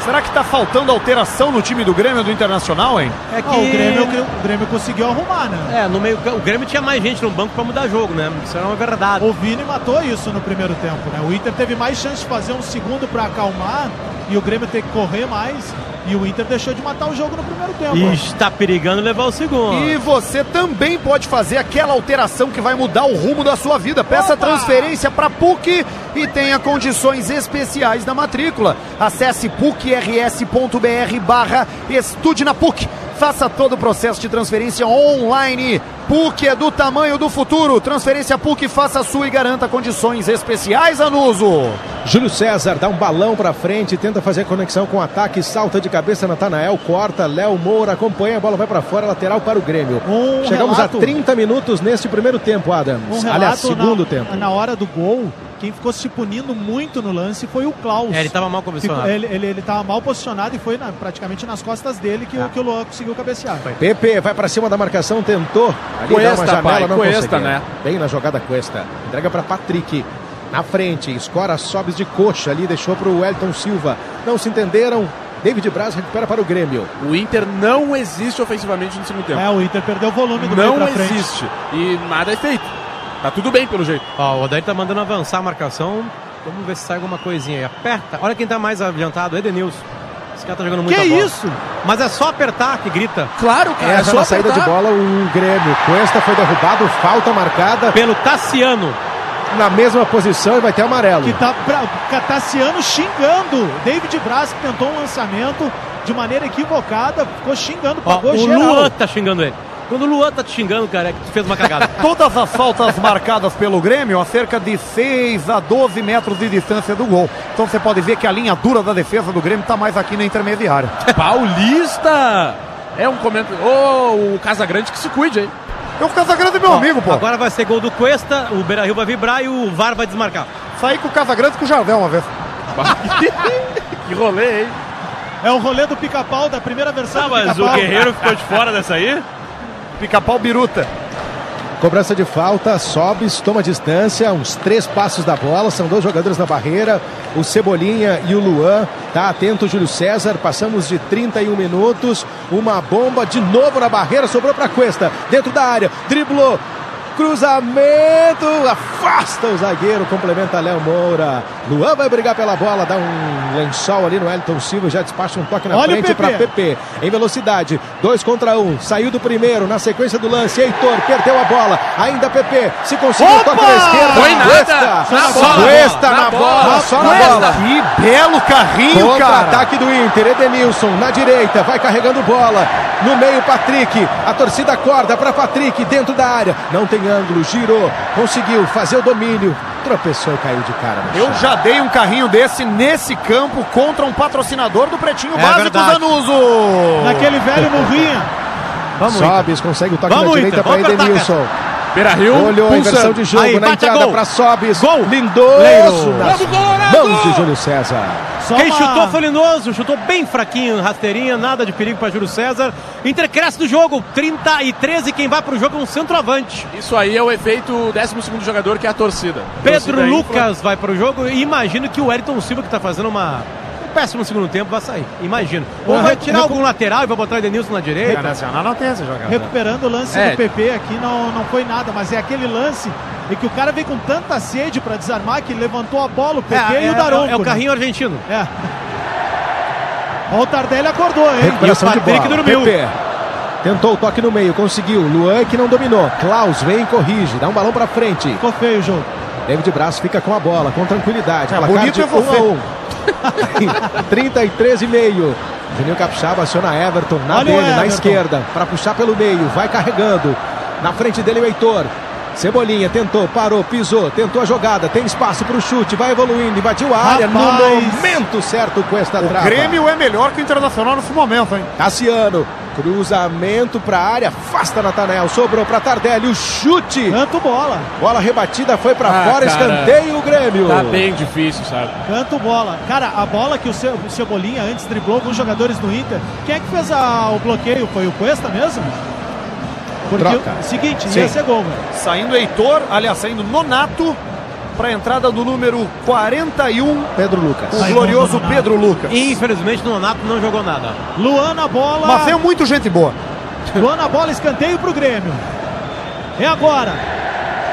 [SPEAKER 2] Será que tá faltando alteração no time do Grêmio do Internacional, hein?
[SPEAKER 5] É que
[SPEAKER 4] Ó, o, Grêmio, o Grêmio conseguiu arrumar, né?
[SPEAKER 5] É, no meio o Grêmio tinha mais gente no banco pra mudar jogo, né? Isso era uma verdade.
[SPEAKER 4] é O Vini matou isso no primeiro tempo, né? O Inter teve mais chance de fazer um segundo para acalmar e o Grêmio ter que correr mais. E o Inter deixou de matar o jogo no primeiro tempo.
[SPEAKER 5] E está perigando levar o segundo.
[SPEAKER 2] E você também pode fazer aquela alteração que vai mudar o rumo da sua vida. Peça transferência para PUC e tenha condições especiais na matrícula. Acesse pucrs.br barra estude na PUC. Faça todo o processo de transferência online. PUC é do tamanho do futuro. Transferência PUC, faça a sua e garanta condições especiais, Anuso.
[SPEAKER 1] Júlio César dá um balão para frente, tenta fazer conexão com o ataque, salta de cabeça Natanael, corta, Léo Moura acompanha, a bola vai para fora, lateral para o Grêmio.
[SPEAKER 4] Um
[SPEAKER 1] Chegamos
[SPEAKER 4] relato-
[SPEAKER 1] a 30 minutos neste primeiro tempo,
[SPEAKER 4] Um
[SPEAKER 1] Adams.
[SPEAKER 4] relato
[SPEAKER 1] Aliás, segundo
[SPEAKER 4] na,
[SPEAKER 1] tempo.
[SPEAKER 4] Na hora do gol, quem ficou se punindo muito no lance foi o Klaus.
[SPEAKER 5] É, ele tava mal
[SPEAKER 4] Ficou-
[SPEAKER 5] comissionado.
[SPEAKER 4] ele, ele, ele tava mal posicionado e foi na- praticamente nas costas dele
[SPEAKER 5] Ah.
[SPEAKER 4] que, o- que o Luan conseguiu cabecear.
[SPEAKER 1] PP vai para cima da marcação, tentou. Ali dá
[SPEAKER 7] Cuesta,
[SPEAKER 1] uma janela,
[SPEAKER 7] pai,
[SPEAKER 1] não
[SPEAKER 7] Cuesta,
[SPEAKER 1] conseguia.
[SPEAKER 7] né?
[SPEAKER 1] Bem na jogada Cuesta. Entrega para Patrick. Na frente, escora, sobe de coxa ali, deixou para o Elton Silva. Não se entenderam. David Braz recupera para o Grêmio.
[SPEAKER 7] O Inter não existe ofensivamente no segundo tempo.
[SPEAKER 4] É, o Inter perdeu o volume do meio
[SPEAKER 7] não
[SPEAKER 4] pra frente.
[SPEAKER 7] existe. E nada é feito. Tá tudo bem pelo jeito.
[SPEAKER 5] Ó, o Odair tá mandando avançar a marcação. Vamos ver se sai alguma coisinha aí. Aperta. Olha quem tá mais adiantado, Edenilson. Esse cara tá jogando muito
[SPEAKER 4] Que
[SPEAKER 5] bola.
[SPEAKER 4] isso?
[SPEAKER 5] Mas é só apertar que grita. É
[SPEAKER 7] Claro, cara.
[SPEAKER 1] Essa É, na saída de bola, o Grêmio. Cuesta foi derrubado, falta marcada
[SPEAKER 5] Pelo Tassiano.
[SPEAKER 1] na mesma posição e vai ter amarelo.
[SPEAKER 4] que tá pra, Catassiano xingando David Braz que tentou um lançamento de maneira equivocada, ficou xingando,
[SPEAKER 5] Ó,
[SPEAKER 4] pagou
[SPEAKER 5] o
[SPEAKER 4] geral.
[SPEAKER 5] Luan tá xingando ele. Quando o Luan tá te xingando, cara, é que tu fez uma cagada.
[SPEAKER 2] Todas as faltas marcadas pelo Grêmio a cerca de 6 a 12 metros de distância do gol. Então você pode ver que a linha dura da defesa do Grêmio está mais aqui na intermediária.
[SPEAKER 7] Paulista! É um comentário. Ô, o Casagrande que se cuide, hein?
[SPEAKER 2] Eu o Casagrande é meu
[SPEAKER 5] Ó,
[SPEAKER 2] amigo, pô.
[SPEAKER 5] Agora vai ser gol do Cuesta, o Beira Rio vai vibrar e o VAR vai desmarcar.
[SPEAKER 2] Saí com o Casagrande e com o Jardel uma vez.
[SPEAKER 7] Que rolê, hein?
[SPEAKER 4] É o rolê do pica-pau da primeira versão.
[SPEAKER 6] Ah,
[SPEAKER 4] do
[SPEAKER 6] mas o
[SPEAKER 4] Pica-Pau.
[SPEAKER 6] Guerreiro ficou de fora dessa aí?
[SPEAKER 2] Pica-pau biruta.
[SPEAKER 1] Cobrança de falta, Sobes toma distância, uns três passos da bola, são dois jogadores na barreira, o Cebolinha e o Luan. Tá atento o Júlio César, passamos de 31 minutos, uma bomba de novo na barreira, sobrou para Cuesta, dentro da área, driblou, cruzamento, afasta o zagueiro, complementa Léo Moura. Luan vai brigar pela bola, dá um lençol ali no Elton Silva, já despacha um toque na
[SPEAKER 4] Olha o
[SPEAKER 1] frente para
[SPEAKER 4] PP.
[SPEAKER 1] PP em velocidade. Dois contra um. Saiu do primeiro na sequência do lance. Heitor perdeu a bola. Ainda PP se conseguiu.
[SPEAKER 2] Opa!
[SPEAKER 1] Toca na esquerda.
[SPEAKER 7] Foi nada.
[SPEAKER 1] Cuesta.
[SPEAKER 7] Na
[SPEAKER 1] Só
[SPEAKER 7] bola.
[SPEAKER 1] Cuesta na,
[SPEAKER 7] Na
[SPEAKER 1] bola.
[SPEAKER 7] bola.
[SPEAKER 1] Só na bola.
[SPEAKER 2] Que belo carrinho, cara.
[SPEAKER 1] Contra-ataque do Inter, Edenilson na direita, vai carregando bola. No meio, Patrick. A torcida acorda para Patrick dentro da área. Não tem ângulo, girou, conseguiu fazer o domínio. Tropeçou e caiu de cara. no
[SPEAKER 2] Eu
[SPEAKER 1] chão.
[SPEAKER 2] já dei um carrinho desse nesse campo contra um patrocinador do Pretinho
[SPEAKER 5] É
[SPEAKER 2] Básico
[SPEAKER 5] verdade.
[SPEAKER 2] Zanuso.
[SPEAKER 4] Naquele velho morrinha.
[SPEAKER 1] Sobes consegue o toque
[SPEAKER 5] Vamos,
[SPEAKER 1] na
[SPEAKER 5] Inter.
[SPEAKER 1] direita para
[SPEAKER 5] Vamos pra ataque.
[SPEAKER 1] Edenilson.
[SPEAKER 7] Beira Rio.
[SPEAKER 1] Olhou a inversão de jogo
[SPEAKER 5] Aí,
[SPEAKER 1] na
[SPEAKER 5] bate a
[SPEAKER 1] entrada
[SPEAKER 5] gol.
[SPEAKER 1] para Sobis.
[SPEAKER 5] Gol.
[SPEAKER 1] Lindoso. nas Mãos de Júlio César.
[SPEAKER 4] Só
[SPEAKER 5] Quem
[SPEAKER 4] uma-
[SPEAKER 5] chutou foi Lindoso, chutou bem fraquinho, rasteirinha, nada de perigo para Júlio César. Inter cresce do jogo, 30 e 13, quem vai pro jogo é um centroavante.
[SPEAKER 7] Isso aí é o efeito 12 jogador, que é a torcida.
[SPEAKER 5] Pedro Lucas vai pro jogo e imagino que o Wellington Silva, que tá fazendo uma... um péssimo segundo tempo, vai sair, imagino. Ou vai tirar algum lateral e vai botar o Edenilson na direita.
[SPEAKER 4] Recuperando o lance
[SPEAKER 7] É.
[SPEAKER 4] do PP aqui, não, não foi nada, mas é aquele lance em que o cara vem com tanta sede pra desarmar que levantou a bola, o PP e o Daronco.
[SPEAKER 5] é o
[SPEAKER 4] né?
[SPEAKER 5] carrinho argentino.
[SPEAKER 4] É. Ó, o Tardelli acordou, hein?
[SPEAKER 1] Recuperação
[SPEAKER 5] E
[SPEAKER 1] de
[SPEAKER 5] o
[SPEAKER 1] bola.
[SPEAKER 5] Patrick dormiu.
[SPEAKER 1] PP. Tentou o toque no meio, conseguiu. Luan que não dominou. Klaus vem e corrige. Dá um balão pra frente.
[SPEAKER 4] Ficou feio o jogo.
[SPEAKER 1] David Braz fica com a bola, com tranquilidade. Placar
[SPEAKER 2] bonito
[SPEAKER 1] de
[SPEAKER 2] é você.
[SPEAKER 1] um a um. 33 e meio. Juninho Capixaba aciona Everton na
[SPEAKER 4] Olha o
[SPEAKER 1] dele, na
[SPEAKER 4] Everton.
[SPEAKER 1] esquerda, para puxar pelo meio, vai carregando. Na frente dele o Heitor. Cebolinha tentou, parou, pisou, tentou a jogada, tem espaço para o chute, vai evoluindo, invadiu a área no
[SPEAKER 4] Rapaz.
[SPEAKER 1] momento certo com esta
[SPEAKER 2] O
[SPEAKER 1] trava.
[SPEAKER 2] Grêmio é melhor que o Internacional nesse momento, hein?
[SPEAKER 1] Cassiano, cruzamento para a área, afasta Natanel, sobrou para Tardelli, o chute.
[SPEAKER 4] Canto bola,
[SPEAKER 1] Bola rebatida foi para
[SPEAKER 7] Ah,
[SPEAKER 1] fora,
[SPEAKER 7] cara.
[SPEAKER 1] escanteio o Grêmio.
[SPEAKER 7] Tá bem difícil, sabe?
[SPEAKER 4] canto bola. Cara, a bola que o, Ce o Cebolinha antes driblou alguns jogadores do Inter. Quem é que fez a- o bloqueio? Foi o Cuesta mesmo? Porque
[SPEAKER 1] Troca.
[SPEAKER 4] o seguinte,
[SPEAKER 1] Sim.
[SPEAKER 4] ia ser gol, velho.
[SPEAKER 2] Saindo Heitor, aliás, saindo Nonato para a entrada do número 41,
[SPEAKER 1] Pedro Lucas.
[SPEAKER 2] o glorioso Pedro Lucas.
[SPEAKER 5] Infelizmente, o Nonato não jogou nada.
[SPEAKER 4] Luan na bola.
[SPEAKER 2] Mas veio muito gente boa.
[SPEAKER 4] Luan na bola, escanteio pro Grêmio. É agora.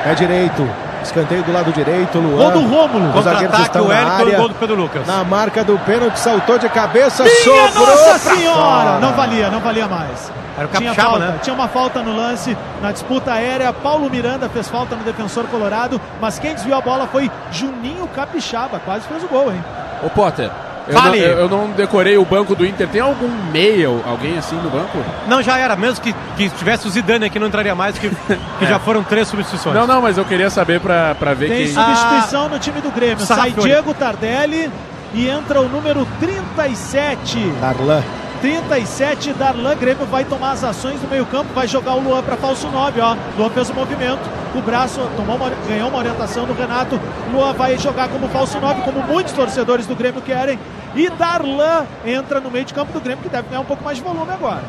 [SPEAKER 1] Pé É direito. Escanteio do lado direito,
[SPEAKER 4] Gol
[SPEAKER 1] Luan.
[SPEAKER 4] do Rômulo.
[SPEAKER 1] Os zagueiros
[SPEAKER 5] Contra-ataque,
[SPEAKER 1] estão
[SPEAKER 5] o
[SPEAKER 1] na
[SPEAKER 5] Wellington e o
[SPEAKER 1] área.
[SPEAKER 5] gol do Pedro Lucas.
[SPEAKER 1] Na marca do pênalti, saltou de cabeça,
[SPEAKER 4] Minha
[SPEAKER 1] sobrou
[SPEAKER 4] Nossa
[SPEAKER 1] pra
[SPEAKER 4] Senhora!
[SPEAKER 1] fora.
[SPEAKER 4] Não valia, não valia mais.
[SPEAKER 5] Era o
[SPEAKER 4] tinha,
[SPEAKER 5] Capixaba,
[SPEAKER 4] falta,
[SPEAKER 5] né?
[SPEAKER 4] tinha uma falta no lance, na disputa aérea. Paulo Miranda fez falta no defensor colorado, mas quem desviou a bola foi Juninho Capixaba. Quase fez o gol, hein?
[SPEAKER 7] Ô, Potter. Eu,
[SPEAKER 5] Fale.
[SPEAKER 7] não, eu, eu não decorei o banco do Inter. Tem algum meio, alguém assim no banco?
[SPEAKER 5] Não, já era. Mesmo que, que tivesse o Zidane aqui, não entraria mais, que, que já foram três substituições.
[SPEAKER 7] É. Não, não, mas eu queria saber pra, pra ver
[SPEAKER 4] Tem
[SPEAKER 7] quem.
[SPEAKER 4] substituição no time do Grêmio. Sai
[SPEAKER 5] Sarrafiori.
[SPEAKER 4] Diego Tardelli e entra o número 37.
[SPEAKER 1] Darlan.
[SPEAKER 4] 37, Darlan Grêmio vai tomar as ações do meio-campo, vai jogar o Luan para falso 9, ó. Luan fez o movimento, o braço tomou uma- ganhou uma orientação do Renato. Luan vai jogar como falso 9, como muitos torcedores do Grêmio querem. E Darlan entra no meio de campo do Grêmio, que deve ganhar um pouco mais de volume agora.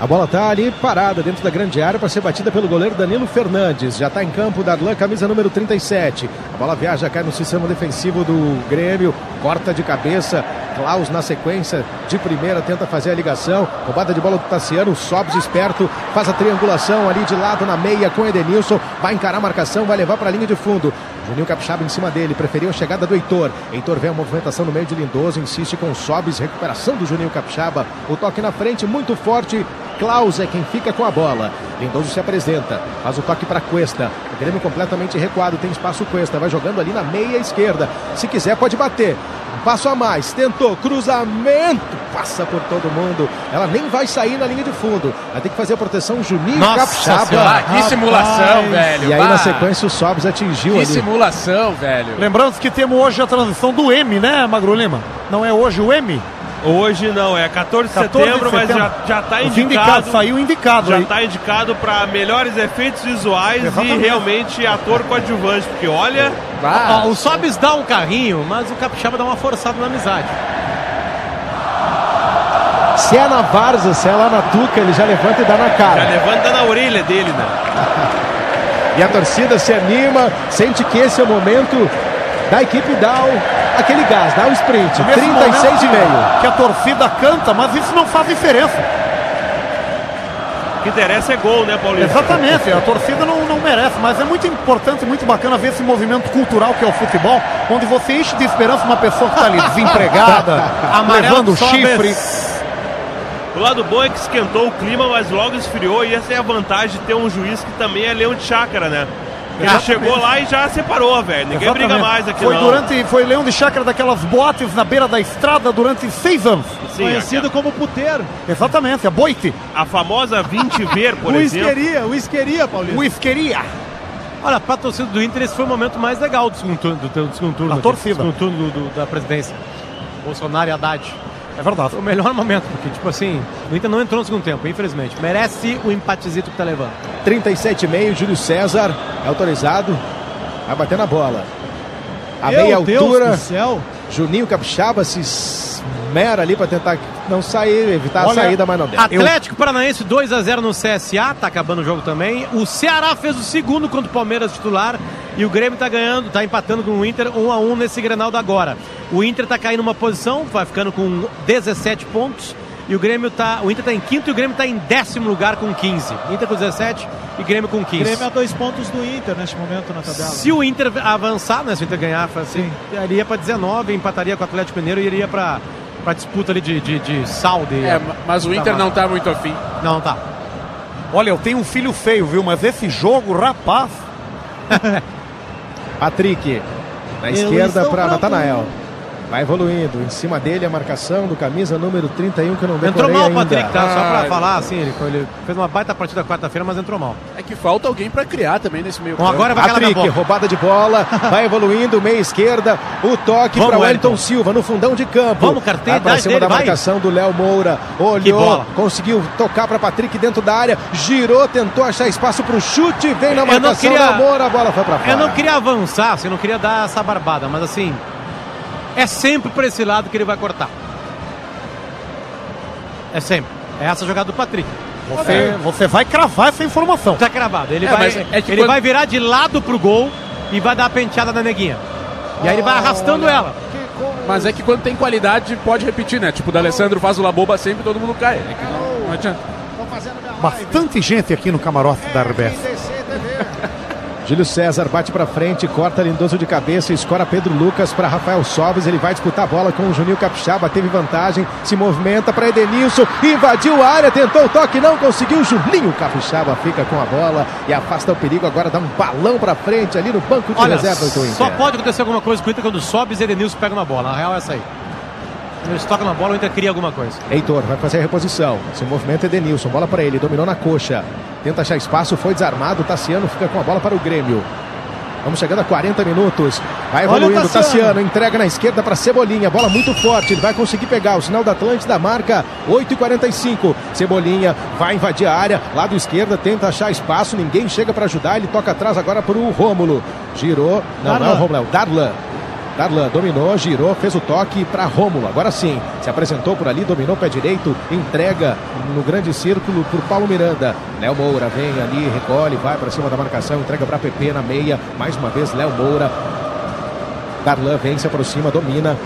[SPEAKER 1] A bola tá ali parada dentro da grande área para ser batida pelo goleiro Danilo Fernandes. Já tá em campo Darlan, camisa número 37. A bola viaja, cai no sistema defensivo do Grêmio, corta de cabeça. Klaus na sequência de primeira tenta fazer a ligação. Roubada de bola do Tassiano, Sobes esperto, faz a triangulação ali de lado na meia com Edenilson. Vai encarar a marcação, vai levar para a linha de fundo. Juninho Capixaba em cima dele, preferiu a chegada do Heitor. Heitor vê a movimentação no meio de Lindoso, insiste com Sobes, recuperação do Juninho Capixaba. O toque na frente, muito forte. Klaus é quem fica com a bola. Lindoso se apresenta, faz o toque para Cuesta. O Grêmio completamente recuado, tem espaço Cuesta, vai jogando ali na meia esquerda. Se quiser, pode bater. Um passo a mais, tentou, cruzamento, passa por todo mundo. Ela nem vai sair na linha de fundo. Vai ter que fazer a proteção Juninho
[SPEAKER 3] Nossa
[SPEAKER 1] Capixaba.
[SPEAKER 3] Senhora, que
[SPEAKER 1] Rapaz.
[SPEAKER 3] simulação, velho.
[SPEAKER 1] E aí
[SPEAKER 3] Bah.
[SPEAKER 1] na sequência o Sobs atingiu
[SPEAKER 3] Que
[SPEAKER 1] ali.
[SPEAKER 3] simulação, velho.
[SPEAKER 11] Lembrando que temos hoje a transição do M, né, Magro Lima? Não é hoje o M?
[SPEAKER 6] Hoje não, é 14 de
[SPEAKER 11] 14 de
[SPEAKER 6] setembro, mas
[SPEAKER 11] setembro.
[SPEAKER 6] já, já tá
[SPEAKER 11] Os
[SPEAKER 6] indicado.
[SPEAKER 11] indicados, saiu indicado
[SPEAKER 6] Já
[SPEAKER 11] aí.
[SPEAKER 6] tá indicado para melhores efeitos visuais
[SPEAKER 11] Exatamente.
[SPEAKER 6] e realmente ator coadjuvante, porque olha.
[SPEAKER 7] ah.
[SPEAKER 5] Ó, o Sobis dá um carrinho, mas o Capixaba dá uma forçada na amizade.
[SPEAKER 1] Se é na Varza, se é lá na Tuca, ele já levanta e dá na cara.
[SPEAKER 6] Já levanta tá na orelha dele, né?
[SPEAKER 1] E a torcida se anima, sente que esse é o momento da equipe dar o- aquele gás, dá o sprint,
[SPEAKER 11] Nesse
[SPEAKER 1] 36
[SPEAKER 11] momento
[SPEAKER 1] e meio.
[SPEAKER 11] Que a torcida canta, mas isso não faz diferença.
[SPEAKER 6] O que interessa é gol, né, Paulinho?
[SPEAKER 11] Exatamente, a torcida não, não merece, mas é muito importante, muito bacana ver esse movimento cultural que é o futebol, onde você enche de esperança uma pessoa que está ali desempregada,
[SPEAKER 5] Amarelo
[SPEAKER 11] levando o
[SPEAKER 5] sobe.
[SPEAKER 11] chifre.
[SPEAKER 6] O lado bom é que esquentou o clima, mas logo esfriou e essa é a vantagem de ter um juiz que também é leão de chácara, né? Já
[SPEAKER 11] Exatamente.
[SPEAKER 6] chegou lá e já separou, velho. Ninguém
[SPEAKER 11] Exatamente.
[SPEAKER 6] briga mais aqui
[SPEAKER 11] foi
[SPEAKER 6] não.
[SPEAKER 11] durante Foi Leão de Chácara daquelas boates na beira da estrada durante seis anos.
[SPEAKER 6] Sim,
[SPEAKER 4] Conhecido como puteiro.
[SPEAKER 11] Exatamente, a boite,
[SPEAKER 6] a, a famosa 20 ver, por exemplo.
[SPEAKER 4] Whiskeria, whiskeria, Paulista.
[SPEAKER 11] whiskeria.
[SPEAKER 5] Olha, pra torcida do Inter, esse foi o momento mais legal do segundo turno. Do, do segundo turno
[SPEAKER 11] A
[SPEAKER 5] aqui,
[SPEAKER 11] torcida.
[SPEAKER 5] Do segundo turno do- do- da presidência. Bolsonaro e Haddad.
[SPEAKER 11] É verdade.
[SPEAKER 5] Foi o melhor momento, porque, tipo assim, o Inter não entrou no segundo tempo, infelizmente. Merece o empatezito que tá levando.
[SPEAKER 1] 37 e meio, Júlio César é autorizado a bater na bola. A
[SPEAKER 4] Meu
[SPEAKER 1] meia
[SPEAKER 4] Deus
[SPEAKER 1] altura,
[SPEAKER 4] do céu.
[SPEAKER 1] Juninho Capixaba se esmera ali para tentar não sair, evitar a Tá, saída, mas não deu.
[SPEAKER 5] Atlético Paranaense 2 a 0 no CSA, tá acabando o jogo também. O Ceará fez o segundo contra o Palmeiras titular e o Grêmio tá ganhando, tá empatando com o Inter 1 a 1 nesse Grenal da agora. O Inter tá caindo uma posição, vai ficando com 17 pontos e o Grêmio tá, o Inter tá em quinto e o Grêmio tá em décimo lugar com 15. Inter com 17 e Grêmio com 15.
[SPEAKER 7] é
[SPEAKER 4] Grêmio a dois pontos do Inter neste momento na tabela.
[SPEAKER 5] Se o Inter avançar, né, se o Inter ganhar, assim, iria pra 19, empataria com o Atlético Mineiro e iria pra pra disputa ali de, de, de saldo. e-
[SPEAKER 7] É, mas o Inter não tá muito afim.
[SPEAKER 5] Não, tá.
[SPEAKER 11] Olha, eu tenho um filho feio, viu? Mas esse jogo, rapaz.
[SPEAKER 1] Patrick, na
[SPEAKER 4] Eu
[SPEAKER 1] esquerda
[SPEAKER 4] estou
[SPEAKER 1] para
[SPEAKER 4] pronto.
[SPEAKER 1] Natanael. Vai evoluindo, em cima dele a marcação do camisa número 31 que eu não decorei
[SPEAKER 5] Entrou mal o
[SPEAKER 1] ainda.
[SPEAKER 5] Patrick, tá? Só pra
[SPEAKER 7] Ah,
[SPEAKER 5] falar, assim, ele, ele fez uma baita partida quarta-feira, mas entrou mal.
[SPEAKER 7] É que falta alguém pra criar também nesse meio
[SPEAKER 5] Bom, Então agora vai calar na
[SPEAKER 1] Patrick,
[SPEAKER 5] boca.
[SPEAKER 1] roubada de bola, vai evoluindo, meia esquerda, o toque
[SPEAKER 5] Vamos,
[SPEAKER 1] para Wellington
[SPEAKER 5] Wellington.
[SPEAKER 1] Silva no fundão de campo.
[SPEAKER 5] Vamos, carteira,
[SPEAKER 1] Vai pra
[SPEAKER 5] idade
[SPEAKER 1] cima
[SPEAKER 5] dele,
[SPEAKER 1] da
[SPEAKER 5] vai.
[SPEAKER 1] marcação do Léo Moura.
[SPEAKER 5] Que
[SPEAKER 1] Olhou,
[SPEAKER 5] bola.
[SPEAKER 1] conseguiu tocar para Patrick dentro da área, girou, tentou achar espaço pro chute, vem na
[SPEAKER 5] Eu
[SPEAKER 1] marcação
[SPEAKER 5] não queria-
[SPEAKER 1] Léo Moura, a bola foi para fora.
[SPEAKER 5] Eu não queria avançar, assim, eu não queria dar essa barbada, mas assim, é sempre pra esse lado que ele vai cortar. É sempre. É essa a jogada do Patrick. É.
[SPEAKER 11] Você, você vai cravar essa informação.
[SPEAKER 5] Tá cravado. Ele,
[SPEAKER 7] É,
[SPEAKER 5] vai,
[SPEAKER 7] mas é que
[SPEAKER 5] ele
[SPEAKER 7] quando-
[SPEAKER 5] vai virar de lado pro gol e vai dar a penteada na neguinha. E aí ele vai arrastando ela.
[SPEAKER 7] Mas é que quando tem qualidade, pode repetir, né? Tipo, o D'Alessandro faz o Laboba sempre todo mundo cai. É que não, não adianta.
[SPEAKER 11] Bastante gente aqui no camarote da RBS.
[SPEAKER 1] Júlio César bate pra frente, corta Lindoso de cabeça, escora Pedro Lucas pra Rafael Sobes. Ele vai disputar a bola com o Juninho Capixaba, teve vantagem, se movimenta pra Edenilson, invadiu a área, tentou o toque, não conseguiu. Juninho Capixaba fica com a bola e afasta o perigo. Agora dá um balão pra frente ali no banco de
[SPEAKER 5] Olha,
[SPEAKER 1] reservas do Inter.
[SPEAKER 5] só pode acontecer alguma coisa com o Inter quando sobe e Edenilson pega na bola. Na real é essa aí. Quando Eles tocam na bola, o Inter cria alguma coisa.
[SPEAKER 1] Heitor vai fazer a reposição. Se movimenta Edenilson, bola pra ele, dominou na coxa. Tenta achar espaço, foi desarmado. Tassiano fica com a bola para o Grêmio. Vamos chegando a 40 minutos. Vai
[SPEAKER 4] Olha o
[SPEAKER 1] evoluindo Tassiano.
[SPEAKER 4] Tassiano.
[SPEAKER 1] entrega na esquerda para Cebolinha. Bola muito forte, ele vai conseguir pegar. O sinal da Atlântida marca 8h45. Cebolinha vai invadir a área, lado esquerda, tenta achar espaço. Ninguém chega para ajudar. Ele toca atrás agora para o Rômulo. Girou, não, não é o
[SPEAKER 4] Darlan.
[SPEAKER 1] Rômulo, é o Darlan. Darlan dominou, girou, fez o toque para Rômulo. Agora sim, se apresentou por ali, dominou o pé direito, entrega no grande círculo por Paulo Miranda. Léo Moura vem ali, recolhe, vai para cima da marcação, entrega para PP na meia. Mais uma vez, Léo Moura. Darlan vem, se aproxima, domina.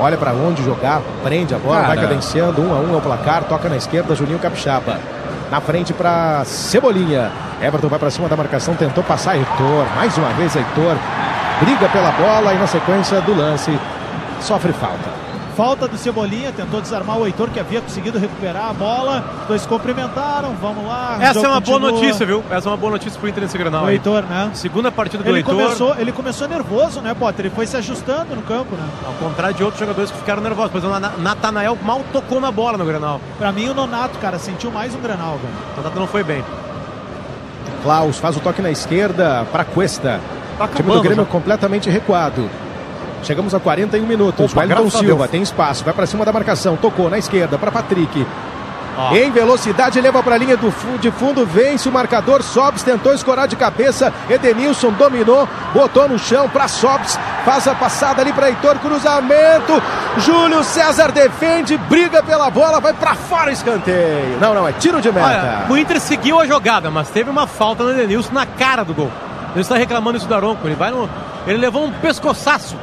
[SPEAKER 1] Olha para onde jogar, prende a bola, vai
[SPEAKER 7] Cara.
[SPEAKER 1] cadenciando, um a um ao placar, toca na esquerda, Juninho Capixaba. Na frente para Cebolinha. Everton vai para cima da marcação, tentou passar Heitor. Mais uma vez Heitor. Briga pela bola e na sequência do lance sofre falta.
[SPEAKER 4] Falta do Cebolinha, tentou desarmar o Heitor que havia conseguido recuperar a bola. Dois se cumprimentaram, vamos lá. Ah, o
[SPEAKER 5] Essa
[SPEAKER 4] jogo
[SPEAKER 5] é uma boa
[SPEAKER 4] continua.
[SPEAKER 5] notícia, viu? Essa é uma boa notícia pro Inter nesse Granal.
[SPEAKER 4] O
[SPEAKER 5] aí.
[SPEAKER 4] Heitor, né?
[SPEAKER 5] Segunda partida do
[SPEAKER 4] Ele
[SPEAKER 5] Heitor.
[SPEAKER 4] começou, ele começou nervoso, né, Potter? Ele foi se ajustando no campo, né?
[SPEAKER 5] Ao contrário de outros jogadores que ficaram nervosos. Por exemplo, o Natanael mal tocou na bola no Granal.
[SPEAKER 4] Pra mim, o Nonato, cara, sentiu mais um Granal, cara.
[SPEAKER 5] O Nonato não foi bem.
[SPEAKER 1] Klaus faz o toque na esquerda para Cuesta. o time do
[SPEAKER 5] Tá acabando
[SPEAKER 1] Grêmio
[SPEAKER 5] já.
[SPEAKER 1] completamente recuado. Chegamos a 41 minutos.
[SPEAKER 5] Opa,
[SPEAKER 1] Wellington
[SPEAKER 5] graças a
[SPEAKER 1] Silva
[SPEAKER 5] Deus.
[SPEAKER 1] tem espaço, vai para cima da marcação, tocou na esquerda para Patrick. Em velocidade, leva para a linha do fu- de fundo, vence o marcador. Sobs tentou escorar de cabeça. Edenilson dominou, botou no chão para Sobs. Faz a passada ali para Heitor, cruzamento. Júlio César defende, briga pela bola, vai para fora escanteio. Não, não, é tiro de
[SPEAKER 4] tá.
[SPEAKER 1] meta.
[SPEAKER 5] Olha, o Inter seguiu a jogada, mas teve uma falta no Edenilson na cara do gol. Ele está reclamando isso do Daronco. Ele, vai no... ele levou um pescoçaço.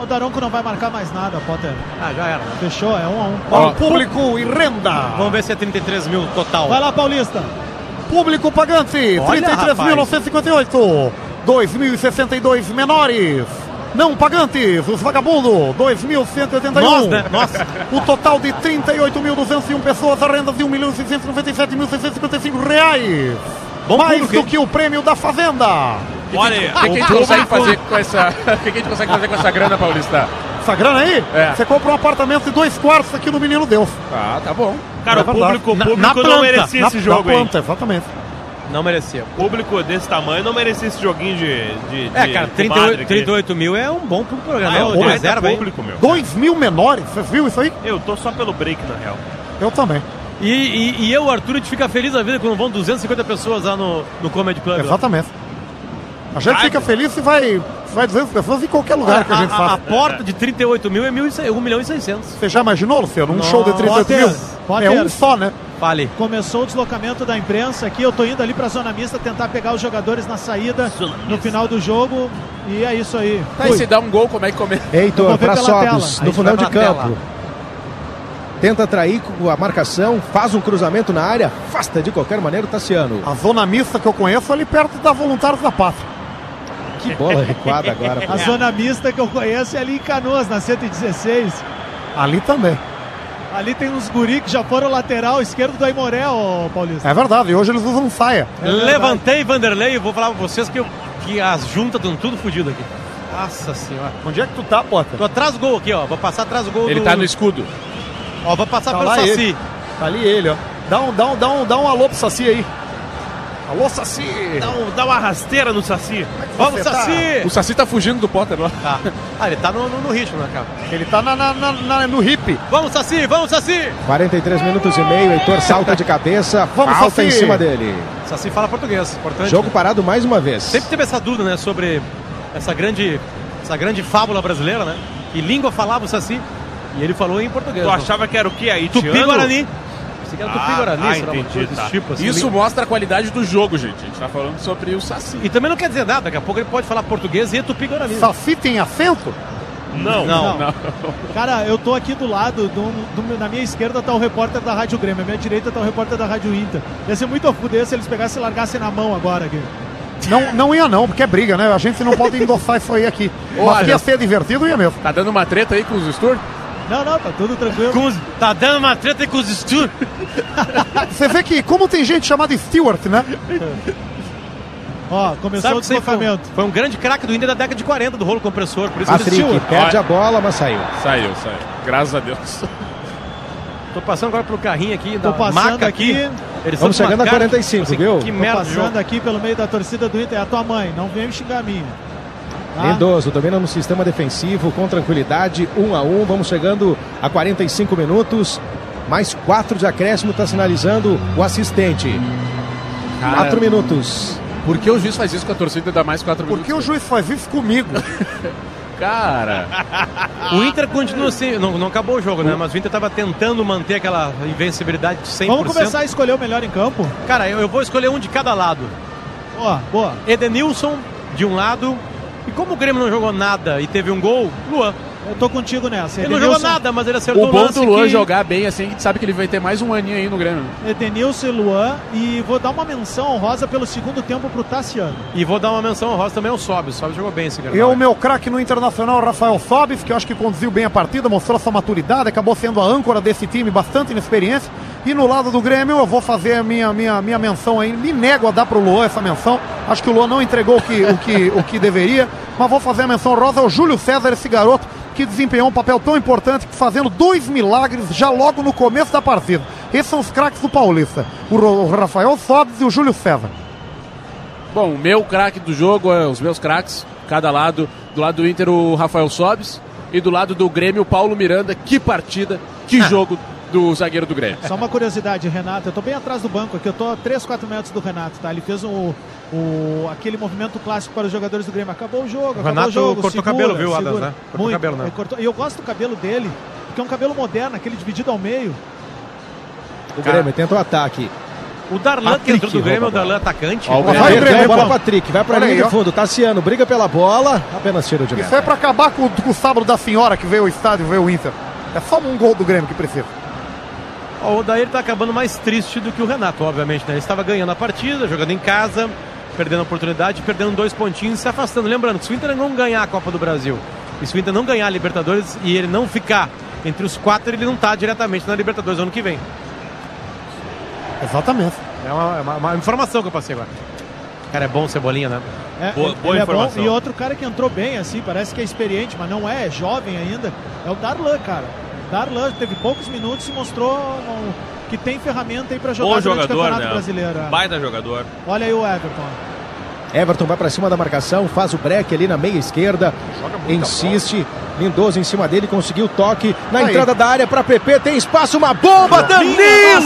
[SPEAKER 4] O Daronco não vai marcar mais nada, Potter.
[SPEAKER 5] Ah, já era.
[SPEAKER 4] Fechou, é um a um.
[SPEAKER 5] Ó,
[SPEAKER 4] Ó,
[SPEAKER 2] público e renda.
[SPEAKER 5] Vamos ver se é 33 mil total.
[SPEAKER 4] Vai lá, Paulista.
[SPEAKER 2] Público pagante,
[SPEAKER 5] Olha, rapaz.
[SPEAKER 2] 33.958. 2.062 menores. Não pagantes, os vagabundos, 2.181.
[SPEAKER 5] Nós, né? Nossa.
[SPEAKER 2] O total de 38.201 pessoas, a renda de 1.697.655 reais.
[SPEAKER 5] Bom
[SPEAKER 2] Mais
[SPEAKER 5] público, hein?
[SPEAKER 2] do que o prêmio da Fazenda. Ah,
[SPEAKER 6] Olha aí.
[SPEAKER 7] O que, que a gente consegue fazer com essa. O que, que a gente consegue fazer com essa grana, Paulista?
[SPEAKER 2] Essa grana aí,
[SPEAKER 7] É.
[SPEAKER 2] você compra um apartamento e dois quartos aqui no Menino Deus. É
[SPEAKER 7] Ah, tá bom.
[SPEAKER 6] Cara, o público, o público não merecia esse jogo,
[SPEAKER 2] na
[SPEAKER 6] hein?
[SPEAKER 2] planta, exatamente.
[SPEAKER 5] Não merecia.
[SPEAKER 6] O público desse tamanho não merecia esse joguinho de. de, de
[SPEAKER 5] É, cara,
[SPEAKER 6] de
[SPEAKER 5] 38,
[SPEAKER 6] padre, que-
[SPEAKER 5] 38 mil é um bom pro programa.
[SPEAKER 6] Ah, é
[SPEAKER 5] é um
[SPEAKER 6] o
[SPEAKER 5] bom
[SPEAKER 6] baita
[SPEAKER 5] reserva, hein?
[SPEAKER 6] público, meu.
[SPEAKER 2] 2 mil menores, você viu isso aí?
[SPEAKER 6] Eu tô só pelo break, na real.
[SPEAKER 2] Eu também.
[SPEAKER 5] E, e, e eu, Arthur, a gente fica feliz da vida quando vão 250 pessoas lá no, no Comedy Club. lá.
[SPEAKER 2] Exatamente. A gente
[SPEAKER 6] Vai.
[SPEAKER 2] fica feliz se vai, vai 200 pessoas em qualquer lugar que a gente
[SPEAKER 5] a, a
[SPEAKER 2] faça.
[SPEAKER 5] porta de 38 mil é 1 milhão e 600.
[SPEAKER 2] Você já imaginou, Luciano? Um show de 38
[SPEAKER 4] Potter,
[SPEAKER 2] mil?
[SPEAKER 4] Potter.
[SPEAKER 2] É um só, né?
[SPEAKER 5] Fale.
[SPEAKER 4] Começou o deslocamento da imprensa aqui. Eu tô indo ali pra zona mista tentar pegar os jogadores na saída
[SPEAKER 6] Zona mista.
[SPEAKER 4] no final do jogo. E é isso aí.
[SPEAKER 7] Tá, e
[SPEAKER 4] Fui.
[SPEAKER 7] se dá um gol, como é que começa?
[SPEAKER 4] Vou
[SPEAKER 1] Heitor
[SPEAKER 4] ver
[SPEAKER 1] para
[SPEAKER 4] pela
[SPEAKER 1] Sobis,
[SPEAKER 4] tela.
[SPEAKER 1] no
[SPEAKER 4] A gente
[SPEAKER 1] fundão de
[SPEAKER 5] vai
[SPEAKER 1] campo.
[SPEAKER 5] pela tela.
[SPEAKER 1] Tenta atrair com a marcação, faz um cruzamento na área, afasta de qualquer maneira o Tassiano.
[SPEAKER 2] A zona mista que eu conheço é ali perto da Voluntários da Pátria.
[SPEAKER 1] Que bola recuada agora.
[SPEAKER 4] A zona mista que eu conheço é ali em Canoas, na 116.
[SPEAKER 2] Ali também.
[SPEAKER 4] Ali tem uns guri que já foram lateral esquerdo do Aimoré, ô Paulista.
[SPEAKER 2] É verdade. E hoje eles usam saia.
[SPEAKER 4] É verdade.
[SPEAKER 5] Levantei, Vanderlei, e vou falar pra vocês que, eu- que as juntas estão tudo fodido aqui. Nossa senhora.
[SPEAKER 2] Onde é que tu tá, Potter?
[SPEAKER 5] Tô atrás do gol aqui, ó. Vou passar atrás do gol
[SPEAKER 7] Ele
[SPEAKER 5] do...
[SPEAKER 7] tá no escudo.
[SPEAKER 5] Ó, vou passar
[SPEAKER 2] Tá
[SPEAKER 5] pelo
[SPEAKER 2] lá
[SPEAKER 5] Saci.
[SPEAKER 2] ele. Tá ali ele, ó. Dá um, dá um, dá um, dá um alô pro Saci aí. Alô, Saci!
[SPEAKER 6] Dá, um- dá uma rasteira no Saci.
[SPEAKER 5] Vamos,
[SPEAKER 2] Você tá-
[SPEAKER 5] Saci!
[SPEAKER 7] O Saci tá fugindo do Potter lá.
[SPEAKER 5] Tá. Ah, ele tá no, no, no ritmo, né, cara?
[SPEAKER 2] Ele tá na, na- na- na- no hip.
[SPEAKER 5] Vamos, Saci! Vamos, Saci!
[SPEAKER 1] 43 minutos e meio, Heitor salta de cabeça,
[SPEAKER 2] Vamos,
[SPEAKER 1] falta
[SPEAKER 2] Saci.
[SPEAKER 1] em cima dele.
[SPEAKER 5] Saci fala português, importante.
[SPEAKER 1] Jogo
[SPEAKER 5] né?
[SPEAKER 1] parado mais uma vez.
[SPEAKER 5] Sempre teve essa dúvida, né, sobre essa grande, essa grande fábula brasileira, né? Que língua falava o Saci? E ele falou em português.
[SPEAKER 6] Tu
[SPEAKER 5] né?
[SPEAKER 6] achava que era o quê? Haitiano?
[SPEAKER 5] Tupi-Guarani. Pensei que era
[SPEAKER 6] Ah,
[SPEAKER 5] Tupi-Guarani,
[SPEAKER 6] ah,
[SPEAKER 5] sei lá, uma
[SPEAKER 6] entendi,
[SPEAKER 5] né, coisa desse
[SPEAKER 6] tá.
[SPEAKER 5] tipo, assim.
[SPEAKER 7] Isso mostra a qualidade do jogo, gente. A gente tá falando sobre o Saci.
[SPEAKER 5] E também não quer dizer nada, daqui a pouco ele pode falar português e é Tupi-Guarani.
[SPEAKER 2] Saci tem acento?
[SPEAKER 6] Não.
[SPEAKER 5] Não,
[SPEAKER 4] Cara, eu tô aqui do lado, do- do meu- na minha esquerda tá o repórter da Rádio Grêmio, à minha direita tá o repórter da Rádio Inter. Ia ser muito a fuder se eles pegassem e largassem na mão agora aqui.
[SPEAKER 2] Não, não ia não, porque é briga, né? A gente não pode endossar isso aí aqui. Mas
[SPEAKER 7] Olha.
[SPEAKER 2] ia ser divertido, ia mesmo.
[SPEAKER 7] Tá dando uma treta aí com os Stur?
[SPEAKER 4] Não, não, tá tudo tranquilo.
[SPEAKER 5] Com os- tá dando uma treta com os estudos.
[SPEAKER 2] Você vê que como tem gente chamada Stewart, né?
[SPEAKER 4] Ó, começou o
[SPEAKER 5] foi,
[SPEAKER 4] deslocamento.
[SPEAKER 5] foi um grande craque do Inter da década de 40, do rolo compressor, por isso que
[SPEAKER 1] Patrick
[SPEAKER 5] existiu.
[SPEAKER 1] perde a bola, mas saiu.
[SPEAKER 7] Saiu, saiu. Graças a Deus.
[SPEAKER 5] Tô passando agora pelo carrinho aqui, da
[SPEAKER 4] passando
[SPEAKER 5] tá, maca aqui.
[SPEAKER 4] aqui.
[SPEAKER 5] Eles
[SPEAKER 1] Vamos
[SPEAKER 5] são de
[SPEAKER 1] chegando a
[SPEAKER 5] macaco.
[SPEAKER 1] 45,
[SPEAKER 5] Assim,
[SPEAKER 1] viu?
[SPEAKER 5] Que
[SPEAKER 4] Tô
[SPEAKER 5] merda de
[SPEAKER 4] passando
[SPEAKER 5] jogo.
[SPEAKER 4] aqui pelo meio da torcida do Inter. É a tua mãe, não vem me xingar a minha. Tá?
[SPEAKER 1] Ah. Lindoso, domina no sistema defensivo com tranquilidade, um a um. Vamos chegando a 45 minutos. Mais quatro de acréscimo, tá sinalizando o assistente.
[SPEAKER 7] Cara.
[SPEAKER 1] Quatro minutos.
[SPEAKER 7] Por que o juiz faz isso com a torcida e dá mais 4
[SPEAKER 2] Por
[SPEAKER 7] minutos?
[SPEAKER 2] que o juiz faz isso comigo?
[SPEAKER 7] Cara,
[SPEAKER 5] O Inter continua assim, não, não acabou o jogo, né? Mas o Inter tava tentando manter aquela invencibilidade de 100%.
[SPEAKER 4] Vamos começar a escolher o melhor em campo?
[SPEAKER 5] Cara, eu, eu vou escolher um de cada lado.
[SPEAKER 4] Ó, boa.
[SPEAKER 5] Edenilson de um lado. E como o Grêmio não jogou nada e teve um gol, Luan.
[SPEAKER 4] Eu tô contigo nessa.
[SPEAKER 5] Ele não
[SPEAKER 4] Edenilson-
[SPEAKER 5] jogou nada, mas ele acertou
[SPEAKER 7] O
[SPEAKER 5] um
[SPEAKER 7] bom
[SPEAKER 5] lance
[SPEAKER 7] do Luan
[SPEAKER 5] que-
[SPEAKER 7] jogar bem assim, a gente sabe que ele vai ter mais um aninho aí no Grêmio.
[SPEAKER 4] Edenilson e Luan. E vou dar uma menção honrosa pelo segundo tempo pro Tassiano.
[SPEAKER 5] E vou dar uma menção honrosa também ao Sobe. O Sobe jogou bem esse cara.
[SPEAKER 11] E o meu craque no Internacional, Rafael Sobis, que eu acho que conduziu bem a partida, mostrou sua maturidade, acabou sendo a âncora desse time, bastante inexperiência. E no lado do Grêmio, eu vou fazer a minha, minha, minha menção aí. Me nego a dar pro Luan essa menção. Acho que o Luan não entregou o que, o que, o que deveria. Mas vou fazer a menção rosa ao Júlio César, esse garoto que desempenhou um papel tão importante, fazendo dois milagres já logo no começo da partida. Esses são os craques do Paulista: o Ro- o Rafael Sobis e o Júlio César.
[SPEAKER 7] Bom, o meu craque do jogo, é os meus craques, cada lado. Do lado do Inter, o Rafael Sobis. E do lado do Grêmio, o Paulo Miranda. Que partida, que jogo do zagueiro do Grêmio.
[SPEAKER 4] Só uma curiosidade, Renato, eu tô bem atrás do banco aqui, eu tô a 3, 4 metros do Renato, tá? Ele fez o, o- aquele movimento clássico para os jogadores do Grêmio. Acabou o jogo, acabou
[SPEAKER 12] Renato
[SPEAKER 4] o jogo.
[SPEAKER 12] cortou
[SPEAKER 4] segura,
[SPEAKER 12] cabelo, viu, Adams,
[SPEAKER 4] segura.
[SPEAKER 12] né? Cortou
[SPEAKER 4] Muito.
[SPEAKER 12] cabelo, né?
[SPEAKER 4] Ele cortou- E eu gosto do cabelo dele, porque é um cabelo moderno, aquele dividido ao meio.
[SPEAKER 1] O Grêmio tenta o ataque.
[SPEAKER 5] O Darlan que entrou do
[SPEAKER 7] Tá
[SPEAKER 5] Grêmio, o
[SPEAKER 4] é
[SPEAKER 5] Darlan atacante.
[SPEAKER 1] Ó, o Grêmio
[SPEAKER 11] vai, Grêmio,
[SPEAKER 7] é
[SPEAKER 1] perdeu a bola
[SPEAKER 11] vamos.
[SPEAKER 1] pro Patrick. Vai pra
[SPEAKER 11] Olha
[SPEAKER 1] linha
[SPEAKER 11] aí,
[SPEAKER 1] de
[SPEAKER 11] ó.
[SPEAKER 1] fundo. Tassiano briga pela bola. Apenas tiro de
[SPEAKER 11] Isso
[SPEAKER 1] meta.
[SPEAKER 11] é pra acabar com, com o sábado da senhora que veio o estádio, veio o Inter. É só um gol do Grêmio que precisa.
[SPEAKER 5] Ó, O Daír tá acabando mais triste do que o Renato, obviamente, né? Ele estava ganhando a partida, jogando em casa, perdendo a oportunidade, perdendo dois pontinhos e se afastando. Lembrando que se o Inter não ganhar a Copa do Brasil, e se o Inter não ganhar a Libertadores e ele não ficar entre os quatro, ele não tá diretamente na Libertadores ano que vem.
[SPEAKER 11] Exatamente.
[SPEAKER 5] É uma, é uma- uma informação que eu passei agora. Cara, é bom o Cebolinha, né?
[SPEAKER 4] É, ele- ele é bom. E outro cara que entrou bem, assim, parece que é experiente, mas não é, é jovem ainda, é o Darlan, cara. Darlan teve poucos minutos e mostrou um, que tem ferramenta aí pra jogar
[SPEAKER 6] Bom
[SPEAKER 4] durante o
[SPEAKER 6] jogador,
[SPEAKER 4] Campeonato
[SPEAKER 6] né?
[SPEAKER 4] Brasileiro. é.
[SPEAKER 6] Baita jogador.
[SPEAKER 4] Olha aí o Everton.
[SPEAKER 1] Everton vai pra cima da marcação, faz o break ali na meia esquerda. Insiste. Lindoso em cima dele, conseguiu o toque na
[SPEAKER 10] Aí.
[SPEAKER 1] entrada da área pra PP, tem espaço, uma bomba, Danilo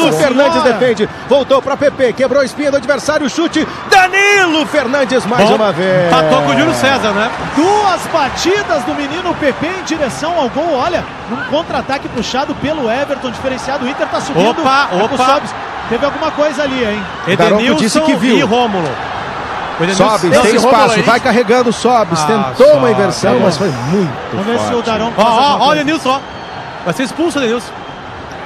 [SPEAKER 10] Nossa
[SPEAKER 1] Fernandes
[SPEAKER 10] Senhora.
[SPEAKER 1] defende, voltou pra PP, quebrou a espinha do adversário, chute, Danilo Fernandes mais
[SPEAKER 5] Bom,
[SPEAKER 1] uma vez.
[SPEAKER 4] Tá
[SPEAKER 5] Empatou com o Júlio César, né?
[SPEAKER 4] Duas batidas do menino PP em direção ao gol. Olha, num contra-ataque puxado pelo Everton, diferenciado. O Inter tá subindo.
[SPEAKER 5] Opa,
[SPEAKER 4] É com
[SPEAKER 5] opa.
[SPEAKER 4] Sobs. Teve alguma coisa ali, hein?
[SPEAKER 5] Edenilson e Rômulo. O Edenilson-
[SPEAKER 1] Sobe,
[SPEAKER 5] Não,
[SPEAKER 1] tem
[SPEAKER 5] esse Rômulo
[SPEAKER 1] espaço,
[SPEAKER 5] aí-
[SPEAKER 1] vai carregando, sobe,
[SPEAKER 5] Ah,
[SPEAKER 1] tentou uma
[SPEAKER 5] sobe.
[SPEAKER 1] inversão, mas foi muito
[SPEAKER 4] Vamos ver se o
[SPEAKER 1] forte.
[SPEAKER 4] Darão
[SPEAKER 5] Ó,
[SPEAKER 4] faz alguma
[SPEAKER 5] ó, ó, o
[SPEAKER 4] coisa.
[SPEAKER 5] Denilson, ó. Vai ser expulso o Denilson.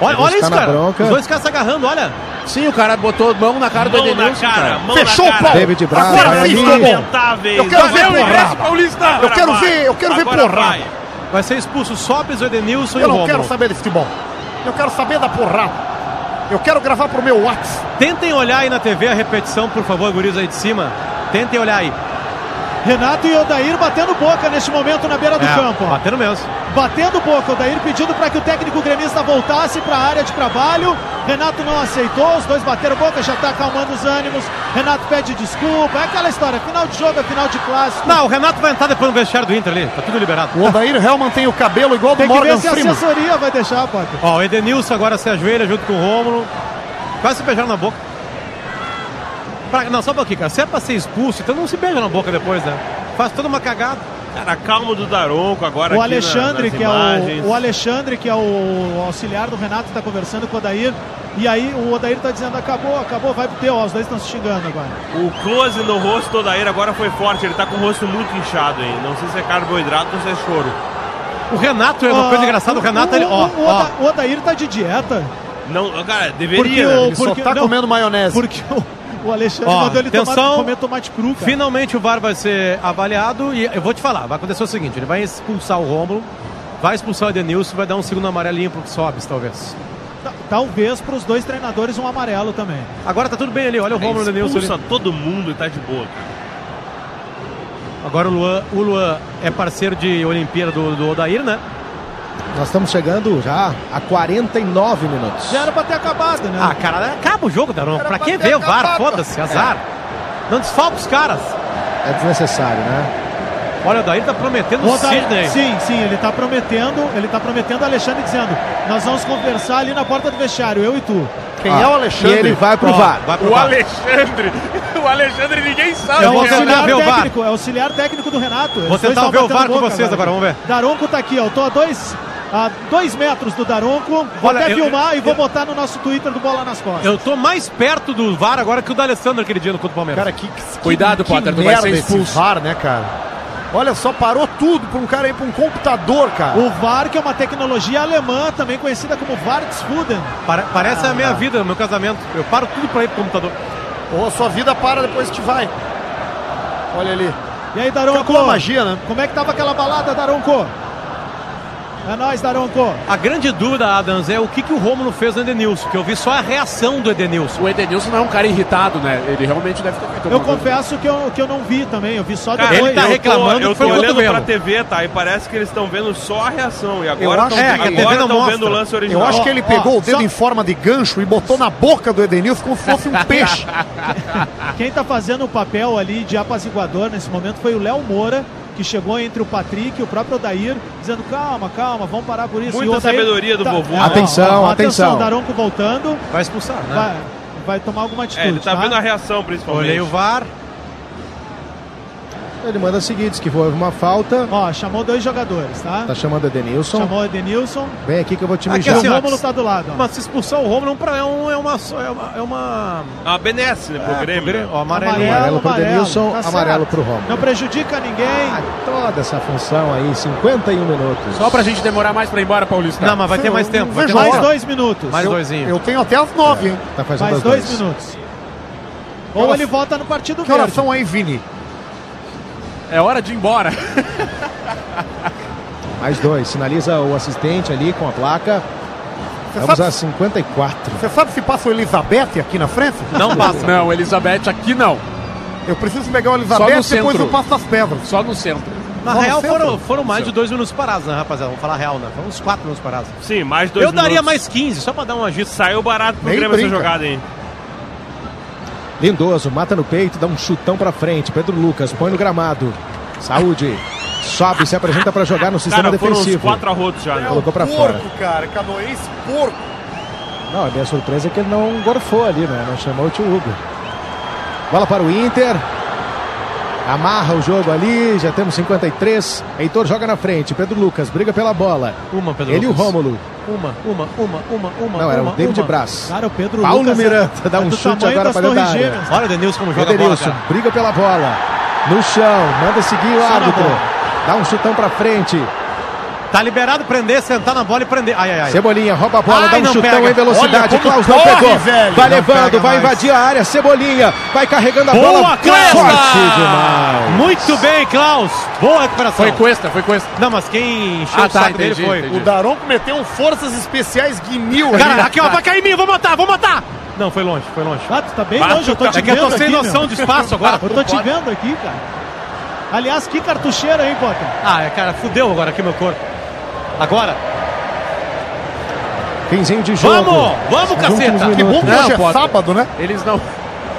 [SPEAKER 5] Olha,
[SPEAKER 1] Denilson
[SPEAKER 5] olha
[SPEAKER 1] tá
[SPEAKER 5] isso,
[SPEAKER 1] na
[SPEAKER 5] cara.
[SPEAKER 1] bronca.
[SPEAKER 5] Os dois caras se agarrando, olha.
[SPEAKER 7] Sim, o cara botou mão na cara
[SPEAKER 5] Mão
[SPEAKER 7] do
[SPEAKER 5] na
[SPEAKER 7] Edenilson.
[SPEAKER 5] cara, mão na
[SPEAKER 11] Fechou o pau.
[SPEAKER 1] David Braz, vai
[SPEAKER 11] Agora sim,
[SPEAKER 1] ali.
[SPEAKER 11] ficou bom.
[SPEAKER 6] Lamentável.
[SPEAKER 11] Eu quero ver
[SPEAKER 5] Valeu,
[SPEAKER 11] porrada.
[SPEAKER 5] ingresso paulista.
[SPEAKER 11] Eu quero ver, eu quero ver
[SPEAKER 5] Agora
[SPEAKER 11] porrada.
[SPEAKER 5] vai. Vai ser expulso o Sobes, o Edenilson e
[SPEAKER 11] Eu
[SPEAKER 5] o
[SPEAKER 11] não quero
[SPEAKER 5] Romulo.
[SPEAKER 11] saber de futebol. Eu quero saber da porrada. Eu quero gravar pro meu WhatsApp.
[SPEAKER 5] Tentem olhar aí na TV a repetição, por favor, guris aí de cima. Tentem olhar aí.
[SPEAKER 4] Renato e Odair batendo boca neste momento na beira do
[SPEAKER 5] É,
[SPEAKER 4] campo. ó.
[SPEAKER 5] Batendo mesmo.
[SPEAKER 4] Batendo boca, Odair pedindo para que o técnico gremista voltasse para a área de trabalho. Renato não aceitou, os dois bateram boca, já tá acalmando os ânimos. Renato pede desculpa, é aquela história, final de jogo é final de clássico.
[SPEAKER 5] Não, o Renato vai entrar depois no vestiário do Inter ali. Tá tudo liberado.
[SPEAKER 11] O Odair Hellman tem o cabelo igual do
[SPEAKER 4] Tem que ver
[SPEAKER 11] Morgan
[SPEAKER 4] se a
[SPEAKER 11] Freeman.
[SPEAKER 4] assessoria vai deixar, Potter.
[SPEAKER 5] Ó, o Edenilson agora se ajoelha junto com o Rômulo. Quase se beijaram na boca. Pra- não, só um pouquinho, cara. Se é pra ser expulso, então não se beija na boca depois, né? Faz toda uma cagada.
[SPEAKER 6] Cara, calma do Daronco
[SPEAKER 4] O
[SPEAKER 6] agora aqui né? na-
[SPEAKER 4] Alexandre,
[SPEAKER 6] nas
[SPEAKER 4] que é
[SPEAKER 6] imagens.
[SPEAKER 4] o, o Alexandre, que é o auxiliar do Renato, está conversando com o Odair. E aí o Odair está dizendo, acabou, acabou, vai pro teu, ó, os dois estão se xingando agora.
[SPEAKER 6] O close no rosto do Daíra agora foi forte, ele tá com o rosto muito inchado aí. Não sei se é carboidrato ou se é choro.
[SPEAKER 5] O Renato é uma
[SPEAKER 4] Ah,
[SPEAKER 5] coisa engraçada. O Renato, ele, ó,
[SPEAKER 4] o,
[SPEAKER 5] ó.
[SPEAKER 4] Oda- o Odair tá de dieta.
[SPEAKER 6] Não, cara,
[SPEAKER 4] Porque
[SPEAKER 6] deveria.
[SPEAKER 4] o-
[SPEAKER 6] né?
[SPEAKER 4] Ele só porque- tá não, comendo
[SPEAKER 11] maionese.
[SPEAKER 4] Porque o, o Alexandre
[SPEAKER 5] Ó,
[SPEAKER 4] mandou ele tomar-
[SPEAKER 5] atenção.
[SPEAKER 4] comer tomate cru, cara.
[SPEAKER 5] Finalmente o VAR vai ser avaliado e eu vou te falar, vai acontecer o seguinte, ele vai expulsar o Rômulo, vai expulsar o Edenilson, vai dar um segundo amarelinho pro Sobis, talvez.
[SPEAKER 4] Ta- Talvez para os um dois treinadores um amarelo também.
[SPEAKER 5] Agora tá tudo bem ali, olha o Rômulo e o Edenilson.
[SPEAKER 6] É, Expulsa
[SPEAKER 5] ali.
[SPEAKER 6] todo mundo e tá de boa. cara.
[SPEAKER 5] Agora o Luan, o Luan é parceiro de Olimpíada do, do Odair, né?
[SPEAKER 1] Nós estamos chegando já a 49 minutos.
[SPEAKER 4] Já era para ter acabado, né?
[SPEAKER 5] Ah, cara, acaba o jogo, Daron. Pra
[SPEAKER 11] É. pra
[SPEAKER 5] que
[SPEAKER 11] ter
[SPEAKER 5] ver o VAR?
[SPEAKER 11] acabado. É.
[SPEAKER 5] Foda-se, azar. Não desfalca os caras.
[SPEAKER 1] É desnecessário, né?
[SPEAKER 5] Olha, o Odair tá prometendo o
[SPEAKER 4] Odair-
[SPEAKER 5] Sidney.
[SPEAKER 4] sim, sim, ele tá prometendo, ele tá prometendo Alexandre dizendo, nós vamos conversar ali na porta do vestiário, eu e tu.
[SPEAKER 11] Quem
[SPEAKER 1] Ah,
[SPEAKER 11] é o Alexandre?
[SPEAKER 1] E ele vai pro
[SPEAKER 5] Ó,
[SPEAKER 1] VAR.
[SPEAKER 5] Vai pro
[SPEAKER 6] O
[SPEAKER 5] VAR.
[SPEAKER 6] Alexandre, o Alexandre ninguém sabe.
[SPEAKER 4] É
[SPEAKER 5] Eu
[SPEAKER 4] o
[SPEAKER 5] vou
[SPEAKER 4] auxiliar
[SPEAKER 5] tentar ver o VAR.
[SPEAKER 4] técnico, é o auxiliar técnico do Renato. Eles
[SPEAKER 5] Vou
[SPEAKER 4] dois
[SPEAKER 5] tentar
[SPEAKER 4] estavam
[SPEAKER 5] ver o
[SPEAKER 4] batendo
[SPEAKER 5] tá VAR com
[SPEAKER 4] boca
[SPEAKER 5] vocês agora, vamos ver.
[SPEAKER 4] Daronco tá aqui, ó. Eu tô a dois, a dois metros do Daronco. Vou
[SPEAKER 5] Olha,
[SPEAKER 4] até
[SPEAKER 5] eu-
[SPEAKER 4] filmar
[SPEAKER 5] eu-
[SPEAKER 4] e vou
[SPEAKER 5] eu-
[SPEAKER 4] botar no nosso Twitter do Bola nas Costas.
[SPEAKER 5] Eu tô mais perto do VAR agora que o da Alessandro aquele dia no contra o Palmeiras.
[SPEAKER 11] Cara, que, que
[SPEAKER 7] Cuidado,
[SPEAKER 11] que
[SPEAKER 7] Potter, tu vai
[SPEAKER 11] merda
[SPEAKER 7] ser
[SPEAKER 11] esse
[SPEAKER 7] expulso.
[SPEAKER 11] VAR, né, cara?
[SPEAKER 2] Olha só, parou tudo para um cara ir para um computador, cara.
[SPEAKER 4] O VAR, que é uma tecnologia alemã, também conhecida como Ah, Vartsfuden.
[SPEAKER 5] Pare- parece
[SPEAKER 4] é
[SPEAKER 5] a minha vida, meu casamento. Eu paro tudo pra ir pro computador.
[SPEAKER 13] Ou a sua vida para depois que vai. Olha ali.
[SPEAKER 4] E aí, Daronco?
[SPEAKER 13] Acabou a magia, né?
[SPEAKER 4] Como é que tava aquela balada, Daronco? É nóis, Daronco.
[SPEAKER 5] A grande dúvida, Adams, é o que, que o Romulo fez no Edenilson, que eu vi só a reação do Edenilson.
[SPEAKER 7] O Edenilson não é um cara irritado, né? Ele realmente deve ter feito
[SPEAKER 4] Eu confesso que eu, que eu não vi também, eu vi só
[SPEAKER 6] Cara,
[SPEAKER 4] depois.
[SPEAKER 6] eu tô- Eu tô
[SPEAKER 5] tá foi o
[SPEAKER 6] olhando
[SPEAKER 5] cotovelo.
[SPEAKER 6] pra TV, tá? E parece que eles estão vendo só a reação. E agora
[SPEAKER 2] Eu acho- é, que a TV
[SPEAKER 6] agora
[SPEAKER 2] não
[SPEAKER 6] estão
[SPEAKER 2] mostra.
[SPEAKER 6] vendo o lance original.
[SPEAKER 2] Eu acho que ele
[SPEAKER 4] Ó,
[SPEAKER 2] pegou
[SPEAKER 4] ó,
[SPEAKER 2] o dedo
[SPEAKER 4] só-
[SPEAKER 2] em forma de gancho e botou na boca do Edenilson como se fosse um peixe.
[SPEAKER 4] Quem tá fazendo o papel ali de apaziguador nesse momento foi o Léo Moura, que chegou entre o Patrick e o próprio Odair, dizendo calma, calma, vamos parar por isso.
[SPEAKER 6] Muita
[SPEAKER 4] E o Odair tá
[SPEAKER 6] sabedoria do vovô.
[SPEAKER 1] Atenção, atenção.
[SPEAKER 4] Daronco voltando,
[SPEAKER 5] Vai expulsar, né?
[SPEAKER 4] vai, vai tomar alguma atitude.
[SPEAKER 6] É, ele tá
[SPEAKER 4] tá?
[SPEAKER 6] vendo a reação, principalmente.
[SPEAKER 5] Olhei o VAR.
[SPEAKER 1] Ele manda o seguinte, que houve uma falta.
[SPEAKER 4] Ó, chamou dois jogadores, tá?
[SPEAKER 1] Tá chamando o Edenilson.
[SPEAKER 4] Chamou o Edenilson.
[SPEAKER 1] Vem aqui que eu vou te
[SPEAKER 5] Aqui,
[SPEAKER 1] mijar.
[SPEAKER 5] assim,
[SPEAKER 4] o
[SPEAKER 5] ó,
[SPEAKER 4] Rômulo tá do lado. ó.
[SPEAKER 5] Mas se expulsar o Romulo é um pra- é, um, é uma. É uma, é uma
[SPEAKER 6] A benesse, né, pro Grêmio. né?
[SPEAKER 5] Ó, amarelo.
[SPEAKER 1] Amarelo pro Edenilson,
[SPEAKER 4] tá
[SPEAKER 1] amarelo
[SPEAKER 4] certo.
[SPEAKER 1] pro Rômulo.
[SPEAKER 4] Não prejudica ninguém.
[SPEAKER 1] Ah, toda essa função aí, 51 minutos.
[SPEAKER 7] Só pra gente demorar mais pra ir embora, Paulista.
[SPEAKER 5] Não, mas vai ter mais
[SPEAKER 2] Eu
[SPEAKER 5] tempo.
[SPEAKER 2] não
[SPEAKER 5] Vai ter
[SPEAKER 2] vejo a
[SPEAKER 5] mais,
[SPEAKER 4] mais
[SPEAKER 2] hora.
[SPEAKER 5] dois,
[SPEAKER 4] dois minutos.
[SPEAKER 5] mais
[SPEAKER 2] eu,
[SPEAKER 5] doisinho.
[SPEAKER 2] eu tenho até as nove, hein?
[SPEAKER 1] Tá fazendo
[SPEAKER 4] mais
[SPEAKER 1] as
[SPEAKER 4] dois
[SPEAKER 1] duas.
[SPEAKER 4] minutos. Ou ele volta no partido
[SPEAKER 2] Que
[SPEAKER 4] verde.
[SPEAKER 2] oração aí, Vini?
[SPEAKER 7] É hora de ir embora.
[SPEAKER 1] Mais dois. Sinaliza o assistente ali com a placa. Vamos
[SPEAKER 2] sabe-
[SPEAKER 1] a 54.
[SPEAKER 2] Você sabe se passa o Elizabeth aqui na frente?
[SPEAKER 7] Não passa. Não, Elizabeth, aqui não.
[SPEAKER 2] Eu preciso pegar o
[SPEAKER 7] Só no
[SPEAKER 2] Elizabeth e depois
[SPEAKER 7] centro.
[SPEAKER 2] eu passo as pedras.
[SPEAKER 7] Só no centro.
[SPEAKER 5] Na
[SPEAKER 2] Vamos
[SPEAKER 5] real,
[SPEAKER 2] centro?
[SPEAKER 5] foram, foram mais de dois minutos parados, né, rapaziada? Vamos falar real, né? Foram uns quatro minutos parados.
[SPEAKER 6] Sim, mais dois
[SPEAKER 5] Eu daria
[SPEAKER 6] minutos.
[SPEAKER 5] mais 15, só pra dar um agito.
[SPEAKER 6] Saiu barato pro
[SPEAKER 2] Nem
[SPEAKER 6] Grêmio essa
[SPEAKER 2] brinca.
[SPEAKER 6] jogada, hein?
[SPEAKER 1] Lindoso, mata no peito, dá um chutão pra frente. Pedro Lucas põe no gramado. Saúde. Sobe, se apresenta pra jogar no sistema
[SPEAKER 6] Cara, foram uns
[SPEAKER 1] defensivo.
[SPEAKER 6] quatro arrotos já, né?
[SPEAKER 1] Colocou pra fora.
[SPEAKER 2] É um porco, cara. Canoense, porco.
[SPEAKER 1] Não, a minha surpresa é que ele não gorfou ali, né? Não chamou o tio Hugo. Bola para o Inter. Amarra o jogo ali, já temos 53. Heitor joga na frente. Pedro Lucas briga pela bola.
[SPEAKER 5] Uma, Pedro
[SPEAKER 1] Ele e o
[SPEAKER 5] Lucas.
[SPEAKER 1] Rômulo.
[SPEAKER 5] Uma, uma, uma, uma, uma.
[SPEAKER 1] Não, era
[SPEAKER 5] uma,
[SPEAKER 1] o David
[SPEAKER 5] uma.
[SPEAKER 1] Braz.
[SPEAKER 4] Cara, o Pedro
[SPEAKER 1] Paulo
[SPEAKER 4] Lucas é-
[SPEAKER 1] Miranda dá
[SPEAKER 4] é
[SPEAKER 1] um
[SPEAKER 4] do
[SPEAKER 1] chute
[SPEAKER 4] tamanho
[SPEAKER 1] agora
[SPEAKER 4] das
[SPEAKER 1] para dentro da
[SPEAKER 4] Torres
[SPEAKER 1] área.
[SPEAKER 4] Gêmeas.
[SPEAKER 5] Olha o Denilson como joga a bola,
[SPEAKER 1] Edenilson
[SPEAKER 5] cara.
[SPEAKER 1] briga pela bola. No chão, manda seguir o
[SPEAKER 4] Só na
[SPEAKER 1] árbitro.
[SPEAKER 4] bola.
[SPEAKER 1] Dá um chutão pra frente.
[SPEAKER 5] Tá liberado prender, sentar na bola e prender. Ai, ai, ai.
[SPEAKER 1] Cebolinha rouba a bola,
[SPEAKER 5] Ai,
[SPEAKER 1] dá um
[SPEAKER 5] não
[SPEAKER 1] chutão
[SPEAKER 5] pega.
[SPEAKER 1] em velocidade.
[SPEAKER 2] Olha como
[SPEAKER 1] Klaus não
[SPEAKER 2] corre,
[SPEAKER 1] pegou.
[SPEAKER 2] velho.
[SPEAKER 1] Vai
[SPEAKER 2] Não
[SPEAKER 1] levando,
[SPEAKER 2] pega
[SPEAKER 1] vai
[SPEAKER 2] mais.
[SPEAKER 1] invadir a área. Cebolinha vai carregando a
[SPEAKER 5] Boa,
[SPEAKER 1] bola.
[SPEAKER 5] Cuesta!
[SPEAKER 1] Forte demais.
[SPEAKER 5] Muito bem, Klaus. Boa recuperação.
[SPEAKER 7] Foi Cuesta, foi Cuesta.
[SPEAKER 5] Não, mas quem encheu
[SPEAKER 7] Ah,
[SPEAKER 5] o
[SPEAKER 7] tá,
[SPEAKER 5] saco
[SPEAKER 7] entendi,
[SPEAKER 5] dele foi.
[SPEAKER 7] entendi.
[SPEAKER 2] O Daronco meteu um forças especiais guinil.
[SPEAKER 5] Cara, aqui ó, vai cair em mim, vou matar, vou matar. Não, foi longe, foi longe.
[SPEAKER 4] Ah, tu tá bem longe, eu tô te
[SPEAKER 5] É que eu
[SPEAKER 4] vendo
[SPEAKER 5] tô sem
[SPEAKER 4] aqui, meu.
[SPEAKER 5] noção de espaço agora.
[SPEAKER 4] Eu tô te vendo aqui, cara. Aliás, que cartucheira, hein, Potter?
[SPEAKER 5] Ah, é, cara, fudeu agora aqui meu corpo. Agora,
[SPEAKER 1] Finzinho de jogo.
[SPEAKER 5] vamos, vamos,
[SPEAKER 1] Nos últimos
[SPEAKER 7] um
[SPEAKER 5] caceta.
[SPEAKER 2] Que bom que
[SPEAKER 7] Não,
[SPEAKER 2] hoje é
[SPEAKER 7] Potter.
[SPEAKER 2] sábado, né?
[SPEAKER 7] Eles não.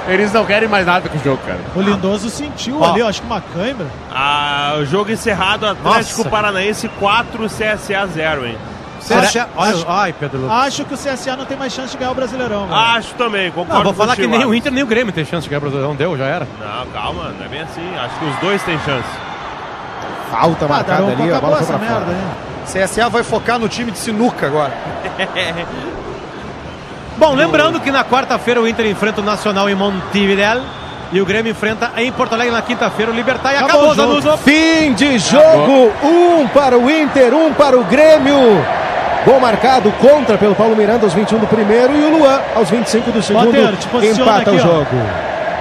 [SPEAKER 7] Eles não querem mais nada com o jogo, cara.
[SPEAKER 4] O Lindoso sentiu
[SPEAKER 5] Ó.
[SPEAKER 4] ali, eu acho que uma câimbra.
[SPEAKER 6] Ah, o jogo encerrado, Atlético
[SPEAKER 5] Nossa.
[SPEAKER 6] Paranaense 4, CSA 0, hein?
[SPEAKER 5] Será-
[SPEAKER 4] Acho-
[SPEAKER 2] é-
[SPEAKER 5] Olha,
[SPEAKER 4] acho-
[SPEAKER 5] ai, Pedro Lucas.
[SPEAKER 4] Acho que o CSA não tem mais chance de ganhar o Brasileirão.
[SPEAKER 5] Ah.
[SPEAKER 4] mano.
[SPEAKER 6] Acho também, concordo
[SPEAKER 5] Não, vou falar que
[SPEAKER 6] contigo,
[SPEAKER 5] nem o
[SPEAKER 6] Alex.
[SPEAKER 5] Inter nem o Grêmio tem chance de ganhar o Brasileirão. Deu, já era.
[SPEAKER 6] Não, calma, não é bem assim. Acho que os dois têm chance.
[SPEAKER 1] Falta
[SPEAKER 4] Ah,
[SPEAKER 1] marcada
[SPEAKER 4] Daronco,
[SPEAKER 1] ali, a
[SPEAKER 4] acabou
[SPEAKER 1] bola foi
[SPEAKER 4] essa
[SPEAKER 1] pra
[SPEAKER 4] merda,
[SPEAKER 1] fora.
[SPEAKER 4] né?
[SPEAKER 2] CSA vai focar no time de sinuca agora.
[SPEAKER 5] Bom, lembrando que na quarta-feira o Inter enfrenta o Nacional em Montevideo e o Grêmio enfrenta em Porto Alegre na quinta-feira o Libertar e acabou,
[SPEAKER 4] o jogo.
[SPEAKER 5] Zanuso.
[SPEAKER 1] Fim de jogo, um para o Inter, um para o Grêmio. Gol marcado contra pelo Paulo Miranda aos 21 do primeiro e o Luan aos 25 do segundo.
[SPEAKER 4] Potter, te posiciona
[SPEAKER 1] empata o
[SPEAKER 4] aqui, ó.
[SPEAKER 1] jogo.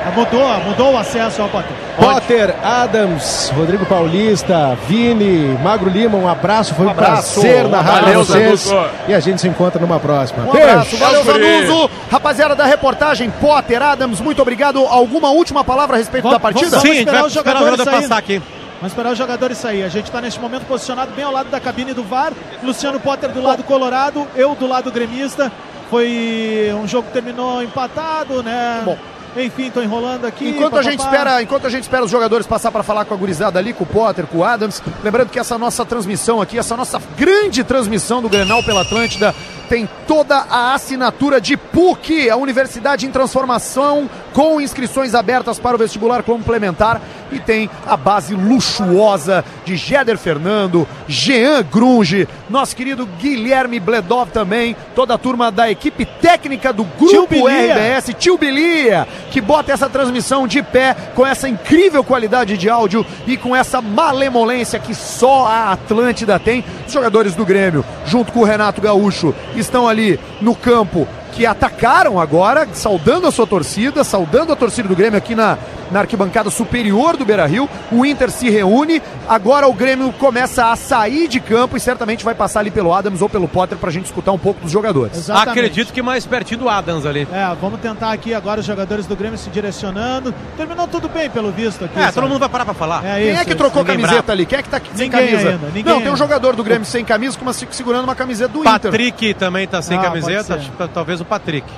[SPEAKER 4] Ah, Mudou, mudou o acesso, ó, Potter.
[SPEAKER 1] Potter, Adams, Rodrigo Paulista, Vini, Magro Lima, um abraço. Foi um, prazer narrar pra
[SPEAKER 7] Valeu,
[SPEAKER 1] vocês.
[SPEAKER 7] Zanuto.
[SPEAKER 1] E a gente se encontra numa próxima.
[SPEAKER 2] Um
[SPEAKER 1] Beijo.
[SPEAKER 2] abraço, valeu
[SPEAKER 7] Tchau, guri.
[SPEAKER 2] Zanuso. Rapaziada da reportagem, Potter Adams, muito obrigado. Alguma última palavra a respeito da
[SPEAKER 4] Vamos-
[SPEAKER 2] partida?
[SPEAKER 4] vamos-
[SPEAKER 5] Sim, a gente vai
[SPEAKER 4] esperar os
[SPEAKER 5] esperar o
[SPEAKER 4] jogadores
[SPEAKER 5] jogador
[SPEAKER 4] saírem.
[SPEAKER 5] passar aqui.
[SPEAKER 4] Vamos esperar os jogadores sair. A gente está neste momento posicionado bem ao lado da cabine do VAR. Luciano Potter do lado colorado, eu do lado gremista. Foi um jogo que terminou empatado, né?
[SPEAKER 2] Bom.
[SPEAKER 4] Enfim, tô enrolando aqui.
[SPEAKER 2] Enquanto a,
[SPEAKER 4] papapá.
[SPEAKER 2] gente espera, enquanto a gente espera os jogadores passar para falar com a gurizada ali, com o Potter, com o Adams, lembrando que essa nossa transmissão aqui, essa nossa grande transmissão do Grenal pela Atlântida, tem toda a assinatura de PUC, a Universidade em Transformação, com inscrições abertas para o vestibular complementar. e tem a base luxuosa de Jeder Fernando, Jean Grunge, nosso querido Guilherme Bledov também, toda a turma da equipe técnica do
[SPEAKER 4] Tio
[SPEAKER 2] Grupo
[SPEAKER 4] Bilia.
[SPEAKER 2] RBS, Tio Bilia, que bota essa transmissão de pé com essa incrível qualidade de áudio e com essa malemolência que só a Atlântida tem. Os jogadores do Grêmio, junto com o Renato Gaúcho, estão ali no campo que atacaram agora, saudando a sua torcida, saudando a torcida do Grêmio aqui na, na arquibancada superior do Beira-Rio. O Inter se reúne, agora o Grêmio começa a sair de campo e certamente vai passar ali pelo Adams ou pelo Potter pra gente escutar um pouco dos jogadores.
[SPEAKER 4] Exatamente.
[SPEAKER 5] Acredito que mais pertinho do Adams ali.
[SPEAKER 4] É, vamos tentar aqui agora os jogadores do Grêmio se direcionando. Terminou tudo bem, pelo visto aqui.
[SPEAKER 5] É, todo mundo vai parar pra falar.
[SPEAKER 4] É
[SPEAKER 2] Quem
[SPEAKER 4] isso,
[SPEAKER 2] é que trocou
[SPEAKER 4] ninguém
[SPEAKER 2] camiseta
[SPEAKER 4] brabo.
[SPEAKER 2] ali? Quem é que tá sem
[SPEAKER 4] Ninguém
[SPEAKER 2] camisa?
[SPEAKER 4] ainda, ninguém
[SPEAKER 2] Não, tem
[SPEAKER 4] ainda.
[SPEAKER 2] um jogador do Grêmio sem camisa, com uma- segurando uma camiseta do Inter.
[SPEAKER 5] Patrick também tá sem
[SPEAKER 4] Ah,
[SPEAKER 5] camiseta,
[SPEAKER 4] pode ser.
[SPEAKER 5] t- talvez o Patrick.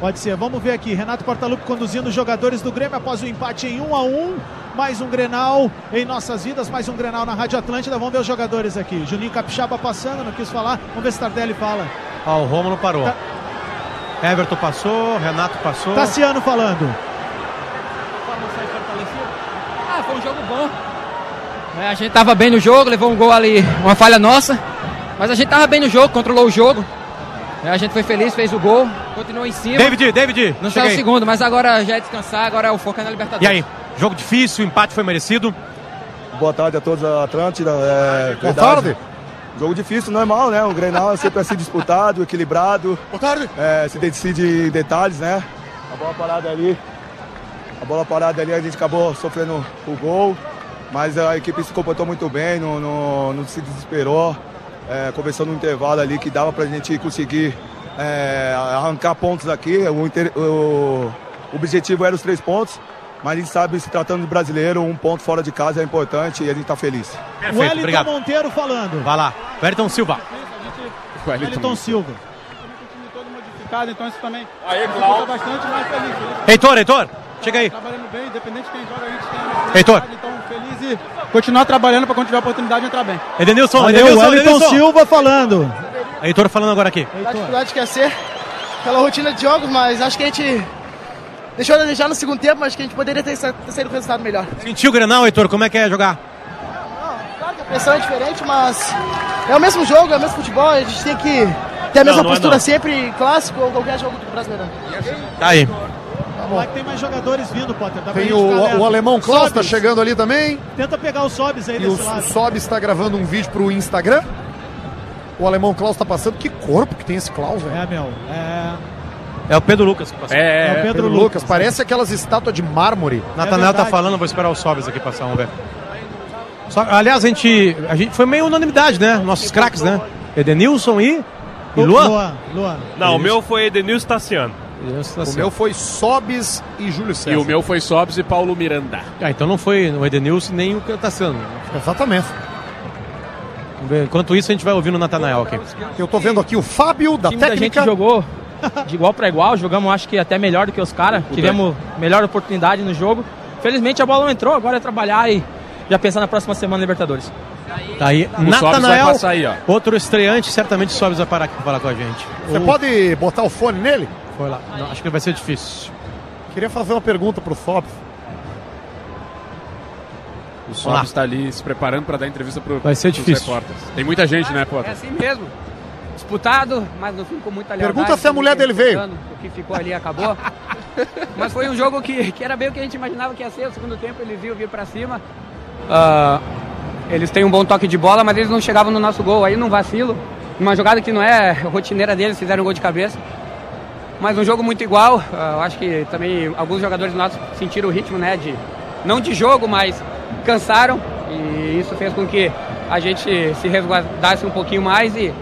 [SPEAKER 4] Pode ser, vamos ver aqui. Renato Portaluppi conduzindo os jogadores do Grêmio após o empate em 1 a 1 Mais um Grenal em nossas vidas, mais um Grenal na Rádio Atlântida. Vamos ver os jogadores aqui. Juninho Capixaba passando, não quis falar. Vamos ver se Tardelli fala.
[SPEAKER 5] Ó, o Romulo parou.
[SPEAKER 4] Tá.
[SPEAKER 5] Everton passou, Renato passou.
[SPEAKER 4] Tassiano Tá falando.
[SPEAKER 12] sai fortalecido. Ah, foi um jogo bom. É, a gente tava bem no jogo, levou um gol ali, uma falha nossa. Mas a gente tava bem no jogo, controlou o jogo. É, a gente foi feliz, fez o gol, continuou em cima.
[SPEAKER 5] David, David,
[SPEAKER 2] tá
[SPEAKER 12] Não
[SPEAKER 5] chega
[SPEAKER 12] saiu o
[SPEAKER 5] aí.
[SPEAKER 12] segundo, mas agora já é descansar, agora é o foco é na
[SPEAKER 5] E
[SPEAKER 12] Libertadores.
[SPEAKER 5] aí? Jogo difícil, o empate foi merecido.
[SPEAKER 14] Boa tarde a todos da Atlântida. É,
[SPEAKER 5] Boa
[SPEAKER 14] verdade.
[SPEAKER 5] tarde.
[SPEAKER 14] Jogo difícil, normal, né? O Grenal é sempre assim disputado, equilibrado. Boa tarde. se decide em detalhes, né? A bola parada ali. A bola parada ali, a gente acabou sofrendo o gol. Mas a equipe se comportou muito bem, não, não, não se desesperou. É, conversou no intervalo ali que dava pra gente conseguir é, arrancar pontos aqui. O, Inter- o- o objetivo era os três pontos. Mas a gente sabe, se tratando de brasileiro, um ponto fora de casa é importante e a gente tá feliz.
[SPEAKER 4] o Wellington Monteiro falando.
[SPEAKER 5] Vai lá, Wellington Silva.
[SPEAKER 4] Wellington Silva.
[SPEAKER 15] então isso também.
[SPEAKER 16] Aí,
[SPEAKER 15] Cláudio. bastante mais feliz.
[SPEAKER 5] Heitor, Heitor, chega aí.
[SPEAKER 15] Trabalhando bem, independente de quem joga, a gente
[SPEAKER 5] Heitor.
[SPEAKER 15] feliz e continuar trabalhando para quando tiver oportunidade entrar bem.
[SPEAKER 5] Edenilson,
[SPEAKER 4] Valeu,
[SPEAKER 5] Edenilson,
[SPEAKER 4] Wellington
[SPEAKER 5] Edenilson.
[SPEAKER 4] Silva falando.
[SPEAKER 5] Heitor falando agora aqui.
[SPEAKER 17] A dificuldade de esquecer pela rotina de jogos, mas acho que a gente deixou a desejar no segundo tempo, mas que a gente poderia ter sa- ter saído com resultado melhor.
[SPEAKER 5] Sentiu o Grenal, Heitor? Como é que é jogar?
[SPEAKER 17] A pressão é diferente, mas é o mesmo jogo, é o mesmo futebol, a gente tem que ter a mesma
[SPEAKER 5] Não, não é
[SPEAKER 17] postura
[SPEAKER 5] não.
[SPEAKER 17] sempre, clássico ou qualquer jogo do Brasileirão.
[SPEAKER 5] Tá aí.
[SPEAKER 4] Vamos lá que tem mais jogadores vindo, Potter. Dá pra
[SPEAKER 2] Tem
[SPEAKER 4] gente
[SPEAKER 2] o,
[SPEAKER 4] ficar alerta.
[SPEAKER 2] o alemão Klaus tá
[SPEAKER 4] Sobis.
[SPEAKER 2] chegando ali também.
[SPEAKER 4] Tenta pegar o Sobis aí
[SPEAKER 2] E o
[SPEAKER 4] desse lado.
[SPEAKER 2] Sobis está gravando um vídeo pro Instagram. O alemão Klaus tá passando. Que corpo que tem esse Klaus, velho.
[SPEAKER 4] É, meu. É...
[SPEAKER 5] É o Pedro Lucas que passou.
[SPEAKER 2] É, o Pedro, Lucas. Parece aquelas estátuas de mármore.
[SPEAKER 5] Natanael tá falando, vou esperar o Sobres aqui passar, vamos ver. Só- aliás, a gente, a gente foi meio unanimidade, né? Nossos craques, né? Edenilson e, e Luan?
[SPEAKER 4] Luan, Luan.
[SPEAKER 18] Não, o meu foi Edenilson Tassiano.
[SPEAKER 5] Tassiano. meu
[SPEAKER 2] foi Sobes e Júlio
[SPEAKER 18] César.
[SPEAKER 7] E o meu foi Sobs e Paulo Miranda.
[SPEAKER 5] Ah, então não foi o Edenilson nem o Tassiano.
[SPEAKER 2] Exatamente.
[SPEAKER 5] Vamos ver. Enquanto isso, a gente vai ouvindo o Natanael aqui.
[SPEAKER 2] Eu tô vendo aqui o Fábio, da
[SPEAKER 12] O time da gente jogou de igual para igual, jogamos acho que até melhor do que os caras, tivemos melhor oportunidade no jogo. Felizmente a bola não entrou, agora é trabalhar e já pensar na próxima semana na Libertadores.
[SPEAKER 5] Tá aí,
[SPEAKER 12] O Sobs vai
[SPEAKER 5] Natanael,
[SPEAKER 12] passar aí, ó.
[SPEAKER 5] outro estreante, certamente Sobres vai parar aqui pra falar com a gente.
[SPEAKER 2] Você
[SPEAKER 5] O-
[SPEAKER 2] pode botar o fone nele?
[SPEAKER 5] Foi lá. Não, acho que vai ser difícil.
[SPEAKER 2] Queria fazer uma pergunta pro Sobes.
[SPEAKER 7] O
[SPEAKER 5] Vamos lá.
[SPEAKER 7] Sobs está ali se preparando para dar entrevista para
[SPEAKER 5] Vai ser difícil.
[SPEAKER 7] Tem muita gente, né, Potter?
[SPEAKER 12] É assim mesmo. Disputado, mas no fim com muita lealdade.
[SPEAKER 7] Pergunta se a mulher dele veio.
[SPEAKER 12] O que ficou ali acabou. mas foi um jogo que, que era bem o que a gente imaginava que ia ser. O segundo tempo eles iam vir pra cima. Ah, eles têm um bom toque de bola, mas eles não chegavam no nosso gol. Aí num vacilo, uma jogada que não é rotineira deles, fizeram um gol de cabeça. Mas um jogo muito igual. Ah, eu acho que também alguns jogadores nossos sentiram o ritmo, né? De, não de jogo, mas cansaram. E isso fez com que a gente se resguardasse um pouquinho mais e,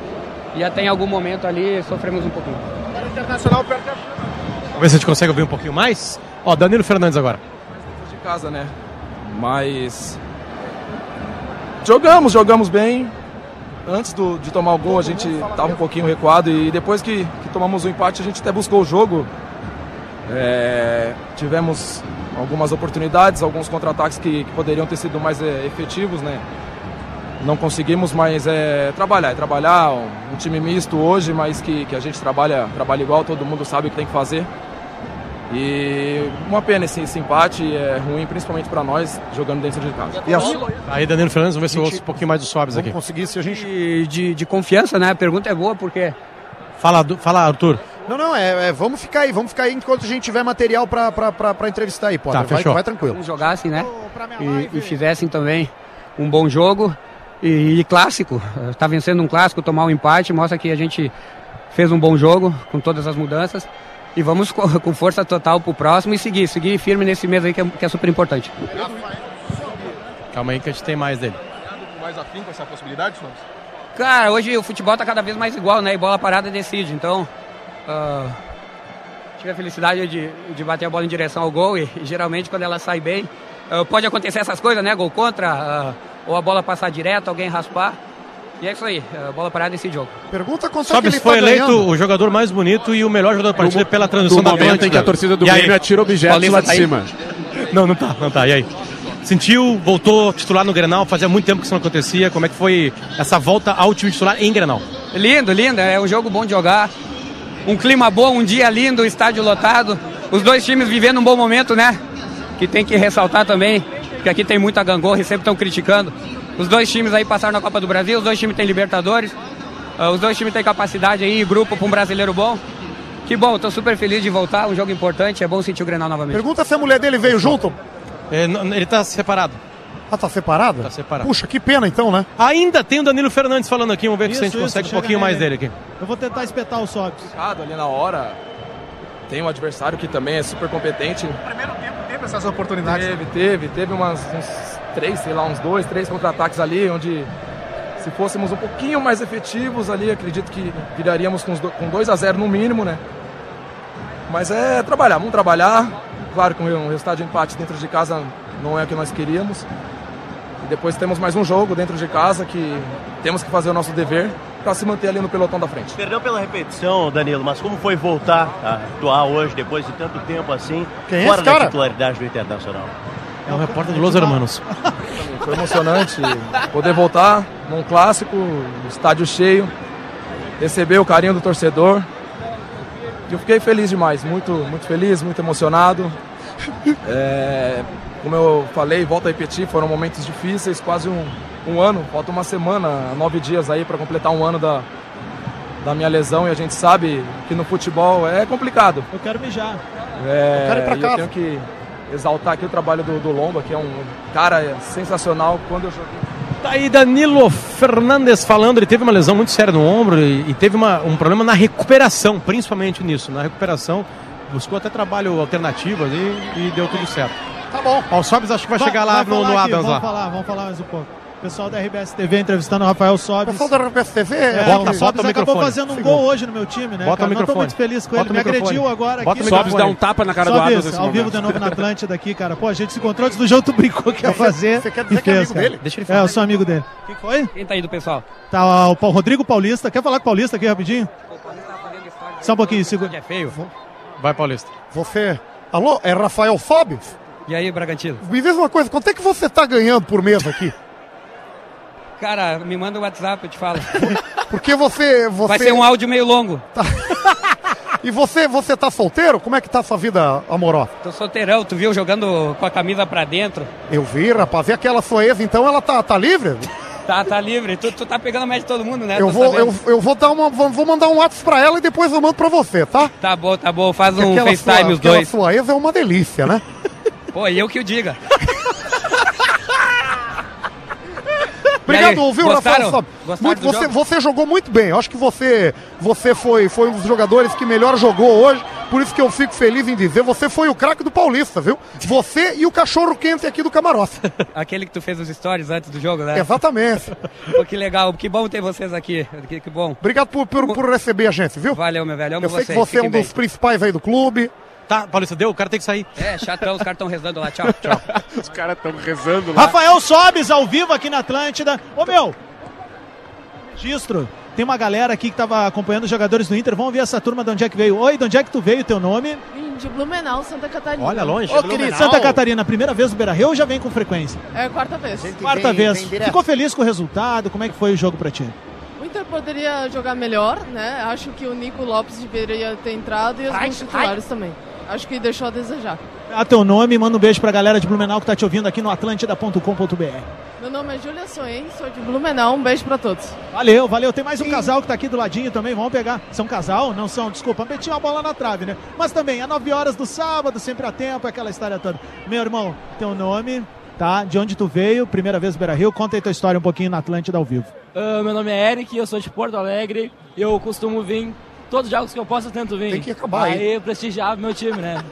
[SPEAKER 12] e até em algum momento ali sofremos um pouquinho.
[SPEAKER 19] Internacional perde a
[SPEAKER 5] Vamos ver se a gente consegue ouvir um pouquinho mais. Ó, Danilo Fernandes agora.
[SPEAKER 19] de casa, né? Mas jogamos, jogamos bem. Antes do- de tomar o gol, a gente estava um pouquinho recuado e depois que, que tomamos o empate, a gente até buscou o jogo. É, tivemos algumas oportunidades, alguns contra-ataques que, que poderiam ter sido mais é, efetivos, né? Não conseguimos, mas é trabalhar, é trabalhar. Um, um time misto hoje, mas que, que a gente trabalha, trabalha igual, todo mundo sabe o que tem que fazer. E uma pena esse, esse empate, é ruim principalmente para nós jogando dentro de casa.
[SPEAKER 5] E a sua- Aí, Danilo Fernandes, vamos ver se eu ouço um pouquinho mais do Sobs aqui.
[SPEAKER 12] conseguir se a gente. De, de, de confiança, né? A pergunta é boa porque.
[SPEAKER 5] Fala, Du- fala Arthur.
[SPEAKER 2] Não, não, é, é, vamos ficar aí, vamos ficar aí enquanto a gente tiver material pra, pra, pra, pra entrevistar aí, Potter. vai, vai tranquilo.
[SPEAKER 12] Se jogassem, né? E, e fizessem também um bom jogo. E, e clássico. eh, Tá vencendo um clássico, tomar um empate, mostra que a gente fez um bom jogo com todas as mudanças. E vamos co- com, força total pro próximo e seguir, seguir firme nesse mês aí que é, que é super importante.
[SPEAKER 5] Calma aí que a gente tem mais dele.
[SPEAKER 12] Mais afinco essa possibilidade, Santos? Cara, hoje o futebol tá cada vez mais igual, né? E bola parada decide. Então, ah, tive a felicidade de, de bater a bola em direção ao gol e, e geralmente quando ela sai bem, ah, pode acontecer essas coisas, né? Gol contra, ah, ou a bola passar direto, alguém raspar. E é isso aí, ah, bola parada decide jogo.
[SPEAKER 2] Pergunta quanto
[SPEAKER 5] Sobs foi eleito o jogador mais bonito e o melhor jogador da partida pela transmissão
[SPEAKER 7] do
[SPEAKER 5] da
[SPEAKER 7] momento
[SPEAKER 5] Atlântida.
[SPEAKER 7] em que a torcida do
[SPEAKER 5] E aí?
[SPEAKER 7] Grêmio atira objetos
[SPEAKER 5] Paulista
[SPEAKER 7] lá de
[SPEAKER 5] tá aí?
[SPEAKER 7] cima.
[SPEAKER 5] Não, não tá, não tá. E aí? Sentiu, voltou titular no Grenal, fazia muito tempo que isso não acontecia. Como é que foi essa volta ao time titular em Grenal?
[SPEAKER 12] Lindo, lindo. É um jogo bom de jogar. Um clima bom, um dia lindo, estádio lotado. Os dois times vivendo um bom momento, né? Que tem que ressaltar também, que aqui tem muita gangorra e sempre estão criticando. Os dois times aí passaram na Copa do Brasil, os dois times têm Libertadores, ah, os dois times têm capacidade aí, grupo para um brasileiro bom. Que bom, estou super feliz de voltar, um jogo importante, é bom sentir o Grenal novamente.
[SPEAKER 11] Pergunta se a mulher dele veio junto.
[SPEAKER 5] Ele tá separado.
[SPEAKER 11] Ah, tá separado?
[SPEAKER 5] Tá separado.
[SPEAKER 11] Puxa, que pena então, né?
[SPEAKER 5] Ainda tem o Danilo Fernandes falando aqui, vamos ver se a gente
[SPEAKER 4] Isso, isso,
[SPEAKER 5] consegue um
[SPEAKER 4] chega
[SPEAKER 5] pouquinho
[SPEAKER 4] nele.
[SPEAKER 5] mais dele aqui.
[SPEAKER 4] Eu vou tentar espetar o Sobs.
[SPEAKER 19] Ali na hora, tem um adversário que também é super competente. No primeiro tempo teve essas oportunidades. Teve, teve, teve umas, uns três, sei lá, uns dois, três contra-ataques ali, onde se fôssemos um pouquinho mais efetivos ali, acredito que viraríamos com, os do- com 2 a 0 no mínimo, né? Mas é trabalhar, vamos trabalhar. Claro que um resultado de empate dentro de casa não é o que nós queríamos. E depois temos mais um jogo dentro de casa que temos que fazer o nosso dever para se manter ali no pelotão da frente.
[SPEAKER 20] Perdão pela repetição, Danilo, mas como foi voltar a atuar hoje, depois de tanto tempo assim,
[SPEAKER 5] Quem é
[SPEAKER 20] fora
[SPEAKER 5] esse
[SPEAKER 20] da
[SPEAKER 5] cara?
[SPEAKER 20] titularidade do Internacional?
[SPEAKER 5] É o repórter do Los Hermanos.
[SPEAKER 19] Foi emocionante poder voltar num clássico, estádio cheio, receber o carinho do torcedor. E Eu fiquei feliz demais, muito, muito feliz, muito emocionado. É, como eu falei, volto a repetir, foram momentos difíceis, quase um, um ano, falta uma semana, nove dias aí para completar um ano da, da minha lesão e a gente sabe que no futebol é complicado.
[SPEAKER 4] Eu quero mijar.
[SPEAKER 19] É,
[SPEAKER 4] Eu quero ir pra
[SPEAKER 19] e
[SPEAKER 4] casa.
[SPEAKER 19] Eu tenho que exaltar aqui o trabalho do, do Lomba, que é um cara sensacional. Quando eu joguei
[SPEAKER 5] Tá aí Danilo Fernandes falando, ele teve uma lesão muito séria no ombro e, e teve uma- um problema na recuperação, principalmente nisso, na recuperação. Buscou até trabalho alternativo ali e deu tudo certo.
[SPEAKER 11] Tá bom.
[SPEAKER 5] Ó, o Sobs acho que vai, chegar lá no,
[SPEAKER 4] falar
[SPEAKER 5] no
[SPEAKER 4] aqui,
[SPEAKER 5] Adams
[SPEAKER 4] vamos
[SPEAKER 5] lá.
[SPEAKER 4] Falar, vamos falar mais um pouco. O pessoal da RBS TV entrevistando o Rafael Sobis.
[SPEAKER 11] Pessoal da RBS TV,
[SPEAKER 4] é,
[SPEAKER 11] bota-
[SPEAKER 4] o Sobis
[SPEAKER 11] bota o
[SPEAKER 4] acabou
[SPEAKER 11] microfone.
[SPEAKER 4] fazendo um
[SPEAKER 11] Sim.
[SPEAKER 4] gol hoje no meu time, né?
[SPEAKER 11] Bota o
[SPEAKER 4] cara? Não tô
[SPEAKER 11] microfone.
[SPEAKER 4] muito feliz com
[SPEAKER 11] Bota
[SPEAKER 4] ele, me
[SPEAKER 11] o microfone.
[SPEAKER 4] agrediu agora
[SPEAKER 11] Bota o
[SPEAKER 4] aqui.
[SPEAKER 11] microfone.
[SPEAKER 4] Sobis
[SPEAKER 11] Sobs dá um tapa na cara do
[SPEAKER 4] Sobis,
[SPEAKER 11] Adams nesse
[SPEAKER 4] ao
[SPEAKER 11] momento.
[SPEAKER 4] vivo de novo na Atlântida aqui, cara. Pô, a gente se encontrou antes do jogo, tu brincou que ia fazer.
[SPEAKER 12] você quer dizer
[SPEAKER 4] e
[SPEAKER 12] que é
[SPEAKER 4] fez,
[SPEAKER 12] amigo
[SPEAKER 4] cara.
[SPEAKER 12] dele? Deixa ele
[SPEAKER 4] É,
[SPEAKER 12] falar.
[SPEAKER 4] eu sou amigo dele. Quem foi?
[SPEAKER 12] Quem tá aí do pessoal?
[SPEAKER 4] Tá ó, o Paulo Rodrigo Paulista. Quer falar com o Paulista aqui rapidinho? Só um pouquinho, segura.
[SPEAKER 12] É feio.
[SPEAKER 5] Vai, Paulista.
[SPEAKER 11] Você. Alô, é Rafael Fóbios?
[SPEAKER 12] E aí, Bragantino?
[SPEAKER 11] Me diz uma coisa, quanto é que você tá ganhando por mês aqui?
[SPEAKER 12] Cara, me manda o WhatsApp, eu te falo.
[SPEAKER 11] Porque você. você...
[SPEAKER 12] Vai ser um áudio meio longo.
[SPEAKER 11] E você, você tá solteiro? Como é que tá a sua vida amorosa?
[SPEAKER 12] Tô solteirão, tu viu jogando com a camisa pra dentro?
[SPEAKER 11] Eu vi, rapaz. E aquela sua ex, então, ela tá, tá livre?
[SPEAKER 12] Tá, tá livre. Tu, tu tá pegando mais de todo mundo, né?
[SPEAKER 11] eu,
[SPEAKER 12] Tô
[SPEAKER 11] vou,
[SPEAKER 12] sabendo.
[SPEAKER 11] eu, eu vou dar uma. Vou mandar um WhatsApp pra ela e depois eu mando pra você, tá?
[SPEAKER 12] Tá bom, tá bom. Faz um
[SPEAKER 11] Aquela
[SPEAKER 12] FaceTime
[SPEAKER 11] sua,
[SPEAKER 12] os
[SPEAKER 11] aquela
[SPEAKER 12] dois.
[SPEAKER 11] sua ex é uma delícia, né?
[SPEAKER 12] Pô, e eu que o diga.
[SPEAKER 11] Obrigado, viu, Rafael
[SPEAKER 12] Gostaram?
[SPEAKER 11] Sobe.
[SPEAKER 12] Gostaram
[SPEAKER 11] Muito,
[SPEAKER 12] do
[SPEAKER 11] você,
[SPEAKER 12] jogo?
[SPEAKER 11] você jogou muito bem. Eu acho que você, você foi, foi um dos jogadores que melhor jogou hoje. Por isso que eu fico feliz em dizer, você foi o craque do Paulista, viu? Você e o cachorro quente aqui do Camarote.
[SPEAKER 12] Aquele que tu fez os stories antes do jogo, né?
[SPEAKER 11] Exatamente.
[SPEAKER 12] Pô, que legal. Que bom ter vocês aqui. Que, que bom.
[SPEAKER 11] Obrigado por, por, por receber a gente, viu?
[SPEAKER 12] Valeu, meu velho. Amo
[SPEAKER 11] Eu sei
[SPEAKER 12] vocês.
[SPEAKER 11] que você é um
[SPEAKER 12] Fiquem
[SPEAKER 11] dos principais aí do clube.
[SPEAKER 5] Tá, Paulista, deu? O cara tem que sair.
[SPEAKER 12] bem. É, chatão. Os caras estão rezando lá. Tchau, tchau.
[SPEAKER 7] Os caras estão rezando
[SPEAKER 4] Rafael Sobes ao vivo aqui na Atlântida. Ô meu, registro. Tem uma galera aqui que tava acompanhando os jogadores do Inter. Vamos ver essa turma de onde é que veio. Oi, de onde é que tu veio? Teu nome?
[SPEAKER 21] Vim de Blumenau, Santa Catarina.
[SPEAKER 4] Olha longe.
[SPEAKER 21] Ô, querido,
[SPEAKER 4] Santa Catarina, primeira vez no Beira-Rio ou já vem com frequência?
[SPEAKER 21] É a quarta vez.
[SPEAKER 4] Quarta vez. Ficou feliz com o resultado? Como é que foi o jogo pra ti?
[SPEAKER 21] O Inter poderia jogar melhor, né? Acho que o Nico Lopes deveria ter entrado e os
[SPEAKER 8] Ai,
[SPEAKER 21] bons titulares também. Acho que deixou a desejar.
[SPEAKER 4] Dá teu nome e manda um beijo pra galera de Blumenau que tá te ouvindo aqui no atlântida.com.br.
[SPEAKER 21] Meu nome é Júlia Soen, sou de Blumenau. Um beijo pra todos.
[SPEAKER 4] Valeu, valeu. Tem mais um casal que tá aqui do ladinho também. Vamos pegar. São casal? Não são, desculpa. Meti uma bola na trave, né? Mas também, às 9 horas do sábado, sempre a tempo, aquela história toda. Meu irmão, teu nome, tá? De onde tu veio? Primeira vez no Beira Rio. Conta aí tua história um pouquinho na Atlântida ao vivo.
[SPEAKER 22] Ah, meu nome é Eric, eu sou de Porto Alegre. Eu costumo vir, todos os jogos que eu posso eu tento vir. Tem que acabar aí. Aí prestigiar meu time, né?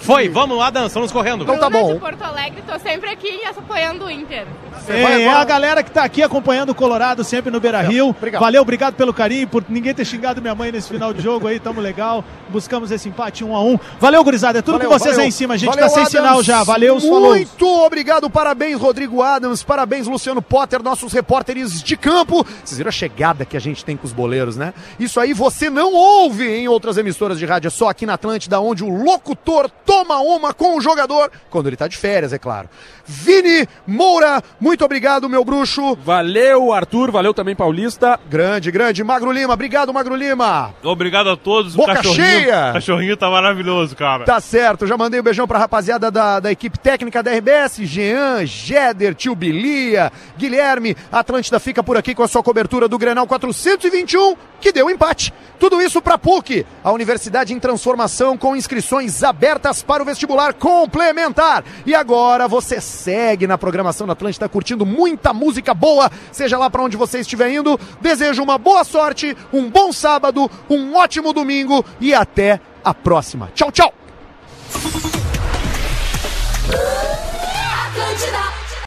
[SPEAKER 5] Foi, vamos lá, Dan, estamos correndo.
[SPEAKER 4] Então
[SPEAKER 21] Então
[SPEAKER 4] tá
[SPEAKER 21] tá
[SPEAKER 23] de Porto Alegre, tô sempre aqui apoiando o Inter.
[SPEAKER 4] É, é a galera que tá aqui acompanhando o Colorado sempre no Beira Rio. Valeu, obrigado pelo carinho, por ninguém ter xingado minha mãe nesse final de jogo aí. Tamo legal. Buscamos esse empate um a um. Valeu, gurizada. É tudo
[SPEAKER 2] Valeu,
[SPEAKER 4] com vocês
[SPEAKER 2] valeu.
[SPEAKER 4] aí em cima. A gente
[SPEAKER 2] Valeu,
[SPEAKER 4] tá sem
[SPEAKER 2] Adams.
[SPEAKER 4] sinal já. Valeu,
[SPEAKER 2] Muito
[SPEAKER 4] falou.
[SPEAKER 2] obrigado, parabéns, Rodrigo Adams, parabéns, Luciano Potter, nossos repórteres de campo. Vocês viram a chegada que a gente tem com os boleiros, né? Isso aí você não ouve em outras emissoras de rádio, é só aqui na Atlântida, onde o locutor toma uma com o jogador, quando ele tá de férias, é claro. Vini Moura, muito obrigado, meu bruxo.
[SPEAKER 19] Valeu, Arthur, valeu também, Paulista.
[SPEAKER 2] Grande, grande. Magro Lima, obrigado, Magro Lima.
[SPEAKER 6] Obrigado a todos.
[SPEAKER 2] Boca
[SPEAKER 6] cachorrinho,
[SPEAKER 2] cheia!
[SPEAKER 6] cachorrinho tá maravilhoso, cara.
[SPEAKER 2] Tá certo, já mandei um beijão pra rapaziada da, da equipe técnica da RBS, Jean, Jeder, Tio Bilia, Guilherme, A Atlântida fica por aqui com a sua cobertura do Grenal 421, que deu empate. Tudo isso pra PUC, a Universidade em Transformação, com inscrições abertas para o vestibular complementar. E agora você segue na programação da Atlântida curtindo muita música boa, seja lá pra onde você estiver indo. Desejo uma boa sorte, um bom sábado, um ótimo domingo e até a próxima. Tchau, tchau!